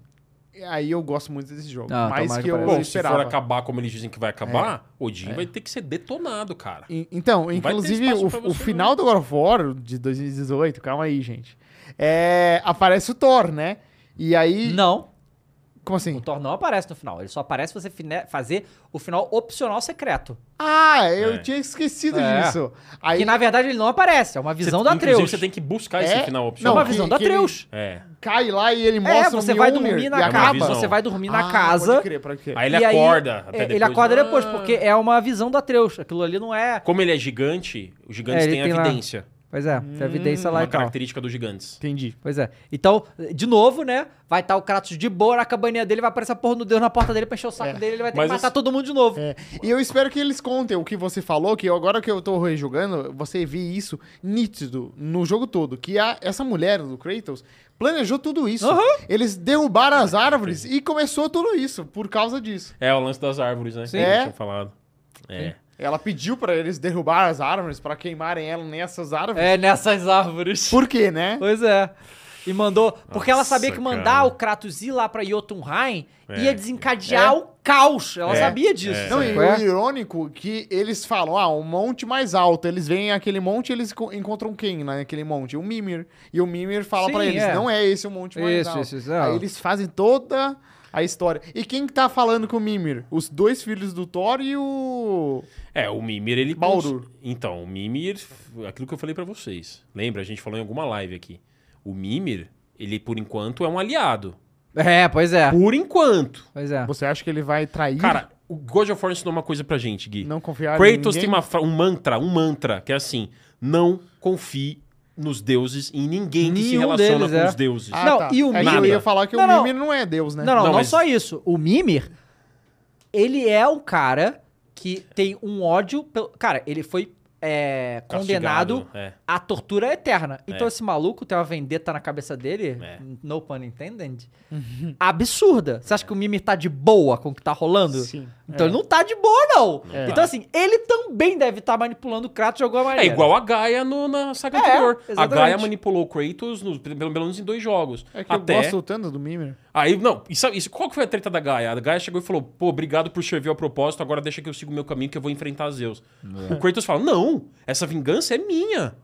[SPEAKER 3] aí eu gosto muito desse jogo.
[SPEAKER 1] Ah,
[SPEAKER 3] mais
[SPEAKER 1] tomara
[SPEAKER 3] que,
[SPEAKER 1] que
[SPEAKER 3] eu
[SPEAKER 1] apareça.
[SPEAKER 2] Bom, se for
[SPEAKER 3] esperava. É.
[SPEAKER 2] acabar como eles dizem que vai acabar, Odin vai ter que ser detonado, cara.
[SPEAKER 3] E- Então,
[SPEAKER 2] vai ter
[SPEAKER 3] inclusive,
[SPEAKER 2] espaço
[SPEAKER 3] o,
[SPEAKER 2] pra
[SPEAKER 3] o
[SPEAKER 2] você,
[SPEAKER 3] final do God of War de 2018, calma aí, gente. É, aparece o Thor, né? E aí.
[SPEAKER 1] Não,
[SPEAKER 3] Como
[SPEAKER 1] o
[SPEAKER 3] assim?
[SPEAKER 1] Thor não aparece no final. Ele só aparece você fine- fazer o final opcional secreto.
[SPEAKER 3] Ah, eu
[SPEAKER 2] É.
[SPEAKER 3] tinha esquecido
[SPEAKER 1] É.
[SPEAKER 3] disso. Aí,
[SPEAKER 1] Que na verdade ele não aparece, é uma visão
[SPEAKER 2] Você-
[SPEAKER 1] da
[SPEAKER 2] inclusive,
[SPEAKER 1] Atreus.
[SPEAKER 2] você tem que buscar
[SPEAKER 3] É?
[SPEAKER 2] esse final
[SPEAKER 1] É
[SPEAKER 2] opcional.
[SPEAKER 1] uma
[SPEAKER 3] Não,
[SPEAKER 1] visão
[SPEAKER 3] que-
[SPEAKER 1] da
[SPEAKER 3] que ele-
[SPEAKER 1] Atreus.
[SPEAKER 2] É.
[SPEAKER 3] cai lá e ele
[SPEAKER 1] É,
[SPEAKER 3] mostra o
[SPEAKER 1] você vai
[SPEAKER 3] Mjolnir
[SPEAKER 1] dormir
[SPEAKER 3] e
[SPEAKER 1] na
[SPEAKER 2] uma
[SPEAKER 1] casa,
[SPEAKER 3] acaba.
[SPEAKER 2] visão.
[SPEAKER 1] você vai dormir
[SPEAKER 3] Ah,
[SPEAKER 1] na
[SPEAKER 3] pode
[SPEAKER 1] casa.
[SPEAKER 3] crer, pode crer.
[SPEAKER 2] Aí ele
[SPEAKER 1] e aí-
[SPEAKER 2] acorda.
[SPEAKER 1] é,
[SPEAKER 2] até depois.
[SPEAKER 1] Ele acorda
[SPEAKER 2] Ah.
[SPEAKER 1] depois, porque é uma visão da Atreus. Aquilo ali não é.
[SPEAKER 2] Como ele é gigante, os gigantes
[SPEAKER 1] É, ele
[SPEAKER 2] têm
[SPEAKER 1] tem lá-
[SPEAKER 2] evidência.
[SPEAKER 1] Pois é, tem
[SPEAKER 3] Hum,
[SPEAKER 1] evidência lá
[SPEAKER 2] Uma
[SPEAKER 1] e tal.
[SPEAKER 2] característica dos gigantes.
[SPEAKER 3] Entendi.
[SPEAKER 1] Pois é. Então, de novo, né? Vai estar o Kratos de boa na cabaninha dele, vai aparecer a porra do Deus na porta dele pra encher o saco dele, ele vai ter
[SPEAKER 2] Mas
[SPEAKER 1] que matar
[SPEAKER 2] esse-
[SPEAKER 1] todo mundo de novo.
[SPEAKER 3] É, E eu espero que eles contem o que você falou, que eu- agora que eu tô rejogando, você vê isso nítido no jogo todo. Que a, essa mulher do Kratos planejou tudo isso. Eles derrubaram as árvores e começou tudo isso por causa disso.
[SPEAKER 2] É o lance das árvores, né?
[SPEAKER 3] Sim.
[SPEAKER 2] Que a
[SPEAKER 3] É.
[SPEAKER 2] gente tinha falado. É.
[SPEAKER 3] Ela pediu pra eles derrubar as árvores, pra queimarem ela nessas árvores.
[SPEAKER 1] É, nessas árvores.
[SPEAKER 3] Por quê, né?
[SPEAKER 1] Pois é. E mandou. Porque ela
[SPEAKER 2] Nossa,
[SPEAKER 1] sabia que mandar
[SPEAKER 2] cara.
[SPEAKER 1] o Kratos ir lá pra Jotunheim
[SPEAKER 2] É.
[SPEAKER 1] ia desencadear
[SPEAKER 3] É.
[SPEAKER 1] o caos. Ela
[SPEAKER 2] É.
[SPEAKER 1] sabia disso.
[SPEAKER 2] É.
[SPEAKER 3] Não,
[SPEAKER 1] sabe
[SPEAKER 3] e
[SPEAKER 1] qual
[SPEAKER 3] o
[SPEAKER 1] é?
[SPEAKER 3] irônico que eles falam, ah, um monte mais alto. Eles veem aquele monte e eles co- encontram quem naquele monte? O Mimir. E o Mimir fala
[SPEAKER 1] Sim,
[SPEAKER 3] pra eles,
[SPEAKER 1] é.
[SPEAKER 3] não é esse o monte mais
[SPEAKER 1] Isso,
[SPEAKER 3] alto.
[SPEAKER 1] isso, é. isso,
[SPEAKER 3] Aí
[SPEAKER 1] não.
[SPEAKER 3] eles fazem toda a história. E quem que tá falando com o Mimir? Os dois filhos do Thor e o...
[SPEAKER 2] É, o Mimir, ele...
[SPEAKER 3] Baldur.
[SPEAKER 2] cons- Então, o Mimir... Aquilo que eu falei pra vocês. Lembra? A gente falou em alguma live aqui. O Mimir, ele, por enquanto, é um aliado.
[SPEAKER 1] É, pois é.
[SPEAKER 2] Por enquanto.
[SPEAKER 1] Pois é.
[SPEAKER 3] Você acha que ele vai trair?
[SPEAKER 2] Cara, o God of War ensinou uma coisa pra gente, Gui.
[SPEAKER 3] não confiar
[SPEAKER 2] Kratos
[SPEAKER 3] em
[SPEAKER 2] tem
[SPEAKER 3] ninguém?
[SPEAKER 2] uma fra- um mantra, um mantra, que é assim, não confie nos deuses e em ninguém que se
[SPEAKER 1] Nenhum
[SPEAKER 2] relaciona
[SPEAKER 1] deles,
[SPEAKER 2] com
[SPEAKER 1] é.
[SPEAKER 2] os deuses.
[SPEAKER 3] Ah,
[SPEAKER 1] Não,
[SPEAKER 3] tá.
[SPEAKER 1] e o
[SPEAKER 3] É que Eu
[SPEAKER 2] Mimir-
[SPEAKER 3] ia falar que
[SPEAKER 1] Não,
[SPEAKER 3] o
[SPEAKER 1] não.
[SPEAKER 3] Mimir não é Deus, né?
[SPEAKER 1] Não, não,
[SPEAKER 2] Não,
[SPEAKER 1] não
[SPEAKER 2] mas-
[SPEAKER 1] só isso. O Mimir, ele é um cara que tem um ódio. Pelo... Cara, ele foi é,
[SPEAKER 2] Castigado,
[SPEAKER 1] condenado
[SPEAKER 2] é.
[SPEAKER 1] à tortura eterna. Então
[SPEAKER 2] É.
[SPEAKER 1] esse maluco tem uma vendetta na cabeça dele,
[SPEAKER 2] É.
[SPEAKER 1] no pun intended,
[SPEAKER 3] Uhum.
[SPEAKER 1] absurda. Você acha que o Mimir tá de boa com o que tá rolando?
[SPEAKER 3] Sim.
[SPEAKER 1] Então ele não tá de boa, não.
[SPEAKER 3] É.
[SPEAKER 1] Então assim, ele também deve estar manipulando o Kratos de alguma
[SPEAKER 2] tá. É
[SPEAKER 1] maneira.
[SPEAKER 2] igual a Gaia no- na saga
[SPEAKER 1] É,
[SPEAKER 2] anterior. A
[SPEAKER 1] exatamente.
[SPEAKER 2] Gaia manipulou o Kratos, no- pelo pelo menos em dois jogos.
[SPEAKER 3] É que
[SPEAKER 2] Até...
[SPEAKER 3] eu gosto tanto do Mimir.
[SPEAKER 2] Aí, não, isso, isso- qual que foi a treta da Gaia? A Gaia chegou e falou, pô, obrigado por servir ao propósito, agora deixa que eu siga o meu caminho que eu vou enfrentar Zeus.
[SPEAKER 1] É.
[SPEAKER 2] O Kratos fala, não, essa vingança é minha.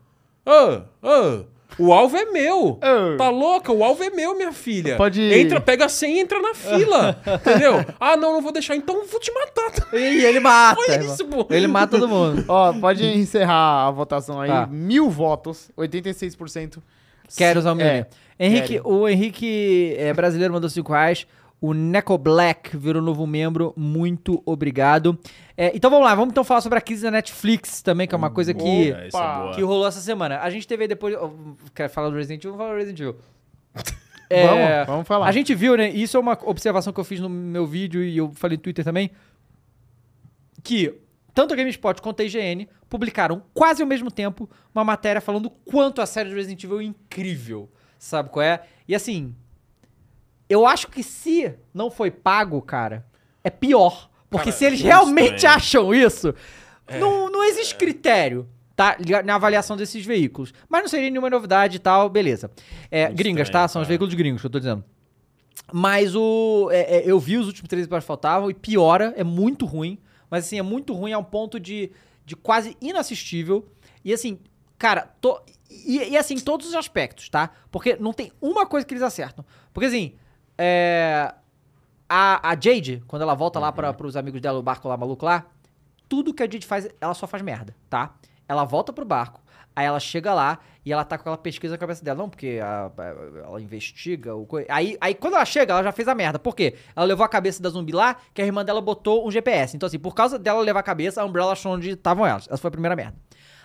[SPEAKER 2] Ah, ah, o alvo é meu.
[SPEAKER 3] Ah.
[SPEAKER 2] Tá louca? O alvo é meu, minha filha.
[SPEAKER 3] Pode-
[SPEAKER 2] Entra, pega a senha e entra na fila. entendeu? Ah, não, não vou deixar, então vou te matar.
[SPEAKER 1] E ele mata.
[SPEAKER 2] Olha
[SPEAKER 1] irmão.
[SPEAKER 2] isso, pô.
[SPEAKER 1] Ele mata todo mundo.
[SPEAKER 3] Ó, pode encerrar a votação aí.
[SPEAKER 1] Tá.
[SPEAKER 3] Mil votos, 86%.
[SPEAKER 1] Quero usar o meu.
[SPEAKER 3] É.
[SPEAKER 1] Henrique,
[SPEAKER 3] quero.
[SPEAKER 1] o Henrique é, brasileiro mandou 5 reais. O Neco Black virou novo membro. Muito obrigado. É, então vamos lá, vamos então falar sobre a crise da Netflix também, que é uma coisa que,
[SPEAKER 2] Boa, essa é boa.
[SPEAKER 1] que rolou essa semana. A gente teve aí depois. ó, Quer falar do Resident Evil? Vamos falar do Resident Evil. É,
[SPEAKER 3] Vamos, vamos falar.
[SPEAKER 1] A gente viu, né? Isso é uma observação que eu fiz no meu vídeo e eu falei no Twitter também. Que tanto a GameSpot quanto a IGN publicaram quase ao mesmo tempo uma matéria falando quanto a série de Resident Evil é incrível. Sabe qual é? E assim, eu acho que se não foi pago, cara, é pior. Porque
[SPEAKER 2] Cara,
[SPEAKER 1] se eles
[SPEAKER 2] é
[SPEAKER 1] realmente
[SPEAKER 2] estranho.
[SPEAKER 1] acham isso, não, não existe critério. Tá, Liga- na avaliação desses veículos. Mas não seria nenhuma novidade e tal, beleza. É,
[SPEAKER 2] Muito
[SPEAKER 1] gringas,
[SPEAKER 2] estranho,
[SPEAKER 1] tá? São os
[SPEAKER 2] cara.
[SPEAKER 1] veículos gringos que eu tô dizendo. Mas o. é, é, eu vi os últimos três episódios que faltavam e piora, é muito ruim. Mas assim, é muito ruim, é um ponto de, de quase inassistível. E assim, Cara, to- e, e assim, todos os aspectos, tá? Porque não tem uma coisa que eles acertam. Porque assim, é, a, a Jade, quando ela volta lá para os amigos dela, o barco lá maluco lá, tudo que a Jade faz, ela só faz merda, tá? Ela volta pro barco, aí ela chega lá e ela tá com aquela pesquisa na cabeça dela. Não, porque a- a- ela investiga o coi- Aí, aí quando ela chega, ela já fez a merda. Por quê? Ela levou a cabeça da zumbi lá, que a irmã dela botou um GPS. Então, assim, por causa dela levar a cabeça, a Umbrella achou onde estavam elas. Essa foi a primeira merda.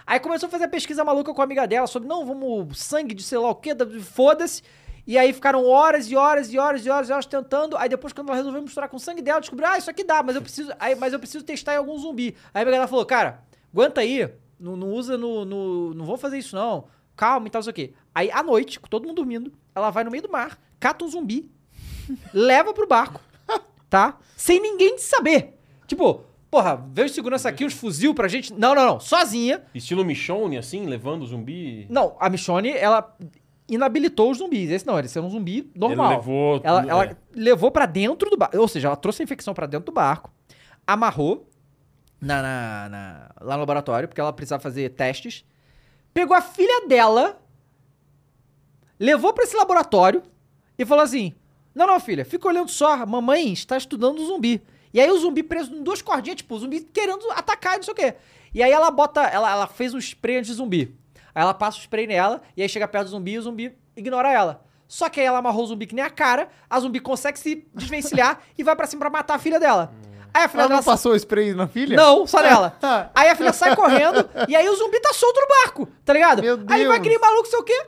[SPEAKER 1] Aí começou a fazer a pesquisa maluca com a amiga dela sobre, não, vamos, sangue de sei lá o quê, da- foda-se. E aí ficaram horas e horas e horas e horas e horas tentando. Aí depois, quando ela resolveu misturar com o sangue dela, descobriu, ah, isso aqui dá, mas eu preciso, aí, mas eu preciso testar em algum zumbi. Aí a amiga dela falou, cara, aguenta aí, não, não usa no, no. Não vou fazer isso, não. Calma e tal, não sei o quê. Aí, à noite, com todo mundo dormindo, ela vai no meio do mar, cata um zumbi, leva pro barco, tá? Sem ninguém saber. Tipo, porra, veio segurança aqui, uns fuzil pra gente. Não, não, não. Sozinha,
[SPEAKER 2] Estilo Michonne, assim, levando o zumbi.
[SPEAKER 1] não, a Michonne, ela inabilitou os zumbis. Esse não, esse era um zumbi normal.
[SPEAKER 2] Ele levou-
[SPEAKER 1] Ela, ela
[SPEAKER 2] é.
[SPEAKER 1] levou pra dentro do barco. Ou seja, ela trouxe a infecção pra dentro do barco, amarrou na, na- na- lá no laboratório, porque ela precisava fazer testes. Pegou a filha dela, levou pra esse laboratório e falou assim: Não, não, filha, fica olhando só. Mamãe está estudando o zumbi. E aí o zumbi preso em duas cordinhas, tipo, o zumbi querendo atacar, não sei o quê. E aí ela bota. Ela, ela fez um spray anti zumbi. Aí ela passa o spray nela, e aí chega perto do zumbi e o zumbi ignora ela. Só que aí ela amarrou o zumbi que nem a cara, a zumbi consegue se desvencilhar e vai pra cima pra matar a filha dela. Aí a filha
[SPEAKER 3] Ela
[SPEAKER 1] dela
[SPEAKER 3] não passou o spray na filha?
[SPEAKER 1] não, só nela.
[SPEAKER 3] Ah.
[SPEAKER 1] aí a filha sai correndo e aí o zumbi tá solto no barco, tá ligado?
[SPEAKER 3] Meu
[SPEAKER 1] Aí vai
[SPEAKER 3] Deus.
[SPEAKER 1] aquele maluco, sei o quê.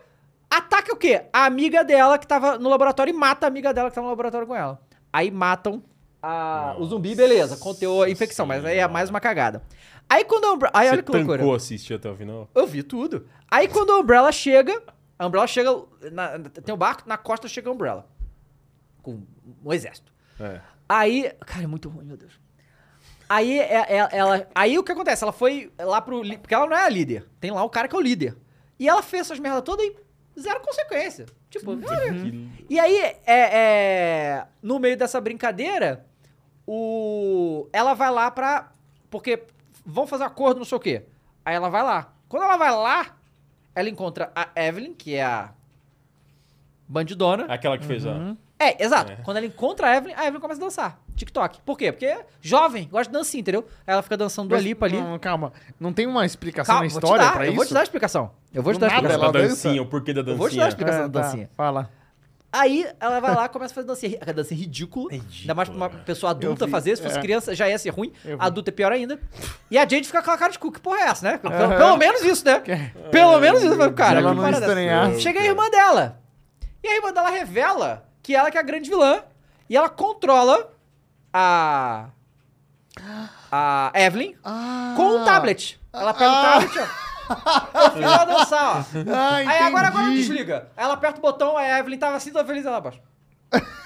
[SPEAKER 1] Ataca o quê? A amiga dela que tava no laboratório e mata a amiga dela que tava no laboratório com ela. Aí matam a- o zumbi, beleza, conteu a infecção, mas aí é mais uma cagada. Aí quando a Umbra... Aí olha
[SPEAKER 2] Você
[SPEAKER 1] que loucura.
[SPEAKER 2] tancou assistir até o final.
[SPEAKER 1] Eu vi tudo. Aí quando a Umbrella chega, a Umbrella chega. na- tem um barco, na costa chega a Umbrella. Com um exército.
[SPEAKER 2] É.
[SPEAKER 1] Aí. Cara, é muito ruim, meu Deus. Aí é- é- ela, Aí o que acontece? Ela foi lá pro. li- Porque ela não é a líder. Tem lá o cara que é o líder. E ela fez essas merda todas e zero consequência. Tipo, olha. E aí, é, é, no meio dessa brincadeira, o, ela vai lá pra. Porque vão fazer acordo, não sei o quê. Aí ela vai lá. Quando ela vai lá, ela encontra a Evelyn, que é a bandidona.
[SPEAKER 2] Aquela que fez a.
[SPEAKER 1] É, exato. Quando ela encontra a Evelyn, a Evelyn começa a dançar. TikTok. Por quê? Porque é jovem, gosta de dancinha, entendeu? Aí ela fica dançando do
[SPEAKER 3] Mas-
[SPEAKER 1] Alipa ali.
[SPEAKER 3] Não, calma. Não tem uma explicação
[SPEAKER 1] Calma,
[SPEAKER 3] na
[SPEAKER 1] vou te
[SPEAKER 3] história
[SPEAKER 1] dar,
[SPEAKER 3] pra
[SPEAKER 1] eu
[SPEAKER 3] isso?
[SPEAKER 1] vou te dar a explicação. Eu vou te
[SPEAKER 3] Do
[SPEAKER 1] dar a
[SPEAKER 3] nada
[SPEAKER 1] explicação.
[SPEAKER 2] Ela
[SPEAKER 3] Ela
[SPEAKER 2] da
[SPEAKER 3] dança?
[SPEAKER 2] dancinha, o porquê da dancinha.
[SPEAKER 1] Eu vou te dar a
[SPEAKER 3] É,
[SPEAKER 1] explicação da
[SPEAKER 3] tá,
[SPEAKER 1] dancinha.
[SPEAKER 3] Fala.
[SPEAKER 1] Aí ela vai lá, começa a fazer dancinha. A dancinha é ridícula. Ainda mais pra uma pessoa adulta
[SPEAKER 3] né? vi,
[SPEAKER 1] fazer. Se fosse
[SPEAKER 3] é.
[SPEAKER 1] criança, já ia ser ruim.
[SPEAKER 3] Eu vi.
[SPEAKER 1] Adulta é pior ainda. E a Jade fica com aquela cara de cu. Que porra é essa, né? Pelo, pelo menos isso, né? Pelo menos isso, cara.
[SPEAKER 3] É. Ela
[SPEAKER 1] que parada
[SPEAKER 3] não
[SPEAKER 1] é essa?
[SPEAKER 3] estranhar.
[SPEAKER 1] Chega a irmã dela. E a irmã dela revela que ela que é a grande vilã. E ela controla a... A Evelyn com o tablet. Ela pega
[SPEAKER 3] Ah.
[SPEAKER 1] o tablet, ó. Eu fiz ela dançar, ó.
[SPEAKER 3] Ah,
[SPEAKER 1] Aí agora, agora
[SPEAKER 3] entendi.
[SPEAKER 1] desliga. Aí Ela aperta o botão, aí a Evelyn tava assim, toda feliz, ela abaixa.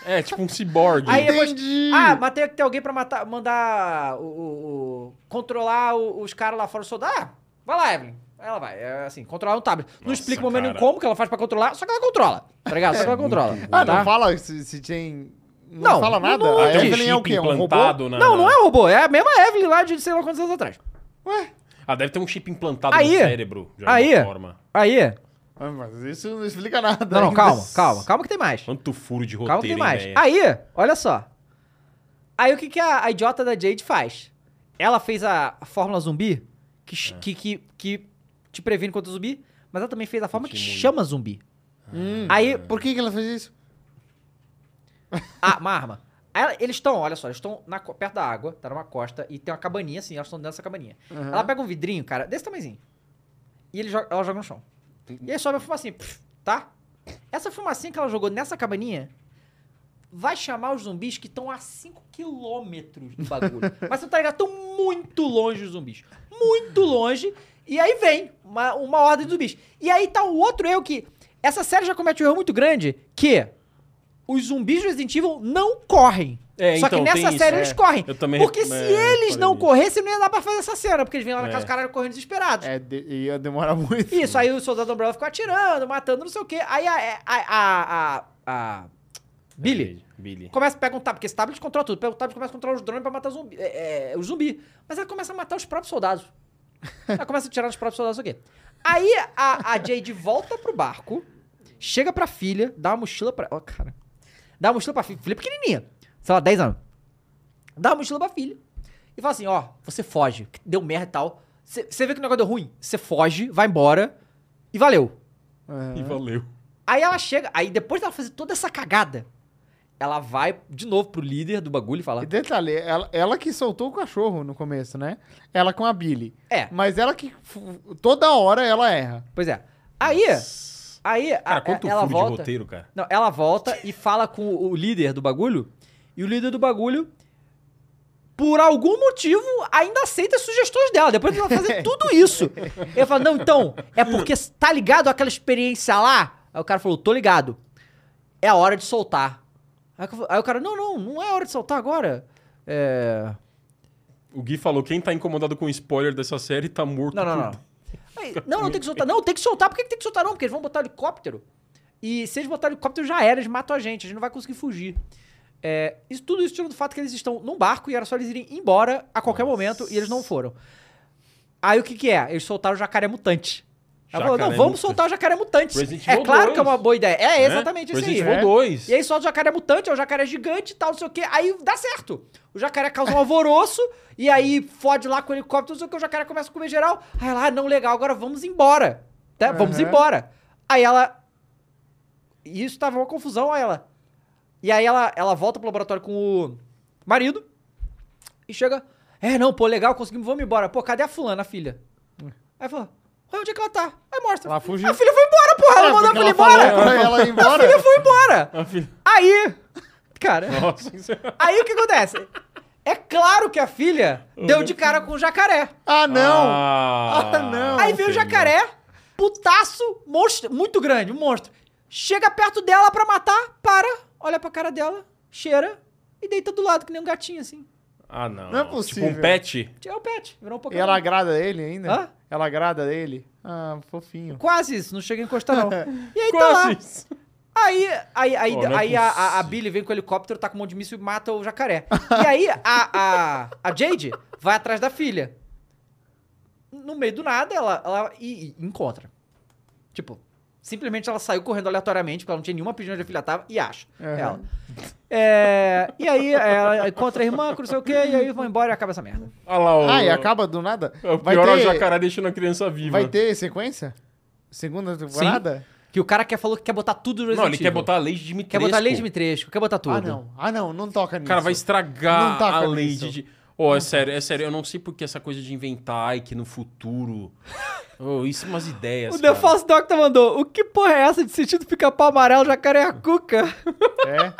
[SPEAKER 2] É, tipo um ciborgue.
[SPEAKER 1] Aí depois,
[SPEAKER 3] Entendi.
[SPEAKER 1] ah, mas tem que ter alguém pra matar, mandar o, o- o- controlar o- os caras lá fora, os soldados. Ah, vai lá, Evelyn. Aí Ela vai, é assim, controlar um tablet. não
[SPEAKER 2] Nossa,
[SPEAKER 1] explica o momento
[SPEAKER 2] cara.
[SPEAKER 1] como que ela faz pra controlar, só que ela controla, tá ligado? Só que ela controla,
[SPEAKER 3] Ah, não
[SPEAKER 1] tá?
[SPEAKER 3] fala se, se tem... Não,
[SPEAKER 1] Não,
[SPEAKER 3] fala
[SPEAKER 1] não
[SPEAKER 3] nada?
[SPEAKER 1] tem
[SPEAKER 3] a
[SPEAKER 1] um
[SPEAKER 3] Evelyn é o
[SPEAKER 2] chip
[SPEAKER 3] quê? Um robô?
[SPEAKER 2] implantado na-
[SPEAKER 1] Não,
[SPEAKER 2] na-
[SPEAKER 1] não é robô, é a mesma Evelyn lá de sei lá quantos anos atrás.
[SPEAKER 3] Ué?
[SPEAKER 2] Ah, deve ter um chip implantado
[SPEAKER 1] Aí,
[SPEAKER 2] no cérebro. de
[SPEAKER 1] aí,
[SPEAKER 2] alguma forma.
[SPEAKER 1] aí,
[SPEAKER 3] Ah, mas isso não explica nada.
[SPEAKER 1] não, não,
[SPEAKER 3] ainda.
[SPEAKER 1] calma, calma, calma que tem mais.
[SPEAKER 2] Quanto furo de roteiro,
[SPEAKER 1] Calma que tem
[SPEAKER 2] hein,
[SPEAKER 1] mais.
[SPEAKER 2] velho?
[SPEAKER 1] Aí, olha só. Aí o que, que a, a idiota da Jade faz? Ela fez a, a fórmula zumbi que, ch- que, que, que te previne contra o zumbi, mas ela também fez a forma que
[SPEAKER 2] Anti-mundo.
[SPEAKER 1] chama zumbi.
[SPEAKER 3] Hum.
[SPEAKER 1] Aí,
[SPEAKER 3] Por que, que ela fez isso?
[SPEAKER 1] Ah, uma arma. Aí ela- eles estão, olha só, eles estão na co- perto da água, tá numa costa, e tem uma cabaninha assim, elas estão dentro dessa cabaninha.
[SPEAKER 3] Aham.
[SPEAKER 1] Ela pega um vidrinho, cara, desse tamanhozinho. E ele joga- ela joga no chão. E aí sobe a fumacinha, pf, tá? Essa fumacinha que ela jogou nessa cabaninha vai chamar os zumbis que estão a 5 quilômetros do bagulho. Mas você tá ligado? Estão muito longe os zumbis. Muito longe. E aí vem uma, uma ordem de zumbis. E aí tá o outro erro que. Essa série já comete um erro muito grande que os zumbis do Resident Evil não correm.
[SPEAKER 2] É,
[SPEAKER 1] Só
[SPEAKER 2] então,
[SPEAKER 1] que
[SPEAKER 2] tem
[SPEAKER 1] nessa
[SPEAKER 2] isso,
[SPEAKER 1] série
[SPEAKER 2] é.
[SPEAKER 1] eles correm.
[SPEAKER 2] Eu também
[SPEAKER 1] porque
[SPEAKER 2] rep-
[SPEAKER 1] se
[SPEAKER 2] é,
[SPEAKER 1] eles
[SPEAKER 2] reparei
[SPEAKER 1] não
[SPEAKER 2] nisso.
[SPEAKER 1] corressem, não ia dar pra fazer essa cena. Porque eles vêm lá na
[SPEAKER 2] É.
[SPEAKER 1] casa do caralho correndo desesperados.
[SPEAKER 3] É, de- ia demorar muito.
[SPEAKER 1] Isso, aí o soldado Umbrella ficou atirando, matando, não sei o quê. Aí a. a, a, a, a- Billy.
[SPEAKER 2] Billy.
[SPEAKER 1] Começa, pega um tablet, porque esse tablet controla tudo. Pega o tablet, começa a controlar os drones pra matar zumbi, é, é, o zumbi. Mas ela começa a matar os próprios soldados. ela começa a tirar os próprios soldados, não sei o quê. Aí a, a Jade volta pro barco, chega pra filha, dá uma mochila pra. Ó, cara. Dá uma mochila pra filha, filha pequenininha, sei lá, 10 anos. Dá uma mochila pra filha e fala assim: ó, você foge, que deu merda e tal. Você vê que o negócio deu ruim, você foge, vai embora e valeu.
[SPEAKER 2] E valeu.
[SPEAKER 1] Aí ela chega, aí depois dela fazer toda essa cagada, ela vai de novo pro líder do bagulho e fala:
[SPEAKER 3] E detalhe, ela, ela que soltou o cachorro no começo, né? Ela com a Billy.
[SPEAKER 1] É.
[SPEAKER 3] Mas ela que. f- Toda hora ela erra.
[SPEAKER 1] Pois é. Aí, aí a- é,
[SPEAKER 2] Cara, quanto
[SPEAKER 1] ela
[SPEAKER 2] furo
[SPEAKER 1] volta.
[SPEAKER 2] de roteiro, cara.
[SPEAKER 1] Não, ela volta e fala com o líder do bagulho. E o líder do bagulho, por algum motivo, ainda aceita as sugestões dela. Depois de ela fazer tudo isso. Ele fala, não, então, é porque tá ligado aquela experiência lá? Aí o cara falou, tô ligado. É a hora de soltar. Aí eu- aí o cara, não, não, não é hora de soltar agora. É...
[SPEAKER 2] O Gui falou, quem tá incomodado com spoiler dessa série tá morto.
[SPEAKER 1] Não, não,
[SPEAKER 2] por
[SPEAKER 1] não. Aí, não, não tem que soltar. Não, tem que soltar. Por que que tem que soltar, não? Porque eles vão botar helicóptero. E se eles botarem helicóptero, já era. Eles matam a gente. A gente não vai conseguir fugir. É, isso, tudo isso tirando do fato que eles estão num barco e era só eles irem embora a qualquer momento e eles não foram. Aí o que que é? Eles soltaram o jacaré mutante. Ela falou, não,
[SPEAKER 2] Jacaré
[SPEAKER 1] vamos
[SPEAKER 2] mutante.
[SPEAKER 1] soltar o jacaré mutante.
[SPEAKER 2] Resident
[SPEAKER 1] é
[SPEAKER 2] Evil
[SPEAKER 1] claro
[SPEAKER 2] 2.
[SPEAKER 1] que é uma boa ideia. É,
[SPEAKER 2] Né?
[SPEAKER 1] exatamente isso aí.
[SPEAKER 2] Resident Evil 2.
[SPEAKER 1] E aí solta o jacaré mutante, é o jacaré gigante e tal, não sei o quê. Aí dá certo. O jacaré causa um alvoroço, e aí fode lá com o helicóptero, não sei o que, o jacaré começa a comer geral. Aí ela, ah, não, legal, agora vamos embora. Tá? Vamos
[SPEAKER 3] Aham.
[SPEAKER 1] embora. Aí ela... E isso tava uma confusão, aí ela... E aí ela, ela volta pro laboratório com o marido, e chega... É, não, pô, legal, conseguimos, vamos embora. Pô, cadê a fulana, a filha? Aí fala... Ué, onde é que ela tá? Aí mostra.
[SPEAKER 3] Hum. Ela fugiu.
[SPEAKER 1] A filha foi embora, porra! Ela
[SPEAKER 3] É,
[SPEAKER 1] mandou a
[SPEAKER 3] porque
[SPEAKER 1] filha
[SPEAKER 3] falou
[SPEAKER 1] embora!
[SPEAKER 3] pra ela ir embora.
[SPEAKER 1] A filha foi embora!
[SPEAKER 2] A filha-
[SPEAKER 1] Aí, cara,
[SPEAKER 2] Nossa, isso é-
[SPEAKER 1] aí o que acontece? É claro que a filha deu de cara com o jacaré.
[SPEAKER 3] Ah, não!
[SPEAKER 2] Ah,
[SPEAKER 3] Ah, não.
[SPEAKER 1] Aí veio o
[SPEAKER 2] entendi.
[SPEAKER 1] jacaré, putaço, monstro, muito grande, um monstro. Chega perto dela pra matar, para, olha pra cara dela, cheira e deita do lado, que nem um gatinho assim.
[SPEAKER 2] Ah, não.
[SPEAKER 3] Não é possível.
[SPEAKER 2] Tipo um pet.
[SPEAKER 1] É o pet, virou um pouco.
[SPEAKER 3] E ela agrada ele ainda?
[SPEAKER 1] Hã?
[SPEAKER 3] Ela agrada ele? Ah, fofinho.
[SPEAKER 1] Quase isso, não chega a encostar não. E aí tá lá.
[SPEAKER 2] Quase.
[SPEAKER 1] Aí, aí, aí,
[SPEAKER 2] Oh, não é
[SPEAKER 1] aí a, a, a
[SPEAKER 2] possível.
[SPEAKER 1] Billy vem com o helicóptero, tá com um monte de míssil e mata o jacaré. E aí a, a, a Jade vai atrás da filha. No meio do nada, ela, ela e, e encontra. Tipo, simplesmente ela saiu correndo aleatoriamente, porque ela não tinha nenhuma pedido onde a filha tava, e acha
[SPEAKER 3] Aham.
[SPEAKER 1] ela. É, e aí ela encontra a irmã, que não sei o quê, e aí vão embora e acaba essa merda.
[SPEAKER 2] Olha lá o...
[SPEAKER 3] Ah, e acaba do nada?
[SPEAKER 2] O
[SPEAKER 3] Vai
[SPEAKER 2] pior é o
[SPEAKER 3] ter,
[SPEAKER 2] jacaré deixando a criança viva.
[SPEAKER 3] vai ter sequência? Segunda temporada?
[SPEAKER 1] Que o cara quer, falou que quer botar tudo no
[SPEAKER 2] Não,
[SPEAKER 1] Resident
[SPEAKER 2] ele quer
[SPEAKER 1] Evil.
[SPEAKER 2] botar a lei de Dimitrescu.
[SPEAKER 1] Quer botar Lady Mitresco, quer botar tudo.
[SPEAKER 3] Ah, não. Ah, não. Não toca nisso.
[SPEAKER 2] Cara, vai
[SPEAKER 3] Não
[SPEAKER 2] estragar
[SPEAKER 3] tá
[SPEAKER 2] a
[SPEAKER 3] com
[SPEAKER 2] lei
[SPEAKER 3] isso.
[SPEAKER 2] de... Ó, é sério, é sério. Eu não sei porque essa coisa de inventar e que no futuro... Ô, isso é umas ideias,
[SPEAKER 1] O The
[SPEAKER 2] cara.
[SPEAKER 1] False Doctor mandou: O que porra é essa de sentido pica-pau amarelo, jacaré a cuca?
[SPEAKER 3] É.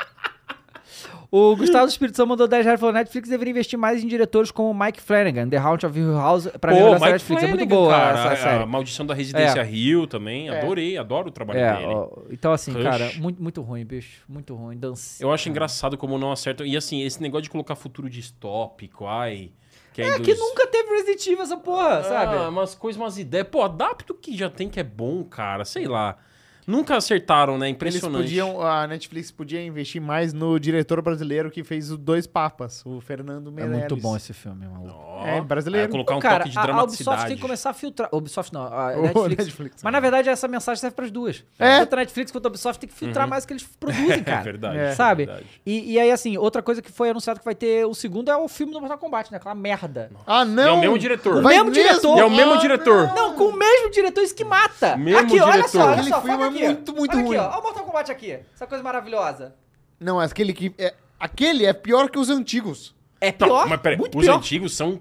[SPEAKER 1] O Gustavo do Espírito Santo mandou 10 reais e falou: Netflix deveria investir mais em diretores como Mike Flanagan, The Haunt of Hill House, pra mim,
[SPEAKER 2] Pô,
[SPEAKER 1] melhor série
[SPEAKER 2] Mike
[SPEAKER 1] Netflix. é muito
[SPEAKER 2] Flanagan,
[SPEAKER 1] boa
[SPEAKER 2] cara.
[SPEAKER 1] essa
[SPEAKER 2] A
[SPEAKER 1] série.
[SPEAKER 2] Maldição da Residência Rio também. Adorei, adoro o trabalho
[SPEAKER 1] É,
[SPEAKER 2] dele.
[SPEAKER 1] ó, então, assim,
[SPEAKER 2] Rush.
[SPEAKER 1] cara, muito, muito ruim, bicho. Muito ruim. Dance.
[SPEAKER 2] Eu acho engraçado como não acertam. E assim, esse negócio de colocar futuro distópico, ai... Que
[SPEAKER 1] É que nunca teve Resident Evil essa porra,
[SPEAKER 2] Ah,
[SPEAKER 1] sabe?
[SPEAKER 2] umas coisas, umas ideias. Pô, adapta o que já tem que é bom, cara. Sei lá. Nunca acertaram, né?
[SPEAKER 3] Eles
[SPEAKER 2] Impressionante.
[SPEAKER 3] podiam, a Netflix podia investir mais no diretor brasileiro que fez os dois papas, o Fernando
[SPEAKER 1] É
[SPEAKER 3] Meirelles.
[SPEAKER 1] muito bom esse filme, maluco.
[SPEAKER 2] Ó,
[SPEAKER 3] É, brasileiro.
[SPEAKER 2] aí Colocar um
[SPEAKER 1] cara,
[SPEAKER 2] toque de
[SPEAKER 1] a- a
[SPEAKER 2] dramaticidade.
[SPEAKER 1] Ubisoft tem que começar a filtrar. Ubisoft não, a
[SPEAKER 3] Ô,
[SPEAKER 1] Netflix.
[SPEAKER 3] Netflix.
[SPEAKER 1] Mas na verdade essa mensagem serve pras duas.
[SPEAKER 3] É.
[SPEAKER 1] Tanto a Netflix quanto a Ubisoft tem que filtrar mais o que eles produzem, cara.
[SPEAKER 2] Uhum. É verdade.
[SPEAKER 3] É.
[SPEAKER 1] sabe?
[SPEAKER 2] verdade.
[SPEAKER 1] E, e aí, assim, outra coisa que foi anunciado que vai ter o segundo é o filme do Mortal Kombat, né? Aquela merda.
[SPEAKER 3] Ah, não!
[SPEAKER 2] É o mesmo diretor.
[SPEAKER 1] Vai- mesmo diretor.
[SPEAKER 2] É o mesmo
[SPEAKER 3] Ah,
[SPEAKER 2] diretor.
[SPEAKER 1] Não, com o mesmo diretor, isso que mata.
[SPEAKER 2] Mesmo
[SPEAKER 1] aqui, olha só,
[SPEAKER 2] diretor.
[SPEAKER 1] olha
[SPEAKER 3] Aquele
[SPEAKER 1] só,
[SPEAKER 3] filme
[SPEAKER 1] foca
[SPEAKER 3] é
[SPEAKER 1] aqui.
[SPEAKER 3] muito, muito
[SPEAKER 1] olha
[SPEAKER 3] ruim.
[SPEAKER 1] aqui, ó. Olha o Mortal Kombat aqui. Essa coisa maravilhosa.
[SPEAKER 3] Não, é aquele que... É, aquele é pior que os antigos.
[SPEAKER 1] É
[SPEAKER 2] Não,
[SPEAKER 1] pior,
[SPEAKER 2] mas peraí.
[SPEAKER 1] muito
[SPEAKER 2] Os
[SPEAKER 1] pior.
[SPEAKER 2] antigos são...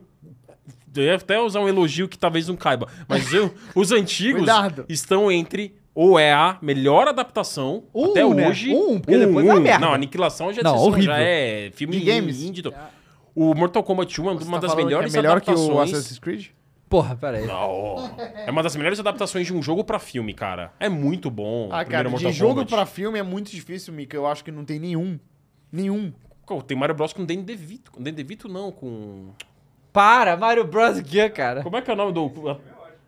[SPEAKER 2] Eu ia até usar um elogio que talvez não caiba. Mas eu- os antigos
[SPEAKER 3] Cuidado.
[SPEAKER 2] estão entre... Ou é a melhor adaptação
[SPEAKER 1] Um,
[SPEAKER 2] até
[SPEAKER 1] né?
[SPEAKER 2] hoje.
[SPEAKER 1] Um, porque
[SPEAKER 3] é
[SPEAKER 1] depois vai merda.
[SPEAKER 2] Não, Aniquilação já,
[SPEAKER 1] Não,
[SPEAKER 2] já
[SPEAKER 1] horrível.
[SPEAKER 2] é filme
[SPEAKER 3] De games?
[SPEAKER 2] indie. O Mortal Kombat 1 é uma
[SPEAKER 3] Você tá
[SPEAKER 2] das
[SPEAKER 3] falando que
[SPEAKER 2] melhores
[SPEAKER 3] é melhor que
[SPEAKER 2] adaptações.
[SPEAKER 3] o Assassin's Creed?
[SPEAKER 1] Porra, peraí.
[SPEAKER 2] Não. É uma das melhores adaptações de um jogo pra filme, cara. É muito bom.
[SPEAKER 3] Ah,
[SPEAKER 2] o primeiro
[SPEAKER 3] cara, de
[SPEAKER 2] Mortal
[SPEAKER 3] jogo
[SPEAKER 2] Kombat.
[SPEAKER 3] pra filme é muito difícil, Mika. Eu acho que não tem nenhum. Nenhum.
[SPEAKER 2] Pô, Tem Mario Bros com Danny DeVito. Com Danny DeVito não, com...
[SPEAKER 1] Para, Mario Bros. Gear, cara.
[SPEAKER 2] Como é que é o nome do...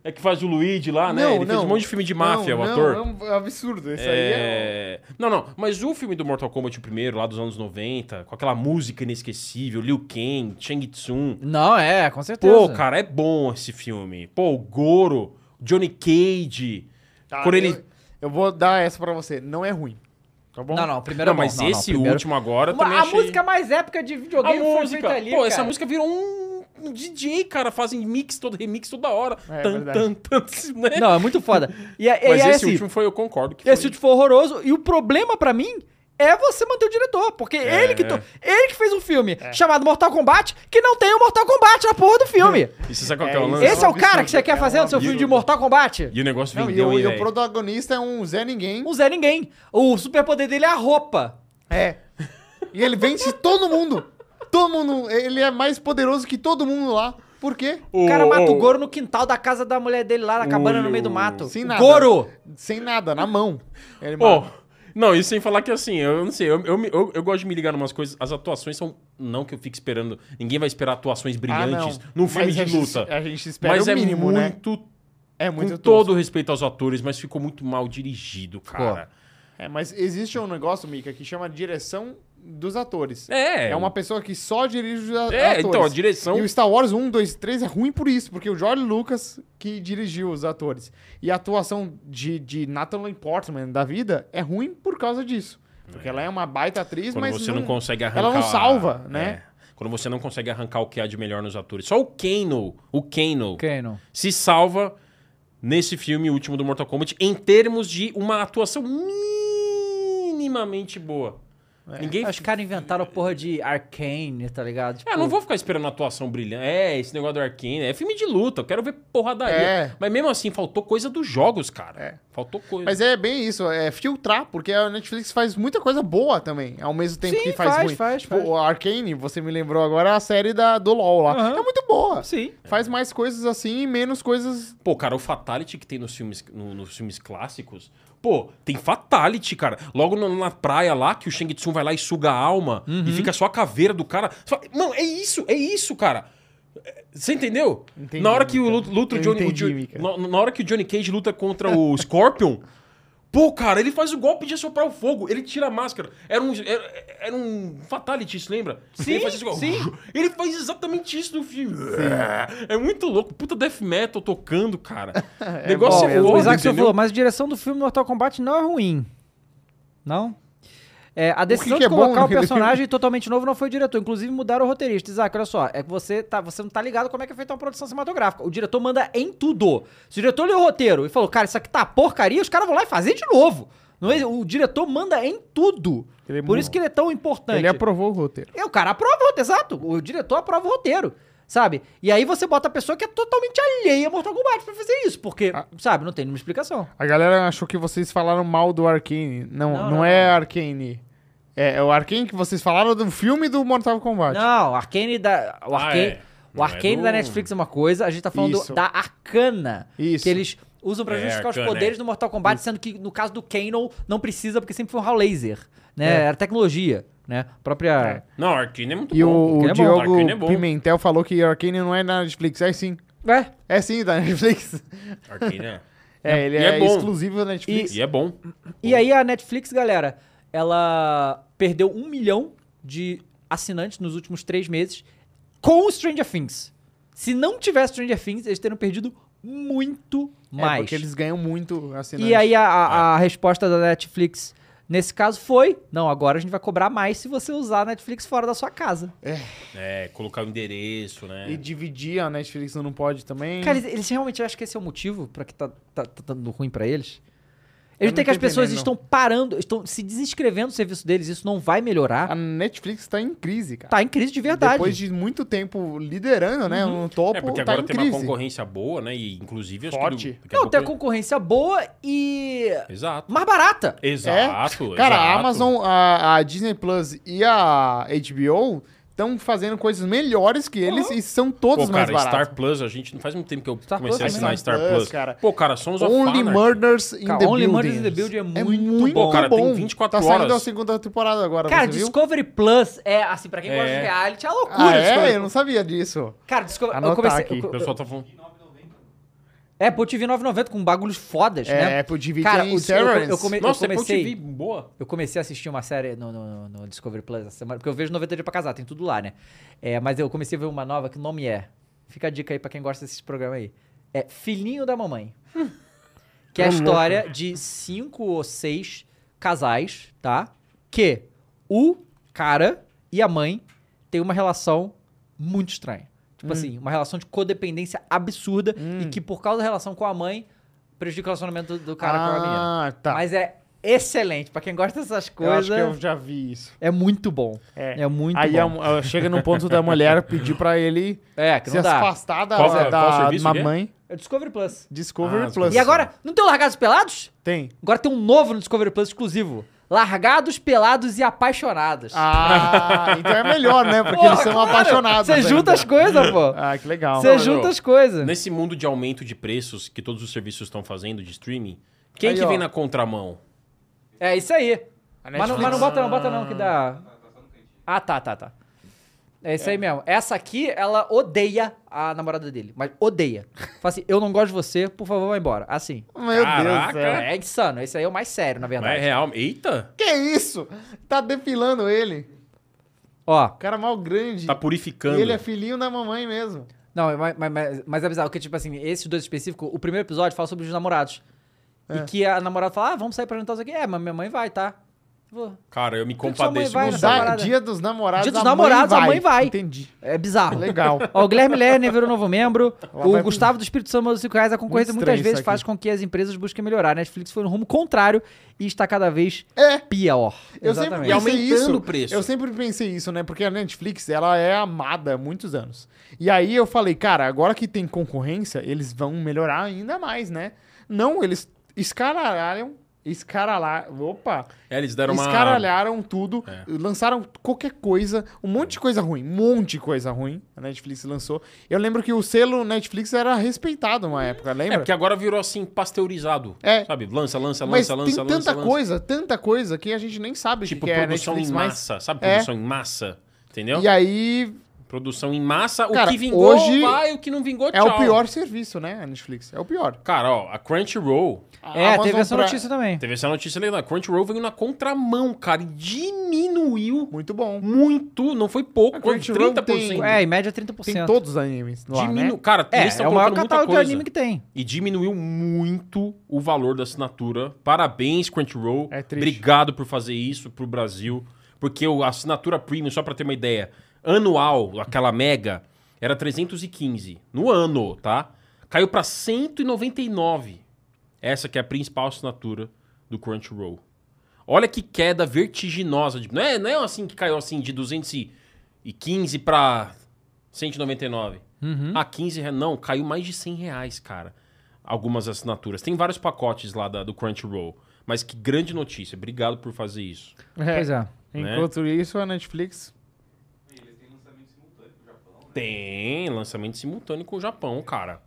[SPEAKER 2] É que faz o Luigi lá, né? Ele fez um monte de filme de máfia,
[SPEAKER 3] não,
[SPEAKER 2] o
[SPEAKER 3] não,
[SPEAKER 2] ator.
[SPEAKER 3] é um absurdo. Esse aí é...
[SPEAKER 2] É... Não, não, mas o filme do Mortal Kombat o primeiro, lá dos anos 90, com aquela música inesquecível, Liu Kang, Chang Tsung.
[SPEAKER 1] Não, é, com certeza.
[SPEAKER 2] Pô, cara, é bom esse filme. Pô, o Goro. Johnny Cage.
[SPEAKER 1] Ah,
[SPEAKER 2] quando ele.
[SPEAKER 3] Eu, eu vou dar essa pra você. Não é ruim. Tá bom?
[SPEAKER 1] Não, não, o primeiro
[SPEAKER 2] Não,
[SPEAKER 1] é bom.
[SPEAKER 2] mas
[SPEAKER 1] não, não,
[SPEAKER 2] esse
[SPEAKER 1] o primeiro-
[SPEAKER 2] último agora
[SPEAKER 1] Uma-
[SPEAKER 2] também
[SPEAKER 1] A
[SPEAKER 2] achei...
[SPEAKER 1] música mais épica de
[SPEAKER 2] A
[SPEAKER 1] videogame foi
[SPEAKER 2] música.
[SPEAKER 1] feita ali,
[SPEAKER 2] Pô, essa
[SPEAKER 1] cara.
[SPEAKER 2] música virou um um DJ, cara. Fazem mix, todo remix toda hora.
[SPEAKER 3] É,
[SPEAKER 2] tan,
[SPEAKER 3] verdade.
[SPEAKER 2] tan, tan, né?
[SPEAKER 1] Não, é muito foda. E, é- e,
[SPEAKER 2] Mas
[SPEAKER 1] é
[SPEAKER 2] esse
[SPEAKER 1] assim,
[SPEAKER 2] último foi, eu concordo que
[SPEAKER 1] Esse
[SPEAKER 2] foi.
[SPEAKER 1] último foi horroroso. E o problema pra mim é você manter o diretor. Porque
[SPEAKER 2] É,
[SPEAKER 1] ele, que to- ele que fez um filme chamado Mortal Kombat que não tem o Mortal Kombat na porra do filme.
[SPEAKER 2] E você sabe qual
[SPEAKER 3] É,
[SPEAKER 2] que é o
[SPEAKER 3] isso.
[SPEAKER 2] lance?
[SPEAKER 1] Esse é o
[SPEAKER 3] absurdo,
[SPEAKER 1] cara que você quer
[SPEAKER 3] é
[SPEAKER 1] fazer
[SPEAKER 3] um
[SPEAKER 1] no seu filme de
[SPEAKER 3] absurdo.
[SPEAKER 1] Mortal Kombat.
[SPEAKER 2] E o negócio
[SPEAKER 3] Não, e,
[SPEAKER 2] vendeu,
[SPEAKER 3] o,
[SPEAKER 2] hein,
[SPEAKER 3] e o
[SPEAKER 2] velho?
[SPEAKER 3] protagonista é um Zé Ninguém.
[SPEAKER 1] Não Zé ninguém. O superpoder dele é a roupa.
[SPEAKER 3] É. E ele vence todo mundo. Todo mundo. Ele é mais poderoso que todo mundo lá. Por quê?
[SPEAKER 1] O cara mata o
[SPEAKER 2] o-
[SPEAKER 1] Goro no quintal da casa da mulher dele lá na cabana no meio do mato.
[SPEAKER 3] Sem
[SPEAKER 1] O
[SPEAKER 3] nada.
[SPEAKER 1] Goro!
[SPEAKER 3] Sem nada, na mão. Ele
[SPEAKER 2] Ó,
[SPEAKER 3] mata.
[SPEAKER 2] não, e sem falar que assim, eu não sei, eu, eu, me- eu- eu gosto de me ligar em umas coisas. As atuações são. Não que eu fique esperando. Ninguém vai esperar atuações brilhantes
[SPEAKER 3] Ah, não.
[SPEAKER 2] num filme
[SPEAKER 3] Mas a
[SPEAKER 2] de
[SPEAKER 3] gente-
[SPEAKER 2] luta.
[SPEAKER 3] a gente espera
[SPEAKER 2] Mas
[SPEAKER 3] o
[SPEAKER 2] é
[SPEAKER 3] mínimo, né?
[SPEAKER 2] muito.
[SPEAKER 3] É
[SPEAKER 2] Com
[SPEAKER 3] muito
[SPEAKER 2] todo
[SPEAKER 3] tosco.
[SPEAKER 2] o respeito aos atores, mas ficou muito mal dirigido, cara.
[SPEAKER 3] É, mas existe um negócio, Mika, que chama direção dos atores.
[SPEAKER 2] É.
[SPEAKER 3] É uma pessoa que só dirige os a-
[SPEAKER 2] É,
[SPEAKER 3] atores.
[SPEAKER 2] então, a direção-
[SPEAKER 3] E o Star Wars 1, 2, 3 é ruim por isso, porque o George Lucas que dirigiu os atores. E a atuação de, de Natalie Portman da vida é ruim por causa disso. Porque ela é uma baita atriz,
[SPEAKER 2] Quando
[SPEAKER 3] mas
[SPEAKER 2] você não, consegue arrancar.
[SPEAKER 3] Ela não salva,
[SPEAKER 2] É.
[SPEAKER 3] né?
[SPEAKER 2] Quando você não consegue arrancar o que há de melhor nos atores. Só o Kano, o Kano,
[SPEAKER 1] Kano.
[SPEAKER 2] se salva nesse filme último do Mortal Kombat em termos de uma atuação minimamente boa.
[SPEAKER 3] É,
[SPEAKER 2] Ninguém.
[SPEAKER 1] Os caras inventaram a porra de Arcane, tá ligado? Tipo,
[SPEAKER 2] É, não vou ficar esperando uma atuação brilhante. É, esse negócio do Arkane. É filme de luta, eu quero ver porradaria.
[SPEAKER 3] É.
[SPEAKER 2] Mas mesmo assim, faltou coisa dos jogos, cara. Faltou coisa.
[SPEAKER 3] Mas é bem isso, é filtrar, porque a Netflix faz muita coisa boa também, ao mesmo tempo
[SPEAKER 1] Sim,
[SPEAKER 3] que faz,
[SPEAKER 1] faz,
[SPEAKER 3] ruim.
[SPEAKER 1] faz,
[SPEAKER 3] tipo,
[SPEAKER 1] faz.
[SPEAKER 3] o Arcane, você me lembrou agora a série da, do LoL lá.
[SPEAKER 1] Aham.
[SPEAKER 3] É muito boa.
[SPEAKER 1] Sim.
[SPEAKER 3] Faz mais coisas assim e menos coisas.
[SPEAKER 2] Pô, cara, o Fatality que tem nos filmes, no- nos filmes clássicos. Pô, tem Fatality, cara. Logo na, na praia lá, que o Shang Tsung vai lá e suga a alma
[SPEAKER 3] Uhum.
[SPEAKER 2] e fica só a caveira do cara. Você fala, Mano, é isso, é isso, cara. É, Você entendeu?
[SPEAKER 3] Entendi,
[SPEAKER 2] na hora que o,
[SPEAKER 3] Mika.
[SPEAKER 2] Lu- luta o
[SPEAKER 3] Eu
[SPEAKER 2] Johnny. o
[SPEAKER 3] entendi,
[SPEAKER 2] Johnny-
[SPEAKER 3] Mika.
[SPEAKER 2] na, na hora que o Johnny Cage luta contra o Scorpion. Pô, cara, ele faz o golpe de assoprar o fogo, ele tira a máscara. Era um, era, era um fatality, isso lembra?
[SPEAKER 1] Sim,
[SPEAKER 2] ele faz esse golpe.
[SPEAKER 1] sim.
[SPEAKER 2] Ele faz exatamente isso no filme. É muito louco. Puta death metal tocando, cara. Negócio
[SPEAKER 3] bom
[SPEAKER 2] é
[SPEAKER 3] mesmo.
[SPEAKER 1] O
[SPEAKER 2] foda,
[SPEAKER 1] Isaac só
[SPEAKER 2] entendeu?
[SPEAKER 1] falou, mas a direção do filme Mortal Kombat não é ruim. Não? É, a decisão de
[SPEAKER 3] que é bom
[SPEAKER 1] colocar o
[SPEAKER 3] naquele
[SPEAKER 1] personagem totalmente novo não foi o diretor. Inclusive, mudaram o roteirista. Isaac, olha só. É que você, tá, você não tá ligado como é que é feita uma produção cinematográfica. O diretor manda em tudo. Se o diretor lê o roteiro e falou, cara, isso aqui tá porcaria, os caras vão lá e fazer de novo. Não é- o diretor manda em tudo.
[SPEAKER 3] Ele é
[SPEAKER 1] Por
[SPEAKER 3] bom.
[SPEAKER 1] isso que ele é tão importante.
[SPEAKER 3] Ele aprovou o roteiro.
[SPEAKER 1] É, o cara aprova o roteiro, exato. O diretor aprova o roteiro, sabe? E aí você bota a pessoa que é totalmente alheia a Mortal Kombat pra fazer isso, porque,
[SPEAKER 2] Ah.
[SPEAKER 1] sabe, não tem nenhuma explicação.
[SPEAKER 3] A galera achou que vocês falaram mal do Arcane. Não,
[SPEAKER 1] Não,
[SPEAKER 3] não,
[SPEAKER 1] não.
[SPEAKER 3] é Arcane. É, é o Arcane que vocês falaram do filme do Mortal Kombat.
[SPEAKER 1] Não, o Arcane da. O
[SPEAKER 2] Ah,
[SPEAKER 1] Arcane,
[SPEAKER 2] é.
[SPEAKER 1] o
[SPEAKER 2] Não, é
[SPEAKER 1] Arcane
[SPEAKER 2] do-
[SPEAKER 1] da Netflix é uma coisa, a gente tá falando
[SPEAKER 3] Isso.
[SPEAKER 1] da Arcana.
[SPEAKER 3] Isso.
[SPEAKER 1] Que eles usam pra
[SPEAKER 2] É,
[SPEAKER 1] justificar os
[SPEAKER 2] Arcana,
[SPEAKER 1] poderes
[SPEAKER 2] é.
[SPEAKER 1] do Mortal Kombat, sendo que no caso do Kano não precisa, porque sempre foi um raio laser.
[SPEAKER 2] É.
[SPEAKER 1] Né? Era tecnologia, né? A própria.
[SPEAKER 2] Não, Arkane é muito
[SPEAKER 3] E
[SPEAKER 2] bom.
[SPEAKER 3] o,
[SPEAKER 1] Arcane
[SPEAKER 3] o
[SPEAKER 1] é bom.
[SPEAKER 3] Diogo
[SPEAKER 2] Arcane é bom.
[SPEAKER 3] Pimentel falou que Arcane não é da Netflix. É sim.
[SPEAKER 1] É.
[SPEAKER 3] É sim, da Netflix.
[SPEAKER 2] Arkane é...
[SPEAKER 3] É, ele
[SPEAKER 2] e
[SPEAKER 3] é,
[SPEAKER 2] é bom.
[SPEAKER 3] exclusivo da Netflix.
[SPEAKER 2] E é bom.
[SPEAKER 1] E aí a Netflix, galera, ela perdeu um milhão de assinantes nos últimos três meses com o Stranger Things. Se não tivesse Stranger Things, eles teriam perdido muito
[SPEAKER 3] É,
[SPEAKER 1] mais.
[SPEAKER 3] porque eles ganham muito assim, assinante.
[SPEAKER 1] E aí a, a- a resposta da Netflix nesse caso foi: não, agora a gente vai cobrar mais se você usar a Netflix fora da sua casa.
[SPEAKER 2] É, colocar o endereço, né?
[SPEAKER 3] E dividir a Netflix não pode também.
[SPEAKER 1] Cara, eles, eles realmente acham que esse é o motivo pra que tá, tá, tá dando ruim pra eles?
[SPEAKER 3] Eu
[SPEAKER 1] Eles
[SPEAKER 3] não
[SPEAKER 1] têm que as
[SPEAKER 3] tô entendendo,
[SPEAKER 1] pessoas
[SPEAKER 3] não.
[SPEAKER 1] estão parando, estão se desinscrevendo do serviço deles, isso não vai melhorar.
[SPEAKER 3] A Netflix tá em crise, cara.
[SPEAKER 1] Tá em crise de verdade.
[SPEAKER 3] Ah,
[SPEAKER 1] Uhum.
[SPEAKER 3] Depois de muito tempo liderando, né? No topo,
[SPEAKER 2] É, porque
[SPEAKER 3] tá
[SPEAKER 2] agora
[SPEAKER 3] em
[SPEAKER 2] tem
[SPEAKER 3] crise.
[SPEAKER 2] uma concorrência boa, né? E inclusive... acho Que
[SPEAKER 3] Forte.
[SPEAKER 2] do- daqui a
[SPEAKER 1] Não, tem a
[SPEAKER 2] pouco-
[SPEAKER 1] concorrência boa e
[SPEAKER 2] Exato.
[SPEAKER 1] mais barata.
[SPEAKER 2] Exato,
[SPEAKER 3] É? Cara, a
[SPEAKER 2] exato.
[SPEAKER 3] Amazon, a, a Disney Plus e a HBO estão fazendo coisas melhores que
[SPEAKER 1] Uhum.
[SPEAKER 3] eles e são todos
[SPEAKER 2] Pô,
[SPEAKER 3] mais
[SPEAKER 2] cara,
[SPEAKER 3] baratas.
[SPEAKER 2] Star Plus, a gente não faz muito tempo que eu
[SPEAKER 1] Star
[SPEAKER 2] comecei
[SPEAKER 1] Plus
[SPEAKER 2] a assinar
[SPEAKER 3] também.
[SPEAKER 2] Star
[SPEAKER 3] Star
[SPEAKER 2] Plus.
[SPEAKER 3] Plus, cara.
[SPEAKER 2] Pô, cara, Sons of
[SPEAKER 3] Only
[SPEAKER 2] Anarchy.
[SPEAKER 3] Murders in
[SPEAKER 1] é né? Cara,
[SPEAKER 3] the
[SPEAKER 1] Only
[SPEAKER 3] Building.
[SPEAKER 1] Murders in the Building é muito
[SPEAKER 2] bom, cara, tem 24
[SPEAKER 3] tá saindo
[SPEAKER 2] horas.
[SPEAKER 3] a segunda temporada agora,
[SPEAKER 1] Cara,
[SPEAKER 3] você viu?
[SPEAKER 1] Discovery Plus é, assim, pra quem
[SPEAKER 2] É.
[SPEAKER 1] gosta de reality, é uma loucura.
[SPEAKER 3] Ah,
[SPEAKER 1] Discovery
[SPEAKER 3] é? Eu
[SPEAKER 1] Plus.
[SPEAKER 3] não sabia disso.
[SPEAKER 1] Cara, Discovery... Eu
[SPEAKER 3] Anotar
[SPEAKER 1] comecei...
[SPEAKER 3] aqui.
[SPEAKER 2] O
[SPEAKER 1] eu- eu-
[SPEAKER 2] pessoal tá falando...
[SPEAKER 1] é, Apple TV 990 com bagulhos fodas,
[SPEAKER 3] É,
[SPEAKER 1] né?
[SPEAKER 3] Apple TV
[SPEAKER 1] Cara,
[SPEAKER 3] tem
[SPEAKER 1] o- eu, eu,
[SPEAKER 3] Severance.
[SPEAKER 1] come- eu
[SPEAKER 2] Nossa, é
[SPEAKER 1] comecei...
[SPEAKER 2] TV boa.
[SPEAKER 1] Eu comecei a assistir uma série no, no- no Discovery Plus essa semana, porque eu vejo 90 dias pra casar, tem tudo lá, né? É, mas eu comecei a ver uma nova que o nome é. Fica a dica aí pra quem gosta desse programa aí. É Filhinho da Mamãe. Que é a história de cinco ou seis casais, tá? Que o cara e a mãe têm uma relação muito estranha. Tipo assim, uma relação de codependência absurda e que por causa da relação com a mãe prejudica o relacionamento do, do cara com a menina.
[SPEAKER 3] Ah, tá.
[SPEAKER 1] Mas é excelente. pra quem gosta dessas
[SPEAKER 3] Eu
[SPEAKER 1] coisas,
[SPEAKER 3] acho que eu já vi isso.
[SPEAKER 1] é muito bom. É, muito
[SPEAKER 3] Aí um-
[SPEAKER 1] bom.
[SPEAKER 3] a- a- chega no ponto da mulher pedir pra ele
[SPEAKER 1] É, que
[SPEAKER 3] se
[SPEAKER 1] não dá.
[SPEAKER 3] afastar da,
[SPEAKER 2] Qual que é?
[SPEAKER 3] da-
[SPEAKER 2] Qual serviço
[SPEAKER 3] da
[SPEAKER 2] que é?
[SPEAKER 3] mãe.
[SPEAKER 1] É Discovery Plus.
[SPEAKER 3] Discovery
[SPEAKER 2] Ah,
[SPEAKER 3] Plus.
[SPEAKER 1] E agora, não tem o Largados e Pelados?
[SPEAKER 3] Tem.
[SPEAKER 1] Agora tem um novo no Discovery Plus exclusivo. Largados, Pelados e Apaixonados.
[SPEAKER 3] Ah, então é melhor, né? Porque eles são apaixonados.
[SPEAKER 1] Você
[SPEAKER 3] ainda.
[SPEAKER 1] junta as coisas, pô.
[SPEAKER 3] Ah, que legal.
[SPEAKER 1] Você junta
[SPEAKER 2] não.
[SPEAKER 1] as coisas.
[SPEAKER 2] Nesse mundo de aumento de preços que todos os serviços estão fazendo de streaming, quem
[SPEAKER 3] Aí,
[SPEAKER 2] que
[SPEAKER 3] ó.
[SPEAKER 2] vem na contramão?
[SPEAKER 1] É isso aí.
[SPEAKER 3] A
[SPEAKER 1] Mas não, mas não
[SPEAKER 3] Netflix-
[SPEAKER 1] bota não, bota não, que dá... Ah, tá, tá, tá. É isso aí mesmo. Essa aqui, ela odeia a namorada dele. Mas odeia. Fala assim, eu não gosto de você, por favor, vai embora. Assim.
[SPEAKER 3] Meu Deus do
[SPEAKER 2] Caraca.
[SPEAKER 3] céu.
[SPEAKER 1] É, insano. Esse aí é o mais sério, na
[SPEAKER 2] Mas é
[SPEAKER 1] verdade.
[SPEAKER 2] real? Eita!
[SPEAKER 3] Que isso? Tá defilando ele.
[SPEAKER 1] Ó.
[SPEAKER 3] O cara mal grande.
[SPEAKER 2] Tá purificando.
[SPEAKER 3] E ele é filhinho da mamãe mesmo.
[SPEAKER 1] Não, mas, mas- mas, mas é bizarro, porque, tipo assim, esses dois específicos, o primeiro episódio fala sobre os namorados. E que a namorada fala, ah, vamos sair pra jantar isso aqui. É, mas minha mãe vai, tá? Vou.
[SPEAKER 2] Cara, eu me
[SPEAKER 1] que que sua mãe
[SPEAKER 2] compadeço.
[SPEAKER 1] vai
[SPEAKER 2] com
[SPEAKER 1] nessa
[SPEAKER 2] isso aí.
[SPEAKER 3] Da,
[SPEAKER 1] parada?
[SPEAKER 3] dia dos namorados,
[SPEAKER 1] Dia dos namorados, a mãe vai.
[SPEAKER 3] Entendi.
[SPEAKER 1] É bizarro.
[SPEAKER 3] Legal.
[SPEAKER 1] Ó, o Guilherme Lerner virou novo membro.
[SPEAKER 3] vai-
[SPEAKER 1] o Gustavo do Espírito Santo mandou 5 reais. A concorrência
[SPEAKER 3] Muito
[SPEAKER 1] muitas
[SPEAKER 3] estranho
[SPEAKER 1] vezes
[SPEAKER 3] isso
[SPEAKER 1] faz
[SPEAKER 3] aqui.
[SPEAKER 1] com que as empresas busquem melhorar. A Netflix foi no rumo contrário e está cada vez
[SPEAKER 3] É.
[SPEAKER 1] pior.
[SPEAKER 3] Eu sempre
[SPEAKER 2] E
[SPEAKER 3] pensei
[SPEAKER 2] aumentando
[SPEAKER 3] isso.
[SPEAKER 2] o preço.
[SPEAKER 3] Eu sempre pensei isso, né? Porque a Netflix, ela é amada há muitos anos. E aí eu falei, cara, agora que tem concorrência, eles vão melhorar ainda mais, né? Não, eles escaralharam, escaralharam, opa,
[SPEAKER 2] É, eles deram uma...
[SPEAKER 3] escaralharam tudo,
[SPEAKER 2] É.
[SPEAKER 3] lançaram qualquer coisa, um monte de coisa ruim, um monte de coisa ruim a Netflix lançou. Eu lembro que o selo Netflix era respeitado uma época,
[SPEAKER 2] É,
[SPEAKER 3] lembra?
[SPEAKER 2] porque agora virou assim, pasteurizado.
[SPEAKER 3] É.
[SPEAKER 2] Sabe? Lança, lança,
[SPEAKER 3] Mas
[SPEAKER 2] lança, lança,
[SPEAKER 3] tem
[SPEAKER 2] lança,
[SPEAKER 3] tanta
[SPEAKER 2] lança.
[SPEAKER 3] coisa, tanta coisa que a gente nem sabe o
[SPEAKER 2] Tipo,
[SPEAKER 3] que que é
[SPEAKER 2] produção
[SPEAKER 3] Netflix
[SPEAKER 2] em
[SPEAKER 3] mais.
[SPEAKER 2] massa. Sabe
[SPEAKER 3] É.
[SPEAKER 2] produção em massa? Entendeu?
[SPEAKER 3] E aí
[SPEAKER 2] Produção em massa.
[SPEAKER 3] Cara,
[SPEAKER 2] o que vingou,
[SPEAKER 3] hoje
[SPEAKER 2] vai. O que não vingou,
[SPEAKER 3] É
[SPEAKER 2] tchau.
[SPEAKER 3] o pior serviço, né, a Netflix? É o pior.
[SPEAKER 2] Cara, ó, a Crunchyroll...
[SPEAKER 1] É,
[SPEAKER 3] Amazon
[SPEAKER 1] teve essa
[SPEAKER 3] Prime-
[SPEAKER 1] notícia também.
[SPEAKER 2] Teve essa notícia legal. A Crunchyroll veio na contramão, cara. E diminuiu
[SPEAKER 3] Muito bom.
[SPEAKER 2] muito. Não foi pouco.
[SPEAKER 3] A
[SPEAKER 2] quanto?
[SPEAKER 3] Crunchyroll
[SPEAKER 2] 30%.
[SPEAKER 3] tem-
[SPEAKER 1] É, em média 30%.
[SPEAKER 3] Tem todos os animes lá,
[SPEAKER 2] Diminu...
[SPEAKER 3] né?
[SPEAKER 2] Cara, eles
[SPEAKER 1] É,
[SPEAKER 2] estão
[SPEAKER 1] é o maior
[SPEAKER 2] colocando muita
[SPEAKER 1] catálogo de
[SPEAKER 2] coisa.
[SPEAKER 1] anime que tem.
[SPEAKER 2] E diminuiu muito o valor da assinatura. Parabéns, Crunchyroll.
[SPEAKER 3] É triste.
[SPEAKER 2] Obrigado por fazer isso pro Brasil. Porque o- a assinatura premium, só pra ter uma ideia, anual, aquela mega, era 315. No ano, tá? Caiu pra 199. Essa que é a principal assinatura do Crunchyroll. Olha que queda vertiginosa. de- Não, é, não é assim que caiu assim de 215 pra 199. A 15 reais. Não, caiu mais de 100 reais, cara. Algumas assinaturas. Tem vários pacotes lá da- do Crunchyroll. Mas que grande notícia. Obrigado por fazer isso.
[SPEAKER 1] Pois é.
[SPEAKER 3] Enquanto isso, a Netflix...
[SPEAKER 2] Tem lançamento simultâneo com o Japão, cara.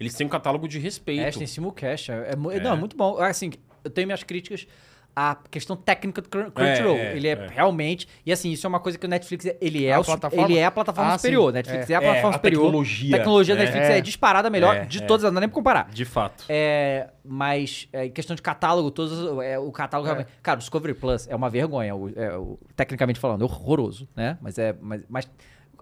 [SPEAKER 2] Eles têm um catálogo de
[SPEAKER 1] É,
[SPEAKER 2] respeito.
[SPEAKER 1] tem simulcast. É, é, mu- Não, é muito bom. Assim, eu tenho minhas críticas à questão técnica do Crun- Crunchyroll.
[SPEAKER 2] É, é,
[SPEAKER 1] ele é,
[SPEAKER 2] é.
[SPEAKER 1] realmente... E assim, isso é uma coisa que o Netflix... é- Ele é,
[SPEAKER 3] A
[SPEAKER 1] o su-
[SPEAKER 3] plataforma?
[SPEAKER 1] Ele é a plataforma
[SPEAKER 3] Ah,
[SPEAKER 1] superior.
[SPEAKER 3] sim.
[SPEAKER 1] Netflix é, a
[SPEAKER 2] É,
[SPEAKER 1] plataforma
[SPEAKER 2] a
[SPEAKER 1] superior.
[SPEAKER 2] tecnologia,
[SPEAKER 1] tecnologia da
[SPEAKER 2] né?
[SPEAKER 1] Netflix é,
[SPEAKER 3] É.
[SPEAKER 1] disparada a melhor
[SPEAKER 2] É,
[SPEAKER 1] de
[SPEAKER 2] é.
[SPEAKER 1] todas. Não dá nem pra comparar.
[SPEAKER 2] De fato.
[SPEAKER 1] É, mas é, em questão de catálogo, todos é, o catálogo realmente. Cara, o Discovery Plus é uma vergonha, o- é, o- tecnicamente falando, é horroroso, né? Mas é. Mas, mas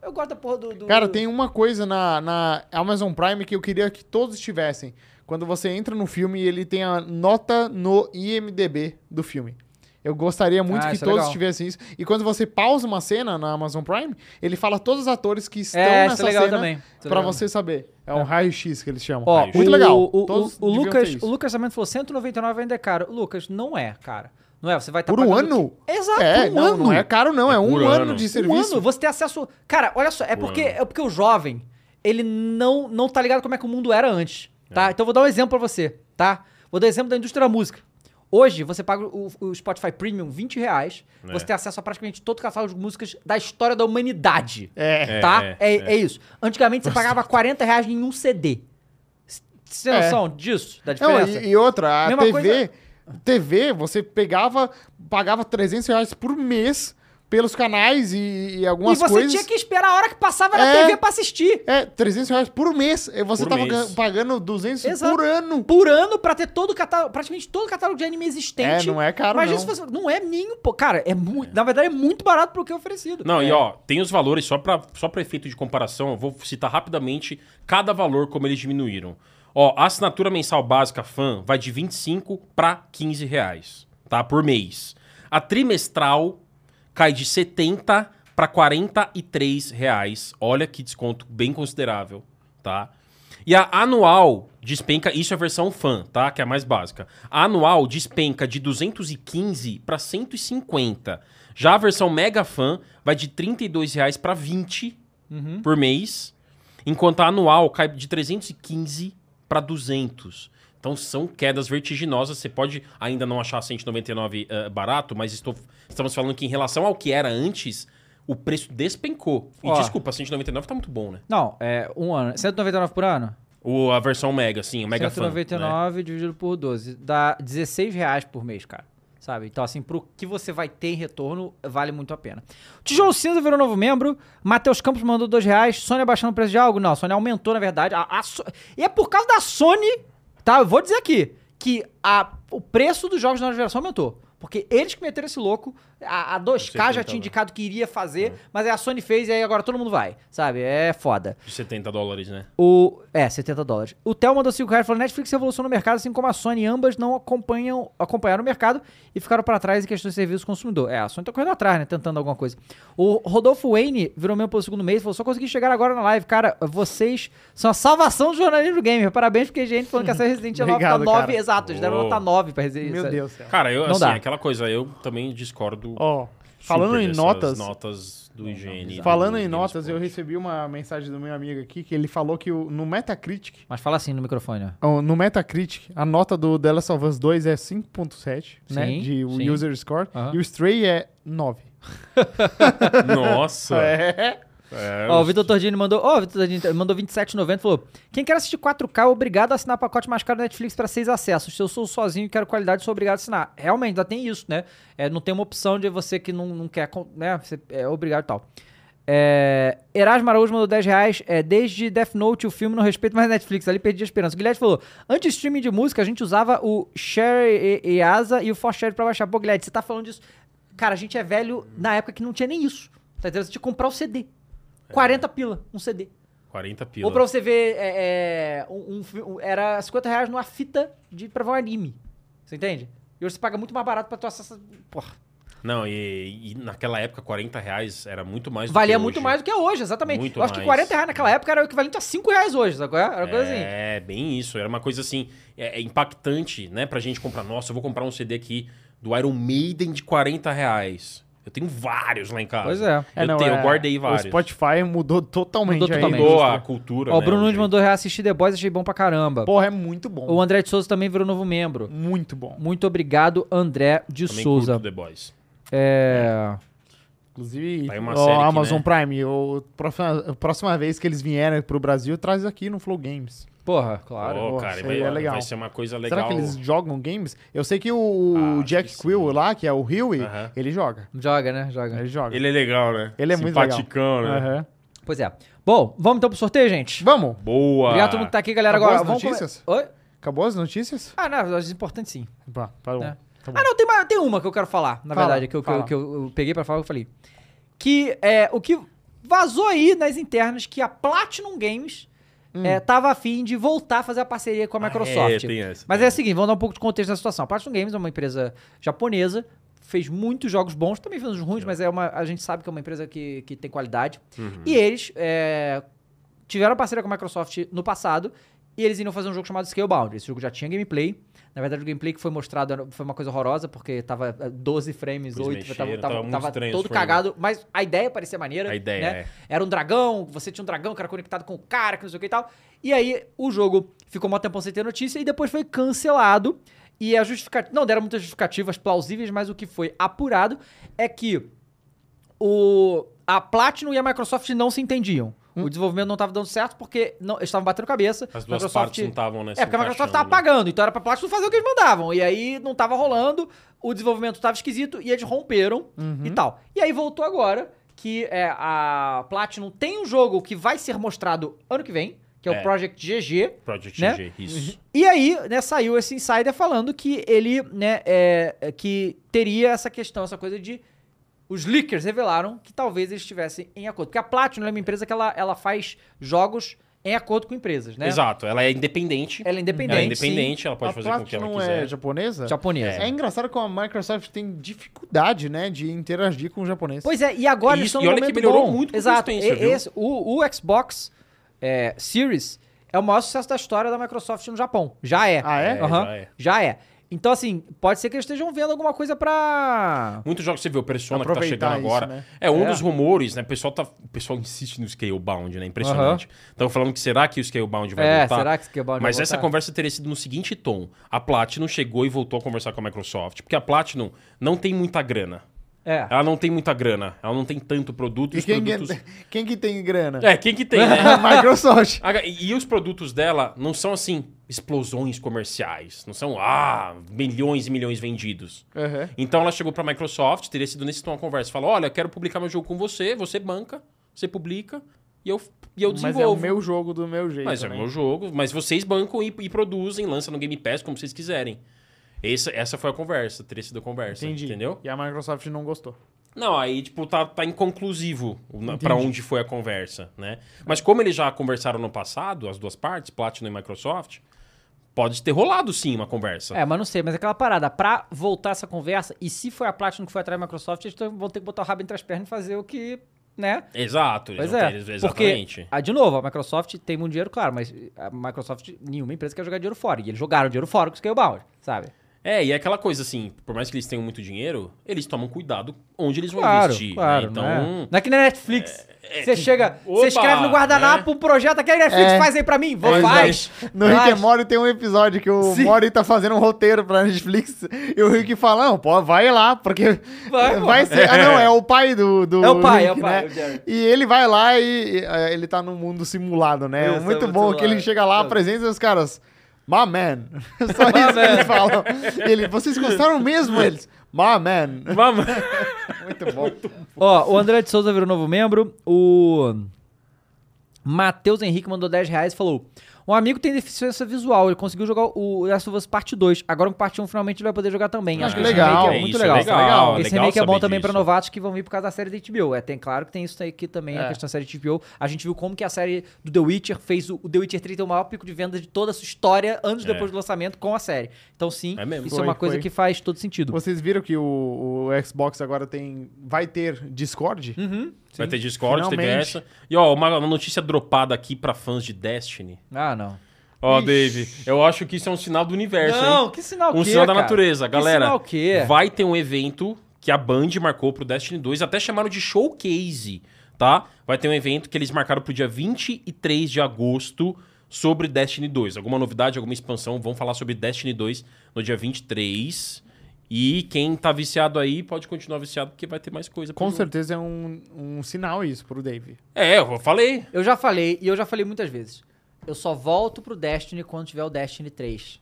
[SPEAKER 1] eu gosto da porra do. do-
[SPEAKER 3] Cara, tem uma coisa na, na Amazon Prime que eu queria que todos tivessem. Quando você entra no filme, ele tem a nota no IMDB do filme. Eu gostaria muito
[SPEAKER 1] Ah,
[SPEAKER 3] que
[SPEAKER 1] isso é
[SPEAKER 3] todos
[SPEAKER 1] legal.
[SPEAKER 3] tivessem isso. E quando você pausa uma cena na Amazon Prime, ele fala todos os atores que estão
[SPEAKER 1] É, isso é
[SPEAKER 3] nessa
[SPEAKER 1] legal
[SPEAKER 3] cena
[SPEAKER 1] também. Isso é
[SPEAKER 3] pra
[SPEAKER 1] legal.
[SPEAKER 3] você saber. É um raio-x que eles chamam.
[SPEAKER 1] Ó,
[SPEAKER 3] muito
[SPEAKER 1] o-
[SPEAKER 3] legal.
[SPEAKER 1] O, o-
[SPEAKER 3] Todos
[SPEAKER 1] o
[SPEAKER 3] deviam ter
[SPEAKER 1] Lucas,
[SPEAKER 3] isso.
[SPEAKER 1] o Lucas também falou: 199 ainda é caro. Lucas, não é, cara. Não é, você vai estar
[SPEAKER 3] Por um ano?
[SPEAKER 1] Exato,
[SPEAKER 3] É,
[SPEAKER 1] um
[SPEAKER 3] não,
[SPEAKER 1] ano.
[SPEAKER 3] não é caro não, é,
[SPEAKER 2] É
[SPEAKER 3] um
[SPEAKER 2] por
[SPEAKER 3] ano,
[SPEAKER 2] ano.
[SPEAKER 3] de
[SPEAKER 1] Um
[SPEAKER 3] serviço.
[SPEAKER 1] ano, você tem acesso. Cara, olha só, é porque,
[SPEAKER 2] Um ano.
[SPEAKER 1] é porque o jovem, ele não, não tá ligado como é que o mundo era antes,
[SPEAKER 2] É.
[SPEAKER 1] tá? Então eu vou dar um exemplo pra você, tá? Vou dar um exemplo da indústria da música. Hoje, você paga o, o Spotify Premium 20 reais,
[SPEAKER 2] É.
[SPEAKER 1] você tem acesso a praticamente todo o catálogo de músicas da história da humanidade.
[SPEAKER 3] É.
[SPEAKER 1] Tá?
[SPEAKER 2] É,
[SPEAKER 1] É,
[SPEAKER 2] é,
[SPEAKER 1] é isso. Antigamente, você pagava 40 reais em um CD. Você tem
[SPEAKER 3] É.
[SPEAKER 1] noção disso? Da
[SPEAKER 3] Não,
[SPEAKER 1] diferença?
[SPEAKER 3] e, e outra, a
[SPEAKER 1] Mesma
[SPEAKER 3] TV,
[SPEAKER 1] coisa-
[SPEAKER 3] TV, você pegava, pagava 300 reais por mês pelos canais e, e
[SPEAKER 1] E
[SPEAKER 3] algumas
[SPEAKER 1] você
[SPEAKER 3] coisas.
[SPEAKER 1] tinha que esperar a hora que passava na
[SPEAKER 3] É.
[SPEAKER 1] TV pra assistir.
[SPEAKER 3] É, 300 reais por mês. E Você
[SPEAKER 2] Por
[SPEAKER 3] tava
[SPEAKER 2] mês.
[SPEAKER 3] gan- pagando 200
[SPEAKER 1] Exato.
[SPEAKER 3] por ano.
[SPEAKER 1] por ano pra ter todo o catálogo, praticamente todo o catálogo de anime existente.
[SPEAKER 3] É, não é caro,
[SPEAKER 1] Mas
[SPEAKER 3] não.
[SPEAKER 1] isso você, não é nem um pouco. Cara, é muito. Na verdade, é muito barato pro que é oferecido.
[SPEAKER 2] Não, e ó, tem os valores, só pra só pra efeito de comparação, eu vou citar rapidamente cada valor como eles diminuíram. Ó, a assinatura mensal básica fã vai de 25 para 15 reais, tá? Por mês. A trimestral cai de 70 para 43 reais. Olha que desconto bem considerável, tá? E a anual despenca, isso é a versão fã, tá? Que é a mais básica. A anual despenca de 215 para 150. Já a versão mega fã vai de R$ 32 reais para 20 por mês, enquanto a anual cai de 315 para 200. Então são quedas vertiginosas. Você pode ainda não achar 199 eh, barato, mas estou, estamos falando que em relação ao que era antes, o preço despencou. E
[SPEAKER 1] Ó.
[SPEAKER 2] desculpa, 199 tá muito bom, né?
[SPEAKER 1] Não, é um ano. 199 por ano?
[SPEAKER 2] O, a versão Mega, sim, o Mega Fan. né?
[SPEAKER 1] 199 dividido por 12. Dá 16 reais por mês, cara. Sabe? Então, assim, pro que você vai ter em retorno, vale muito a pena. Tijolo Cinza virou novo membro. Matheus Campos mandou 2 reais. Sony abaixando o preço de algo? Não, a Sony aumentou, na verdade. A- a So- E é por causa da Sony, tá? Eu vou dizer aqui que a- o preço dos jogos de nova geração aumentou. Porque eles que meteram esse louco, a, a 2K já
[SPEAKER 2] 70,
[SPEAKER 1] tinha
[SPEAKER 2] né?
[SPEAKER 1] indicado que iria fazer, mas aí a Sony fez e aí agora todo mundo vai, sabe? É foda.
[SPEAKER 2] De 70 dólares, né?
[SPEAKER 1] O, é, 70 dólares. O Theo mandou 5 reais e falou: Netflix revolucionou o mercado, assim como a Sony. Ambas não acompanham, acompanharam o mercado e ficaram pra trás em questões de serviço ao consumidor. É, a Sony tá correndo atrás, né? Tentando alguma coisa. O Rodolfo Wayne virou meu pelo segundo mês e falou: Só consegui chegar agora na live. Cara, vocês são a salvação do jornalismo gamer. Parabéns, porque gente falando que essa Resident Evil tá
[SPEAKER 3] Obrigado,
[SPEAKER 1] 9.
[SPEAKER 3] cara.
[SPEAKER 1] Exato, eles deram
[SPEAKER 2] Uou.
[SPEAKER 1] nota 9 pra Resident
[SPEAKER 3] Meu Deus do céu.
[SPEAKER 2] Cara, eu,
[SPEAKER 1] Não
[SPEAKER 2] assim,
[SPEAKER 1] dá.
[SPEAKER 2] aquela coisa, eu também discordo.
[SPEAKER 3] Ó,
[SPEAKER 2] super
[SPEAKER 3] falando em
[SPEAKER 2] dessas
[SPEAKER 3] notas,
[SPEAKER 2] notas do IGN.
[SPEAKER 3] falando
[SPEAKER 2] do
[SPEAKER 3] em
[SPEAKER 2] Games
[SPEAKER 3] notas, eu
[SPEAKER 2] Pod.
[SPEAKER 3] recebi uma mensagem do meu amigo aqui que ele falou que o- no Metacritic,
[SPEAKER 1] Mas fala assim no microfone, ó.
[SPEAKER 3] ó, no Metacritic, a nota do The Last of Us 2 é 5.7, né,
[SPEAKER 1] Sim,
[SPEAKER 3] de o
[SPEAKER 1] sim.
[SPEAKER 3] user score,
[SPEAKER 1] Aham.
[SPEAKER 3] e o Stray é 9.
[SPEAKER 2] Nossa!
[SPEAKER 3] É.
[SPEAKER 2] é,
[SPEAKER 1] Ó, o Vitor Tordini mandou. Ó, o Vitor Tordini mandou 27,90 e falou: Quem quer assistir 4K é obrigado a assinar pacote mais caro da Netflix pra seis acessos. Se eu sou sozinho e quero qualidade, sou obrigado a assinar. Realmente, ainda tem isso, né? É, não tem uma opção de você que não, não quer, com- né? Você é obrigado e tal. É, Erasmo Araújo mandou 10 reais. É, desde Death Note, o filme não respeita mais a Netflix. Ali perdi a esperança. O Guilherme falou: Antes de streaming de música, a gente usava o Share e, e Asa e o For Share pra baixar. Pô, Guilherme, você tá falando disso. Cara, a gente é velho na época que não tinha nem isso. Tá entendendo? Você tinha que comprar o CD. 40 pila, um CD.
[SPEAKER 2] 40
[SPEAKER 1] Ou pra
[SPEAKER 2] É. pila.
[SPEAKER 1] você ver, é, é, um, um fi- um- era 50 reais numa fita de, pra ver um anime. Você entende? E hoje você paga muito mais barato pra tu acessar. Porra.
[SPEAKER 2] Não, e, e naquela época, 40 reais era muito mais do
[SPEAKER 1] Valia
[SPEAKER 2] que
[SPEAKER 1] muito
[SPEAKER 2] hoje.
[SPEAKER 1] mais do que é hoje, exatamente.
[SPEAKER 2] Muito
[SPEAKER 1] Eu acho que
[SPEAKER 2] mais.
[SPEAKER 1] 40 reais naquela época era o equivalente a 5 reais hoje, sacou? Era uma coisa assim.
[SPEAKER 2] É, bem isso. Era uma coisa assim, é, é impactante, né? Pra gente comprar. Nossa, eu vou comprar um CD aqui do Iron Maiden de 40 reais. Eu tenho vários lá em casa.
[SPEAKER 1] Pois é.
[SPEAKER 2] Eu, tenho, eu guardei vários.
[SPEAKER 3] O Spotify mudou totalmente né?
[SPEAKER 1] Mudou
[SPEAKER 3] a
[SPEAKER 1] totalmente.
[SPEAKER 2] Mudou
[SPEAKER 3] indústria.
[SPEAKER 2] a cultura.
[SPEAKER 1] é, Ó, o
[SPEAKER 2] né,
[SPEAKER 1] Bruno
[SPEAKER 2] o
[SPEAKER 1] Nunes
[SPEAKER 2] jeito.
[SPEAKER 1] mandou reassistir The Boys, achei bom pra caramba.
[SPEAKER 3] Porra, é muito bom.
[SPEAKER 1] O André de Souza também virou novo membro.
[SPEAKER 3] Muito bom.
[SPEAKER 1] Muito obrigado, André de
[SPEAKER 2] Também curto
[SPEAKER 1] Souza.
[SPEAKER 2] The Boys.
[SPEAKER 1] É.
[SPEAKER 3] Inclusive,
[SPEAKER 2] Tá aí uma
[SPEAKER 3] ó,
[SPEAKER 2] série que,
[SPEAKER 3] Amazon
[SPEAKER 2] né?
[SPEAKER 3] Prime, o, próxima, a próxima vez que eles vierem pro Brasil, traz aqui no Flow Games.
[SPEAKER 1] Porra, claro.
[SPEAKER 2] Pô,
[SPEAKER 3] pô,
[SPEAKER 2] cara,
[SPEAKER 3] isso
[SPEAKER 2] vai,
[SPEAKER 3] aí é legal.
[SPEAKER 2] vai ser uma coisa legal.
[SPEAKER 3] Será que eles jogam games? Eu sei que o
[SPEAKER 2] Ah,
[SPEAKER 3] Jack
[SPEAKER 2] acho que
[SPEAKER 3] Quill
[SPEAKER 2] sim.
[SPEAKER 3] lá, que é o Huey,
[SPEAKER 2] Aham.
[SPEAKER 3] ele joga.
[SPEAKER 1] Joga, né? Joga.
[SPEAKER 3] Ele joga.
[SPEAKER 2] Ele é legal, né?
[SPEAKER 3] Ele é muito legal.
[SPEAKER 2] Simpaticão, né?
[SPEAKER 3] Aham.
[SPEAKER 1] Pois é. Bom, vamos então pro sorteio, gente?
[SPEAKER 3] Vamos!
[SPEAKER 2] Boa!
[SPEAKER 1] Obrigado a todo mundo que tá aqui, galera.
[SPEAKER 3] Acabou
[SPEAKER 1] Agora,
[SPEAKER 3] as
[SPEAKER 1] vamos come-
[SPEAKER 3] notícias?
[SPEAKER 1] Oi?
[SPEAKER 3] Acabou as notícias?
[SPEAKER 1] Ah, não, as importantes sim.
[SPEAKER 3] Pá, tá bom.
[SPEAKER 1] É.
[SPEAKER 3] Tá bom.
[SPEAKER 1] Ah, não, tem, uma, tem uma que eu quero falar, na
[SPEAKER 3] Fala,
[SPEAKER 1] verdade, que eu, que eu-
[SPEAKER 3] fala.
[SPEAKER 1] que eu- eu peguei pra falar, eu falei. Que é o que vazou aí nas internas que a Platinum Games
[SPEAKER 3] Hum.
[SPEAKER 1] é, tava afim de voltar a fazer a parceria com a
[SPEAKER 2] Ah,
[SPEAKER 1] Microsoft.
[SPEAKER 2] é, tem essa,
[SPEAKER 1] Mas
[SPEAKER 2] tem
[SPEAKER 1] é o seguinte, vamos dar um pouco de contexto da situação. A Platinum Games é uma empresa japonesa, fez muitos jogos bons, também fez uns ruins, mas é uma, a gente sabe que é uma empresa que, que tem qualidade.
[SPEAKER 2] Uhum.
[SPEAKER 1] E eles é, tiveram parceria com a Microsoft no passado e eles iriam fazer um jogo chamado Scalebound. Esse jogo já tinha gameplay. Na verdade, o gameplay que foi mostrado era- foi uma coisa horrorosa, porque tava eh, 12 frames,
[SPEAKER 2] Eles
[SPEAKER 1] 8, tava, tava-
[SPEAKER 2] mexeram, tava muito
[SPEAKER 1] tava
[SPEAKER 2] estranho
[SPEAKER 1] todo
[SPEAKER 2] os frames.
[SPEAKER 1] cagado, mas a ideia parecia maneira.
[SPEAKER 2] A ideia,
[SPEAKER 1] né?
[SPEAKER 2] é.
[SPEAKER 1] Era um dragão, você tinha um dragão que era conectado com o cara, que não sei o que e tal. E aí o jogo ficou mó tempão sem ter notícia e depois foi cancelado. E a justificativa. Não deram muitas justificativas plausíveis, mas o que foi apurado é que o, a Platinum e a Microsoft não se entendiam. O desenvolvimento não estava dando certo porque não, eles estavam batendo cabeça.
[SPEAKER 2] As
[SPEAKER 1] a
[SPEAKER 2] duas
[SPEAKER 1] Microsoft-
[SPEAKER 2] partes não estavam, né, se
[SPEAKER 1] É, porque a Microsoft estava
[SPEAKER 2] encaixando, né?
[SPEAKER 1] pagando, então era pra Platinum fazer o que eles mandavam. E aí não tava rolando, o desenvolvimento estava esquisito e eles romperam e tal. E aí voltou agora que é, a Platinum tem um jogo que vai ser mostrado ano que vem, que é, o
[SPEAKER 2] É.
[SPEAKER 1] Project GG.
[SPEAKER 2] Project
[SPEAKER 1] né?
[SPEAKER 2] GG, isso.
[SPEAKER 1] E aí, né, saiu esse insider falando que ele, né, é, é, que teria essa questão, essa coisa de os leakers revelaram que talvez eles estivessem em acordo. Porque a Platinum ela é uma empresa que ela, ela faz jogos em acordo com empresas, né?
[SPEAKER 2] Exato, ela é independente.
[SPEAKER 1] Ela é independente.
[SPEAKER 2] Ela é independente, ela pode
[SPEAKER 3] a
[SPEAKER 2] fazer com que ela
[SPEAKER 3] Platinum
[SPEAKER 2] quiser.
[SPEAKER 3] é japonesa?
[SPEAKER 1] sim, Japonesa.
[SPEAKER 3] É engraçado como a Microsoft tem dificuldade, né, de interagir com o japonês.
[SPEAKER 1] Pois é, e agora
[SPEAKER 2] E
[SPEAKER 1] eles
[SPEAKER 2] isso-
[SPEAKER 1] estão
[SPEAKER 2] e
[SPEAKER 1] no
[SPEAKER 2] olha que
[SPEAKER 1] momento
[SPEAKER 2] melhorou
[SPEAKER 1] bom.
[SPEAKER 2] muito com
[SPEAKER 1] Exato.
[SPEAKER 2] consistência,
[SPEAKER 1] e-
[SPEAKER 2] viu?
[SPEAKER 1] esse- o, o Xbox é, Series é o maior sucesso da história da Microsoft no Japão. Já é.
[SPEAKER 3] Ah, é?
[SPEAKER 1] Aham,
[SPEAKER 2] já é.
[SPEAKER 1] Já é. Então, assim, pode ser que eles estejam vendo alguma coisa pra...
[SPEAKER 2] Muitos jogos você vê o Persona que tá
[SPEAKER 3] Aproveitar
[SPEAKER 2] chegando
[SPEAKER 3] isso,
[SPEAKER 2] agora.
[SPEAKER 3] né?
[SPEAKER 2] É um
[SPEAKER 1] É.
[SPEAKER 2] dos rumores, né? O pessoal, tá, o pessoal insiste no Scalebound, né? Impressionante. Estão falando que será que o Scalebound vai
[SPEAKER 1] É,
[SPEAKER 2] voltar?
[SPEAKER 1] será que o Scalebound vai
[SPEAKER 2] Mas essa
[SPEAKER 1] voltar?
[SPEAKER 2] conversa teria sido no seguinte tom. A Platinum chegou e voltou a conversar com a Microsoft. Porque a Platinum não tem muita grana.
[SPEAKER 1] É.
[SPEAKER 2] Ela não tem muita grana. Ela não tem tanto produto. e
[SPEAKER 3] E
[SPEAKER 2] os
[SPEAKER 3] quem,
[SPEAKER 2] produtos...
[SPEAKER 3] que, quem que tem grana?
[SPEAKER 2] É, quem que tem, né?
[SPEAKER 3] A Microsoft.
[SPEAKER 2] Ah, E e os produtos dela não são assim explosões comerciais, não são ah, milhões e milhões vendidos.
[SPEAKER 3] Uhum.
[SPEAKER 2] Então ela chegou pra Microsoft, teria sido nesse tom a conversa, falou: "Olha, eu quero publicar meu jogo com você, você banca, você publica e eu e eu
[SPEAKER 3] Mas é o
[SPEAKER 2] desenvolvo".
[SPEAKER 3] meu jogo do meu jeito.
[SPEAKER 2] Mas é
[SPEAKER 3] né?
[SPEAKER 2] o meu jogo, mas vocês bancam e, e produzem, lançam no Game Pass como vocês quiserem. Essa, essa foi a conversa, teria sido a conversa,
[SPEAKER 3] Entendi.
[SPEAKER 2] entendeu?
[SPEAKER 3] E a Microsoft não gostou.
[SPEAKER 2] Não, aí, tipo, tá, tá inconclusivo na- pra onde foi a conversa, né? Mas como eles já conversaram no passado, as duas partes, Platinum e Microsoft, pode ter rolado sim uma conversa.
[SPEAKER 1] É, mas não sei, mas é aquela parada, pra voltar essa conversa, e se foi a Platinum que foi atrás da Microsoft, eles tão- vão ter que botar o rabo entre as pernas e fazer o que, né?
[SPEAKER 2] Exato, eles
[SPEAKER 1] Pois
[SPEAKER 2] não
[SPEAKER 1] é,
[SPEAKER 2] têm- eles- exatamente.
[SPEAKER 1] porque, ah, de novo, a Microsoft tem muito dinheiro, claro, mas a Microsoft, nenhuma empresa quer jogar dinheiro fora, e eles jogaram dinheiro fora com o Scalebound, sabe?
[SPEAKER 2] É, e é aquela coisa assim, por mais que eles tenham muito dinheiro, eles tomam cuidado onde eles vão
[SPEAKER 1] Claro,
[SPEAKER 2] investir. né?
[SPEAKER 1] claro,
[SPEAKER 2] Então, É,
[SPEAKER 1] não, é. Não é que nem Netflix, você chega,
[SPEAKER 2] Opa, né?
[SPEAKER 1] você escreve no guardanapo um projeto, aquele Netflix
[SPEAKER 3] É.
[SPEAKER 1] faz aí pra mim, vou,
[SPEAKER 2] Pois é.
[SPEAKER 1] faz.
[SPEAKER 3] No
[SPEAKER 1] faz.
[SPEAKER 3] Rick and Morty tem um episódio que o
[SPEAKER 1] Sim.
[SPEAKER 3] Morty tá fazendo um roteiro pra Netflix e o Rick fala, não, pô, vai lá, porque
[SPEAKER 1] Vai,
[SPEAKER 3] vai,
[SPEAKER 1] pô.
[SPEAKER 3] ser... Ah, não, é o pai do, do
[SPEAKER 1] É o pai,
[SPEAKER 3] Rick,
[SPEAKER 1] é o pai,
[SPEAKER 3] né?
[SPEAKER 1] o Jerry.
[SPEAKER 3] E ele vai lá e, e, ah, ele tá num mundo simulado, né?
[SPEAKER 1] Isso,
[SPEAKER 3] É
[SPEAKER 1] é
[SPEAKER 3] muito
[SPEAKER 1] muito
[SPEAKER 3] bom que ele
[SPEAKER 1] lá.
[SPEAKER 3] chega lá, apresenta e os caras, my man. Só isso que eles falam. E ele, vocês gostaram mesmo eles? My man.
[SPEAKER 2] Vamos.
[SPEAKER 3] Muito bom.
[SPEAKER 1] Ó, o André de Souza virou novo membro. O Matheus Henrique mandou 10 reais e falou: Um amigo tem deficiência visual, ele conseguiu jogar o Last of Us Parte 2. Agora com parte 1 finalmente ele vai poder jogar também. Acho que esse
[SPEAKER 3] legal,
[SPEAKER 1] remake é muito
[SPEAKER 2] Ah, isso,
[SPEAKER 1] legal.
[SPEAKER 2] legal,
[SPEAKER 1] Esse
[SPEAKER 2] legal
[SPEAKER 1] remake é bom
[SPEAKER 2] saber
[SPEAKER 1] também pra
[SPEAKER 2] disso.
[SPEAKER 1] novatos que vão vir por causa da série da HBO. É, tem, claro que tem isso aí que também,
[SPEAKER 3] É.
[SPEAKER 1] a questão da série da HBO. A gente viu como que a série do The Witcher fez o, o The Witcher 3 ter o maior pico de venda de toda a sua história anos
[SPEAKER 2] É.
[SPEAKER 1] depois do lançamento com a série. Então, sim,
[SPEAKER 2] É mesmo.
[SPEAKER 1] isso é
[SPEAKER 3] Foi,
[SPEAKER 1] uma coisa
[SPEAKER 3] foi.
[SPEAKER 1] que faz todo sentido.
[SPEAKER 3] Vocês viram que o, o Xbox agora tem. Vai ter Discord?
[SPEAKER 1] Uhum.
[SPEAKER 2] Vai ter Discord, teve
[SPEAKER 3] Finalmente.
[SPEAKER 2] essa. E ó, uma, uma notícia dropada aqui pra fãs de Destiny.
[SPEAKER 1] Ah, não.
[SPEAKER 2] Ó,
[SPEAKER 3] Ixi.
[SPEAKER 2] Dave, eu acho que isso é um sinal do universo, hein?
[SPEAKER 1] Não, que sinal
[SPEAKER 2] um
[SPEAKER 1] que,
[SPEAKER 2] sinal da
[SPEAKER 1] cara?
[SPEAKER 2] natureza,
[SPEAKER 1] Que
[SPEAKER 2] galera.
[SPEAKER 1] sinal que?
[SPEAKER 2] Vai ter um evento que a Band marcou pro Destiny 2, até chamaram de showcase, tá? Vai ter um evento que eles marcaram pro dia 23 de agosto sobre Destiny 2. Alguma novidade, alguma expansão, vão falar sobre Destiny 2 no dia 23. E quem tá viciado aí pode continuar viciado porque vai ter mais coisa. pro
[SPEAKER 3] Com
[SPEAKER 2] jogo.
[SPEAKER 3] certeza é um, um sinal isso pro Dave.
[SPEAKER 2] É, eu falei.
[SPEAKER 1] Eu já falei, e eu já falei muitas vezes. Eu só volto pro Destiny quando tiver o Destiny 3.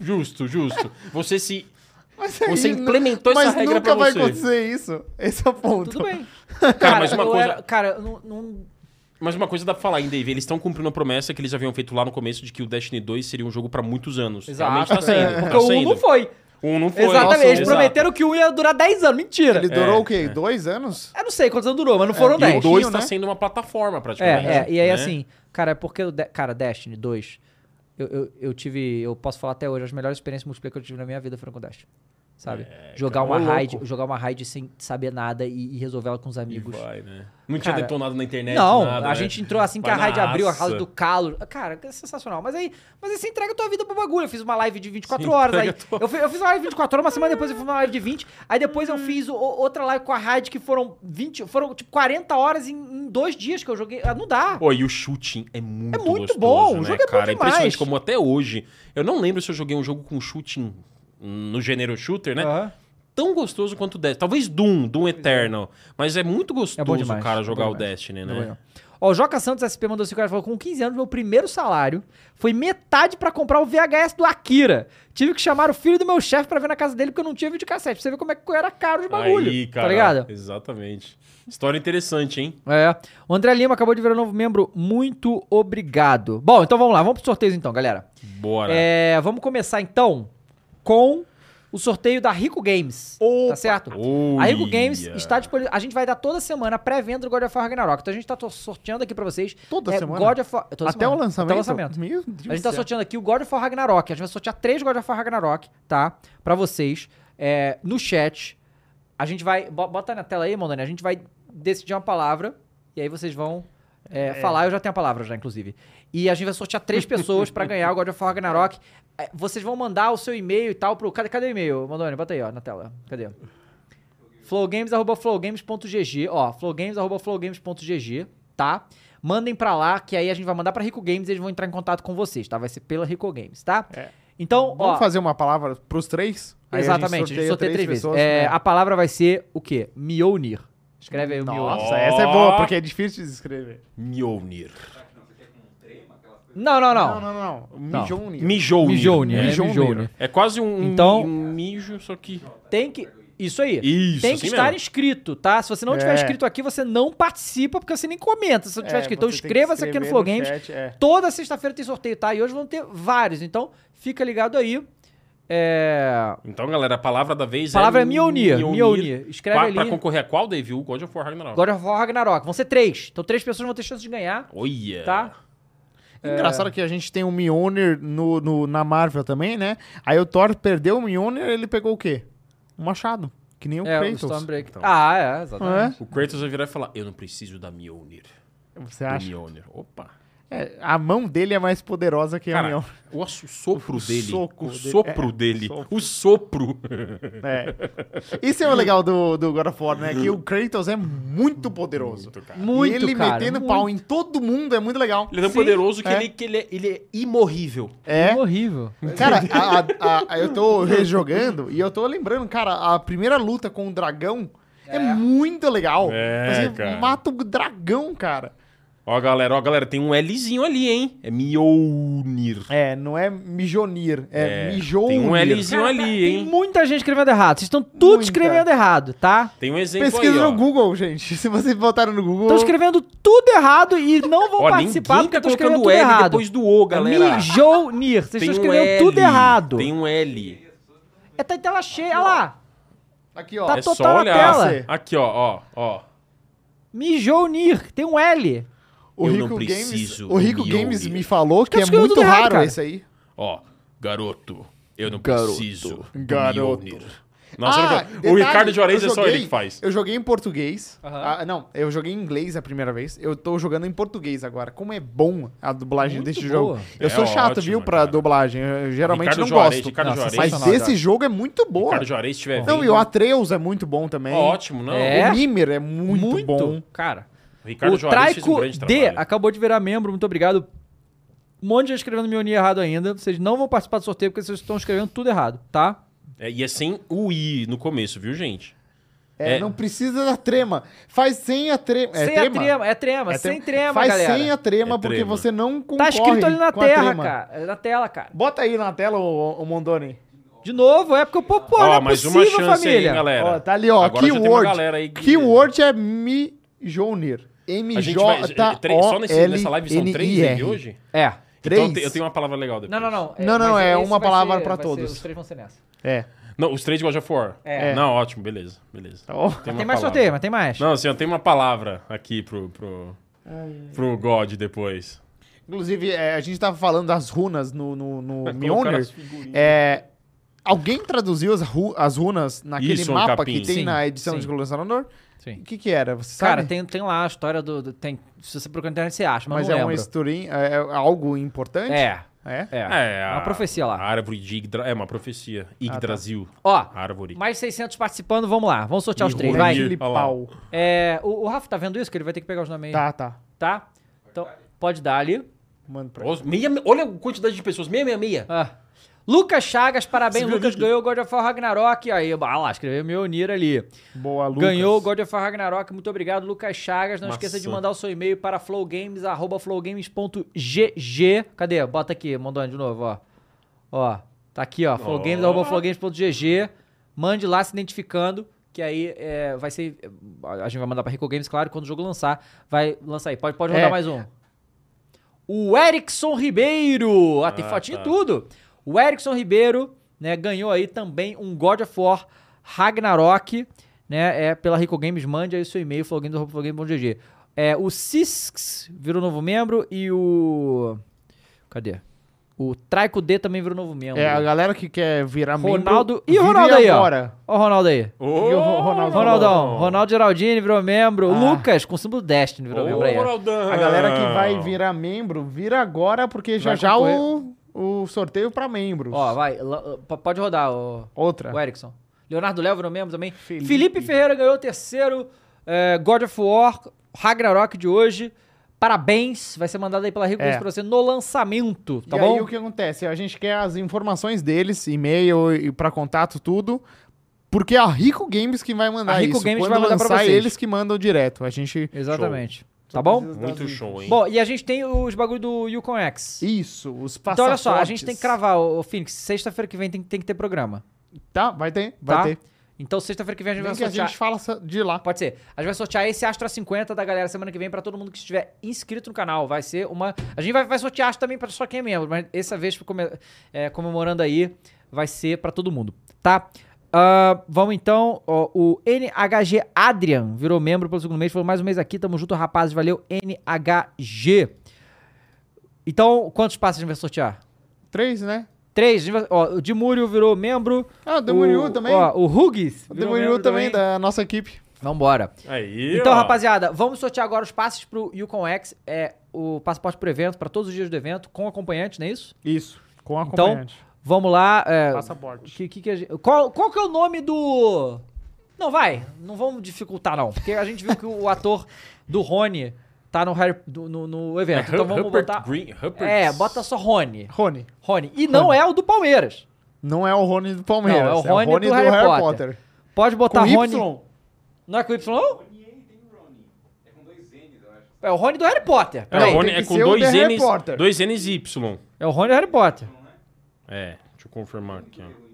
[SPEAKER 2] Justo, justo. Você se
[SPEAKER 3] Mas
[SPEAKER 2] Você
[SPEAKER 3] nu-
[SPEAKER 2] implementou essa
[SPEAKER 3] mas
[SPEAKER 2] regra
[SPEAKER 3] nunca
[SPEAKER 2] pra
[SPEAKER 3] vai
[SPEAKER 2] você.
[SPEAKER 3] acontecer isso. Esse é o ponto.
[SPEAKER 1] Tudo bem.
[SPEAKER 2] Cara, mas uma
[SPEAKER 1] eu
[SPEAKER 2] coisa-
[SPEAKER 1] era- cara, eu não, não-
[SPEAKER 2] Mas uma coisa dá pra falar, hein, Dave? Eles estão cumprindo a promessa que eles haviam feito lá no começo de que o Destiny 2 seria um jogo pra muitos anos. Realmente tá sendo.
[SPEAKER 1] É, Porque
[SPEAKER 2] tá
[SPEAKER 1] o 1
[SPEAKER 2] sendo.
[SPEAKER 1] não foi.
[SPEAKER 2] Um não foi.
[SPEAKER 1] Exatamente.
[SPEAKER 2] Nossa,
[SPEAKER 1] Eles
[SPEAKER 2] exato.
[SPEAKER 1] prometeram que o 1 ia durar 10 anos. Mentira.
[SPEAKER 3] Ele durou o quê? Dois anos?
[SPEAKER 1] Eu não sei quantos anos durou, mas não foram
[SPEAKER 2] E o
[SPEAKER 1] 10.
[SPEAKER 2] 2
[SPEAKER 3] dois
[SPEAKER 2] tá
[SPEAKER 3] né?
[SPEAKER 2] sendo uma plataforma, praticamente.
[SPEAKER 1] É, é, e aí
[SPEAKER 2] né?
[SPEAKER 1] assim, cara, é porque, o De- cara, Destiny 2, eu, eu, eu tive, eu posso falar até hoje, as melhores experiências multiplayer que eu tive na minha vida foram com Destiny. Sabe?
[SPEAKER 2] É,
[SPEAKER 1] jogar,
[SPEAKER 3] cara,
[SPEAKER 1] uma
[SPEAKER 3] ô louco.
[SPEAKER 1] raid, jogar uma raid sem saber nada e, e resolver ela com os
[SPEAKER 2] E
[SPEAKER 1] amigos.
[SPEAKER 2] vai, né? Não
[SPEAKER 1] Cara,
[SPEAKER 2] tinha detonado na internet.
[SPEAKER 1] Não,
[SPEAKER 2] nada,
[SPEAKER 1] a
[SPEAKER 2] né?
[SPEAKER 1] gente entrou assim que
[SPEAKER 2] Vai
[SPEAKER 1] a
[SPEAKER 2] na
[SPEAKER 1] rádio abriu, a
[SPEAKER 2] raça.
[SPEAKER 1] house do calo. Cara, que é sensacional. Mas aí, mas aí você entrega a tua vida pro bagulho. Eu fiz uma live de 24
[SPEAKER 2] Sim,
[SPEAKER 1] horas aí.
[SPEAKER 2] entrega a tua- Hum.
[SPEAKER 1] Eu, fi- eu fiz uma live de 24 horas, uma semana depois eu fiz uma live de 20. Aí depois eu fiz o- outra live com a rádio que foram 20, foram tipo 40 horas em, em dois dias que eu joguei. Ah, Não dá.
[SPEAKER 2] Pô, e o shooting é
[SPEAKER 1] É
[SPEAKER 2] muito
[SPEAKER 1] muito
[SPEAKER 2] gostoso,
[SPEAKER 1] bom,
[SPEAKER 2] né,
[SPEAKER 1] o jogo é bom
[SPEAKER 2] cara?
[SPEAKER 1] demais.
[SPEAKER 2] impressionante como até hoje. Eu não lembro se eu joguei um jogo com shooting no gênero shooter, né?
[SPEAKER 1] Aham.
[SPEAKER 2] tão gostoso quanto o Destiny. Talvez Doom, Doom Eternal. Mas é muito
[SPEAKER 1] É bom
[SPEAKER 2] gostoso,
[SPEAKER 1] demais, é
[SPEAKER 2] cara,
[SPEAKER 1] bom
[SPEAKER 2] jogar o
[SPEAKER 1] demais.
[SPEAKER 2] Destiny,
[SPEAKER 1] Tá
[SPEAKER 2] né?
[SPEAKER 1] bom. Ó, o Joca Santos SP mandou 5 reais e falou: com 15 anos, meu primeiro salário foi metade pra comprar o VHS do Akira. Tive que chamar o filho do meu chefe pra ver na casa dele porque eu não tinha videocassete. Pra você ver como é que era caro de bagulho.
[SPEAKER 2] Aí, cara.
[SPEAKER 1] Tá ligado?
[SPEAKER 2] Exatamente. História interessante, hein?
[SPEAKER 1] É. O André Lima acabou de virar novo membro. Muito obrigado. Bom, então vamos lá. Vamos pro sorteio então, galera.
[SPEAKER 2] Bora.
[SPEAKER 1] É, vamos começar então com o sorteio da Rico Games.
[SPEAKER 2] Opa!
[SPEAKER 1] Tá certo?
[SPEAKER 2] Olha!
[SPEAKER 1] A Rico Games está disponível. A gente vai dar toda semana a pré-venda do God of War Ragnarok. Então a gente tá to- sorteando aqui pra vocês.
[SPEAKER 3] Toda
[SPEAKER 1] é,
[SPEAKER 3] semana?
[SPEAKER 1] God of War- toda
[SPEAKER 3] Até
[SPEAKER 1] semana.
[SPEAKER 3] o lançamento?
[SPEAKER 1] Até o lançamento.
[SPEAKER 3] Meu Deus
[SPEAKER 1] A gente tá
[SPEAKER 3] do céu.
[SPEAKER 1] sorteando aqui o God of War Ragnarok. A gente vai sortear três God of War Ragnarok, tá? Pra vocês. é, no chat. A gente vai. bo- Bota na tela aí, Mondani. A gente vai decidir uma palavra. E aí vocês vão é, falar. Eu já tenho a palavra já, inclusive. E a gente vai sortear três pessoas pra ganhar o God of War Ragnarok. É, Vocês vão mandar o seu e-mail e tal pro. Cadê, cadê o e-mail, Mondani? Bota aí, ó, na tela. Cadê? flowgames, arroba flowgames.gg, ó, flowgames, arroba flowgames.gg, tá? Mandem pra lá, que aí a gente vai mandar pra Rico Games e eles vão entrar em contato com vocês, tá? Vai ser pela Rico Games, tá?
[SPEAKER 2] É.
[SPEAKER 1] Então,
[SPEAKER 3] Vamos
[SPEAKER 1] ó,
[SPEAKER 3] fazer uma palavra pros três? Aí
[SPEAKER 1] exatamente, a gente sorteia, três, vezes.
[SPEAKER 3] pessoas,
[SPEAKER 1] É,
[SPEAKER 3] né?
[SPEAKER 1] A palavra vai ser o quê? Mjolnir. Escreve aí o Mjolnir.
[SPEAKER 3] Nossa, essa é boa, porque é difícil de escrever.
[SPEAKER 2] Mjolnir.
[SPEAKER 1] Não, não, não.
[SPEAKER 3] Não, não, não. Mijone.
[SPEAKER 2] Mijounir.
[SPEAKER 1] Mjolnir, é
[SPEAKER 2] Mijounir.
[SPEAKER 1] Mjolnir.
[SPEAKER 2] É quase um,
[SPEAKER 1] Então-
[SPEAKER 2] um mijo, só que...
[SPEAKER 1] Tem que... Isso aí.
[SPEAKER 2] Isso,
[SPEAKER 1] Tem que
[SPEAKER 2] assim
[SPEAKER 1] estar
[SPEAKER 2] mesmo.
[SPEAKER 1] inscrito, tá? Se você não tiver
[SPEAKER 3] É.
[SPEAKER 1] inscrito aqui, você não participa, porque você nem comenta se você não tiver
[SPEAKER 3] É,
[SPEAKER 1] inscrito. Então
[SPEAKER 3] você tem que
[SPEAKER 1] inscreva-se aqui no
[SPEAKER 3] escrever
[SPEAKER 1] Flow
[SPEAKER 3] no
[SPEAKER 1] Games.
[SPEAKER 3] chat, é.
[SPEAKER 1] Toda sexta-feira tem sorteio, tá? E hoje vão ter vários. Então, fica ligado aí. É...
[SPEAKER 2] Então, galera, a palavra da vez
[SPEAKER 1] Palavra
[SPEAKER 2] é...
[SPEAKER 1] é Mjolnir, Mjolnir. Escreve
[SPEAKER 2] pra,
[SPEAKER 1] ali.
[SPEAKER 2] Pra concorrer a qual, Dave? O God of War Ragnarok.
[SPEAKER 1] God of War Ragnarok. Vão ser três. Então, três pessoas vão ter chance de ganhar,
[SPEAKER 3] É.
[SPEAKER 2] Olha!
[SPEAKER 1] tá?
[SPEAKER 3] Engraçado que a gente tem o Mjolnir no, no- na Marvel também, né? Aí o Thor perdeu o Mjolnir, ele pegou o quê? Um machado. Que nem o
[SPEAKER 1] é,
[SPEAKER 3] Kratos.
[SPEAKER 1] o Stormbreaker.
[SPEAKER 2] Então.
[SPEAKER 1] Ah, é, exatamente.
[SPEAKER 2] O Kratos vai virar e falar, eu não preciso da Mjolnir.
[SPEAKER 3] Você
[SPEAKER 2] Do
[SPEAKER 3] acha?
[SPEAKER 2] Mjolnir. Opa.
[SPEAKER 3] É, a mão dele é mais poderosa que a
[SPEAKER 2] Cara,
[SPEAKER 3] Mjolnir.
[SPEAKER 2] o asso- sopro
[SPEAKER 3] O
[SPEAKER 2] dele.
[SPEAKER 3] soco
[SPEAKER 2] o
[SPEAKER 3] dele.
[SPEAKER 2] sopro
[SPEAKER 3] É,
[SPEAKER 2] dele.
[SPEAKER 3] sopro.
[SPEAKER 2] O sopro.
[SPEAKER 3] É. Isso é o legal do, do God of War, né? Que o Kratos é muito poderoso.
[SPEAKER 1] Muito,
[SPEAKER 3] e ele
[SPEAKER 1] cara,
[SPEAKER 3] metendo
[SPEAKER 1] muito.
[SPEAKER 3] pau em todo mundo é muito legal.
[SPEAKER 2] Ele é tão
[SPEAKER 3] Sim,
[SPEAKER 2] poderoso que,
[SPEAKER 3] é.
[SPEAKER 2] ele, que ele, é, ele é imorrível.
[SPEAKER 3] É.
[SPEAKER 1] Horrível.
[SPEAKER 3] Cara, a- a- a- eu tô rejogando e eu tô lembrando, cara, a primeira luta com o dragão é, muito legal.
[SPEAKER 2] É,
[SPEAKER 3] Você
[SPEAKER 2] cara.
[SPEAKER 3] mata o dragão, cara.
[SPEAKER 2] Ó, galera, ó, galera, tem um Lzinho ali, hein? É Mjolnir.
[SPEAKER 3] É, não é Mijonir, é, Mijonir.
[SPEAKER 2] Tem um Lzinho ali,
[SPEAKER 1] Tem
[SPEAKER 2] hein?
[SPEAKER 1] muita gente escrevendo errado. Vocês estão tudo
[SPEAKER 3] Muita.
[SPEAKER 1] escrevendo errado, tá?
[SPEAKER 2] Tem um exemplo
[SPEAKER 3] Pesquisa
[SPEAKER 2] aí, ó.
[SPEAKER 3] no Google, gente. Se vocês botaram no Google...
[SPEAKER 1] Estão escrevendo tudo errado e não vão
[SPEAKER 2] Ó,
[SPEAKER 1] participar
[SPEAKER 2] ninguém
[SPEAKER 1] porque
[SPEAKER 2] tá
[SPEAKER 1] estão escrevendo
[SPEAKER 2] colocando
[SPEAKER 1] tudo
[SPEAKER 2] L
[SPEAKER 1] errado.
[SPEAKER 2] depois do O, galera.
[SPEAKER 1] Mjolnir. Vocês
[SPEAKER 2] Tem
[SPEAKER 1] estão
[SPEAKER 2] um
[SPEAKER 1] escrevendo
[SPEAKER 2] L,
[SPEAKER 1] tudo errado.
[SPEAKER 2] Tem um L.
[SPEAKER 1] É, tá em tela cheia, olha lá.
[SPEAKER 3] Aqui, ó.
[SPEAKER 1] Tá
[SPEAKER 2] é
[SPEAKER 1] total
[SPEAKER 2] só
[SPEAKER 1] na
[SPEAKER 2] olhar.
[SPEAKER 1] tela.
[SPEAKER 2] Aqui, ó, ó, ó.
[SPEAKER 1] Mjolnir. Tem um L.
[SPEAKER 3] o
[SPEAKER 2] eu não
[SPEAKER 3] Rico Games,
[SPEAKER 2] preciso
[SPEAKER 3] o Rico
[SPEAKER 2] do Mjolnir.
[SPEAKER 3] Games me falou que
[SPEAKER 1] Cara,
[SPEAKER 3] é
[SPEAKER 1] escreveu
[SPEAKER 3] muito
[SPEAKER 1] tudo errado,
[SPEAKER 3] raro
[SPEAKER 1] cara.
[SPEAKER 3] esse aí.
[SPEAKER 2] Ó, garoto, eu não
[SPEAKER 3] Garoto.
[SPEAKER 2] preciso. do
[SPEAKER 3] Garoto.
[SPEAKER 2] Mjolnir. Nossa, olha
[SPEAKER 3] Ah,
[SPEAKER 2] que- o
[SPEAKER 3] detalhe,
[SPEAKER 2] Ricardo de Orez
[SPEAKER 3] eu
[SPEAKER 2] é só
[SPEAKER 3] joguei-
[SPEAKER 2] ele que faz.
[SPEAKER 3] Eu joguei em português.
[SPEAKER 1] Aham.
[SPEAKER 3] Ah, não, eu joguei em inglês a primeira vez. Eu tô jogando em português agora. Como é bom a dublagem
[SPEAKER 1] Muito
[SPEAKER 3] desse
[SPEAKER 1] boa.
[SPEAKER 3] jogo. Eu
[SPEAKER 2] É
[SPEAKER 3] sou chato,
[SPEAKER 2] ótimo,
[SPEAKER 3] viu, pra
[SPEAKER 2] cara.
[SPEAKER 3] dublagem. Eu, eu geralmente
[SPEAKER 2] Ricardo
[SPEAKER 3] não
[SPEAKER 2] Juarez,
[SPEAKER 3] gosto.
[SPEAKER 2] Ricardo Juarez.
[SPEAKER 3] mas
[SPEAKER 1] Sensacional,
[SPEAKER 3] esse jogo é muito bom.
[SPEAKER 2] Ricardo de Orez, se estiver
[SPEAKER 3] Não,
[SPEAKER 2] vendo.
[SPEAKER 3] e o Atreus é muito bom também.
[SPEAKER 2] Ótimo, não.
[SPEAKER 1] É.
[SPEAKER 3] O Mimir é muito, bom.
[SPEAKER 1] Cara,
[SPEAKER 2] O Ricardo
[SPEAKER 1] o
[SPEAKER 2] de Orez fez um
[SPEAKER 1] Traico
[SPEAKER 2] grande
[SPEAKER 1] D
[SPEAKER 2] trabalho.
[SPEAKER 1] acabou de virar membro, muito obrigado. Um monte de gente escrevendo Mjolnir errado ainda. Vocês não vão participar do sorteio porque vocês estão escrevendo tudo errado, tá?
[SPEAKER 2] É, e é sem o I no começo, viu, gente?
[SPEAKER 3] É,
[SPEAKER 2] É.
[SPEAKER 3] Não precisa da trema. Faz sem a trema. É
[SPEAKER 1] sem
[SPEAKER 3] trema?
[SPEAKER 1] a trema, é trema,
[SPEAKER 3] É
[SPEAKER 1] sem
[SPEAKER 3] trema.
[SPEAKER 1] trema,
[SPEAKER 3] Faz
[SPEAKER 1] galera.
[SPEAKER 3] sem a trema,
[SPEAKER 2] É
[SPEAKER 3] porque
[SPEAKER 2] trema.
[SPEAKER 3] você não concorre
[SPEAKER 1] Tá escrito ali na
[SPEAKER 3] com a
[SPEAKER 1] terra,
[SPEAKER 3] trema.
[SPEAKER 1] cara. É na tela, cara.
[SPEAKER 3] Bota aí na tela, o, Mondoni.
[SPEAKER 1] De novo, é porque o pô, pô, não é
[SPEAKER 2] Ó, mais
[SPEAKER 1] possível,
[SPEAKER 2] uma chance aí,
[SPEAKER 1] família.
[SPEAKER 2] hein, galera.
[SPEAKER 3] Ó, tá ali, ó.
[SPEAKER 2] Agora já tem uma galera aí
[SPEAKER 3] keyword.
[SPEAKER 2] que-
[SPEAKER 3] Keyword é Mijonir.
[SPEAKER 2] A gente vai, três- só nesse, nessa live são três
[SPEAKER 3] M-J-O-N-I-R.
[SPEAKER 2] dele hoje?
[SPEAKER 1] é.
[SPEAKER 2] Então eu
[SPEAKER 3] Três?
[SPEAKER 2] te- eu tenho uma palavra legal depois.
[SPEAKER 1] Não, não, não.
[SPEAKER 3] Não, não,
[SPEAKER 1] mas
[SPEAKER 3] é
[SPEAKER 1] esse
[SPEAKER 3] uma
[SPEAKER 1] vai
[SPEAKER 3] palavra
[SPEAKER 1] ser-
[SPEAKER 3] pra
[SPEAKER 1] vai ser-
[SPEAKER 3] todos.
[SPEAKER 1] os três vão ser nessa.
[SPEAKER 3] É.
[SPEAKER 2] Não, os três God of War.
[SPEAKER 1] É.
[SPEAKER 2] Não, ótimo, beleza, beleza.
[SPEAKER 3] Tá bom.
[SPEAKER 1] Tem,
[SPEAKER 2] uma
[SPEAKER 1] mais
[SPEAKER 2] palavra.
[SPEAKER 1] sorteio, mas tem mais.
[SPEAKER 2] Não, assim, eu tenho uma palavra aqui pro, pro, pro God depois.
[SPEAKER 3] Inclusive, é, a gente tava falando das runas no, no, no
[SPEAKER 2] colocar
[SPEAKER 3] Mjolnir.
[SPEAKER 2] É, as figurinhas.
[SPEAKER 3] É, alguém traduziu as, ru- as runas naquele
[SPEAKER 2] Isso, um
[SPEAKER 3] mapa
[SPEAKER 2] capim.
[SPEAKER 3] que tem
[SPEAKER 1] Sim,
[SPEAKER 3] na edição
[SPEAKER 1] sim.
[SPEAKER 3] de Gladiador?
[SPEAKER 1] Sim.
[SPEAKER 3] O que que era? Você
[SPEAKER 1] Cara,
[SPEAKER 3] sabe?
[SPEAKER 1] tem, tem lá a história do. do- tem, se você procurar na internet, você acha, mas,
[SPEAKER 3] Mas
[SPEAKER 1] não
[SPEAKER 3] é um
[SPEAKER 1] lembro.
[SPEAKER 3] historin, é, é algo importante?
[SPEAKER 1] É,
[SPEAKER 3] É?
[SPEAKER 1] é.
[SPEAKER 2] É,
[SPEAKER 1] uma
[SPEAKER 2] a-
[SPEAKER 1] profecia
[SPEAKER 2] A
[SPEAKER 1] lá.
[SPEAKER 2] árvore de Yggdra... É, uma profecia.
[SPEAKER 3] Ah, tá.
[SPEAKER 2] Yggdrasil.
[SPEAKER 1] Ó,
[SPEAKER 2] Árvore.
[SPEAKER 1] mais 600 participando, vamos lá. Vamos sortear os
[SPEAKER 2] Ih,
[SPEAKER 1] três,
[SPEAKER 2] Rony.
[SPEAKER 1] vai.
[SPEAKER 3] Aquele
[SPEAKER 2] Olha lá.
[SPEAKER 3] pau.
[SPEAKER 1] É, o, o Rafa tá vendo isso? Que ele vai ter que pegar os nomes aí.
[SPEAKER 3] Tá, tá.
[SPEAKER 1] Tá? Então, pode dar ali.
[SPEAKER 3] Manda pra
[SPEAKER 2] Ó, meia- olha a quantidade de pessoas. 666.
[SPEAKER 1] Ah. Lucas Chagas, parabéns,
[SPEAKER 2] Você viu
[SPEAKER 1] Lucas.
[SPEAKER 2] ali?
[SPEAKER 1] Ganhou o God of War Ragnarok. Aí, ah lá, escreveu meu Nir ali.
[SPEAKER 3] Boa, Lucas.
[SPEAKER 1] Ganhou o God of War Ragnarok. Muito obrigado, Lucas Chagas. Não
[SPEAKER 2] Maçã.
[SPEAKER 1] esqueça de mandar o seu e-mail para flowgames, arroba flowgames.gg. Cadê? Bota aqui, mandando de novo, ó. Ó, tá aqui, ó, flowgames, arroba flowgames.gg. Mande lá se identificando, que aí é, vai ser... A gente vai mandar para Rico Games, claro, quando o jogo lançar. Vai lançar aí. Pode, pode mandar
[SPEAKER 3] É.
[SPEAKER 1] mais um. O Erickson Ribeiro. Ah, tem
[SPEAKER 2] Ah,
[SPEAKER 1] fotinho e
[SPEAKER 2] tá.
[SPEAKER 1] tudo. O Erickson Ribeiro né, ganhou aí também um God of War Ragnarok, né, é, pela Rico Games, mande aí seu e-mail, flowgames.gg. É, o Sisks virou novo membro e o... cadê? O Traico D também virou novo membro.
[SPEAKER 3] É, a galera que quer virar
[SPEAKER 1] Ronaldo...
[SPEAKER 3] membro...
[SPEAKER 1] Ih, o Ronaldo
[SPEAKER 3] vire
[SPEAKER 1] aí, ó.
[SPEAKER 3] agora.
[SPEAKER 1] Ó o Ronaldo aí.
[SPEAKER 2] Ô,
[SPEAKER 3] E o Ro- Ronaldo falou.
[SPEAKER 1] Ronaldão, Ronaldo Geraldini virou membro.
[SPEAKER 3] Ah.
[SPEAKER 1] Lucas, com o símbolo Destiny, virou membro aí. ó.
[SPEAKER 2] Ronaldão!
[SPEAKER 3] A galera que
[SPEAKER 2] Ah.
[SPEAKER 3] vai virar membro, vira agora, porque já
[SPEAKER 1] Vai
[SPEAKER 3] já o, o sorteio pra membros.
[SPEAKER 1] Ó, vai, lá, p- pode rodar, ó.
[SPEAKER 3] Outra.
[SPEAKER 1] O Erickson. Leonardo Léo virou membro também. Felipe,
[SPEAKER 3] Felipe.
[SPEAKER 1] Ferreira ganhou o terceiro eh, God of War Ragnarok de hoje. Parabéns, vai ser mandado aí pela Rico
[SPEAKER 3] É.
[SPEAKER 1] Games pra você no lançamento, tá
[SPEAKER 3] e
[SPEAKER 1] bom?
[SPEAKER 3] aí o que acontece? A gente quer as informações deles, e-mail e para contato tudo, porque é a Rico Games que vai mandar
[SPEAKER 1] A Rico
[SPEAKER 3] isso.
[SPEAKER 1] Games
[SPEAKER 3] Quando
[SPEAKER 1] vai mandar pra
[SPEAKER 3] lançar
[SPEAKER 1] vocês.
[SPEAKER 3] eles que mandam direto. A gente
[SPEAKER 1] Exatamente. Tá bom?
[SPEAKER 2] Muito show, hein?
[SPEAKER 1] Bom, e a gente tem os bagulho do Yukon X.
[SPEAKER 3] isso, os passaportes.
[SPEAKER 1] Então olha só, a gente tem que cravar, ô ô Phoenix, sexta-feira que vem tem, tem que ter programa,
[SPEAKER 3] Tá, vai ter, vai
[SPEAKER 1] tá?
[SPEAKER 3] ter.
[SPEAKER 1] Então sexta-feira que vem a gente
[SPEAKER 3] Nem
[SPEAKER 1] vai
[SPEAKER 3] que a
[SPEAKER 1] sortear.
[SPEAKER 3] gente fala de lá.
[SPEAKER 1] Pode ser. A gente vai sortear esse Astra 50 da galera semana que vem pra todo mundo que estiver inscrito no canal. Vai ser uma. A gente vai, vai sortear Astra também pra só quem é membro, mas essa vez come- é, comemorando aí vai ser pra todo mundo, tá? Ah, vamos então, ó, o NHG Adrian virou membro pelo segundo mês, falou mais um mês aqui, tamo junto, rapazes, valeu, NHG. Então, quantos passos a gente vai sortear?
[SPEAKER 3] Três, né?
[SPEAKER 1] Três, a gente vai- ó, o Dimúrio virou membro.
[SPEAKER 3] Ah, o Demuriu
[SPEAKER 1] o-
[SPEAKER 3] também.
[SPEAKER 1] Ó, o Huggies.
[SPEAKER 3] o
[SPEAKER 1] virou
[SPEAKER 3] Demuriu
[SPEAKER 1] membro
[SPEAKER 3] também, tá. da nossa equipe.
[SPEAKER 1] Vambora.
[SPEAKER 2] Aí,
[SPEAKER 1] Então,
[SPEAKER 2] ó.
[SPEAKER 1] rapaziada, vamos sortear agora os passes pro Yukon X, é o passaporte pro evento, pra todos os dias do evento, com acompanhante, não é isso?
[SPEAKER 3] Isso, com
[SPEAKER 1] Então,
[SPEAKER 3] acompanhante.
[SPEAKER 1] vamos lá. é,
[SPEAKER 3] Passaporte.
[SPEAKER 1] que, que que a gente- qual, qual que é o nome do. Não, vai, não vamos dificultar, não. Porque a gente viu que o ator do Rony tá no, Harry- do- no, no
[SPEAKER 2] É,
[SPEAKER 1] evento.
[SPEAKER 2] Hu-
[SPEAKER 1] então vamos
[SPEAKER 2] Rupert
[SPEAKER 1] botar.
[SPEAKER 2] Green, Rupert-
[SPEAKER 1] É, bota só Rony.
[SPEAKER 3] Rony.
[SPEAKER 1] Rony. E não é o do Palmeiras.
[SPEAKER 3] Não é o Rony do Palmeiras.
[SPEAKER 1] Não, é o Rony
[SPEAKER 3] é o Rony
[SPEAKER 1] do
[SPEAKER 3] do,
[SPEAKER 1] Harry
[SPEAKER 3] Harry,
[SPEAKER 1] Potter.
[SPEAKER 3] Potter.
[SPEAKER 1] Pode botar
[SPEAKER 3] Com
[SPEAKER 1] Rony.
[SPEAKER 3] Y.
[SPEAKER 1] Não é com Y? não? É o Rony do Harry Potter.
[SPEAKER 2] É,
[SPEAKER 1] Peraí.
[SPEAKER 2] o Rony
[SPEAKER 3] tem
[SPEAKER 2] é
[SPEAKER 3] que
[SPEAKER 2] com
[SPEAKER 3] ser o
[SPEAKER 2] dois
[SPEAKER 3] The Harry
[SPEAKER 2] N's,
[SPEAKER 3] Potter.
[SPEAKER 2] dois N's e Y.
[SPEAKER 1] É o Rony do Harry Potter.
[SPEAKER 2] É, deixa eu confirmar aqui. ó.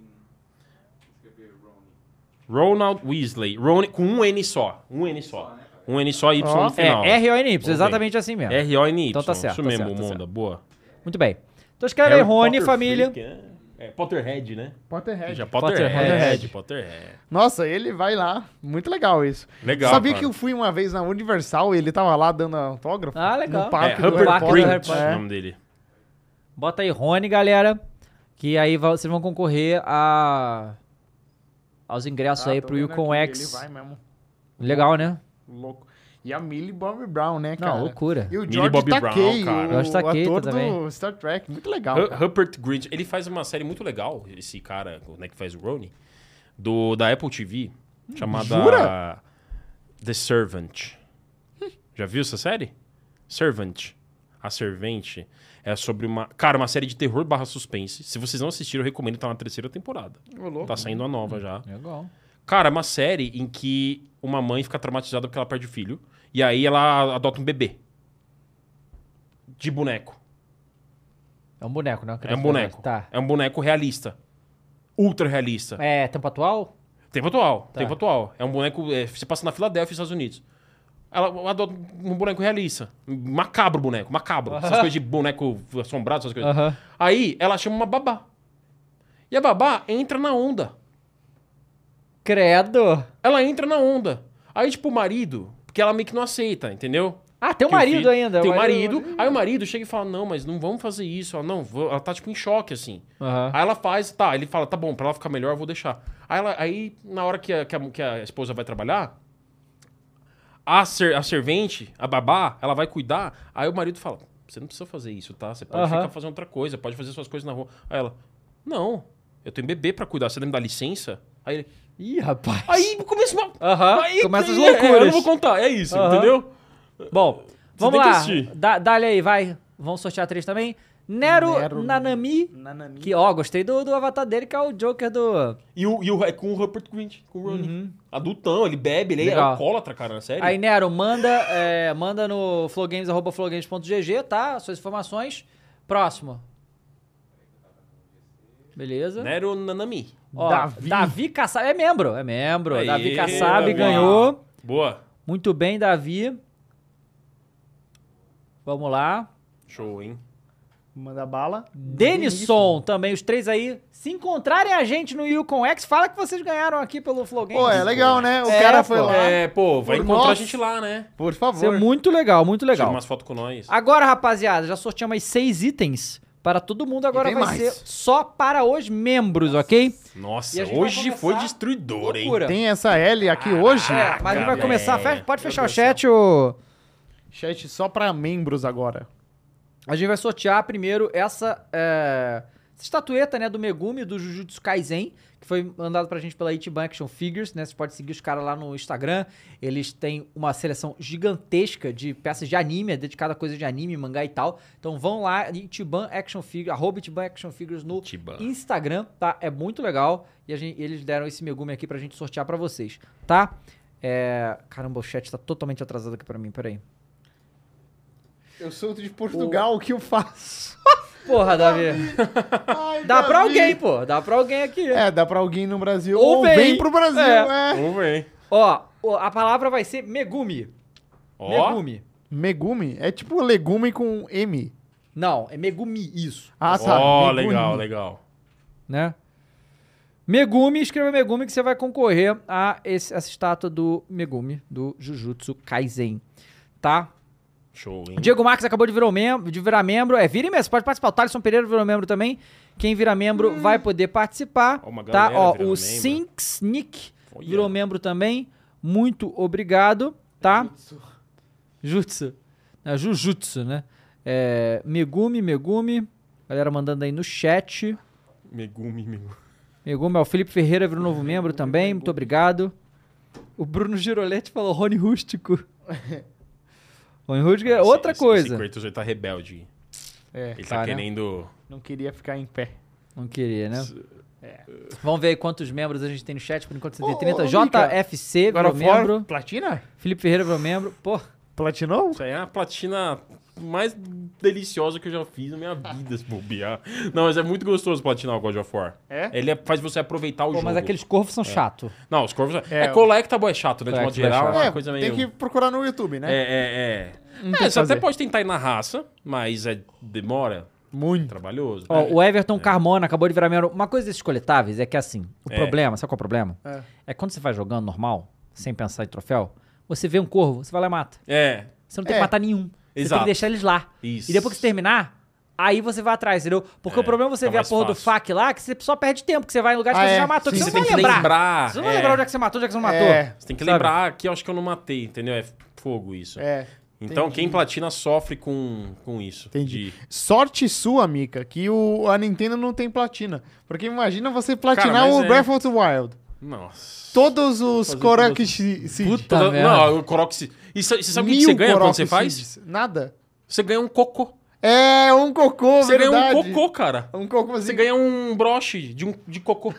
[SPEAKER 2] Ronald Weasley. Rony, com um N só. Um N só. Um N só e Y
[SPEAKER 3] Ó.
[SPEAKER 2] no final.
[SPEAKER 1] É, R-O-N-Y,
[SPEAKER 2] Ok.
[SPEAKER 1] exatamente assim mesmo.
[SPEAKER 2] R-O-N-Y.
[SPEAKER 1] Então tá certo,
[SPEAKER 2] Isso
[SPEAKER 1] tá
[SPEAKER 2] mesmo,
[SPEAKER 1] certo, tá
[SPEAKER 2] Monda. Boa.
[SPEAKER 1] Muito bem. Então escreve aí, Rony,
[SPEAKER 2] Potter
[SPEAKER 1] família.
[SPEAKER 2] Freak, né? É, Potterhead, né?
[SPEAKER 3] Potterhead.
[SPEAKER 2] Já
[SPEAKER 1] Potterhead.
[SPEAKER 2] Potterhead. Potterhead.
[SPEAKER 3] Nossa, ele vai lá. Muito legal isso.
[SPEAKER 2] Legal,
[SPEAKER 3] Sabia
[SPEAKER 2] cara.
[SPEAKER 3] que eu fui uma vez na Universal e ele tava lá dando autógrafo?
[SPEAKER 1] Ah, legal. É.
[SPEAKER 3] No
[SPEAKER 2] É,
[SPEAKER 3] parque do
[SPEAKER 2] Rupert
[SPEAKER 3] Harry
[SPEAKER 1] Potter,
[SPEAKER 2] Grint,
[SPEAKER 1] Harry Potter.
[SPEAKER 2] o
[SPEAKER 3] Potter. É.
[SPEAKER 2] nome dele.
[SPEAKER 1] Bota aí Rony, galera. Que aí va- vocês vão concorrer a... aos
[SPEAKER 3] Ah,
[SPEAKER 1] ingressos aí pro Yukon X.
[SPEAKER 3] Tá Ele vai mesmo.
[SPEAKER 1] Legal, né?
[SPEAKER 3] Louco. E a Millie Bobby Brown, né,
[SPEAKER 1] Não,
[SPEAKER 3] cara?
[SPEAKER 1] loucura.
[SPEAKER 3] E o
[SPEAKER 2] Millie
[SPEAKER 3] George
[SPEAKER 2] Bobby Brown,
[SPEAKER 3] Takei,
[SPEAKER 2] cara.
[SPEAKER 3] o
[SPEAKER 1] George Takei tá
[SPEAKER 3] ator do
[SPEAKER 1] também.
[SPEAKER 3] Star Trek. Muito legal,
[SPEAKER 2] Ru-
[SPEAKER 3] cara.
[SPEAKER 2] Rupert Grint. Ele faz uma série muito legal, esse cara né, que faz o Rony, do, da Apple TV, chamada
[SPEAKER 3] jura?
[SPEAKER 2] The Servant. Já viu essa série? Servant. A Servente é sobre uma... Cara, uma série de terror barra suspense. Se vocês não assistiram, eu recomendo. Tá na terceira temporada.
[SPEAKER 3] Ô, louco. Hum.
[SPEAKER 2] Tá saindo a nova já.
[SPEAKER 1] Legal.
[SPEAKER 2] Cara, é uma série em que uma mãe fica traumatizada porque ela perde o filho. E aí ela adota um bebê. De boneco.
[SPEAKER 1] É um boneco, né? Uma
[SPEAKER 2] É
[SPEAKER 1] criança
[SPEAKER 2] um
[SPEAKER 1] de verdade.
[SPEAKER 2] boneco.
[SPEAKER 1] Tá.
[SPEAKER 2] É um boneco realista. Ultra realista.
[SPEAKER 1] É tempo atual?
[SPEAKER 2] Tempo atual.
[SPEAKER 1] Tá.
[SPEAKER 2] Tempo atual. É um boneco. é, se passa na Filadélfia, Estados Unidos. Ela adota um boneco realista. Macabro boneco, macabro. Essas coisas de boneco assombrado, essas coisas.
[SPEAKER 1] Aham.
[SPEAKER 2] Aí ela chama uma babá. E a babá entra na onda.
[SPEAKER 1] Credo.
[SPEAKER 2] Ela entra na onda. Aí, tipo, o marido, porque ela meio que não aceita, entendeu?
[SPEAKER 1] Ah, tem um
[SPEAKER 2] Que
[SPEAKER 1] marido
[SPEAKER 2] filho-
[SPEAKER 1] ainda.
[SPEAKER 2] Tem
[SPEAKER 1] o
[SPEAKER 2] o marido. Aí o marido chega e fala: Não, mas não vamos fazer isso. Ela, não, vou- ela tá tipo em choque, assim.
[SPEAKER 1] Aham.
[SPEAKER 2] Aí ela faz, tá. Ele fala: Tá bom, pra ela ficar melhor, eu vou deixar. Aí, ela- aí na hora que a, que a- que a esposa vai trabalhar, a, ser- a servente, a babá, ela vai cuidar. Aí o marido fala: Você não precisa fazer isso, tá? Você pode
[SPEAKER 1] Aham.
[SPEAKER 2] ficar fazendo outra coisa, pode fazer suas coisas na rua. Aí ela: Não, eu tenho bebê pra cuidar. Você não me dá licença? Aí ele.
[SPEAKER 1] Ih, rapaz.
[SPEAKER 2] Aí começa uma.
[SPEAKER 1] Aham,
[SPEAKER 2] Aí
[SPEAKER 1] começa as
[SPEAKER 2] é, eu não
[SPEAKER 1] loucuras.
[SPEAKER 2] vou contar, é isso,
[SPEAKER 1] Aham.
[SPEAKER 2] entendeu?
[SPEAKER 1] Bom, vamos
[SPEAKER 2] tem que
[SPEAKER 1] lá.
[SPEAKER 2] assistir.
[SPEAKER 1] Dá- Dá-lhe aí, vai. Vamos sortear três também. Nero,
[SPEAKER 3] Nero
[SPEAKER 1] Nanami.
[SPEAKER 3] Nanami.
[SPEAKER 1] Que, ó, gostei do, do avatar dele, que é o Joker do...
[SPEAKER 2] E, o, e o, é com o Rupert Grint, com o Ronnie. Adultão, ele bebe, ele
[SPEAKER 1] Uhum. Legal.
[SPEAKER 2] é alcoólatra, cara, na série.
[SPEAKER 1] Aí, Nero, manda, é, manda no flowgames, arroba flowgames.gg, tá? Suas informações. Próximo. Beleza.
[SPEAKER 2] Nero Nanami.
[SPEAKER 1] Ó, Davi.
[SPEAKER 3] Davi.
[SPEAKER 1] Kassab. É membro, é membro.
[SPEAKER 2] Aê,
[SPEAKER 1] Davi Kassab
[SPEAKER 2] Davi.
[SPEAKER 1] ganhou.
[SPEAKER 2] Boa.
[SPEAKER 1] Muito bem, Davi. Vamos lá.
[SPEAKER 2] Show, hein?
[SPEAKER 3] Manda bala.
[SPEAKER 1] Denison também, os três aí. Se encontrarem a gente no Yukon X, fala que vocês ganharam aqui pelo Flow Games.
[SPEAKER 3] Pô, é legal, né? O
[SPEAKER 1] É,
[SPEAKER 3] cara foi
[SPEAKER 1] pô.
[SPEAKER 3] lá.
[SPEAKER 2] É, pô, vai
[SPEAKER 3] Por
[SPEAKER 2] encontrar a
[SPEAKER 3] nós.
[SPEAKER 2] gente lá, né?
[SPEAKER 3] Por
[SPEAKER 1] Isso é
[SPEAKER 3] favor.
[SPEAKER 1] muito legal, muito
[SPEAKER 2] Tira
[SPEAKER 1] legal. Ah,
[SPEAKER 2] umas fotos com nós.
[SPEAKER 1] Agora, rapaziada, já sorteamos mais seis itens para todo mundo. Agora
[SPEAKER 3] tem
[SPEAKER 1] vai
[SPEAKER 3] mais.
[SPEAKER 1] ser só para os membros, ok?
[SPEAKER 2] Nossa,
[SPEAKER 1] E a gente vai
[SPEAKER 2] hoje
[SPEAKER 1] começar-
[SPEAKER 2] foi destruidor, hein?
[SPEAKER 1] Loucura.
[SPEAKER 3] Tem essa L aqui hoje.
[SPEAKER 1] É, mas a gente vai
[SPEAKER 2] Caraca,
[SPEAKER 1] começar.
[SPEAKER 2] velho.
[SPEAKER 1] fe- Pode
[SPEAKER 2] Meu
[SPEAKER 1] fechar
[SPEAKER 2] Deus
[SPEAKER 1] o
[SPEAKER 2] do céu.
[SPEAKER 1] chat, ô.
[SPEAKER 3] Chat só pra membros agora.
[SPEAKER 1] A gente vai sortear primeiro essa, é, essa estatueta, né, do Megumi, do Jujutsu Kaisen, que foi mandado pra gente pela Ichiban Action Figures, né? Você pode seguir os caras lá no Instagram. Eles têm uma seleção gigantesca de peças de anime, é dedicada a coisa de anime, mangá e tal. Então vão lá, Ichiban Action Figures, arroba Ichiban Action Figures no
[SPEAKER 2] Ichiban.
[SPEAKER 1] Instagram, tá? É muito legal. E a gente- eles deram esse Megumi aqui pra gente sortear pra vocês, tá? É, Caramba, o chat tá totalmente atrasado aqui pra mim, peraí.
[SPEAKER 3] Eu sou de Portugal, o que eu faço?
[SPEAKER 1] Porra, Davi.
[SPEAKER 3] Ai,
[SPEAKER 1] Dá pra
[SPEAKER 3] Davi.
[SPEAKER 1] alguém, pô. Dá pra alguém aqui.
[SPEAKER 3] É, dá pra alguém no Brasil.
[SPEAKER 1] Ou
[SPEAKER 3] Ou,
[SPEAKER 1] vem.
[SPEAKER 3] vem. pro Brasil,
[SPEAKER 1] É.
[SPEAKER 3] é.
[SPEAKER 2] Vamos ver, hein?
[SPEAKER 1] Ó, ó, a palavra vai ser Megumi.
[SPEAKER 2] Ó,
[SPEAKER 1] Megumi.
[SPEAKER 3] Megumi? É tipo legume com M.
[SPEAKER 1] Não, é Megumi, isso.
[SPEAKER 3] Ah, tá.
[SPEAKER 2] ó,
[SPEAKER 3] Megumi.
[SPEAKER 2] legal, legal.
[SPEAKER 1] Né? Megumi, escreva Megumi que você vai concorrer a esse- essa estátua do Megumi, do Jujutsu Kaisen. Tá?
[SPEAKER 2] Show, hein?
[SPEAKER 1] O Diego Marques acabou de virar, um mem- de virar membro. É, vire mesmo, pode participar. O Thaleson Pereira virou membro também. Quem virar membro vai poder participar.
[SPEAKER 2] Ó, uma
[SPEAKER 1] tá?
[SPEAKER 2] galera
[SPEAKER 1] Ó,
[SPEAKER 2] virando
[SPEAKER 1] o
[SPEAKER 2] membro.
[SPEAKER 1] Sinks Nick
[SPEAKER 2] Olha.
[SPEAKER 1] virou membro também. Muito obrigado, tá? Jutsu. Não, Jujutsu, né? É, Megumi, Megumi. Galera mandando aí no chat.
[SPEAKER 2] Megumi, Megumi.
[SPEAKER 1] Megumi, ó, o Felipe Ferreira virou novo membro também. Muito obrigado. O Bruno Girolete falou Rony Rústico. Rony Rústico é outra
[SPEAKER 2] Esse- Esse
[SPEAKER 1] coisa.
[SPEAKER 2] Kratos aí tá rebelde.
[SPEAKER 3] É,
[SPEAKER 2] Ele
[SPEAKER 1] Cara.
[SPEAKER 2] tá querendo...
[SPEAKER 3] não queria ficar em pé.
[SPEAKER 1] Não queria, né? Vamos ver aí quantos membros a gente tem no chat. Por enquanto você tem
[SPEAKER 3] Ô,
[SPEAKER 1] 30.
[SPEAKER 3] ô, Mica,
[SPEAKER 1] JFC virou membro.
[SPEAKER 3] platina?
[SPEAKER 1] Felipe Ferreira virou membro. Pô,
[SPEAKER 3] Platinou?
[SPEAKER 2] Isso aí é a platina mais deliciosa que eu já fiz na minha vida, se bobear. Não, mas é muito gostoso platinar o God of War.
[SPEAKER 3] É?
[SPEAKER 2] Ele é- faz você aproveitar o
[SPEAKER 1] pô,
[SPEAKER 2] jogo.
[SPEAKER 1] mas aqueles corvos
[SPEAKER 2] É.
[SPEAKER 1] são chato.
[SPEAKER 2] Não, os corvos... É,
[SPEAKER 3] É, o-
[SPEAKER 2] collectible, é chato, né? De modo
[SPEAKER 1] Collectible é
[SPEAKER 2] geral, é
[SPEAKER 1] chato.
[SPEAKER 2] uma
[SPEAKER 3] É,
[SPEAKER 2] coisa
[SPEAKER 3] tem
[SPEAKER 2] meio...
[SPEAKER 3] que procurar no YouTube, né?
[SPEAKER 2] É, é, é.
[SPEAKER 3] tem
[SPEAKER 2] É,
[SPEAKER 3] que
[SPEAKER 2] você até
[SPEAKER 3] fazer.
[SPEAKER 2] pode tentar ir na raça, mas é demora,
[SPEAKER 3] Muito.
[SPEAKER 2] trabalhoso.
[SPEAKER 1] Ó, o Everton Carmona acabou de virar membro. Uma coisa desses coletáveis é que assim, o
[SPEAKER 2] É.
[SPEAKER 1] problema, sabe qual é o problema?
[SPEAKER 3] É.
[SPEAKER 1] É quando você vai jogando normal, sem pensar em troféu, você vê um corvo, você vai lá e mata.
[SPEAKER 2] É,
[SPEAKER 1] Você não tem
[SPEAKER 3] É.
[SPEAKER 1] que matar nenhum. Você tem
[SPEAKER 2] Exato.
[SPEAKER 1] que deixar eles lá.
[SPEAKER 2] Isso.
[SPEAKER 1] E depois que você terminar, aí você vai atrás, entendeu? Porque
[SPEAKER 2] É,
[SPEAKER 1] o problema é você
[SPEAKER 2] fica
[SPEAKER 1] ver a
[SPEAKER 2] mais
[SPEAKER 1] porra do
[SPEAKER 2] fácil.
[SPEAKER 1] FAC lá, que você só perde tempo, que você vai em lugares
[SPEAKER 3] Ah,
[SPEAKER 1] que você
[SPEAKER 3] é.
[SPEAKER 1] já matou, que
[SPEAKER 3] Sim,
[SPEAKER 1] você,
[SPEAKER 2] você
[SPEAKER 1] não
[SPEAKER 2] tem
[SPEAKER 1] vai
[SPEAKER 2] que
[SPEAKER 1] lembrar.
[SPEAKER 2] lembrar,
[SPEAKER 1] Você não vai
[SPEAKER 2] é.
[SPEAKER 1] lembrar onde é que você matou, onde é que você não matou.
[SPEAKER 3] É.
[SPEAKER 2] você tem que
[SPEAKER 1] Sabe?
[SPEAKER 2] lembrar que eu acho que eu não matei, entendeu? É fogo isso.
[SPEAKER 3] É.
[SPEAKER 2] Então,
[SPEAKER 3] Entendi.
[SPEAKER 2] quem platina sofre com, com isso.
[SPEAKER 3] Entendi.
[SPEAKER 2] De-
[SPEAKER 3] Sorte sua, Mika, que o, a Nintendo não tem platina. Porque imagina você platinar
[SPEAKER 2] Cara, mas
[SPEAKER 3] o
[SPEAKER 2] é-
[SPEAKER 3] Breath of the Wild.
[SPEAKER 2] Nossa.
[SPEAKER 3] Todos os
[SPEAKER 2] Fazer
[SPEAKER 3] Korakishi
[SPEAKER 1] Puta
[SPEAKER 2] Toda-
[SPEAKER 1] merda.
[SPEAKER 2] Não, o Coroxy. E sa- você sabe o que que você ganha quando você faz?
[SPEAKER 3] Nada.
[SPEAKER 2] Você ganha um cocô.
[SPEAKER 3] É, um cocô,
[SPEAKER 2] Você
[SPEAKER 3] verdade.
[SPEAKER 2] ganha um cocô, cara.
[SPEAKER 3] Um cocôzinho.
[SPEAKER 2] Você ganha um broche de, um, de cocô.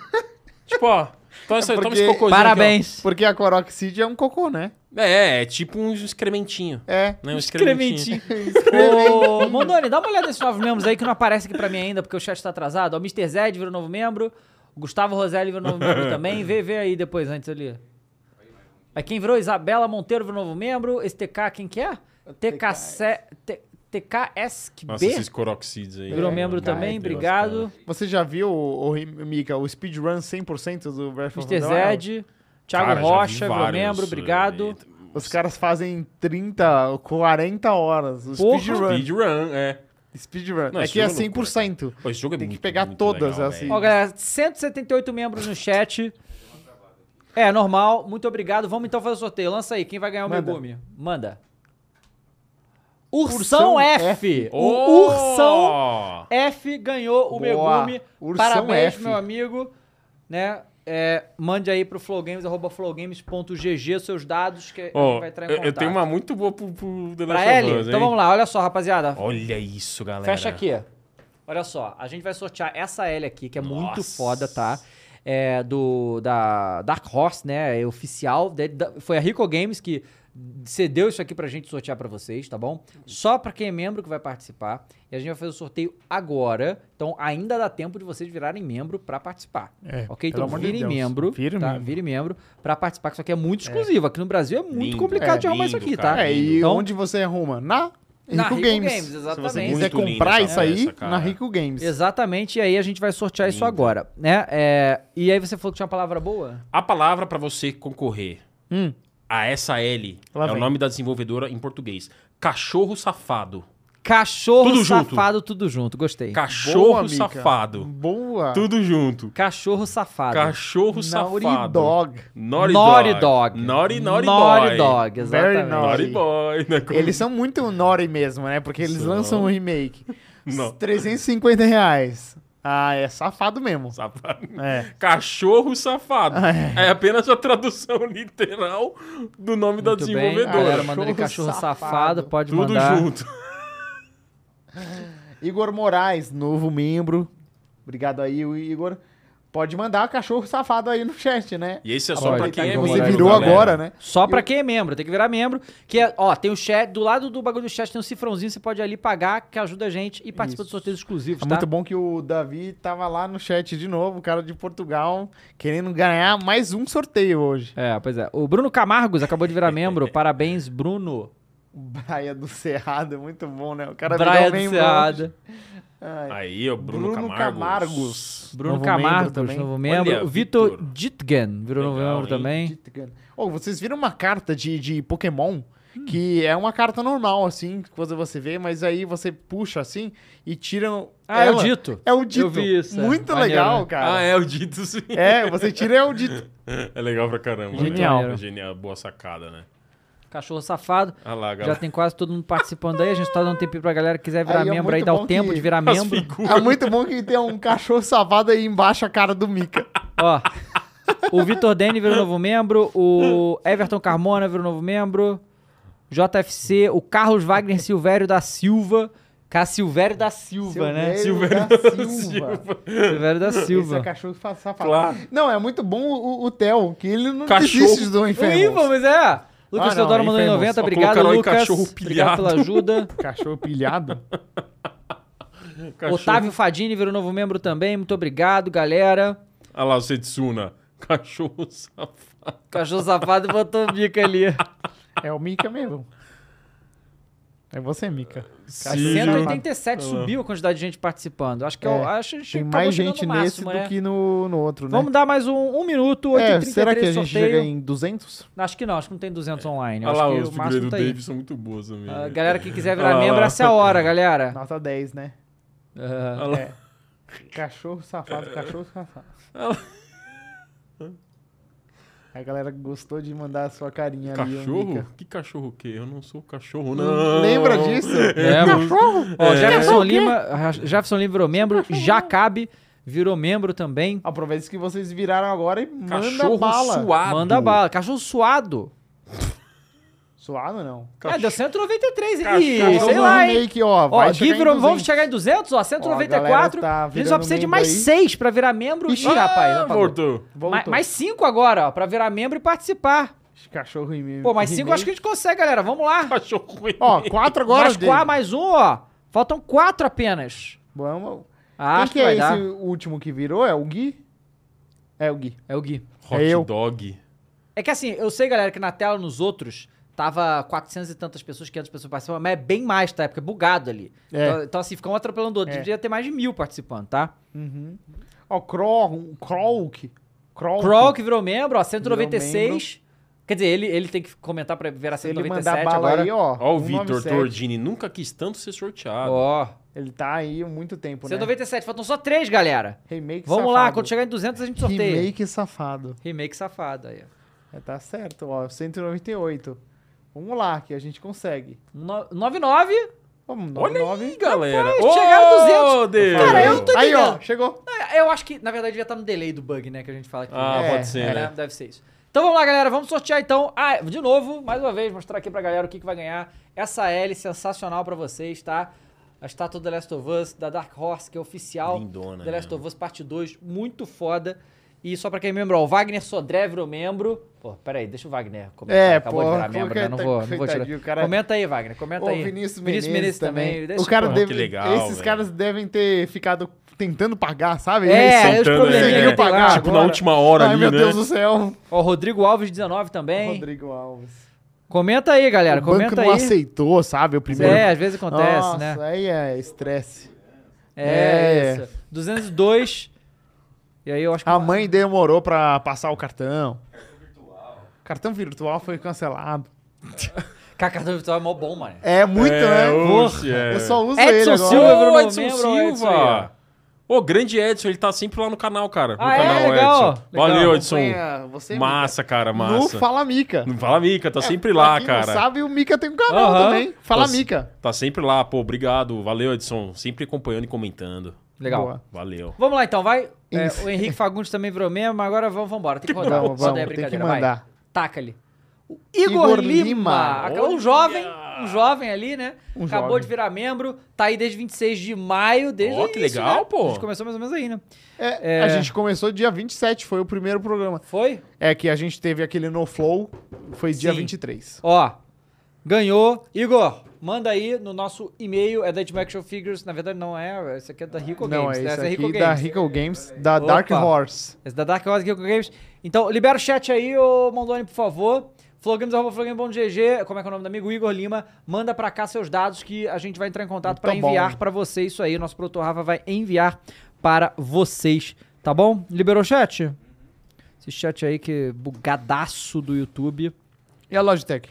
[SPEAKER 2] tipo, ó. Toma, essa, toma
[SPEAKER 3] É porque-
[SPEAKER 2] esse cocôzinho.
[SPEAKER 1] Parabéns.
[SPEAKER 3] Porque a Coroxid é um cocô, né?
[SPEAKER 2] aqui, ó. é, é tipo um excrementinho.
[SPEAKER 3] É.
[SPEAKER 2] Né? Um
[SPEAKER 1] Excrementinho.
[SPEAKER 2] excrementinho.
[SPEAKER 1] Ô, Mondoni, dá uma olhada nesses novos membros aí que não aparece aqui pra mim ainda, porque o chat tá atrasado. Ó, o Mr. Zed virou novo membro. O Gustavo Roselli virou novo membro também. Vê, vê aí depois, antes ali. Aí quem virou? Isabela Monteiro virou novo membro. Esse TK, quem que é? TKC... T-
[SPEAKER 2] Nossa, esses
[SPEAKER 1] TKSB
[SPEAKER 2] coroxides aí.
[SPEAKER 1] virou
[SPEAKER 3] É,
[SPEAKER 1] membro
[SPEAKER 3] cara,
[SPEAKER 1] também.
[SPEAKER 2] Deus,
[SPEAKER 1] Obrigado.
[SPEAKER 3] Você já viu, o, Mika, o speedrun 100% do Breath of
[SPEAKER 1] Mr.
[SPEAKER 3] the
[SPEAKER 2] Então
[SPEAKER 3] Wild?
[SPEAKER 1] Zed.
[SPEAKER 2] Cara,
[SPEAKER 1] Thiago
[SPEAKER 2] já vi
[SPEAKER 1] Rocha virou
[SPEAKER 2] vários,
[SPEAKER 1] membro.
[SPEAKER 2] eh,
[SPEAKER 1] Obrigado.
[SPEAKER 3] Os caras fazem 30, 40 horas. O
[SPEAKER 1] Porra.
[SPEAKER 3] speedrun.
[SPEAKER 2] Speedrun, é.
[SPEAKER 3] Speedrun.
[SPEAKER 2] Não,
[SPEAKER 3] é
[SPEAKER 2] esse
[SPEAKER 3] que é
[SPEAKER 2] jogo é loucura,
[SPEAKER 3] 100%.
[SPEAKER 2] Pô, esse jogo é
[SPEAKER 3] Tem que
[SPEAKER 2] muito,
[SPEAKER 3] pegar
[SPEAKER 2] muito
[SPEAKER 3] todas,
[SPEAKER 2] legal,
[SPEAKER 3] assim.
[SPEAKER 1] Ó,
[SPEAKER 2] velho.
[SPEAKER 1] galera, 178 membros no chat. É, normal. Muito obrigado. Vamos então fazer o sorteio. Lança aí. Quem vai ganhar o
[SPEAKER 3] Manda.
[SPEAKER 1] Megumi? Manda. Ursão,
[SPEAKER 3] Ursão
[SPEAKER 1] F.
[SPEAKER 3] F. Oh!
[SPEAKER 1] O
[SPEAKER 2] Ô!
[SPEAKER 1] Ursão F ganhou o
[SPEAKER 3] Boa.
[SPEAKER 1] Megumi.
[SPEAKER 3] Ursão
[SPEAKER 1] Parabéns,
[SPEAKER 3] F.
[SPEAKER 1] meu amigo. Né? É, mande aí pro flowgames, arroba flowgames.gg seus dados que a
[SPEAKER 2] Ó,
[SPEAKER 1] gente vai entrar em
[SPEAKER 2] eu,
[SPEAKER 1] contato.
[SPEAKER 2] eu tenho uma muito boa pro, pro The
[SPEAKER 1] Pra
[SPEAKER 2] Last of
[SPEAKER 1] L?
[SPEAKER 2] Us,
[SPEAKER 1] Então
[SPEAKER 2] hein?
[SPEAKER 1] vamos lá. Olha só, rapaziada.
[SPEAKER 2] Olha isso, galera.
[SPEAKER 1] Fecha aqui. Olha só, a gente vai sortear essa L aqui, que é muito
[SPEAKER 2] Nossa.
[SPEAKER 1] foda, tá? É do da Dark Horse, né? É oficial. da- da- foi a Rico Games que cedeu isso aqui pra gente sortear pra vocês, tá bom? Só pra quem é membro que vai participar. E a gente vai fazer o sorteio agora. Então ainda dá tempo de vocês virarem membro pra participar.
[SPEAKER 3] É,
[SPEAKER 1] ok?
[SPEAKER 3] pelo
[SPEAKER 1] Então
[SPEAKER 3] amor de
[SPEAKER 1] virem
[SPEAKER 3] Deus.
[SPEAKER 1] membro.
[SPEAKER 3] Vire
[SPEAKER 1] tá?
[SPEAKER 3] membro.
[SPEAKER 1] Vire membro pra participar, que isso aqui é muito exclusivo. Aqui no Brasil é muito
[SPEAKER 2] Lindo.
[SPEAKER 1] complicado
[SPEAKER 2] É,
[SPEAKER 1] de arrumar isso
[SPEAKER 2] lindo,
[SPEAKER 1] aqui,
[SPEAKER 2] cara,
[SPEAKER 1] tá?
[SPEAKER 3] É, e
[SPEAKER 1] Então-
[SPEAKER 3] onde você arruma? Na
[SPEAKER 1] Na
[SPEAKER 3] Rico
[SPEAKER 1] Rico
[SPEAKER 3] Games.
[SPEAKER 1] Games,
[SPEAKER 2] vai ser
[SPEAKER 1] exatamente.
[SPEAKER 2] muito
[SPEAKER 3] quiser
[SPEAKER 2] linda
[SPEAKER 3] comprar
[SPEAKER 2] essa
[SPEAKER 3] isso aí,
[SPEAKER 2] peça, cara.
[SPEAKER 3] na Rico Games.
[SPEAKER 1] Exatamente, e aí a gente vai sortear isso
[SPEAKER 2] Lindo.
[SPEAKER 1] agora, né? É, e aí você falou que tinha uma palavra boa?
[SPEAKER 2] A palavra pra você concorrer
[SPEAKER 3] Hum.
[SPEAKER 2] a essa L
[SPEAKER 3] Lá
[SPEAKER 2] é o
[SPEAKER 3] vem.
[SPEAKER 2] nome da desenvolvedora em português. Cachorro safado.
[SPEAKER 1] Cachorro
[SPEAKER 2] Tudo junto.
[SPEAKER 1] safado, tudo junto, gostei.
[SPEAKER 2] Cachorro
[SPEAKER 3] Boa, Mica.
[SPEAKER 2] safado.
[SPEAKER 3] Boa.
[SPEAKER 2] Tudo junto.
[SPEAKER 1] Cachorro safado.
[SPEAKER 2] Cachorro
[SPEAKER 3] Naughty
[SPEAKER 2] safado.
[SPEAKER 3] Dog.
[SPEAKER 2] Naughty
[SPEAKER 1] Naughty
[SPEAKER 2] Dog.
[SPEAKER 1] Dog.
[SPEAKER 2] Naughty, naughty, boy.
[SPEAKER 1] Dog,
[SPEAKER 3] Very
[SPEAKER 1] exatamente.
[SPEAKER 3] naughty.
[SPEAKER 2] Naughty Boy. Né? Como-
[SPEAKER 3] Eles são muito Nori mesmo, né? Porque eles
[SPEAKER 2] São.
[SPEAKER 3] lançam um remake.
[SPEAKER 2] Não.
[SPEAKER 3] 350 reais. Ah, é safado mesmo.
[SPEAKER 2] Safado.
[SPEAKER 3] É.
[SPEAKER 2] Cachorro safado.
[SPEAKER 3] Ah, é.
[SPEAKER 2] É apenas a tradução literal do nome da
[SPEAKER 1] Muito bem,
[SPEAKER 2] desenvolvedora.
[SPEAKER 1] galera mandando cachorro
[SPEAKER 3] Cachorro
[SPEAKER 1] safado,
[SPEAKER 3] safado.
[SPEAKER 1] pode
[SPEAKER 2] Tudo
[SPEAKER 1] mandar.
[SPEAKER 2] junto.
[SPEAKER 3] Igor Moraes, novo membro. Obrigado aí, o Igor. Pode mandar cachorro safado aí no chat, né?
[SPEAKER 2] E esse é
[SPEAKER 1] Olha,
[SPEAKER 2] só pra quem é
[SPEAKER 1] Igor
[SPEAKER 3] Você
[SPEAKER 1] Moraes,
[SPEAKER 3] virou
[SPEAKER 2] galera.
[SPEAKER 3] agora, né?
[SPEAKER 1] Só pra quem é membro, tem que virar membro. Que é, ó, tem o chat, do lado do bagulho do chat tem um cifrãozinho, você pode ali pagar, que ajuda a gente e participa
[SPEAKER 3] Isso.
[SPEAKER 1] de sorteios exclusivos,
[SPEAKER 3] É
[SPEAKER 1] tá?
[SPEAKER 3] muito bom que o Davi tava lá no chat de novo, o cara de Portugal, querendo ganhar mais um sorteio hoje.
[SPEAKER 1] É, pois é. O Bruno Camargos acabou de virar membro, parabéns, Bruno.
[SPEAKER 3] Braia do Cerrado, muito bom, né? O cara
[SPEAKER 1] Praia
[SPEAKER 3] virou
[SPEAKER 1] do
[SPEAKER 3] membro.
[SPEAKER 1] Seada.
[SPEAKER 3] Ai.
[SPEAKER 2] Aí, o Bruno,
[SPEAKER 3] Bruno
[SPEAKER 2] Camargos.
[SPEAKER 3] Camargos.
[SPEAKER 1] Bruno
[SPEAKER 3] Novo membro
[SPEAKER 1] Camargos,
[SPEAKER 3] também.
[SPEAKER 1] novo membro.
[SPEAKER 2] Olha,
[SPEAKER 1] o Vitor
[SPEAKER 2] Vitor.
[SPEAKER 1] Ditgen virou novo
[SPEAKER 2] Legal,
[SPEAKER 1] membro
[SPEAKER 2] hein?
[SPEAKER 1] também.
[SPEAKER 3] Oh, vocês viram uma carta de, de Pokémon?
[SPEAKER 2] Hum.
[SPEAKER 3] Que é uma carta normal, assim, quando você vê, mas aí você puxa assim e tira.
[SPEAKER 1] Ah, é o
[SPEAKER 3] ela.
[SPEAKER 1] Dito.
[SPEAKER 3] É o dito.
[SPEAKER 1] Eu vi isso, é.
[SPEAKER 3] Muito
[SPEAKER 1] Maneiro,
[SPEAKER 3] legal,
[SPEAKER 1] né?
[SPEAKER 3] cara.
[SPEAKER 2] Ah,
[SPEAKER 3] é.
[SPEAKER 2] é o dito sim.
[SPEAKER 3] você tira é o dito.
[SPEAKER 2] É legal pra caramba.
[SPEAKER 1] Genial.
[SPEAKER 2] Né? Genial, boa sacada, né?
[SPEAKER 1] Cachorro safado.
[SPEAKER 2] Ah lá,
[SPEAKER 1] Já
[SPEAKER 2] galera.
[SPEAKER 1] tem quase todo mundo participando aí. A gente tá dando tempo pra galera que quiser virar
[SPEAKER 3] Aí é
[SPEAKER 1] membro aí,
[SPEAKER 3] muito
[SPEAKER 1] dá o
[SPEAKER 3] bom
[SPEAKER 1] tempo
[SPEAKER 3] que
[SPEAKER 1] de virar
[SPEAKER 2] As
[SPEAKER 1] membro.
[SPEAKER 2] figuras.
[SPEAKER 3] É muito bom que tem um cachorro safado aí embaixo a cara do Mika.
[SPEAKER 1] Ó. O Vitor Dene virou novo membro. O Everton Carmona virou novo membro. JFC, o Carlos Wagner Silvério da Silva. Cara, Silvério da Silva, né?
[SPEAKER 3] Silveira da Silva.
[SPEAKER 1] Silvério da
[SPEAKER 3] Esse é
[SPEAKER 1] Silva.
[SPEAKER 3] cachorro fa- safado.
[SPEAKER 2] Claro.
[SPEAKER 3] Não, é muito bom o, o Theo, que ele não
[SPEAKER 2] Cachorro.
[SPEAKER 3] desiste do
[SPEAKER 1] O Ivo,
[SPEAKER 3] inferno.
[SPEAKER 1] mas é. Lucas
[SPEAKER 3] Ah, não,
[SPEAKER 1] Teodoro mandou em
[SPEAKER 3] Infamous.
[SPEAKER 1] 90.
[SPEAKER 2] Só
[SPEAKER 1] Obrigado,
[SPEAKER 2] colocaram aí
[SPEAKER 1] Lucas.
[SPEAKER 2] cachorro
[SPEAKER 1] Obrigado pela
[SPEAKER 2] pilhado.
[SPEAKER 1] ajuda.
[SPEAKER 3] Cachorro pilhado.
[SPEAKER 2] Cachorro.
[SPEAKER 1] Otávio Fadini virou novo membro também. Muito obrigado, galera.
[SPEAKER 2] Olha lá o Setsuna. Cachorro safado.
[SPEAKER 1] Cachorro safado botou bica ali.
[SPEAKER 3] É o Mika mesmo. É você, Mika. Cachorro safado.
[SPEAKER 1] 187 subiu a quantidade de gente participando. Acho que, eu,
[SPEAKER 3] É,
[SPEAKER 1] acho que a gente
[SPEAKER 3] Tem
[SPEAKER 1] acabou
[SPEAKER 3] mais
[SPEAKER 1] chegando
[SPEAKER 3] gente
[SPEAKER 1] no
[SPEAKER 3] nesse
[SPEAKER 1] máximo,
[SPEAKER 3] do
[SPEAKER 1] né?
[SPEAKER 3] que no, no outro, né?
[SPEAKER 1] Vamos dar mais um, um minuto, 8
[SPEAKER 3] é,
[SPEAKER 1] 33
[SPEAKER 3] será que a gente
[SPEAKER 1] sorteio.
[SPEAKER 3] chega em 200?
[SPEAKER 1] Acho que não, acho que não tem 200 online.
[SPEAKER 2] Olha
[SPEAKER 1] acho
[SPEAKER 2] lá,
[SPEAKER 1] que
[SPEAKER 2] os
[SPEAKER 1] o máximo
[SPEAKER 2] figuras do
[SPEAKER 1] tá aí.
[SPEAKER 2] David são muito boas também.
[SPEAKER 1] Ah,
[SPEAKER 2] né?
[SPEAKER 1] galera que quiser
[SPEAKER 2] Olha
[SPEAKER 1] virar
[SPEAKER 2] lá.
[SPEAKER 1] membro, essa é a hora, galera.
[SPEAKER 3] Nota 10, né?
[SPEAKER 1] Ah,
[SPEAKER 2] Olha lá.
[SPEAKER 3] É. Cachorro safado, cachorro safado. A galera gostou de mandar a sua carinha ali. ô,
[SPEAKER 2] Cachorro?
[SPEAKER 3] Mika.
[SPEAKER 2] Que cachorro o quê? Eu não sou cachorro, não.
[SPEAKER 3] Lembra disso?
[SPEAKER 1] É, mano.
[SPEAKER 3] Cachorro?
[SPEAKER 1] Ó, Jefferson
[SPEAKER 3] Cachorro, o quê?
[SPEAKER 1] Lima, Jefferson Lima virou membro, Jacabe virou membro também.
[SPEAKER 3] Aproveita que vocês viraram agora e manda
[SPEAKER 2] Cachorro
[SPEAKER 3] bala.
[SPEAKER 2] suado.
[SPEAKER 1] Manda bala. Cachorro suado.
[SPEAKER 3] Suado não.
[SPEAKER 1] É, deu 193.
[SPEAKER 2] Cachorro
[SPEAKER 1] Ih, sei
[SPEAKER 3] Cachorro
[SPEAKER 1] lá, hein?
[SPEAKER 3] remake, ó,
[SPEAKER 1] Ó,
[SPEAKER 3] vai
[SPEAKER 1] Gui
[SPEAKER 3] chegar em
[SPEAKER 1] virou, vamos
[SPEAKER 3] 200.
[SPEAKER 1] chegar em 200, ó,
[SPEAKER 3] Ó, a
[SPEAKER 1] 194.
[SPEAKER 3] galera tá
[SPEAKER 1] a gente só
[SPEAKER 3] virando
[SPEAKER 1] precisa de
[SPEAKER 3] membro
[SPEAKER 1] mais
[SPEAKER 3] aí.
[SPEAKER 1] 6 pra virar membro. Ih,
[SPEAKER 3] Ixi,
[SPEAKER 1] rapaz, apagou.
[SPEAKER 2] Voltou.
[SPEAKER 1] Ma-
[SPEAKER 3] Voltou.
[SPEAKER 1] Mais 5 agora, ó, pra virar membro e participar.
[SPEAKER 3] Cachorro remake.
[SPEAKER 1] Pô, mais 5 acho que a gente consegue, galera. Vamos lá.
[SPEAKER 2] Cachorro ruim.
[SPEAKER 3] Ó, quatro agora,
[SPEAKER 1] mais,
[SPEAKER 3] Diego.
[SPEAKER 1] quatro, mais um, ó. Faltam 4 apenas.
[SPEAKER 3] Vamos.
[SPEAKER 1] Ah,
[SPEAKER 3] Quem
[SPEAKER 1] acho
[SPEAKER 3] que
[SPEAKER 1] que vai
[SPEAKER 3] é
[SPEAKER 1] dar.
[SPEAKER 3] esse último que virou? É o Gui? É o Gui.
[SPEAKER 1] É o Gui.
[SPEAKER 2] Hot
[SPEAKER 3] eu.
[SPEAKER 2] dog.
[SPEAKER 1] É que assim, eu sei, galera, que na tela nos outros tava 400 e tantas pessoas, 500 pessoas participando, mas é bem mais, tá? É porque é bugado ali.
[SPEAKER 3] É.
[SPEAKER 1] Então, então, assim, fica um atropelando o outro.
[SPEAKER 3] É.
[SPEAKER 1] Devia ter mais de mil participando, tá?
[SPEAKER 3] Uhum. Ó, um Krog, Krog. Krog.
[SPEAKER 1] Kroll, que virou membro, ó, 196.
[SPEAKER 3] Virou
[SPEAKER 1] Quer dizer, ele, ele tem que comentar pra virar
[SPEAKER 3] Se ele
[SPEAKER 1] 197
[SPEAKER 3] mandar bala
[SPEAKER 1] agora.
[SPEAKER 3] aí, ó.
[SPEAKER 2] Ó, o Vitor
[SPEAKER 3] 197.
[SPEAKER 2] Tordini nunca quis tanto ser sorteado.
[SPEAKER 1] Ó,
[SPEAKER 3] Ele tá aí há muito tempo, né?
[SPEAKER 1] 197, faltam só 3, galera.
[SPEAKER 3] Remake
[SPEAKER 1] Vamos
[SPEAKER 3] safado.
[SPEAKER 1] lá, quando chegar em 200 a gente sorteia. Remake,
[SPEAKER 3] Remake safado.
[SPEAKER 1] safado aí. ó.
[SPEAKER 3] É, tá certo, ó. 198. Vamos lá, que a gente consegue.
[SPEAKER 1] No- 99?
[SPEAKER 3] Vamos,
[SPEAKER 2] Olha
[SPEAKER 3] 99.
[SPEAKER 2] aí, galera. Ô,
[SPEAKER 1] chegaram 200.
[SPEAKER 2] Deus.
[SPEAKER 1] Cara, eu não tô
[SPEAKER 3] Aí, ó,
[SPEAKER 1] entendendo.
[SPEAKER 3] chegou.
[SPEAKER 1] É, Eu acho que, na verdade, devia estar no delay do bug, né? Que a gente fala aqui.
[SPEAKER 2] Ah,
[SPEAKER 3] É,
[SPEAKER 2] pode ser,
[SPEAKER 1] É,
[SPEAKER 2] né?
[SPEAKER 1] né? Deve ser isso. Então vamos lá, galera. Vamos sortear então. Ah, de novo, mais uma vez, mostrar aqui pra galera o que, que vai ganhar. Essa L sensacional pra vocês, tá? A estátua do The Last of Us, da Dark Horse, que é oficial.
[SPEAKER 2] Lindona né?
[SPEAKER 1] The Last
[SPEAKER 2] mesmo.
[SPEAKER 1] of Us Parte 2, muito foda. E só pra quem é membro, ó, o Wagner Sodré virou membro. Pô, peraí, deixa o Wagner comentar.
[SPEAKER 3] É,
[SPEAKER 1] Acabou
[SPEAKER 3] pô,
[SPEAKER 1] de virar membro, né? Não vou,
[SPEAKER 3] coitadinho,
[SPEAKER 1] não vou tirar.
[SPEAKER 3] coitadinho, cara.
[SPEAKER 1] Comenta aí, Wagner, comenta
[SPEAKER 3] Ô,
[SPEAKER 1] aí.
[SPEAKER 3] Vinícius Menezes, também.
[SPEAKER 1] deixa,
[SPEAKER 3] o cara
[SPEAKER 1] pô.
[SPEAKER 3] deve,
[SPEAKER 2] Que legal,
[SPEAKER 3] esses
[SPEAKER 2] velho.
[SPEAKER 3] caras devem ter ficado tentando pagar, sabe?
[SPEAKER 1] É, os
[SPEAKER 2] Santana,
[SPEAKER 1] probleminha
[SPEAKER 2] né?
[SPEAKER 1] que
[SPEAKER 3] conseguiu
[SPEAKER 1] tem lá.
[SPEAKER 3] pagar
[SPEAKER 2] Tipo, na
[SPEAKER 3] agora.
[SPEAKER 2] última hora
[SPEAKER 3] Ai,
[SPEAKER 2] ali,
[SPEAKER 3] meu
[SPEAKER 2] né?
[SPEAKER 3] Deus do céu.
[SPEAKER 1] Ó, Rodrigo Alves, 19 também.
[SPEAKER 3] Rodrigo Alves.
[SPEAKER 1] Comenta aí, galera.
[SPEAKER 3] o banco
[SPEAKER 1] comenta
[SPEAKER 3] não
[SPEAKER 1] aí.
[SPEAKER 3] aceitou, sabe? O primeiro.
[SPEAKER 1] É, às vezes acontece,
[SPEAKER 3] Nossa,
[SPEAKER 1] né?
[SPEAKER 3] aí é estresse.
[SPEAKER 1] É,
[SPEAKER 3] É.
[SPEAKER 1] isso. 202. E aí eu acho que
[SPEAKER 3] A mãe demorou pra passar o cartão. Cartão virtual foi cancelado.
[SPEAKER 1] Cara, cartão virtual é mó bom, mano.
[SPEAKER 3] É muito, né?
[SPEAKER 2] oxe,
[SPEAKER 3] Porra,
[SPEAKER 2] é.
[SPEAKER 3] Eu só uso ele
[SPEAKER 1] Edson
[SPEAKER 3] agora.
[SPEAKER 1] Silva virou
[SPEAKER 2] Ô,
[SPEAKER 1] meu
[SPEAKER 2] Edson
[SPEAKER 1] membro, Edson aí,
[SPEAKER 2] Silva! Ô, grande Edson, ele tá sempre lá no canal, cara. No
[SPEAKER 1] Ah, é?
[SPEAKER 2] canal,
[SPEAKER 1] Legal,
[SPEAKER 2] Edson.
[SPEAKER 1] legal.
[SPEAKER 2] Valeu, Edson.
[SPEAKER 3] Acompanha você,
[SPEAKER 2] Massa, cara,
[SPEAKER 3] Mica.
[SPEAKER 2] massa.
[SPEAKER 3] No Fala Mica.
[SPEAKER 2] Não fala mica, tá sempre
[SPEAKER 3] Pra
[SPEAKER 2] lá,
[SPEAKER 3] quem
[SPEAKER 2] cara.
[SPEAKER 3] Não sabe, o Mica tem um canal
[SPEAKER 1] Aham.
[SPEAKER 3] também. Fala
[SPEAKER 2] Tá-
[SPEAKER 3] Mica.
[SPEAKER 2] Tá sempre lá, pô, obrigado. Valeu, Edson. Sempre acompanhando e comentando.
[SPEAKER 1] Legal.
[SPEAKER 3] Boa.
[SPEAKER 2] Valeu.
[SPEAKER 1] Vamos lá então, vai. É,
[SPEAKER 3] Isso.
[SPEAKER 1] o Henrique Fagundes também virou membro, mas agora vamos embora. Tem que rodar.
[SPEAKER 3] Vamos,
[SPEAKER 1] Só daí é
[SPEAKER 3] vamos, tem que
[SPEAKER 1] brincadeira,
[SPEAKER 3] mandar.
[SPEAKER 1] vai. Taca ali. O Igor,
[SPEAKER 3] Igor
[SPEAKER 1] Lima.
[SPEAKER 3] Lima.
[SPEAKER 1] Acabou- Um jovem, um jovem ali, né?
[SPEAKER 3] Um
[SPEAKER 1] Acabou
[SPEAKER 3] jovem.
[SPEAKER 1] de virar membro, tá aí desde 26 de maio, desde
[SPEAKER 2] Ó,
[SPEAKER 1] o
[SPEAKER 2] que
[SPEAKER 1] início,
[SPEAKER 2] legal,
[SPEAKER 1] né?
[SPEAKER 2] pô.
[SPEAKER 1] A gente começou mais ou menos aí, né?
[SPEAKER 3] É,
[SPEAKER 1] É.
[SPEAKER 3] A gente começou dia 27, foi o primeiro programa.
[SPEAKER 1] Foi?
[SPEAKER 3] É que a gente teve aquele no Flow, foi dia
[SPEAKER 1] Sim.
[SPEAKER 3] 23.
[SPEAKER 1] Ó, ganhou. Igor, manda aí no nosso e-mail, é da Edge Action Figures. Na verdade, não é, esse aqui é da Rico
[SPEAKER 3] Não,
[SPEAKER 1] Games.
[SPEAKER 3] é
[SPEAKER 1] né?
[SPEAKER 3] isso
[SPEAKER 1] Essa
[SPEAKER 3] aqui
[SPEAKER 1] Rico
[SPEAKER 3] da
[SPEAKER 1] Games.
[SPEAKER 3] Rico Games, da
[SPEAKER 1] Opa.
[SPEAKER 3] Dark Horse.
[SPEAKER 1] Esse é da Dark Horse Geek Games. Então, libera o chat aí, ô Mondoni, por favor. Flowgames.flowgame.gg, como é que é o nome do amigo? Igor Lima. Manda pra cá seus dados que a gente vai entrar em contato
[SPEAKER 3] Muito
[SPEAKER 1] pra
[SPEAKER 3] bom.
[SPEAKER 1] enviar pra você isso aí. Nosso produtor Rafa vai enviar para vocês, tá bom? Liberou o chat? Esse chat aí que é bugadaço do YouTube.
[SPEAKER 3] E a Logitech?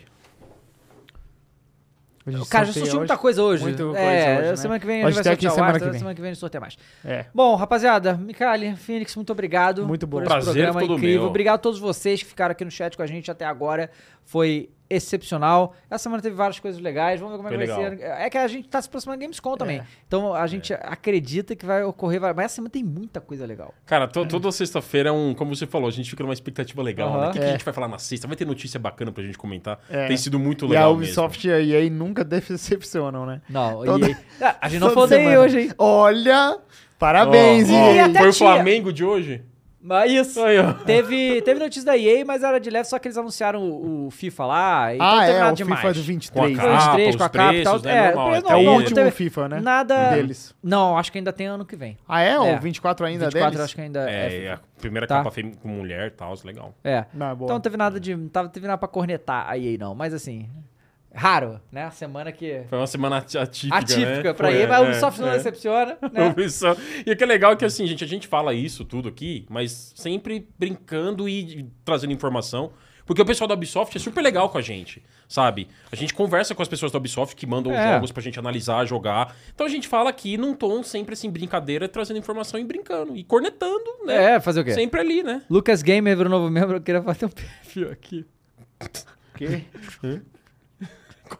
[SPEAKER 3] Hoje
[SPEAKER 1] Cara, já
[SPEAKER 3] sorteio
[SPEAKER 1] sorteou
[SPEAKER 3] hoje.
[SPEAKER 1] muita coisa hoje.
[SPEAKER 3] Muita coisa
[SPEAKER 1] é,
[SPEAKER 3] hoje, né?
[SPEAKER 1] semana que vem a gente
[SPEAKER 3] Logitech
[SPEAKER 1] vai sortear o
[SPEAKER 3] semana
[SPEAKER 1] Astra,
[SPEAKER 3] que vem.
[SPEAKER 1] tá? semana que vem a gente sorteia mais.
[SPEAKER 3] É.
[SPEAKER 1] Bom, rapaziada, Micali, Phoenix, muito obrigado.
[SPEAKER 3] Muito bom.
[SPEAKER 1] Por esse
[SPEAKER 2] Prazer
[SPEAKER 1] programa
[SPEAKER 2] todo
[SPEAKER 1] incrível.
[SPEAKER 2] meu.
[SPEAKER 1] Obrigado a todos vocês que ficaram aqui no chat com a gente até agora. Foi excepcional. Essa semana teve várias coisas legais. Vamos ver como é que
[SPEAKER 2] Foi
[SPEAKER 1] vai
[SPEAKER 2] legal. É.
[SPEAKER 1] ser. É que a gente tá se aproximando da Gamescom também.
[SPEAKER 3] É.
[SPEAKER 1] Então a gente acredita que vai ocorrer. vai- Mas essa semana tem muita coisa legal.
[SPEAKER 2] Cara, to- toda sexta-feira é um. Como você falou, a gente fica numa expectativa legal, né?
[SPEAKER 1] Aham.
[SPEAKER 2] O que, que
[SPEAKER 3] É.
[SPEAKER 2] a gente vai falar na sexta? Vai ter notícia bacana pra gente comentar.
[SPEAKER 3] É.
[SPEAKER 2] Tem sido muito
[SPEAKER 3] E a
[SPEAKER 2] legal. mesmo.
[SPEAKER 3] Ubisoft e a EA nunca decepcionam, né?
[SPEAKER 1] Não,
[SPEAKER 3] Toda-
[SPEAKER 1] e aí- Ah, A gente não
[SPEAKER 3] Toda
[SPEAKER 1] falou daí
[SPEAKER 3] semana.
[SPEAKER 1] hoje, hein?
[SPEAKER 3] Olha, parabéns, Ah,
[SPEAKER 2] Ó,
[SPEAKER 1] E
[SPEAKER 2] ó,
[SPEAKER 3] EA.
[SPEAKER 1] até
[SPEAKER 2] Foi o
[SPEAKER 1] tinha.
[SPEAKER 2] Flamengo de hoje?
[SPEAKER 1] Mas isso.
[SPEAKER 2] Aí, ó.
[SPEAKER 1] Teve, teve notícia da EA, mas era de leve, só que eles anunciaram o, o FIFA lá. Então não
[SPEAKER 3] Ah,
[SPEAKER 1] teve
[SPEAKER 3] é,
[SPEAKER 1] nada
[SPEAKER 3] o
[SPEAKER 1] demais.
[SPEAKER 3] FIFA do
[SPEAKER 2] Com a
[SPEAKER 3] 23.
[SPEAKER 1] Foi os
[SPEAKER 2] capa,
[SPEAKER 1] três, com a
[SPEAKER 2] os
[SPEAKER 1] capa e tal.
[SPEAKER 2] preços, né?
[SPEAKER 1] É,
[SPEAKER 2] Normal,
[SPEAKER 1] preço
[SPEAKER 2] é
[SPEAKER 3] É
[SPEAKER 1] normal,
[SPEAKER 3] o
[SPEAKER 1] não
[SPEAKER 3] último
[SPEAKER 1] teve
[SPEAKER 3] FIFA, né?
[SPEAKER 1] Nada.
[SPEAKER 2] um
[SPEAKER 3] Deles.
[SPEAKER 1] Não, acho que ainda tem ano que vem.
[SPEAKER 3] Ah, é?
[SPEAKER 1] É.
[SPEAKER 3] O 24 ainda
[SPEAKER 1] 24
[SPEAKER 3] deles?
[SPEAKER 1] acho que ainda é.
[SPEAKER 2] É, a primeira
[SPEAKER 1] Tá.
[SPEAKER 2] capa fem- com mulher e tal, isso é legal.
[SPEAKER 1] É.
[SPEAKER 3] Não, é boa.
[SPEAKER 1] Então não teve nada de. Não tava- teve nada pra cornetar a EA, não. Mas assim. Raro, né? A semana que.
[SPEAKER 2] Foi uma semana ati- atípica.
[SPEAKER 1] Atípica
[SPEAKER 2] né?
[SPEAKER 1] pra
[SPEAKER 2] Foi,
[SPEAKER 1] EA, mas
[SPEAKER 2] é,
[SPEAKER 1] o Ubisoft não
[SPEAKER 2] é.
[SPEAKER 1] decepciona,
[SPEAKER 2] Eu
[SPEAKER 1] né?
[SPEAKER 2] vi só. E o que é legal é que, assim, gente, a gente fala isso tudo aqui, mas sempre brincando e trazendo informação. Porque o pessoal da Ubisoft é super legal com a gente, sabe? A gente conversa com as pessoas da Ubisoft que mandam
[SPEAKER 1] É.
[SPEAKER 2] jogos pra gente analisar, jogar. Então a gente fala aqui num tom sempre assim, brincadeira, trazendo informação e brincando. E cornetando, né?
[SPEAKER 1] É, fazer o quê?
[SPEAKER 2] Sempre ali, né?
[SPEAKER 1] Lucas Gamer virou novo membro, eu queria fazer um perfil aqui.
[SPEAKER 3] Que?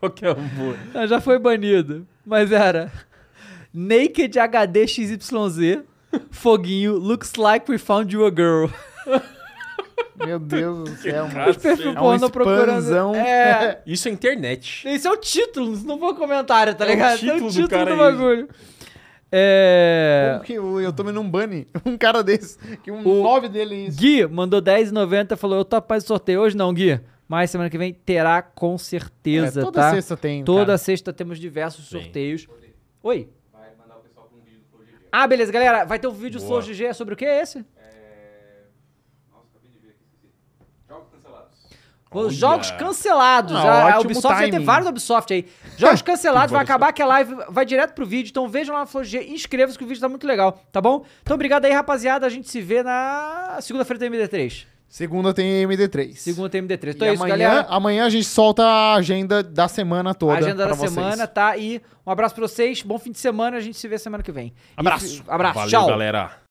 [SPEAKER 2] Qualquer um amor.
[SPEAKER 1] Não, Ah, já foi banido. Mas era. Naked HD XYZ. Foguinho, looks like we found you a girl.
[SPEAKER 3] Meu Deus do céu, mano.
[SPEAKER 1] Os perfil
[SPEAKER 3] É um
[SPEAKER 1] pornô procurando.
[SPEAKER 3] spanzão.
[SPEAKER 1] É,
[SPEAKER 2] Isso é internet.
[SPEAKER 1] Esse é o título, isso não foi o comentário, tá
[SPEAKER 2] É o
[SPEAKER 1] ligado? Esse
[SPEAKER 2] título do cara aí.
[SPEAKER 1] bagulho. É.
[SPEAKER 3] Como que eu, eu tomei num bunny? Um cara desse. Que um nove dele é isso.
[SPEAKER 1] Gui mandou 10,90 falou: Eu topo mais o sorteio hoje, não, Gui. Mas semana que vem terá com certeza,
[SPEAKER 3] É, toda
[SPEAKER 1] tá?
[SPEAKER 3] sexta tem,
[SPEAKER 1] Toda
[SPEAKER 3] cara.
[SPEAKER 1] sexta temos diversos
[SPEAKER 2] Sim.
[SPEAKER 1] sorteios. Oi? Ah, beleza, galera. Vai ter um vídeo do Flow GG sobre o que é esse? Os
[SPEAKER 2] Olha.
[SPEAKER 1] Jogos cancelados.
[SPEAKER 3] Ah,
[SPEAKER 1] a, a
[SPEAKER 3] ótimo
[SPEAKER 1] Ubisoft vai ter
[SPEAKER 3] timing.
[SPEAKER 1] vários da Ubisoft aí. Jogos cancelados, vai
[SPEAKER 2] Vários.
[SPEAKER 1] acabar que a live vai direto pro vídeo. Então vejam lá no Flow GG, inscrevam-se que o vídeo tá muito legal, tá bom? Então obrigado aí, rapaziada. A gente se vê na segunda-feira do MD3.
[SPEAKER 3] Segunda tem MD3.
[SPEAKER 1] Segunda tem MD3. Então
[SPEAKER 3] E
[SPEAKER 1] é isso,
[SPEAKER 3] amanhã,
[SPEAKER 1] galera.
[SPEAKER 3] amanhã a gente solta a agenda da semana toda.
[SPEAKER 1] A agenda
[SPEAKER 3] pra
[SPEAKER 1] da
[SPEAKER 3] vocês.
[SPEAKER 1] semana, tá? E um abraço pra vocês, bom fim de semana, a gente se vê semana que vem. E-
[SPEAKER 3] Abraço.
[SPEAKER 1] abraço,
[SPEAKER 2] Valeu,
[SPEAKER 1] tchau.
[SPEAKER 2] galera.